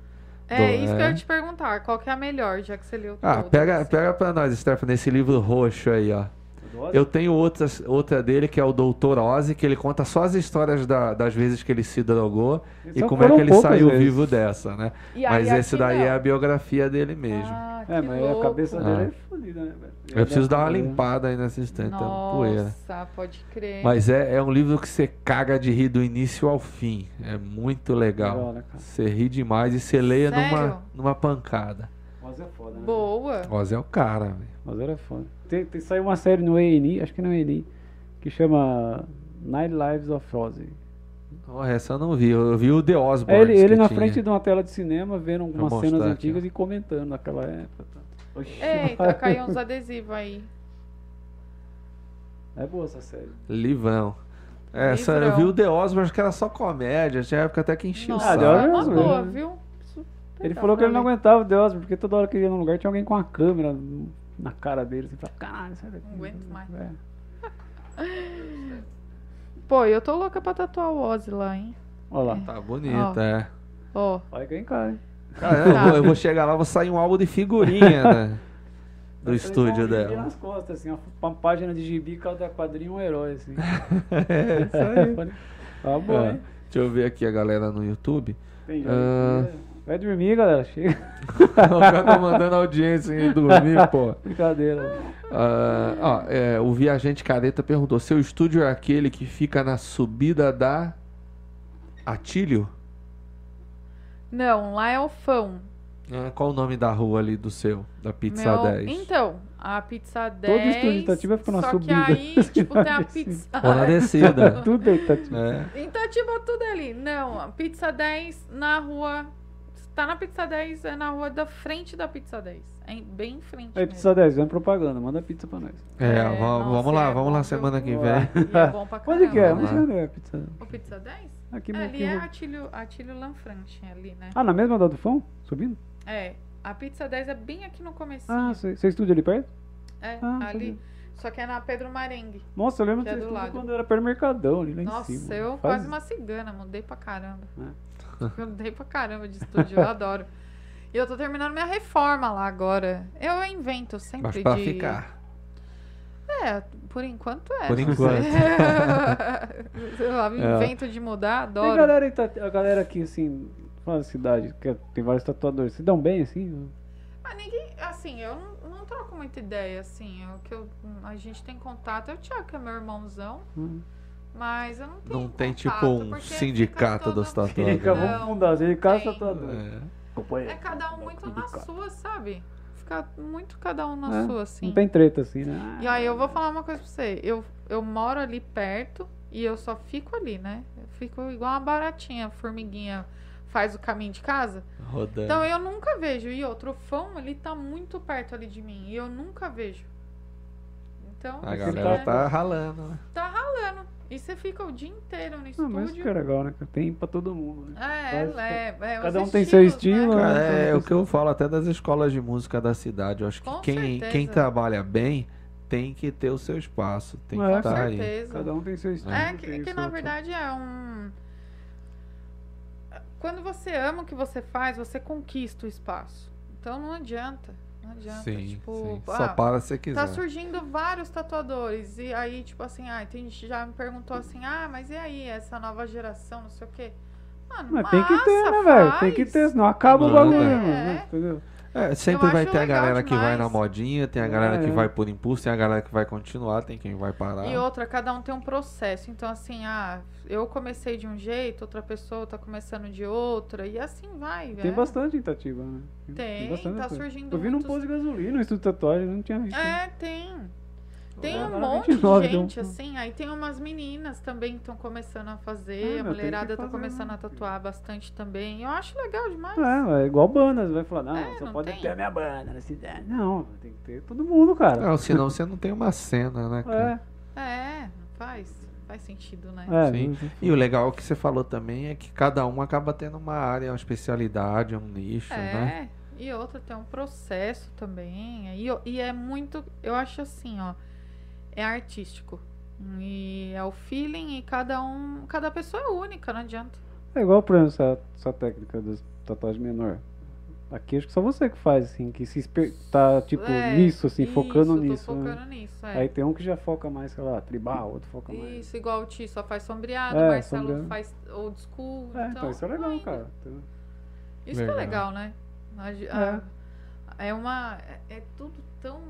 Speaker 2: É
Speaker 1: Do-
Speaker 2: isso que
Speaker 1: é.
Speaker 2: eu ia te perguntar. Qual que é a melhor, já que você leu
Speaker 3: Então,
Speaker 1: Ah,
Speaker 2: todas?
Speaker 3: assim.
Speaker 1: pega, pega pra nós, Stephanie, esse livro roxo aí, ó.
Speaker 3: Adoro.
Speaker 1: Eu tenho outras, outra dele, que é o Doutor Ozzy, que ele conta só as histórias da- das vezes que ele se drogou e
Speaker 3: Só
Speaker 1: como é que
Speaker 3: foram
Speaker 1: ele
Speaker 3: poucas
Speaker 1: saiu
Speaker 3: vezes.
Speaker 1: vivo dessa, né?
Speaker 2: E aí,
Speaker 1: Mas esse
Speaker 2: aqui
Speaker 1: daí
Speaker 2: não.
Speaker 1: é a biografia dele mesmo.
Speaker 2: Ah,
Speaker 3: É,
Speaker 2: que
Speaker 3: mas
Speaker 2: louco.
Speaker 3: a cabeça
Speaker 1: Ah.
Speaker 3: dele é fodida, né, velho?
Speaker 1: eu preciso dar uma
Speaker 3: Ele é-
Speaker 1: limpada aí nessa instante, tá poeira.
Speaker 2: Nossa, pode crer.
Speaker 1: Mas é, é um livro que você caga de rir do início ao fim. É muito legal.
Speaker 3: Legal, né, cara?
Speaker 1: Você ri demais e você leia
Speaker 2: Sério?
Speaker 1: numa, numa pancada.
Speaker 3: Mas é foda, né?
Speaker 2: Boa.
Speaker 1: Oz é o cara, velho.
Speaker 3: Mas era foda. Tem, tem, saiu uma série no A&E, acho que não é A&E, que chama Nine Lives of Ozzy.
Speaker 1: Oh, essa eu não vi. Eu vi o The
Speaker 3: É
Speaker 1: Osborne.
Speaker 3: ele, ele na frente de uma tela de cinema, vendo algumas
Speaker 1: Vou
Speaker 3: cenas
Speaker 1: mostrar aqui,
Speaker 3: antigas e comentando naquela época. tá? Oxi,
Speaker 2: Eita, caiu tá uns adesivos aí.
Speaker 3: É boa essa série.
Speaker 1: Livrão. Essa,
Speaker 2: Livrão.
Speaker 1: eu vi o The Osborne, acho que era só comédia. Tinha época até que enchia o
Speaker 2: Nossa,
Speaker 1: saco.
Speaker 3: Ah, deu
Speaker 2: é uma
Speaker 3: mesmo,
Speaker 2: boa,
Speaker 3: né?
Speaker 2: viu?
Speaker 3: Ele
Speaker 2: Tá,
Speaker 3: falou que
Speaker 2: pra
Speaker 3: ele não
Speaker 2: mim.
Speaker 3: aguentava o The Osborne, porque toda hora que ele ia num lugar tinha alguém com a câmera no- na cara dele. Assim, falava, caralho, sai daqui.
Speaker 2: Não aguento mais.
Speaker 3: É.
Speaker 2: Pô, eu tô louca pra tatuar o Ozzy lá, hein?
Speaker 3: Olha lá.
Speaker 1: Tá bonito,
Speaker 2: Ó.
Speaker 1: é.
Speaker 2: Ó,
Speaker 3: Olha quem cai.
Speaker 1: Cara, eu,
Speaker 2: Tá.
Speaker 1: vou, eu vou chegar lá, vou sair um álbum de figurinha, né? Do estúdio dela.
Speaker 3: nas costas, assim, uma, uma página de gibi, cada quadrinho um herói, assim.
Speaker 1: É isso aí.
Speaker 3: Falei, tá bom,
Speaker 1: É.
Speaker 3: hein?
Speaker 1: Deixa eu ver aqui a galera no YouTube.
Speaker 3: Tem jeito. né?
Speaker 1: Ah.
Speaker 3: Vai dormir, galera. Chega.
Speaker 1: O cara tá mandando a audiência ir dormir, pô.
Speaker 3: Brincadeira.
Speaker 1: Ah, ó, é, o Viajante Careta perguntou: seu estúdio é aquele que fica na subida da Atílio?
Speaker 2: não, lá é o fão.
Speaker 1: Ah, qual o nome da rua ali do seu? Da Pizza
Speaker 2: Meu-
Speaker 1: 10?
Speaker 2: Então, a pizza 10.
Speaker 3: Todo estúdio de Itatiba fica na
Speaker 2: só
Speaker 3: subida.
Speaker 2: que aí, tipo, tem a pizza...
Speaker 1: Ou na descida.
Speaker 3: Tudo deitadinho.
Speaker 1: É.
Speaker 2: Então, tipo, tudo ali. Não, a Pizza 10 na rua. se Tá na Pizza 10, é na rua da frente da Pizza 10. É em- bem em frente.
Speaker 3: Aí,
Speaker 2: mesmo.
Speaker 3: pizza 10, vem propaganda, manda pizza pra nós.
Speaker 1: É,
Speaker 2: É,
Speaker 1: va- vamos,
Speaker 2: nossa,
Speaker 1: lá,
Speaker 2: é
Speaker 1: vamos
Speaker 2: bom
Speaker 1: lá semana que
Speaker 3: viu?
Speaker 1: vem.
Speaker 2: E é bom pra caramba.
Speaker 3: Onde que é?
Speaker 2: né?
Speaker 3: Onde que é a pizza?
Speaker 2: O Pizza 10?
Speaker 3: Aqui
Speaker 2: É,
Speaker 3: mesmo. aqui
Speaker 2: ali é
Speaker 3: em Ro-
Speaker 2: Atílio, Atílio Lanfranchi, ali, né?
Speaker 3: Ah, na mesma da do Fão? Subindo?
Speaker 2: É. A Pizza 10 é bem aqui no comecinho.
Speaker 3: Ah, você você estúdio ali perto?
Speaker 2: é,
Speaker 3: ah,
Speaker 2: ali.
Speaker 3: sabia.
Speaker 2: Só que é na Pedro Marengue.
Speaker 3: Nossa, eu lembro
Speaker 2: Que
Speaker 3: que
Speaker 2: é
Speaker 3: você
Speaker 2: do
Speaker 3: estúdio
Speaker 2: lado.
Speaker 3: quando era perto do Mercadão, ali lá em
Speaker 2: Nossa,
Speaker 3: cima. Faz- Né?
Speaker 2: eu quase uma cigana, mudei pra caramba. Eu mudei pra caramba de estúdio, eu adoro. E eu tô terminando minha reforma lá agora. Eu invento sempre
Speaker 1: Mas pra
Speaker 2: de...
Speaker 1: ficar.
Speaker 2: É, por enquanto é.
Speaker 1: Por
Speaker 2: não
Speaker 1: enquanto.
Speaker 2: sei. Sei lá, me
Speaker 1: É.
Speaker 2: invento de mudar,
Speaker 3: Tem
Speaker 2: adoro.
Speaker 3: galera, em Ita- a galera aqui, assim, fora da cidade, que é, tem vários tatuadores. Se dão bem, assim?
Speaker 2: Mas ninguém, assim, eu não, não troco muita ideia, assim. O que eu- a gente tem contato é o Thiago, que é meu irmãozão,
Speaker 3: Hum.
Speaker 2: mas eu não tenho
Speaker 1: Não tem
Speaker 2: contato,
Speaker 1: tipo um
Speaker 2: porque fica
Speaker 1: sindicato
Speaker 2: todo-
Speaker 1: dos tatuadores.
Speaker 3: Fica,
Speaker 2: bom.
Speaker 3: vamos fundar, assim, caça
Speaker 2: tem.
Speaker 3: tatuador.
Speaker 1: É.
Speaker 2: É cada um muito na sua, sabe? Fica muito cada um na
Speaker 3: É,
Speaker 2: sua, assim.
Speaker 3: Não tem treta, assim, né?
Speaker 2: E aí eu vou falar uma coisa pra você. Eu, eu moro ali perto e eu só fico ali, né? Eu fico igual uma baratinha, formiguinha faz o caminho de casa.
Speaker 1: Rodando.
Speaker 2: Então eu nunca vejo. E outro fão, ele tá muito perto ali de mim. E eu nunca vejo. Então,
Speaker 1: a
Speaker 3: Esse
Speaker 1: galera
Speaker 3: cara-
Speaker 1: tá ralando, né?
Speaker 2: tá ralando. E você fica o dia inteiro no
Speaker 3: Ah, mas isso que
Speaker 2: estúdio.
Speaker 3: é legal, né? cara? Tem pra todo mundo. né?
Speaker 2: É,
Speaker 3: Mas
Speaker 2: é, é, os
Speaker 3: cada um tem seu
Speaker 2: estilos,
Speaker 3: estilo,
Speaker 2: né?
Speaker 1: Cara,
Speaker 3: né?
Speaker 1: é, o que eu falo até das escolas de música da cidade. Eu acho que
Speaker 2: Com
Speaker 1: quem,
Speaker 2: certeza.
Speaker 1: quem trabalha bem tem que ter o seu espaço. Tem que
Speaker 3: É,
Speaker 2: Com
Speaker 1: estar tá aí.
Speaker 2: certeza.
Speaker 3: Cada um tem seu estilo.
Speaker 2: É,
Speaker 1: Né?
Speaker 3: tem
Speaker 2: que,
Speaker 3: seu-
Speaker 2: que na verdade é um. Quando você ama o que você faz, você conquista o espaço. Então não adianta. Não adianta.
Speaker 1: Sim,
Speaker 2: tipo,
Speaker 1: sim.
Speaker 2: ah,
Speaker 1: Só é. para se
Speaker 2: tá
Speaker 1: quiser.
Speaker 2: surgindo vários tatuadores. E aí, tipo assim, ah, tem gente que já me perguntou assim, ah, mas e aí, essa nova geração, não sei o quê. Mano,
Speaker 3: Mas tem que ter,
Speaker 2: massa,
Speaker 3: né, velho? Tem
Speaker 2: faz.
Speaker 3: que ter, senão acaba o
Speaker 1: Manda.
Speaker 3: bagulho,
Speaker 2: É.
Speaker 3: mano. Entendeu?
Speaker 1: É, sempre
Speaker 2: Eu
Speaker 1: vai
Speaker 2: acho
Speaker 1: ter a
Speaker 2: legal
Speaker 1: galera que vai
Speaker 2: demais.
Speaker 1: na modinha, tem a galera que
Speaker 3: É.
Speaker 1: vai por impulso, tem a galera que vai continuar, tem quem vai parar.
Speaker 2: E outra, cada um tem um processo. Então, assim, ah, eu comecei de um jeito, outra pessoa tá começando de outra, e assim vai,
Speaker 3: Tem
Speaker 2: velho.
Speaker 3: bastante em Itatiba, né?
Speaker 2: Tem,
Speaker 3: bastante
Speaker 2: tá
Speaker 3: coisa.
Speaker 2: surgindo
Speaker 3: Eu vi num
Speaker 2: muitos...
Speaker 3: posto de gasolina, um estúdio de tatuagem, eu não tinha visto.
Speaker 2: É, tem. Tem
Speaker 3: Lá
Speaker 2: um
Speaker 3: na
Speaker 2: monte
Speaker 3: 29
Speaker 2: de
Speaker 3: tem um-
Speaker 2: gente, assim. Aí tem umas meninas também que estão começando a fazer.
Speaker 3: Ah, meu, tem
Speaker 2: a
Speaker 3: que
Speaker 2: mulherada tá
Speaker 3: fazer,
Speaker 2: começando
Speaker 3: né,
Speaker 2: a tatuar bastante também. Eu acho legal demais.
Speaker 3: É, é igual banda, você vai falar, não,
Speaker 2: É,
Speaker 3: só
Speaker 2: não
Speaker 3: pode
Speaker 2: tem.
Speaker 3: ter a minha banda na cidade. Não, tem que ter todo mundo, cara.
Speaker 1: Ah, Não, senão você não tem uma cena, né, cara?
Speaker 3: É,
Speaker 2: É, não faz. faz sentido, né?
Speaker 3: É,
Speaker 1: Sim. E o legal que você falou também é que cada um acaba tendo uma área, uma especialidade, um nicho, né?
Speaker 2: É, e outra, tem um processo também. E, o- e é muito, eu acho assim, ó, é artístico. E é o feeling e cada um, cada pessoa é única, não adianta.
Speaker 3: É igual, por exemplo, essa, essa técnica da tatuagem menor. Aqui acho que só você que faz, assim, que se esper... tá, tipo,
Speaker 2: É,
Speaker 3: nisso, assim,
Speaker 2: Isso,
Speaker 3: focando
Speaker 2: tô
Speaker 3: nisso. né?
Speaker 2: focando nisso, é.
Speaker 3: Aí tem um que já foca mais, sei lá, tribal, outro foca mais.
Speaker 2: Isso, igual o Ti só faz sombreado,
Speaker 3: É,
Speaker 2: o Marcelo
Speaker 3: sombreado.
Speaker 2: faz old school.
Speaker 3: É, então, isso é legal,
Speaker 2: ainda.
Speaker 3: cara. Então,
Speaker 2: Isso que é legal, né? A ge- a- é. uma. É, é tudo tão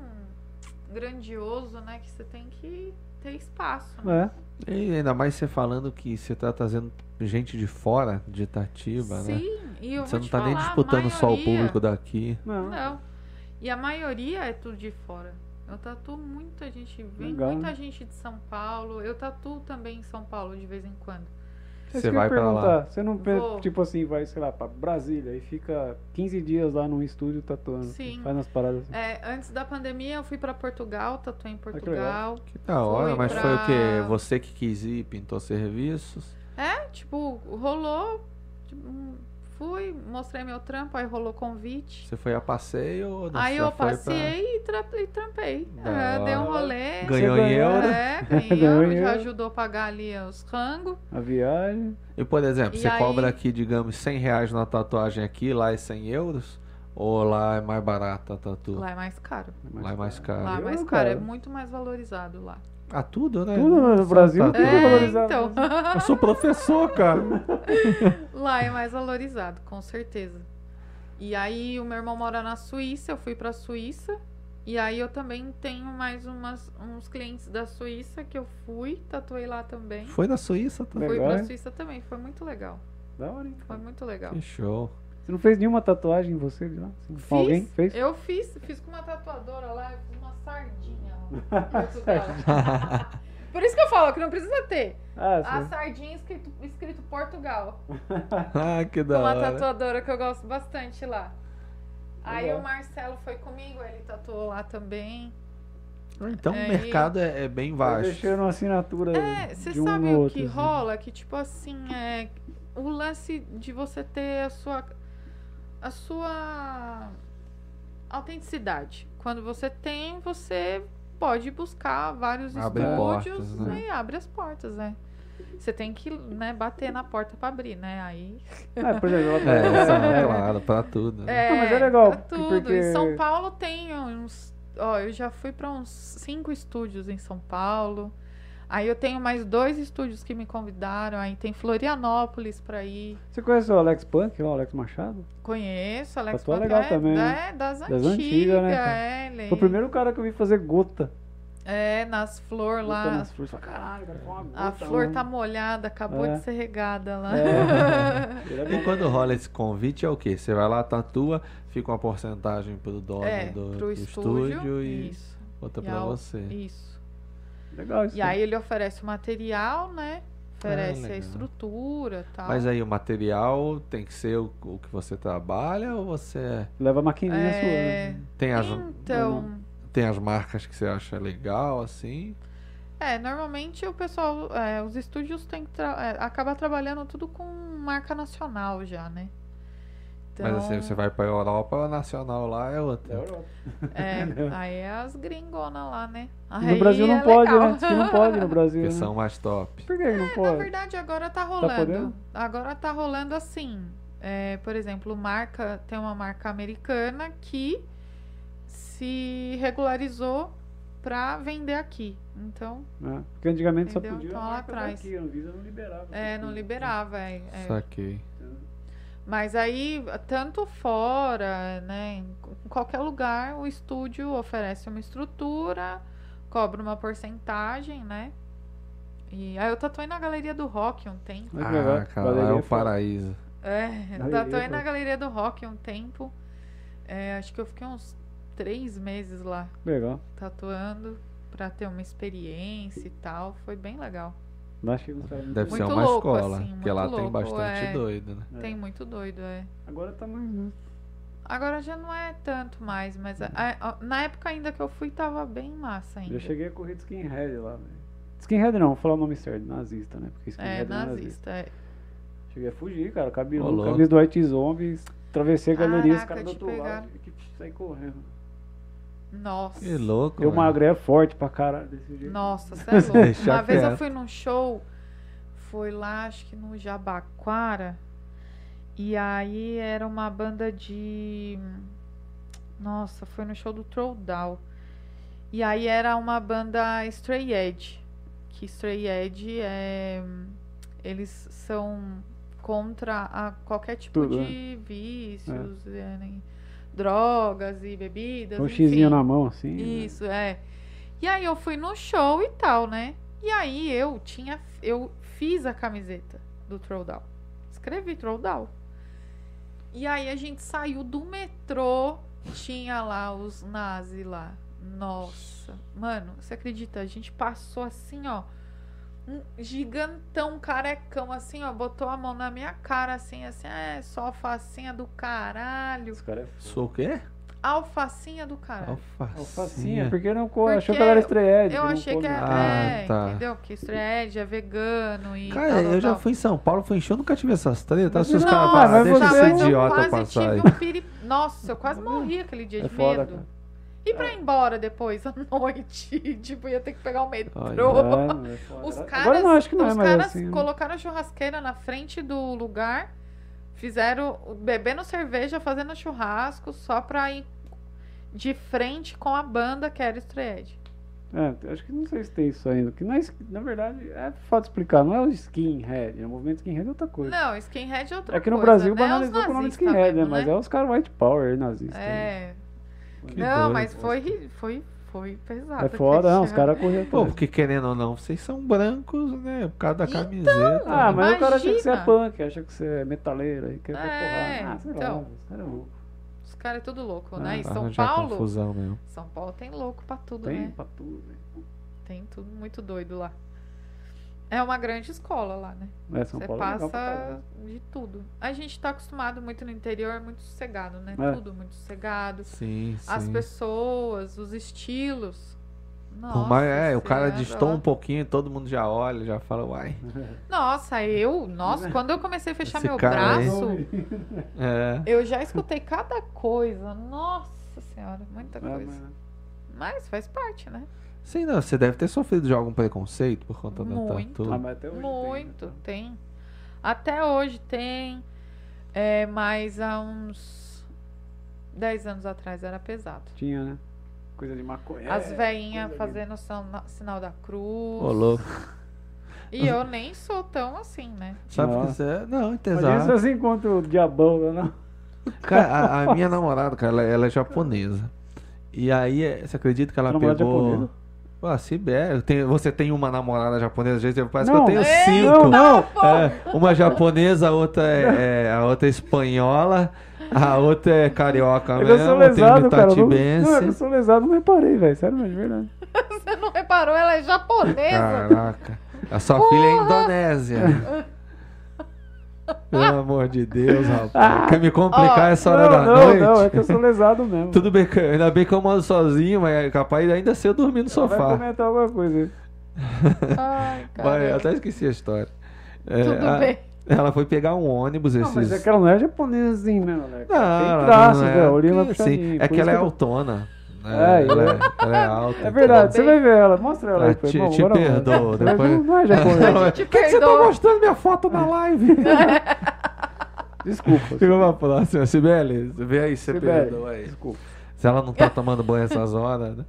Speaker 2: grandioso, né? Que você tem que ter espaço. Né?
Speaker 3: É,
Speaker 1: E ainda mais você falando que você tá trazendo gente de fora de Itatiba, né?
Speaker 2: Sim, e eu
Speaker 1: Você
Speaker 2: vou
Speaker 1: não
Speaker 2: te
Speaker 1: tá nem
Speaker 2: falar, a
Speaker 1: disputando só o
Speaker 2: maioria-
Speaker 1: público daqui.
Speaker 3: não. É
Speaker 2: Não. E a maioria é tudo de fora. Eu tatuo muita gente, vem
Speaker 3: Legal. né?
Speaker 2: muita gente de São Paulo. Eu tatuo também em São Paulo de vez em quando.
Speaker 3: É
Speaker 1: Você
Speaker 3: isso que eu ia
Speaker 1: vai pra lá.
Speaker 3: perguntar. Você não, pe-
Speaker 2: Vou.
Speaker 3: tipo assim, vai, sei lá, pra Brasília e fica 15 dias lá num estúdio tatuando.
Speaker 2: Sim.
Speaker 3: Faz umas paradas assim.
Speaker 2: É, antes da pandemia eu fui pra Portugal, tatuei em
Speaker 3: Ah, legal.
Speaker 2: Portugal.
Speaker 1: Que da hora,
Speaker 2: Fui
Speaker 1: mas
Speaker 2: pra-
Speaker 1: foi o quê? Você que quis ir, pintou serviços.
Speaker 2: É, tipo, rolou. tipo, hum, fui, mostrei meu trampo, aí rolou convite.
Speaker 1: Você foi a passeio ou não?
Speaker 2: aí
Speaker 1: Você
Speaker 2: eu
Speaker 1: foi pra-
Speaker 2: passei e, tra- e trampei.
Speaker 1: Da
Speaker 2: É, dei um
Speaker 1: hora.
Speaker 2: rolê.
Speaker 1: Ganhou
Speaker 3: Você
Speaker 1: em
Speaker 3: Ah, ganhou, né?
Speaker 1: euro.
Speaker 2: É, ganhou,
Speaker 3: Ganhou.
Speaker 2: já ajudou a pagar ali os rangos.
Speaker 3: A viagem.
Speaker 1: E por exemplo,
Speaker 2: E
Speaker 1: você
Speaker 2: aí-
Speaker 1: cobra aqui, digamos, 100 reais na tatuagem aqui, lá é 100 euros? Ou lá é mais barata a tatu?
Speaker 2: Lá é mais caro.
Speaker 1: Lá é mais caro.
Speaker 2: Lá é
Speaker 3: Eu,
Speaker 2: mais caro,
Speaker 3: cara.
Speaker 2: é muito mais valorizado lá.
Speaker 1: Ah, tudo, né?
Speaker 3: Tudo no Brasil,
Speaker 1: tá-
Speaker 3: tudo
Speaker 1: É,
Speaker 3: valorizado. né?
Speaker 2: então.
Speaker 1: Eu sou professor, cara.
Speaker 2: Lá é mais valorizado, com certeza. E aí o meu irmão mora na Suíça, eu fui pra Suíça. E aí eu também tenho mais umas, uns clientes da Suíça que eu fui, tatuei lá também.
Speaker 1: Foi na Suíça também.
Speaker 2: Fui
Speaker 3: Legal,
Speaker 2: pra
Speaker 3: hein?
Speaker 2: Suíça também, foi muito legal.
Speaker 3: Da hora, hein?
Speaker 2: Foi muito legal.
Speaker 1: Que show.
Speaker 3: Você não fez nenhuma tatuagem em você de lá? Assim, com
Speaker 2: Fiz,
Speaker 3: Alguém fez?
Speaker 2: Eu fiz, fiz com uma tatuadora lá, eu fiz uma sardinha lá. em Portugal. Por isso que eu falo que não precisa ter.
Speaker 3: Ah,
Speaker 2: A
Speaker 3: sim.
Speaker 2: sardinha escrito, escrito Portugal.
Speaker 1: Ah, que
Speaker 2: Com
Speaker 1: da
Speaker 2: uma
Speaker 1: hora.
Speaker 2: tatuadora que eu gosto bastante lá. Aí
Speaker 3: Legal.
Speaker 2: o Marcelo foi comigo, ele tatuou lá também.
Speaker 1: Então
Speaker 2: Aí-
Speaker 1: o mercado é, é bem
Speaker 3: Vai
Speaker 1: vasto.
Speaker 3: deixando uma assinatura
Speaker 2: É, você
Speaker 3: de um
Speaker 2: sabe
Speaker 3: ou
Speaker 2: o
Speaker 3: outro,
Speaker 2: que
Speaker 3: assim.
Speaker 2: rola? Que tipo assim, é o lance de você ter a sua a sua autenticidade. Quando você tem, você pode buscar vários
Speaker 1: Abre
Speaker 2: estúdios
Speaker 1: portas, né?
Speaker 2: e abre as portas, né? Você tem que, né, bater na porta pra abrir, né? Aí
Speaker 3: É, por exemplo, ela-
Speaker 1: É, essa é
Speaker 3: é.
Speaker 1: claro, pra tudo. né?
Speaker 2: É,
Speaker 3: Não, mas é legal,
Speaker 2: pra
Speaker 3: porque-
Speaker 2: tudo.
Speaker 3: porque-
Speaker 2: Em São Paulo tem uns. Ó, eu já fui pra uns cinco estúdios em São Paulo. Aí eu tenho mais dois estúdios que me convidaram. Aí tem Florianópolis pra ir.
Speaker 3: Você conhece o Alex Punk, lá, o Alex Machado?
Speaker 2: Conheço, Alex
Speaker 3: Tatuou
Speaker 2: Pantera,
Speaker 3: legal também, né?
Speaker 2: É, das,
Speaker 3: Das
Speaker 2: antigas,
Speaker 3: antigas, né, cara?
Speaker 2: é, ele-
Speaker 3: Foi o primeiro cara que eu vi fazer gota.
Speaker 2: É, nas flor lá.
Speaker 3: Gota nas flores. Falei, Caralho, cara, foi uma gota. né?"
Speaker 2: A flor
Speaker 1: um-
Speaker 3: mano."
Speaker 2: tá molhada, acabou
Speaker 3: É.
Speaker 2: de ser regada lá.
Speaker 3: É. Ele é
Speaker 1: E
Speaker 3: bom.
Speaker 1: quando rola esse convite é o quê? Você vai lá, tatua, fica uma porcentagem pro dono
Speaker 2: É,
Speaker 1: do,
Speaker 2: pro
Speaker 1: do
Speaker 2: estúdio.
Speaker 1: e
Speaker 2: Isso,
Speaker 1: outra
Speaker 2: E
Speaker 1: pra
Speaker 2: ao-
Speaker 1: você.
Speaker 2: isso.
Speaker 3: Legal isso.
Speaker 2: E aí ele oferece o material, né? Oferece a
Speaker 1: Ah, legal.
Speaker 2: estrutura tal.
Speaker 1: Mas aí o material tem que ser o, o que você trabalha ou você
Speaker 3: Leva a maquininha sua.
Speaker 2: É,
Speaker 3: né?
Speaker 1: tem as,
Speaker 3: Ou
Speaker 2: então,
Speaker 1: tem as marcas que você acha legal assim?
Speaker 2: é, normalmente o pessoal, é, os estúdios tem que tra é, acaba trabalhando tudo com marca nacional já, né? Então,
Speaker 1: Mas assim, você vai pra Europa, a nacional lá é outra.
Speaker 2: é, aí é as gringonas lá, né?
Speaker 3: E
Speaker 2: Aí
Speaker 3: No Brasil não
Speaker 2: é
Speaker 3: pode,
Speaker 2: legal. É,
Speaker 3: né? Diz que não pode no Brasil.
Speaker 1: Porque
Speaker 3: né?
Speaker 1: são mais top.
Speaker 3: Por que que não
Speaker 2: Na
Speaker 3: pode?
Speaker 2: verdade, agora tá
Speaker 3: podendo?
Speaker 2: rolando. agora tá rolando assim. É, por exemplo, marca tem uma marca americana que se regularizou pra vender aqui. Então,
Speaker 3: É, Porque antigamente só
Speaker 2: Entendeu?
Speaker 3: podia.
Speaker 2: Então,
Speaker 3: a
Speaker 2: lá
Speaker 3: marca
Speaker 2: atrás.
Speaker 3: daqui, a Anvisa não liberava.
Speaker 2: é, não liberava. É, é.
Speaker 1: Saquei.
Speaker 2: Mas aí, tanto fora, né, em qualquer lugar, o estúdio oferece uma estrutura, cobra uma porcentagem, né? E aí eu tatuei na Galeria do Rock um tempo.
Speaker 3: Olha que legal.
Speaker 1: Ah, cara, lá é
Speaker 3: Galeria
Speaker 1: o
Speaker 3: foi-
Speaker 1: paraíso.
Speaker 2: É,
Speaker 3: Galeria,
Speaker 2: tatuei
Speaker 3: pô.
Speaker 2: na galeria do rock um tempo. É, acho que eu fiquei uns três meses lá
Speaker 3: Legal.
Speaker 2: tatuando pra ter uma experiência e tal. Foi bem legal.
Speaker 3: Lá chega uns caras muito
Speaker 1: Deve ser um
Speaker 2: Muito
Speaker 1: uma
Speaker 2: louco,
Speaker 1: escola,
Speaker 2: assim,
Speaker 1: porque
Speaker 2: muito
Speaker 1: lá tem
Speaker 2: louco,
Speaker 1: bastante
Speaker 2: é.
Speaker 1: doido, né?
Speaker 3: É.
Speaker 2: Tem muito doido, é.
Speaker 3: Agora tá mais. né?
Speaker 2: Agora já não é tanto mais, mas a- a- a- na época ainda que eu fui tava bem massa ainda.
Speaker 3: Já cheguei a correr de skinhead lá, velho. Skinhead não, vou falar o nome certo, nazista, né? Porque
Speaker 2: É,
Speaker 3: skinhead não
Speaker 2: nazista. É.
Speaker 3: Cheguei a fugir, cara,
Speaker 1: Ô,
Speaker 3: cabelo,
Speaker 1: louco.
Speaker 3: camisa do White Zombies, atravessei a galeria, os
Speaker 2: Caraca,
Speaker 3: caras do
Speaker 2: te
Speaker 3: outro lado,
Speaker 2: pegaram.
Speaker 3: tive que sair correndo.
Speaker 2: Nossa.
Speaker 1: Que louco.
Speaker 3: Deu uma
Speaker 1: velho.
Speaker 3: greia forte pra caralho desse jeito.
Speaker 2: Nossa, você é louco.
Speaker 1: Chato
Speaker 2: Uma vez
Speaker 1: é.
Speaker 2: eu fui num show, foi lá, acho que no Jabaquara, e aí era uma banda de. Nossa, foi no show do Trolldown. E aí era uma banda Stray Edge. Que Stray Edge é. Eles são contra a qualquer tipo
Speaker 3: Tudo, né?
Speaker 2: de vícios, é, né, drogas e bebidas.
Speaker 3: Com o
Speaker 2: enfim.
Speaker 3: Um xizinho na mão, assim. né?
Speaker 2: Isso, é. E aí eu fui no show e tal, né? E aí eu tinha. Eu fiz a camiseta do Trolldown. Escrevi Trolldown. E aí a gente saiu do metrô, tinha lá os nazi lá. Nossa, mano, você acredita? A gente passou assim, ó. Um gigantão carecão, assim, ó. Botou a mão na minha cara, assim, assim, é, só alfacinha do caralho.
Speaker 3: Os caras é foda.
Speaker 1: Sou o quê?
Speaker 2: Alfacinha do caralho.
Speaker 1: Alfacinha.
Speaker 3: Alfacinha, porque não co-
Speaker 2: Porque
Speaker 3: achou que ela era estreia.
Speaker 2: Eu achei que era.
Speaker 1: Ah,
Speaker 2: é,
Speaker 1: tá.
Speaker 2: entendeu? Que thread é vegano e.
Speaker 1: Cara,
Speaker 2: tal, tal,
Speaker 1: eu já
Speaker 2: tal.
Speaker 1: fui em São Paulo, fui em show, nunca tive essas tretas.
Speaker 3: Mas
Speaker 1: Mas, os
Speaker 3: não,
Speaker 1: caras
Speaker 3: mas
Speaker 1: falam, deixa
Speaker 2: Não,
Speaker 3: você- é um
Speaker 1: esse
Speaker 2: mas eu
Speaker 1: idiota
Speaker 2: quase
Speaker 1: passar
Speaker 2: tive
Speaker 1: aí.
Speaker 2: um piri... Nossa, eu quase morri aquele dia
Speaker 3: É
Speaker 2: de
Speaker 3: foda,
Speaker 2: medo.
Speaker 3: cara.
Speaker 2: E pra ir embora depois, à noite? tipo, ia ter que pegar o
Speaker 1: Ai,
Speaker 2: metrô.
Speaker 3: Não, é foda.
Speaker 2: Os caras,
Speaker 3: Agora eu não acho que não
Speaker 2: os
Speaker 3: é, mas
Speaker 2: caras
Speaker 3: assim, né?
Speaker 2: colocaram a churrasqueira na frente do lugar, fizeram bebendo cerveja, fazendo churrasco, só pra ir de frente com a banda que era Stred.
Speaker 3: É, acho que não sei se tem isso ainda. Que não é, es- na verdade, é foda explicar, não é o skinhead. É o movimento skinhead é outra coisa.
Speaker 2: Não, skinhead é outra coisa.
Speaker 3: é que no Brasil
Speaker 2: né? Os
Speaker 3: banalizou com o nome de
Speaker 2: nazista
Speaker 3: skinhead, né?
Speaker 2: mesmo,
Speaker 3: Mas é os caras white power nazista. né?
Speaker 2: É,
Speaker 1: Que
Speaker 2: não,
Speaker 1: doido.
Speaker 2: mas foi, ri- foi, foi pesado.
Speaker 3: É foda,
Speaker 2: aquele
Speaker 3: não, os
Speaker 2: dia.
Speaker 3: caras correram
Speaker 1: Pô,
Speaker 3: atrás.
Speaker 1: porque querendo ou não, vocês são brancos, né? Por causa da
Speaker 2: Então,
Speaker 1: camiseta.
Speaker 3: Ah, mas o cara acha
Speaker 2: imagina.
Speaker 3: que você é punk, acha que você é metaleiro, aí quer
Speaker 2: É,
Speaker 3: porrada. Ah, sei lá,
Speaker 2: então.
Speaker 3: os caras é louco.
Speaker 2: Os caras é tudo louco,
Speaker 3: Ah,
Speaker 2: né? E
Speaker 1: Pra
Speaker 2: São
Speaker 1: arranjar
Speaker 2: Paulo.
Speaker 1: confusão mesmo.
Speaker 2: São Paulo tem louco pra tudo,
Speaker 3: Tem
Speaker 2: né?
Speaker 3: pra tudo, velho.
Speaker 2: Tem tudo muito doido lá. É uma grande escola lá, né?
Speaker 3: É, São
Speaker 2: Você
Speaker 3: Paulo é legal pra
Speaker 2: passa
Speaker 3: caralho.
Speaker 2: de tudo. A gente tá acostumado muito no interior, é muito sossegado, né?
Speaker 3: É.
Speaker 2: Tudo muito sossegado.
Speaker 1: Sim, sim.
Speaker 2: As pessoas, os estilos. Nossa,
Speaker 1: Por mais, é, o
Speaker 2: você
Speaker 1: cara
Speaker 2: anda
Speaker 1: distou
Speaker 2: lá.
Speaker 1: um pouquinho, todo mundo já olha, já fala, uai.
Speaker 2: Nossa, eu, nossa, quando eu comecei a fechar
Speaker 1: Esse
Speaker 2: meu
Speaker 1: cara aí.
Speaker 2: braço,
Speaker 3: Uhum.
Speaker 1: É.
Speaker 2: Eu já escutei cada coisa. Nossa senhora, muita
Speaker 3: É,
Speaker 2: coisa.
Speaker 3: mas-
Speaker 2: Mas faz parte, né?
Speaker 1: Sim, não, você deve ter sofrido de algum preconceito por conta da
Speaker 2: Muito.
Speaker 3: Ah,
Speaker 1: tatu.
Speaker 3: mas até hoje tem, né,
Speaker 2: Muito,
Speaker 3: então.
Speaker 2: tem. Até hoje tem. É, mas há uns 10 anos atrás era pesado.
Speaker 3: Tinha, né? Coisa de maconha.
Speaker 2: As veinhas
Speaker 3: É, coisa
Speaker 2: fazendo sina- sinal da cruz.
Speaker 1: Ô, louco.
Speaker 2: E eu nem sou tão assim, né?
Speaker 1: Sabe o
Speaker 3: Não.
Speaker 1: que você é? Não,
Speaker 3: Imagina se
Speaker 1: exato.
Speaker 3: você encontra o diabão lá, não.
Speaker 1: Cara, a, a minha namorada, cara, ela, ela é japonesa. E aí, é, você acredita que ela
Speaker 3: Sua namorada
Speaker 1: pegou.
Speaker 3: japonesa?
Speaker 1: Ah, se bem, eu tenho- você tem uma namorada japonesa, às vezes parece
Speaker 3: Não.
Speaker 1: que eu tenho
Speaker 2: Ei,
Speaker 1: cinco.
Speaker 3: não.
Speaker 2: Pô,
Speaker 1: É, uma japonesa, a outra é, é- a outra é espanhola, a outra é carioca
Speaker 3: É que
Speaker 1: mesmo,
Speaker 3: eu sou lesado,
Speaker 1: tem um
Speaker 3: cara. eu Não, não, é que eu
Speaker 1: itatibense.
Speaker 3: sou lesado, não reparei, velho. Sério, mas de verdade.
Speaker 2: Você não reparou? Ela é japonesa.
Speaker 1: Caraca, a sua filha é indonésia. Pelo amor de Deus, rapaz. Quer me complicar essa hora da
Speaker 3: Ah. não, não,
Speaker 1: noite?
Speaker 3: não, é que eu sou lesado mesmo.
Speaker 1: Tudo bem que, ainda bem que eu moro sozinho, mas é capaz de ainda se eu dormir no
Speaker 3: Vai
Speaker 1: sofá.
Speaker 3: comentar alguma coisa.
Speaker 2: Ai,
Speaker 1: Vai, eu
Speaker 2: cara.
Speaker 1: até esqueci a história. É,
Speaker 2: Tudo
Speaker 1: a-
Speaker 2: bem.
Speaker 1: Ela foi pegar um ônibus
Speaker 3: Não, mas
Speaker 1: esses.
Speaker 3: é que ela não é japonesa assim, né, moleque?
Speaker 1: ela
Speaker 3: Tem né? traço,
Speaker 1: não é-
Speaker 3: velho. Olhinho vai
Speaker 1: Sim, É
Speaker 3: puxadinho. assim, Por
Speaker 1: que ela é
Speaker 3: isso
Speaker 1: autona. né?
Speaker 3: É,
Speaker 1: ela, é, ela é alta.
Speaker 3: eu- É verdade, você
Speaker 2: Tudo
Speaker 3: vai ver ela. Mostra ela aí,
Speaker 1: Ah,
Speaker 3: pô,
Speaker 1: te-
Speaker 3: irmão,
Speaker 1: te
Speaker 3: bora, mano.
Speaker 1: perdoo,
Speaker 3: Mas
Speaker 1: depois-
Speaker 3: Não, não é japonesa.
Speaker 2: te
Speaker 1: Por que você tá
Speaker 2: perdoa.
Speaker 1: mostrando minha foto na live?
Speaker 3: Desculpa.
Speaker 1: Fica pra próxima. assim, Sibeli, vê aí, você
Speaker 3: Sibeli,
Speaker 1: perdoa aí.
Speaker 3: Desculpa.
Speaker 1: Se ela não tá tomando banho essas horas, né?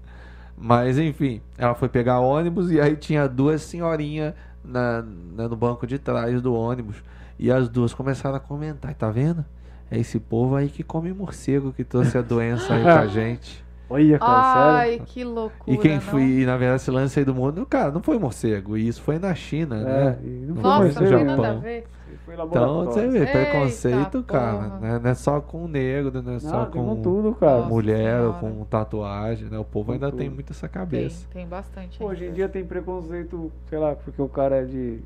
Speaker 1: Mas enfim, ela foi pegar ônibus e aí tinha duas senhorinhas na, na- no banco de trás do ônibus. E as duas começaram a comentar, tá vendo? É esse povo aí que come morcego que trouxe a doença aí pra gente.
Speaker 3: Olha, cara, sério.
Speaker 2: Ai, que loucura.
Speaker 1: E quem
Speaker 2: não?
Speaker 1: foi, e, na verdade, esse lance aí do mundo, cara, não foi morcego. E isso foi na China, né?
Speaker 3: É, e não foi
Speaker 1: Foi no
Speaker 2: Nossa, não tem
Speaker 3: morcego,
Speaker 2: nada a
Speaker 1: Japão.
Speaker 2: ver.
Speaker 3: Foi
Speaker 1: Então,
Speaker 3: laboratório.
Speaker 1: você vê,
Speaker 2: Eita
Speaker 1: preconceito, cara,
Speaker 2: porra.
Speaker 1: né? não é só com negro, não é só
Speaker 3: Não, tem com
Speaker 1: com, um
Speaker 3: tudo, cara.
Speaker 2: Nossa
Speaker 1: mulher ou
Speaker 2: Senhora.
Speaker 1: com tatuagem, né? O povo
Speaker 3: Com
Speaker 1: ainda tem
Speaker 3: tudo.
Speaker 1: muito essa
Speaker 2: Tem,
Speaker 1: cabeça.
Speaker 2: tem bastante.
Speaker 3: Pô, hoje em
Speaker 2: ainda.
Speaker 3: dia tem preconceito, sei lá, porque o cara é de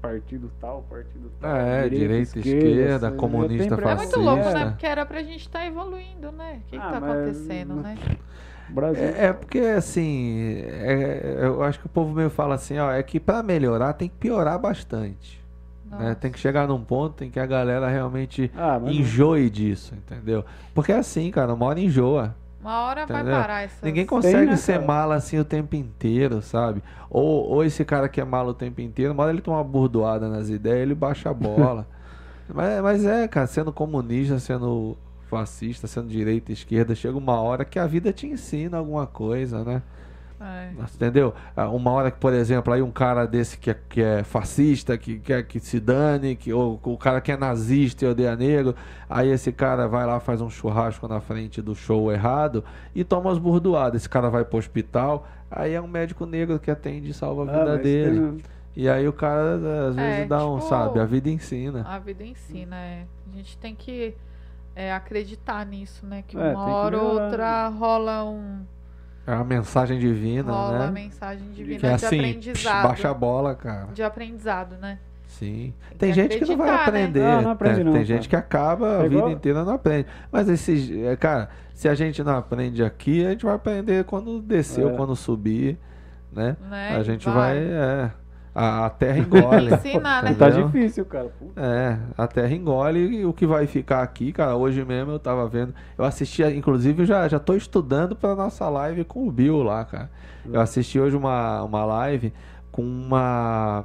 Speaker 3: partido tal, partido tal.
Speaker 1: Ah, é, direita, esquerda,
Speaker 3: assim,
Speaker 1: comunista,
Speaker 3: tem
Speaker 2: É
Speaker 3: preconceito.
Speaker 2: muito louco,
Speaker 1: fascista.
Speaker 2: tá né? Porque era pra gente estar evoluindo, né? O que, que
Speaker 3: Ah,
Speaker 2: tá
Speaker 3: mas-
Speaker 2: acontecendo, né?
Speaker 3: Brasil.
Speaker 1: É, é porque, assim, é- eu acho que o povo meio fala assim, ó, é que pra melhorar tem que piorar bastante. né? Tem que chegar num ponto em que a galera realmente
Speaker 3: Ah, mas
Speaker 1: enjoe disso, entendeu? Porque é assim, cara, uma hora enjoa.
Speaker 2: Uma hora vai
Speaker 1: Entendeu?
Speaker 2: parar essas...
Speaker 1: Ninguém consegue
Speaker 3: né,
Speaker 1: ser
Speaker 3: cara?
Speaker 1: mala assim o tempo inteiro, sabe? Ou, ou esse cara que é mala o tempo inteiro, uma hora ele toma uma burdoada nas ideias, ele baixa a bola. mas, mas é, cara, sendo comunista, sendo fascista, sendo direita, esquerda, chega uma hora que a vida te ensina alguma coisa, né?
Speaker 2: É.
Speaker 1: Entendeu? Ah, Uma hora que, por exemplo, aí um cara desse que é, que é fascista, que quer que se dane, que, ou o cara que é nazista e odeia negro, aí esse cara vai lá, faz um churrasco na frente do show errado e toma as burdoadas. Esse cara vai pro hospital, aí é um médico negro que atende e salva a
Speaker 3: Ah,
Speaker 1: vida
Speaker 3: mas
Speaker 1: dele.
Speaker 3: tem-
Speaker 1: E aí o cara, às
Speaker 2: É,
Speaker 1: vezes, dá um,
Speaker 2: tipo-
Speaker 1: sabe? A vida ensina.
Speaker 2: A vida ensina, é. A gente tem que é, acreditar nisso, né? Que
Speaker 3: É,
Speaker 2: uma
Speaker 3: tem que
Speaker 2: hora ou
Speaker 3: melhorar,
Speaker 2: outra rola um...
Speaker 1: É uma mensagem divina,
Speaker 2: rola a
Speaker 1: né?
Speaker 2: mensagem divina
Speaker 1: Que é
Speaker 2: de
Speaker 1: assim, psh,
Speaker 2: aprendizado.
Speaker 1: baixa a bola, cara.
Speaker 2: De aprendizado, né?
Speaker 1: Sim.
Speaker 2: Tem
Speaker 1: Tem
Speaker 2: que
Speaker 1: gente que não vai
Speaker 2: acreditar, né?
Speaker 1: aprender.
Speaker 3: Não, não aprende
Speaker 1: tem,
Speaker 3: não,
Speaker 1: tem
Speaker 3: cara.
Speaker 1: gente que acaba a
Speaker 3: É igual-
Speaker 1: vida inteira não aprende. Mas esse, é, cara, se a gente não aprende aqui, a gente vai aprender quando descer ou
Speaker 3: É.
Speaker 1: quando subir, né?
Speaker 2: Né?
Speaker 1: a gente vai, é, a, a terra engole.
Speaker 2: Ensinar, né?
Speaker 3: Tá
Speaker 1: entendeu?
Speaker 3: difícil, cara. Puta.
Speaker 1: É, a terra engole e o que vai ficar aqui, cara, hoje mesmo eu tava vendo, eu assisti, inclusive eu já, já tô estudando pra nossa live com o Bill lá, cara. Eu assisti hoje uma, uma live com uma,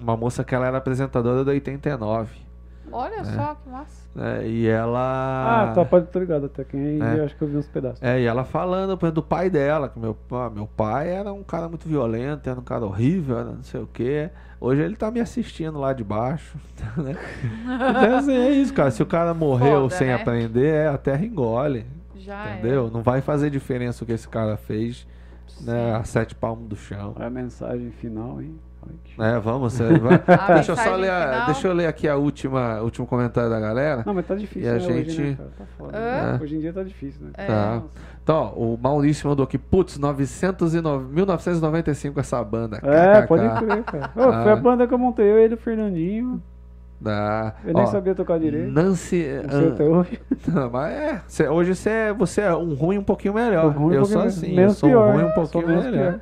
Speaker 1: uma moça que ela era apresentadora da 89, É.
Speaker 2: Olha só que massa.
Speaker 1: né, e ela...
Speaker 3: Ah, tá, pode tô ligado até quem aí,
Speaker 1: É.
Speaker 3: acho que eu vi uns pedaços.
Speaker 1: É, e ela falando por exemplo, do pai dela, que meu, pa- meu pai era um cara muito violento, era um cara horrível, era não sei o quê. Hoje ele tá me assistindo lá de baixo. Né? Então, assim, é isso, cara. Se o cara morreu
Speaker 2: Foda,
Speaker 1: sem
Speaker 2: né? Ah, é.
Speaker 1: aprender, é, a terra engole.
Speaker 2: Já
Speaker 1: entendeu? Não vai fazer diferença o que esse cara fez
Speaker 2: é.
Speaker 1: né, a sete palmos do chão.
Speaker 3: Olha a mensagem final, hein? Olha que-
Speaker 1: É, vamos, você vai-
Speaker 2: A
Speaker 1: deixa, eu só
Speaker 2: mensagem
Speaker 1: ler a-
Speaker 2: final.
Speaker 1: deixa eu ler aqui a última, último comentário da galera.
Speaker 3: Não, mas tá difícil,
Speaker 1: E a
Speaker 3: né, hoje, né,
Speaker 1: gente-
Speaker 3: cara? Tá foda,
Speaker 2: Hã?
Speaker 3: né? Hoje em dia tá difícil, né?
Speaker 2: É.
Speaker 1: Tá. Então, ó, o Maurício mandou aqui, putz, 909, 1995 essa banda.
Speaker 3: É,
Speaker 1: kkk.
Speaker 3: pode crer, cara. Ô,
Speaker 1: Ah.
Speaker 3: Foi a banda que eu montei, eu, ele, o Fernandinho.
Speaker 1: Ah,
Speaker 3: Eu nem
Speaker 1: ó,
Speaker 3: sabia tocar direito.
Speaker 1: Nancy.
Speaker 3: Não sei até hoje.
Speaker 1: ah, mas é, cê- hoje você é, você é um ruim um pouquinho melhor.
Speaker 3: Um ruim um
Speaker 1: eu sou
Speaker 3: pouquinho
Speaker 1: assim, eu
Speaker 3: menos
Speaker 1: sou
Speaker 3: pior,
Speaker 1: ruim um
Speaker 3: né?
Speaker 1: pouquinho
Speaker 3: Sou menos
Speaker 1: melhor.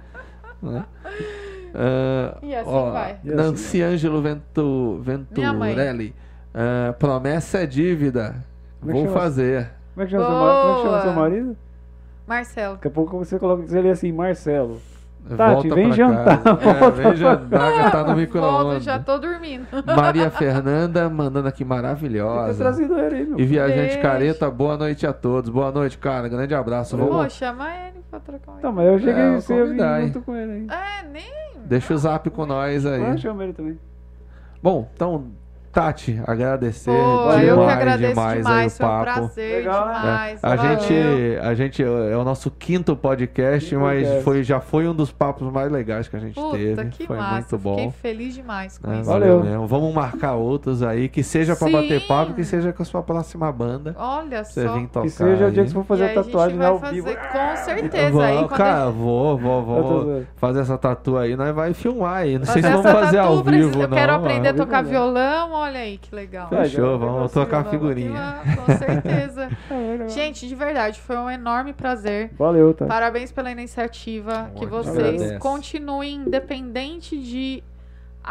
Speaker 1: né? Ah,
Speaker 2: E assim
Speaker 1: ó,
Speaker 2: vai.
Speaker 3: E assim
Speaker 1: Nancy Ângelo Ventu,
Speaker 2: Minha mãe.
Speaker 1: Venturelli. ah, promessa é dívida.
Speaker 3: Como é que
Speaker 1: Vou
Speaker 3: chama?
Speaker 1: fazer.
Speaker 3: Como é que chama seu marido? Como é que chama seu
Speaker 2: Boa.
Speaker 3: marido?
Speaker 2: Marcelo.
Speaker 3: Daqui a pouco você coloca você lê assim, Marcelo. Tati,
Speaker 1: Volta
Speaker 3: vem
Speaker 1: pra
Speaker 3: jantar,
Speaker 1: casa. É,
Speaker 3: volta
Speaker 1: vem jantar, que tá no
Speaker 2: Volto,
Speaker 1: micro-ondas.
Speaker 2: já tá. tô dormindo.
Speaker 1: Maria Fernanda mandando aqui
Speaker 3: Fica
Speaker 1: maravilhosa.
Speaker 3: trazido ele aí, meu.
Speaker 1: E viajante
Speaker 2: Beijo.
Speaker 1: careta, boa noite a todos. Boa noite, cara. Grande abraço. Vamos
Speaker 2: Pô, chama ele pra trocar um
Speaker 3: Então, mas eu cheguei
Speaker 1: É, eu
Speaker 3: e você eu vim
Speaker 1: convidar, hein?
Speaker 3: junto com ele aí.
Speaker 2: É, nem.
Speaker 1: Deixa o zap com nós aí.
Speaker 3: Ah, chama ele também.
Speaker 1: Bom, então, Tati, agradecer
Speaker 2: Pô,
Speaker 1: demais,
Speaker 2: eu que agradeço
Speaker 1: demais,
Speaker 2: demais,
Speaker 1: aí o
Speaker 2: foi um
Speaker 1: papo. né? É,
Speaker 2: prazer
Speaker 3: Legal, né?
Speaker 2: demais.
Speaker 1: a
Speaker 2: valeu.
Speaker 1: gente, a gente é o nosso quinto podcast,
Speaker 3: Quinto
Speaker 1: mas
Speaker 3: podcast.
Speaker 1: foi, já foi um dos papos mais legais que a gente
Speaker 2: Puta,
Speaker 1: teve.
Speaker 2: que
Speaker 1: foi
Speaker 2: massa.
Speaker 1: muito bom.
Speaker 2: Fiquei feliz demais com
Speaker 1: né?
Speaker 2: isso.
Speaker 1: Valeu.
Speaker 3: Valeu.
Speaker 1: mesmo. Vamos marcar outros aí, que seja pra
Speaker 2: Sim.
Speaker 1: bater papo, que seja com a sua próxima banda.
Speaker 2: Olha
Speaker 1: Pra você
Speaker 2: só.
Speaker 1: vir tocar.
Speaker 3: Que seja o dia
Speaker 1: aí.
Speaker 3: que você for fazer
Speaker 2: e
Speaker 3: a
Speaker 2: aí
Speaker 3: tatuagem
Speaker 2: a
Speaker 3: ao
Speaker 2: gente vai
Speaker 3: vivo.
Speaker 2: fazer com certeza.
Speaker 1: Vou,
Speaker 2: aí quando
Speaker 1: cara, vou, vou,
Speaker 3: Eu tô
Speaker 1: vou
Speaker 3: zoando.
Speaker 1: fazer essa tatu aí, nós vai filmar aí. Não
Speaker 2: Fazer
Speaker 1: sei se vamos
Speaker 2: essa
Speaker 1: fazer
Speaker 2: tatu,
Speaker 1: ao
Speaker 2: preciso-
Speaker 1: vivo,
Speaker 2: Eu
Speaker 1: não. é
Speaker 2: quero aprender a
Speaker 3: Ao vivo
Speaker 2: tocar
Speaker 3: não.
Speaker 2: violão, olha aí que legal.
Speaker 3: Vai,
Speaker 1: Fechou,
Speaker 3: já vai
Speaker 1: vamos
Speaker 3: pegar
Speaker 1: trocar
Speaker 2: Violão,
Speaker 1: figurinha.
Speaker 2: que lá, Com certeza.
Speaker 3: É, legal.
Speaker 2: gente, de verdade, foi um enorme prazer.
Speaker 3: Valeu, tá?
Speaker 2: Parabéns pela iniciativa.
Speaker 1: Bom,
Speaker 2: que
Speaker 1: a gente
Speaker 2: vocês
Speaker 1: agradece.
Speaker 2: continuem independente de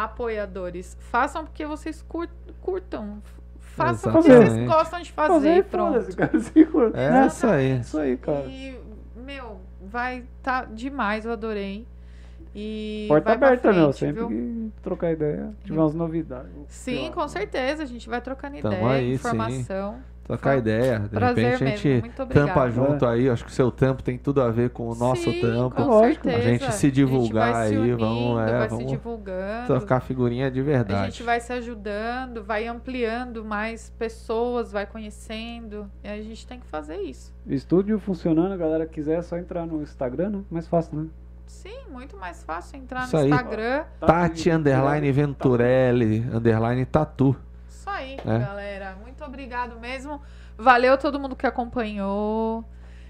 Speaker 2: apoiadores. Façam porque vocês cur- curtam. Façam o que vocês
Speaker 1: Exatamente.
Speaker 2: gostam de fazer,
Speaker 3: Fazer e
Speaker 2: e pronto.
Speaker 3: foda-se, cara. Segura.
Speaker 1: É
Speaker 3: É
Speaker 1: isso aí.
Speaker 3: isso aí, cara.
Speaker 2: E, meu, vai tá demais, eu adorei. E
Speaker 3: Porta
Speaker 2: vai pra
Speaker 3: aberta, meu.
Speaker 2: frente,
Speaker 3: Sempre
Speaker 2: viu?
Speaker 3: que trocar ideia, tiver umas novidades. sei
Speaker 2: Sim,
Speaker 3: lá.
Speaker 2: com certeza. A gente vai trocando
Speaker 1: Tamo
Speaker 2: ideia,
Speaker 1: aí, sim.
Speaker 2: informação.
Speaker 1: Trocar
Speaker 2: Foi um
Speaker 1: ideia. De
Speaker 2: prazer
Speaker 1: repente a
Speaker 2: mesmo,
Speaker 1: gente
Speaker 2: muito obrigada.
Speaker 1: tampa junto aí. Acho que o seu tampo tem tudo a ver com o nosso
Speaker 2: Sim,
Speaker 1: tampo.
Speaker 2: Com
Speaker 3: Lógico.
Speaker 2: certeza.
Speaker 1: A gente se divulgar
Speaker 2: vai se
Speaker 1: aí,
Speaker 2: unindo,
Speaker 1: vamos, é,
Speaker 2: vai
Speaker 1: vamos Tá
Speaker 2: se divulgando.
Speaker 1: Trocar figurinha de verdade.
Speaker 2: A gente vai se ajudando, vai ampliando mais pessoas, vai conhecendo. E a gente tem que fazer isso.
Speaker 3: Estúdio funcionando, a galera quiser é só entrar no Instagram, né? Mais fácil, né?
Speaker 2: Sim, muito mais fácil entrar
Speaker 1: Isso
Speaker 2: no
Speaker 1: aí.
Speaker 2: Instagram.
Speaker 3: Tá
Speaker 1: Tati
Speaker 3: né?
Speaker 1: underline Venturelli underline Tatu.
Speaker 2: Isso aí,
Speaker 1: É.
Speaker 2: galera. Muito obrigado mesmo. Valeu todo mundo que acompanhou,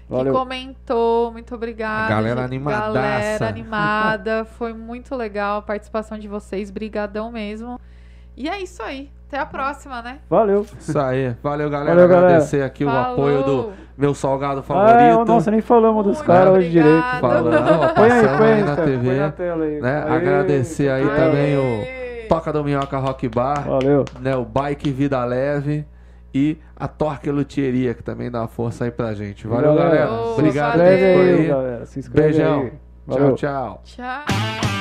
Speaker 3: Valeu.
Speaker 2: que comentou. Muito obrigada.
Speaker 1: A galera
Speaker 2: gente.
Speaker 1: animadaça.
Speaker 2: Galera animada. Foi muito legal a participação de vocês. Brigadão mesmo. E é isso aí. Até a próxima, né?
Speaker 3: Valeu.
Speaker 1: Isso aí. Valeu, galera.
Speaker 3: Valeu, galera.
Speaker 1: Agradecer aqui o
Speaker 2: Falou.
Speaker 1: apoio do meu salgado
Speaker 3: Ah,
Speaker 1: favorito.
Speaker 3: ó, nossa, nem falamos dos
Speaker 2: Muito
Speaker 3: caras hoje
Speaker 2: obrigada.
Speaker 3: direito.
Speaker 1: Falando, ó,
Speaker 3: Põe aí,
Speaker 1: passando
Speaker 3: põe aí,
Speaker 1: na
Speaker 3: cara,
Speaker 1: TV.
Speaker 3: põe na tela aí.
Speaker 1: né?
Speaker 3: Aê.
Speaker 1: Agradecer aí
Speaker 2: Aê.
Speaker 1: também o Toca do Minhoca Rock Bar,
Speaker 3: Valeu.
Speaker 1: né? o Bike Vida Leve e a Torque Luthieria, que também dá uma força aí pra gente. Valeu,
Speaker 3: Valeu.
Speaker 1: galera.
Speaker 2: Boa,
Speaker 1: Obrigado
Speaker 3: Se inscreve aí,
Speaker 1: por
Speaker 2: valeu.
Speaker 1: aí.
Speaker 3: galera. Se inscreve
Speaker 1: Beijão.
Speaker 3: aí.
Speaker 1: Tchau,
Speaker 3: Valeu.
Speaker 1: tchau.
Speaker 2: Tchau.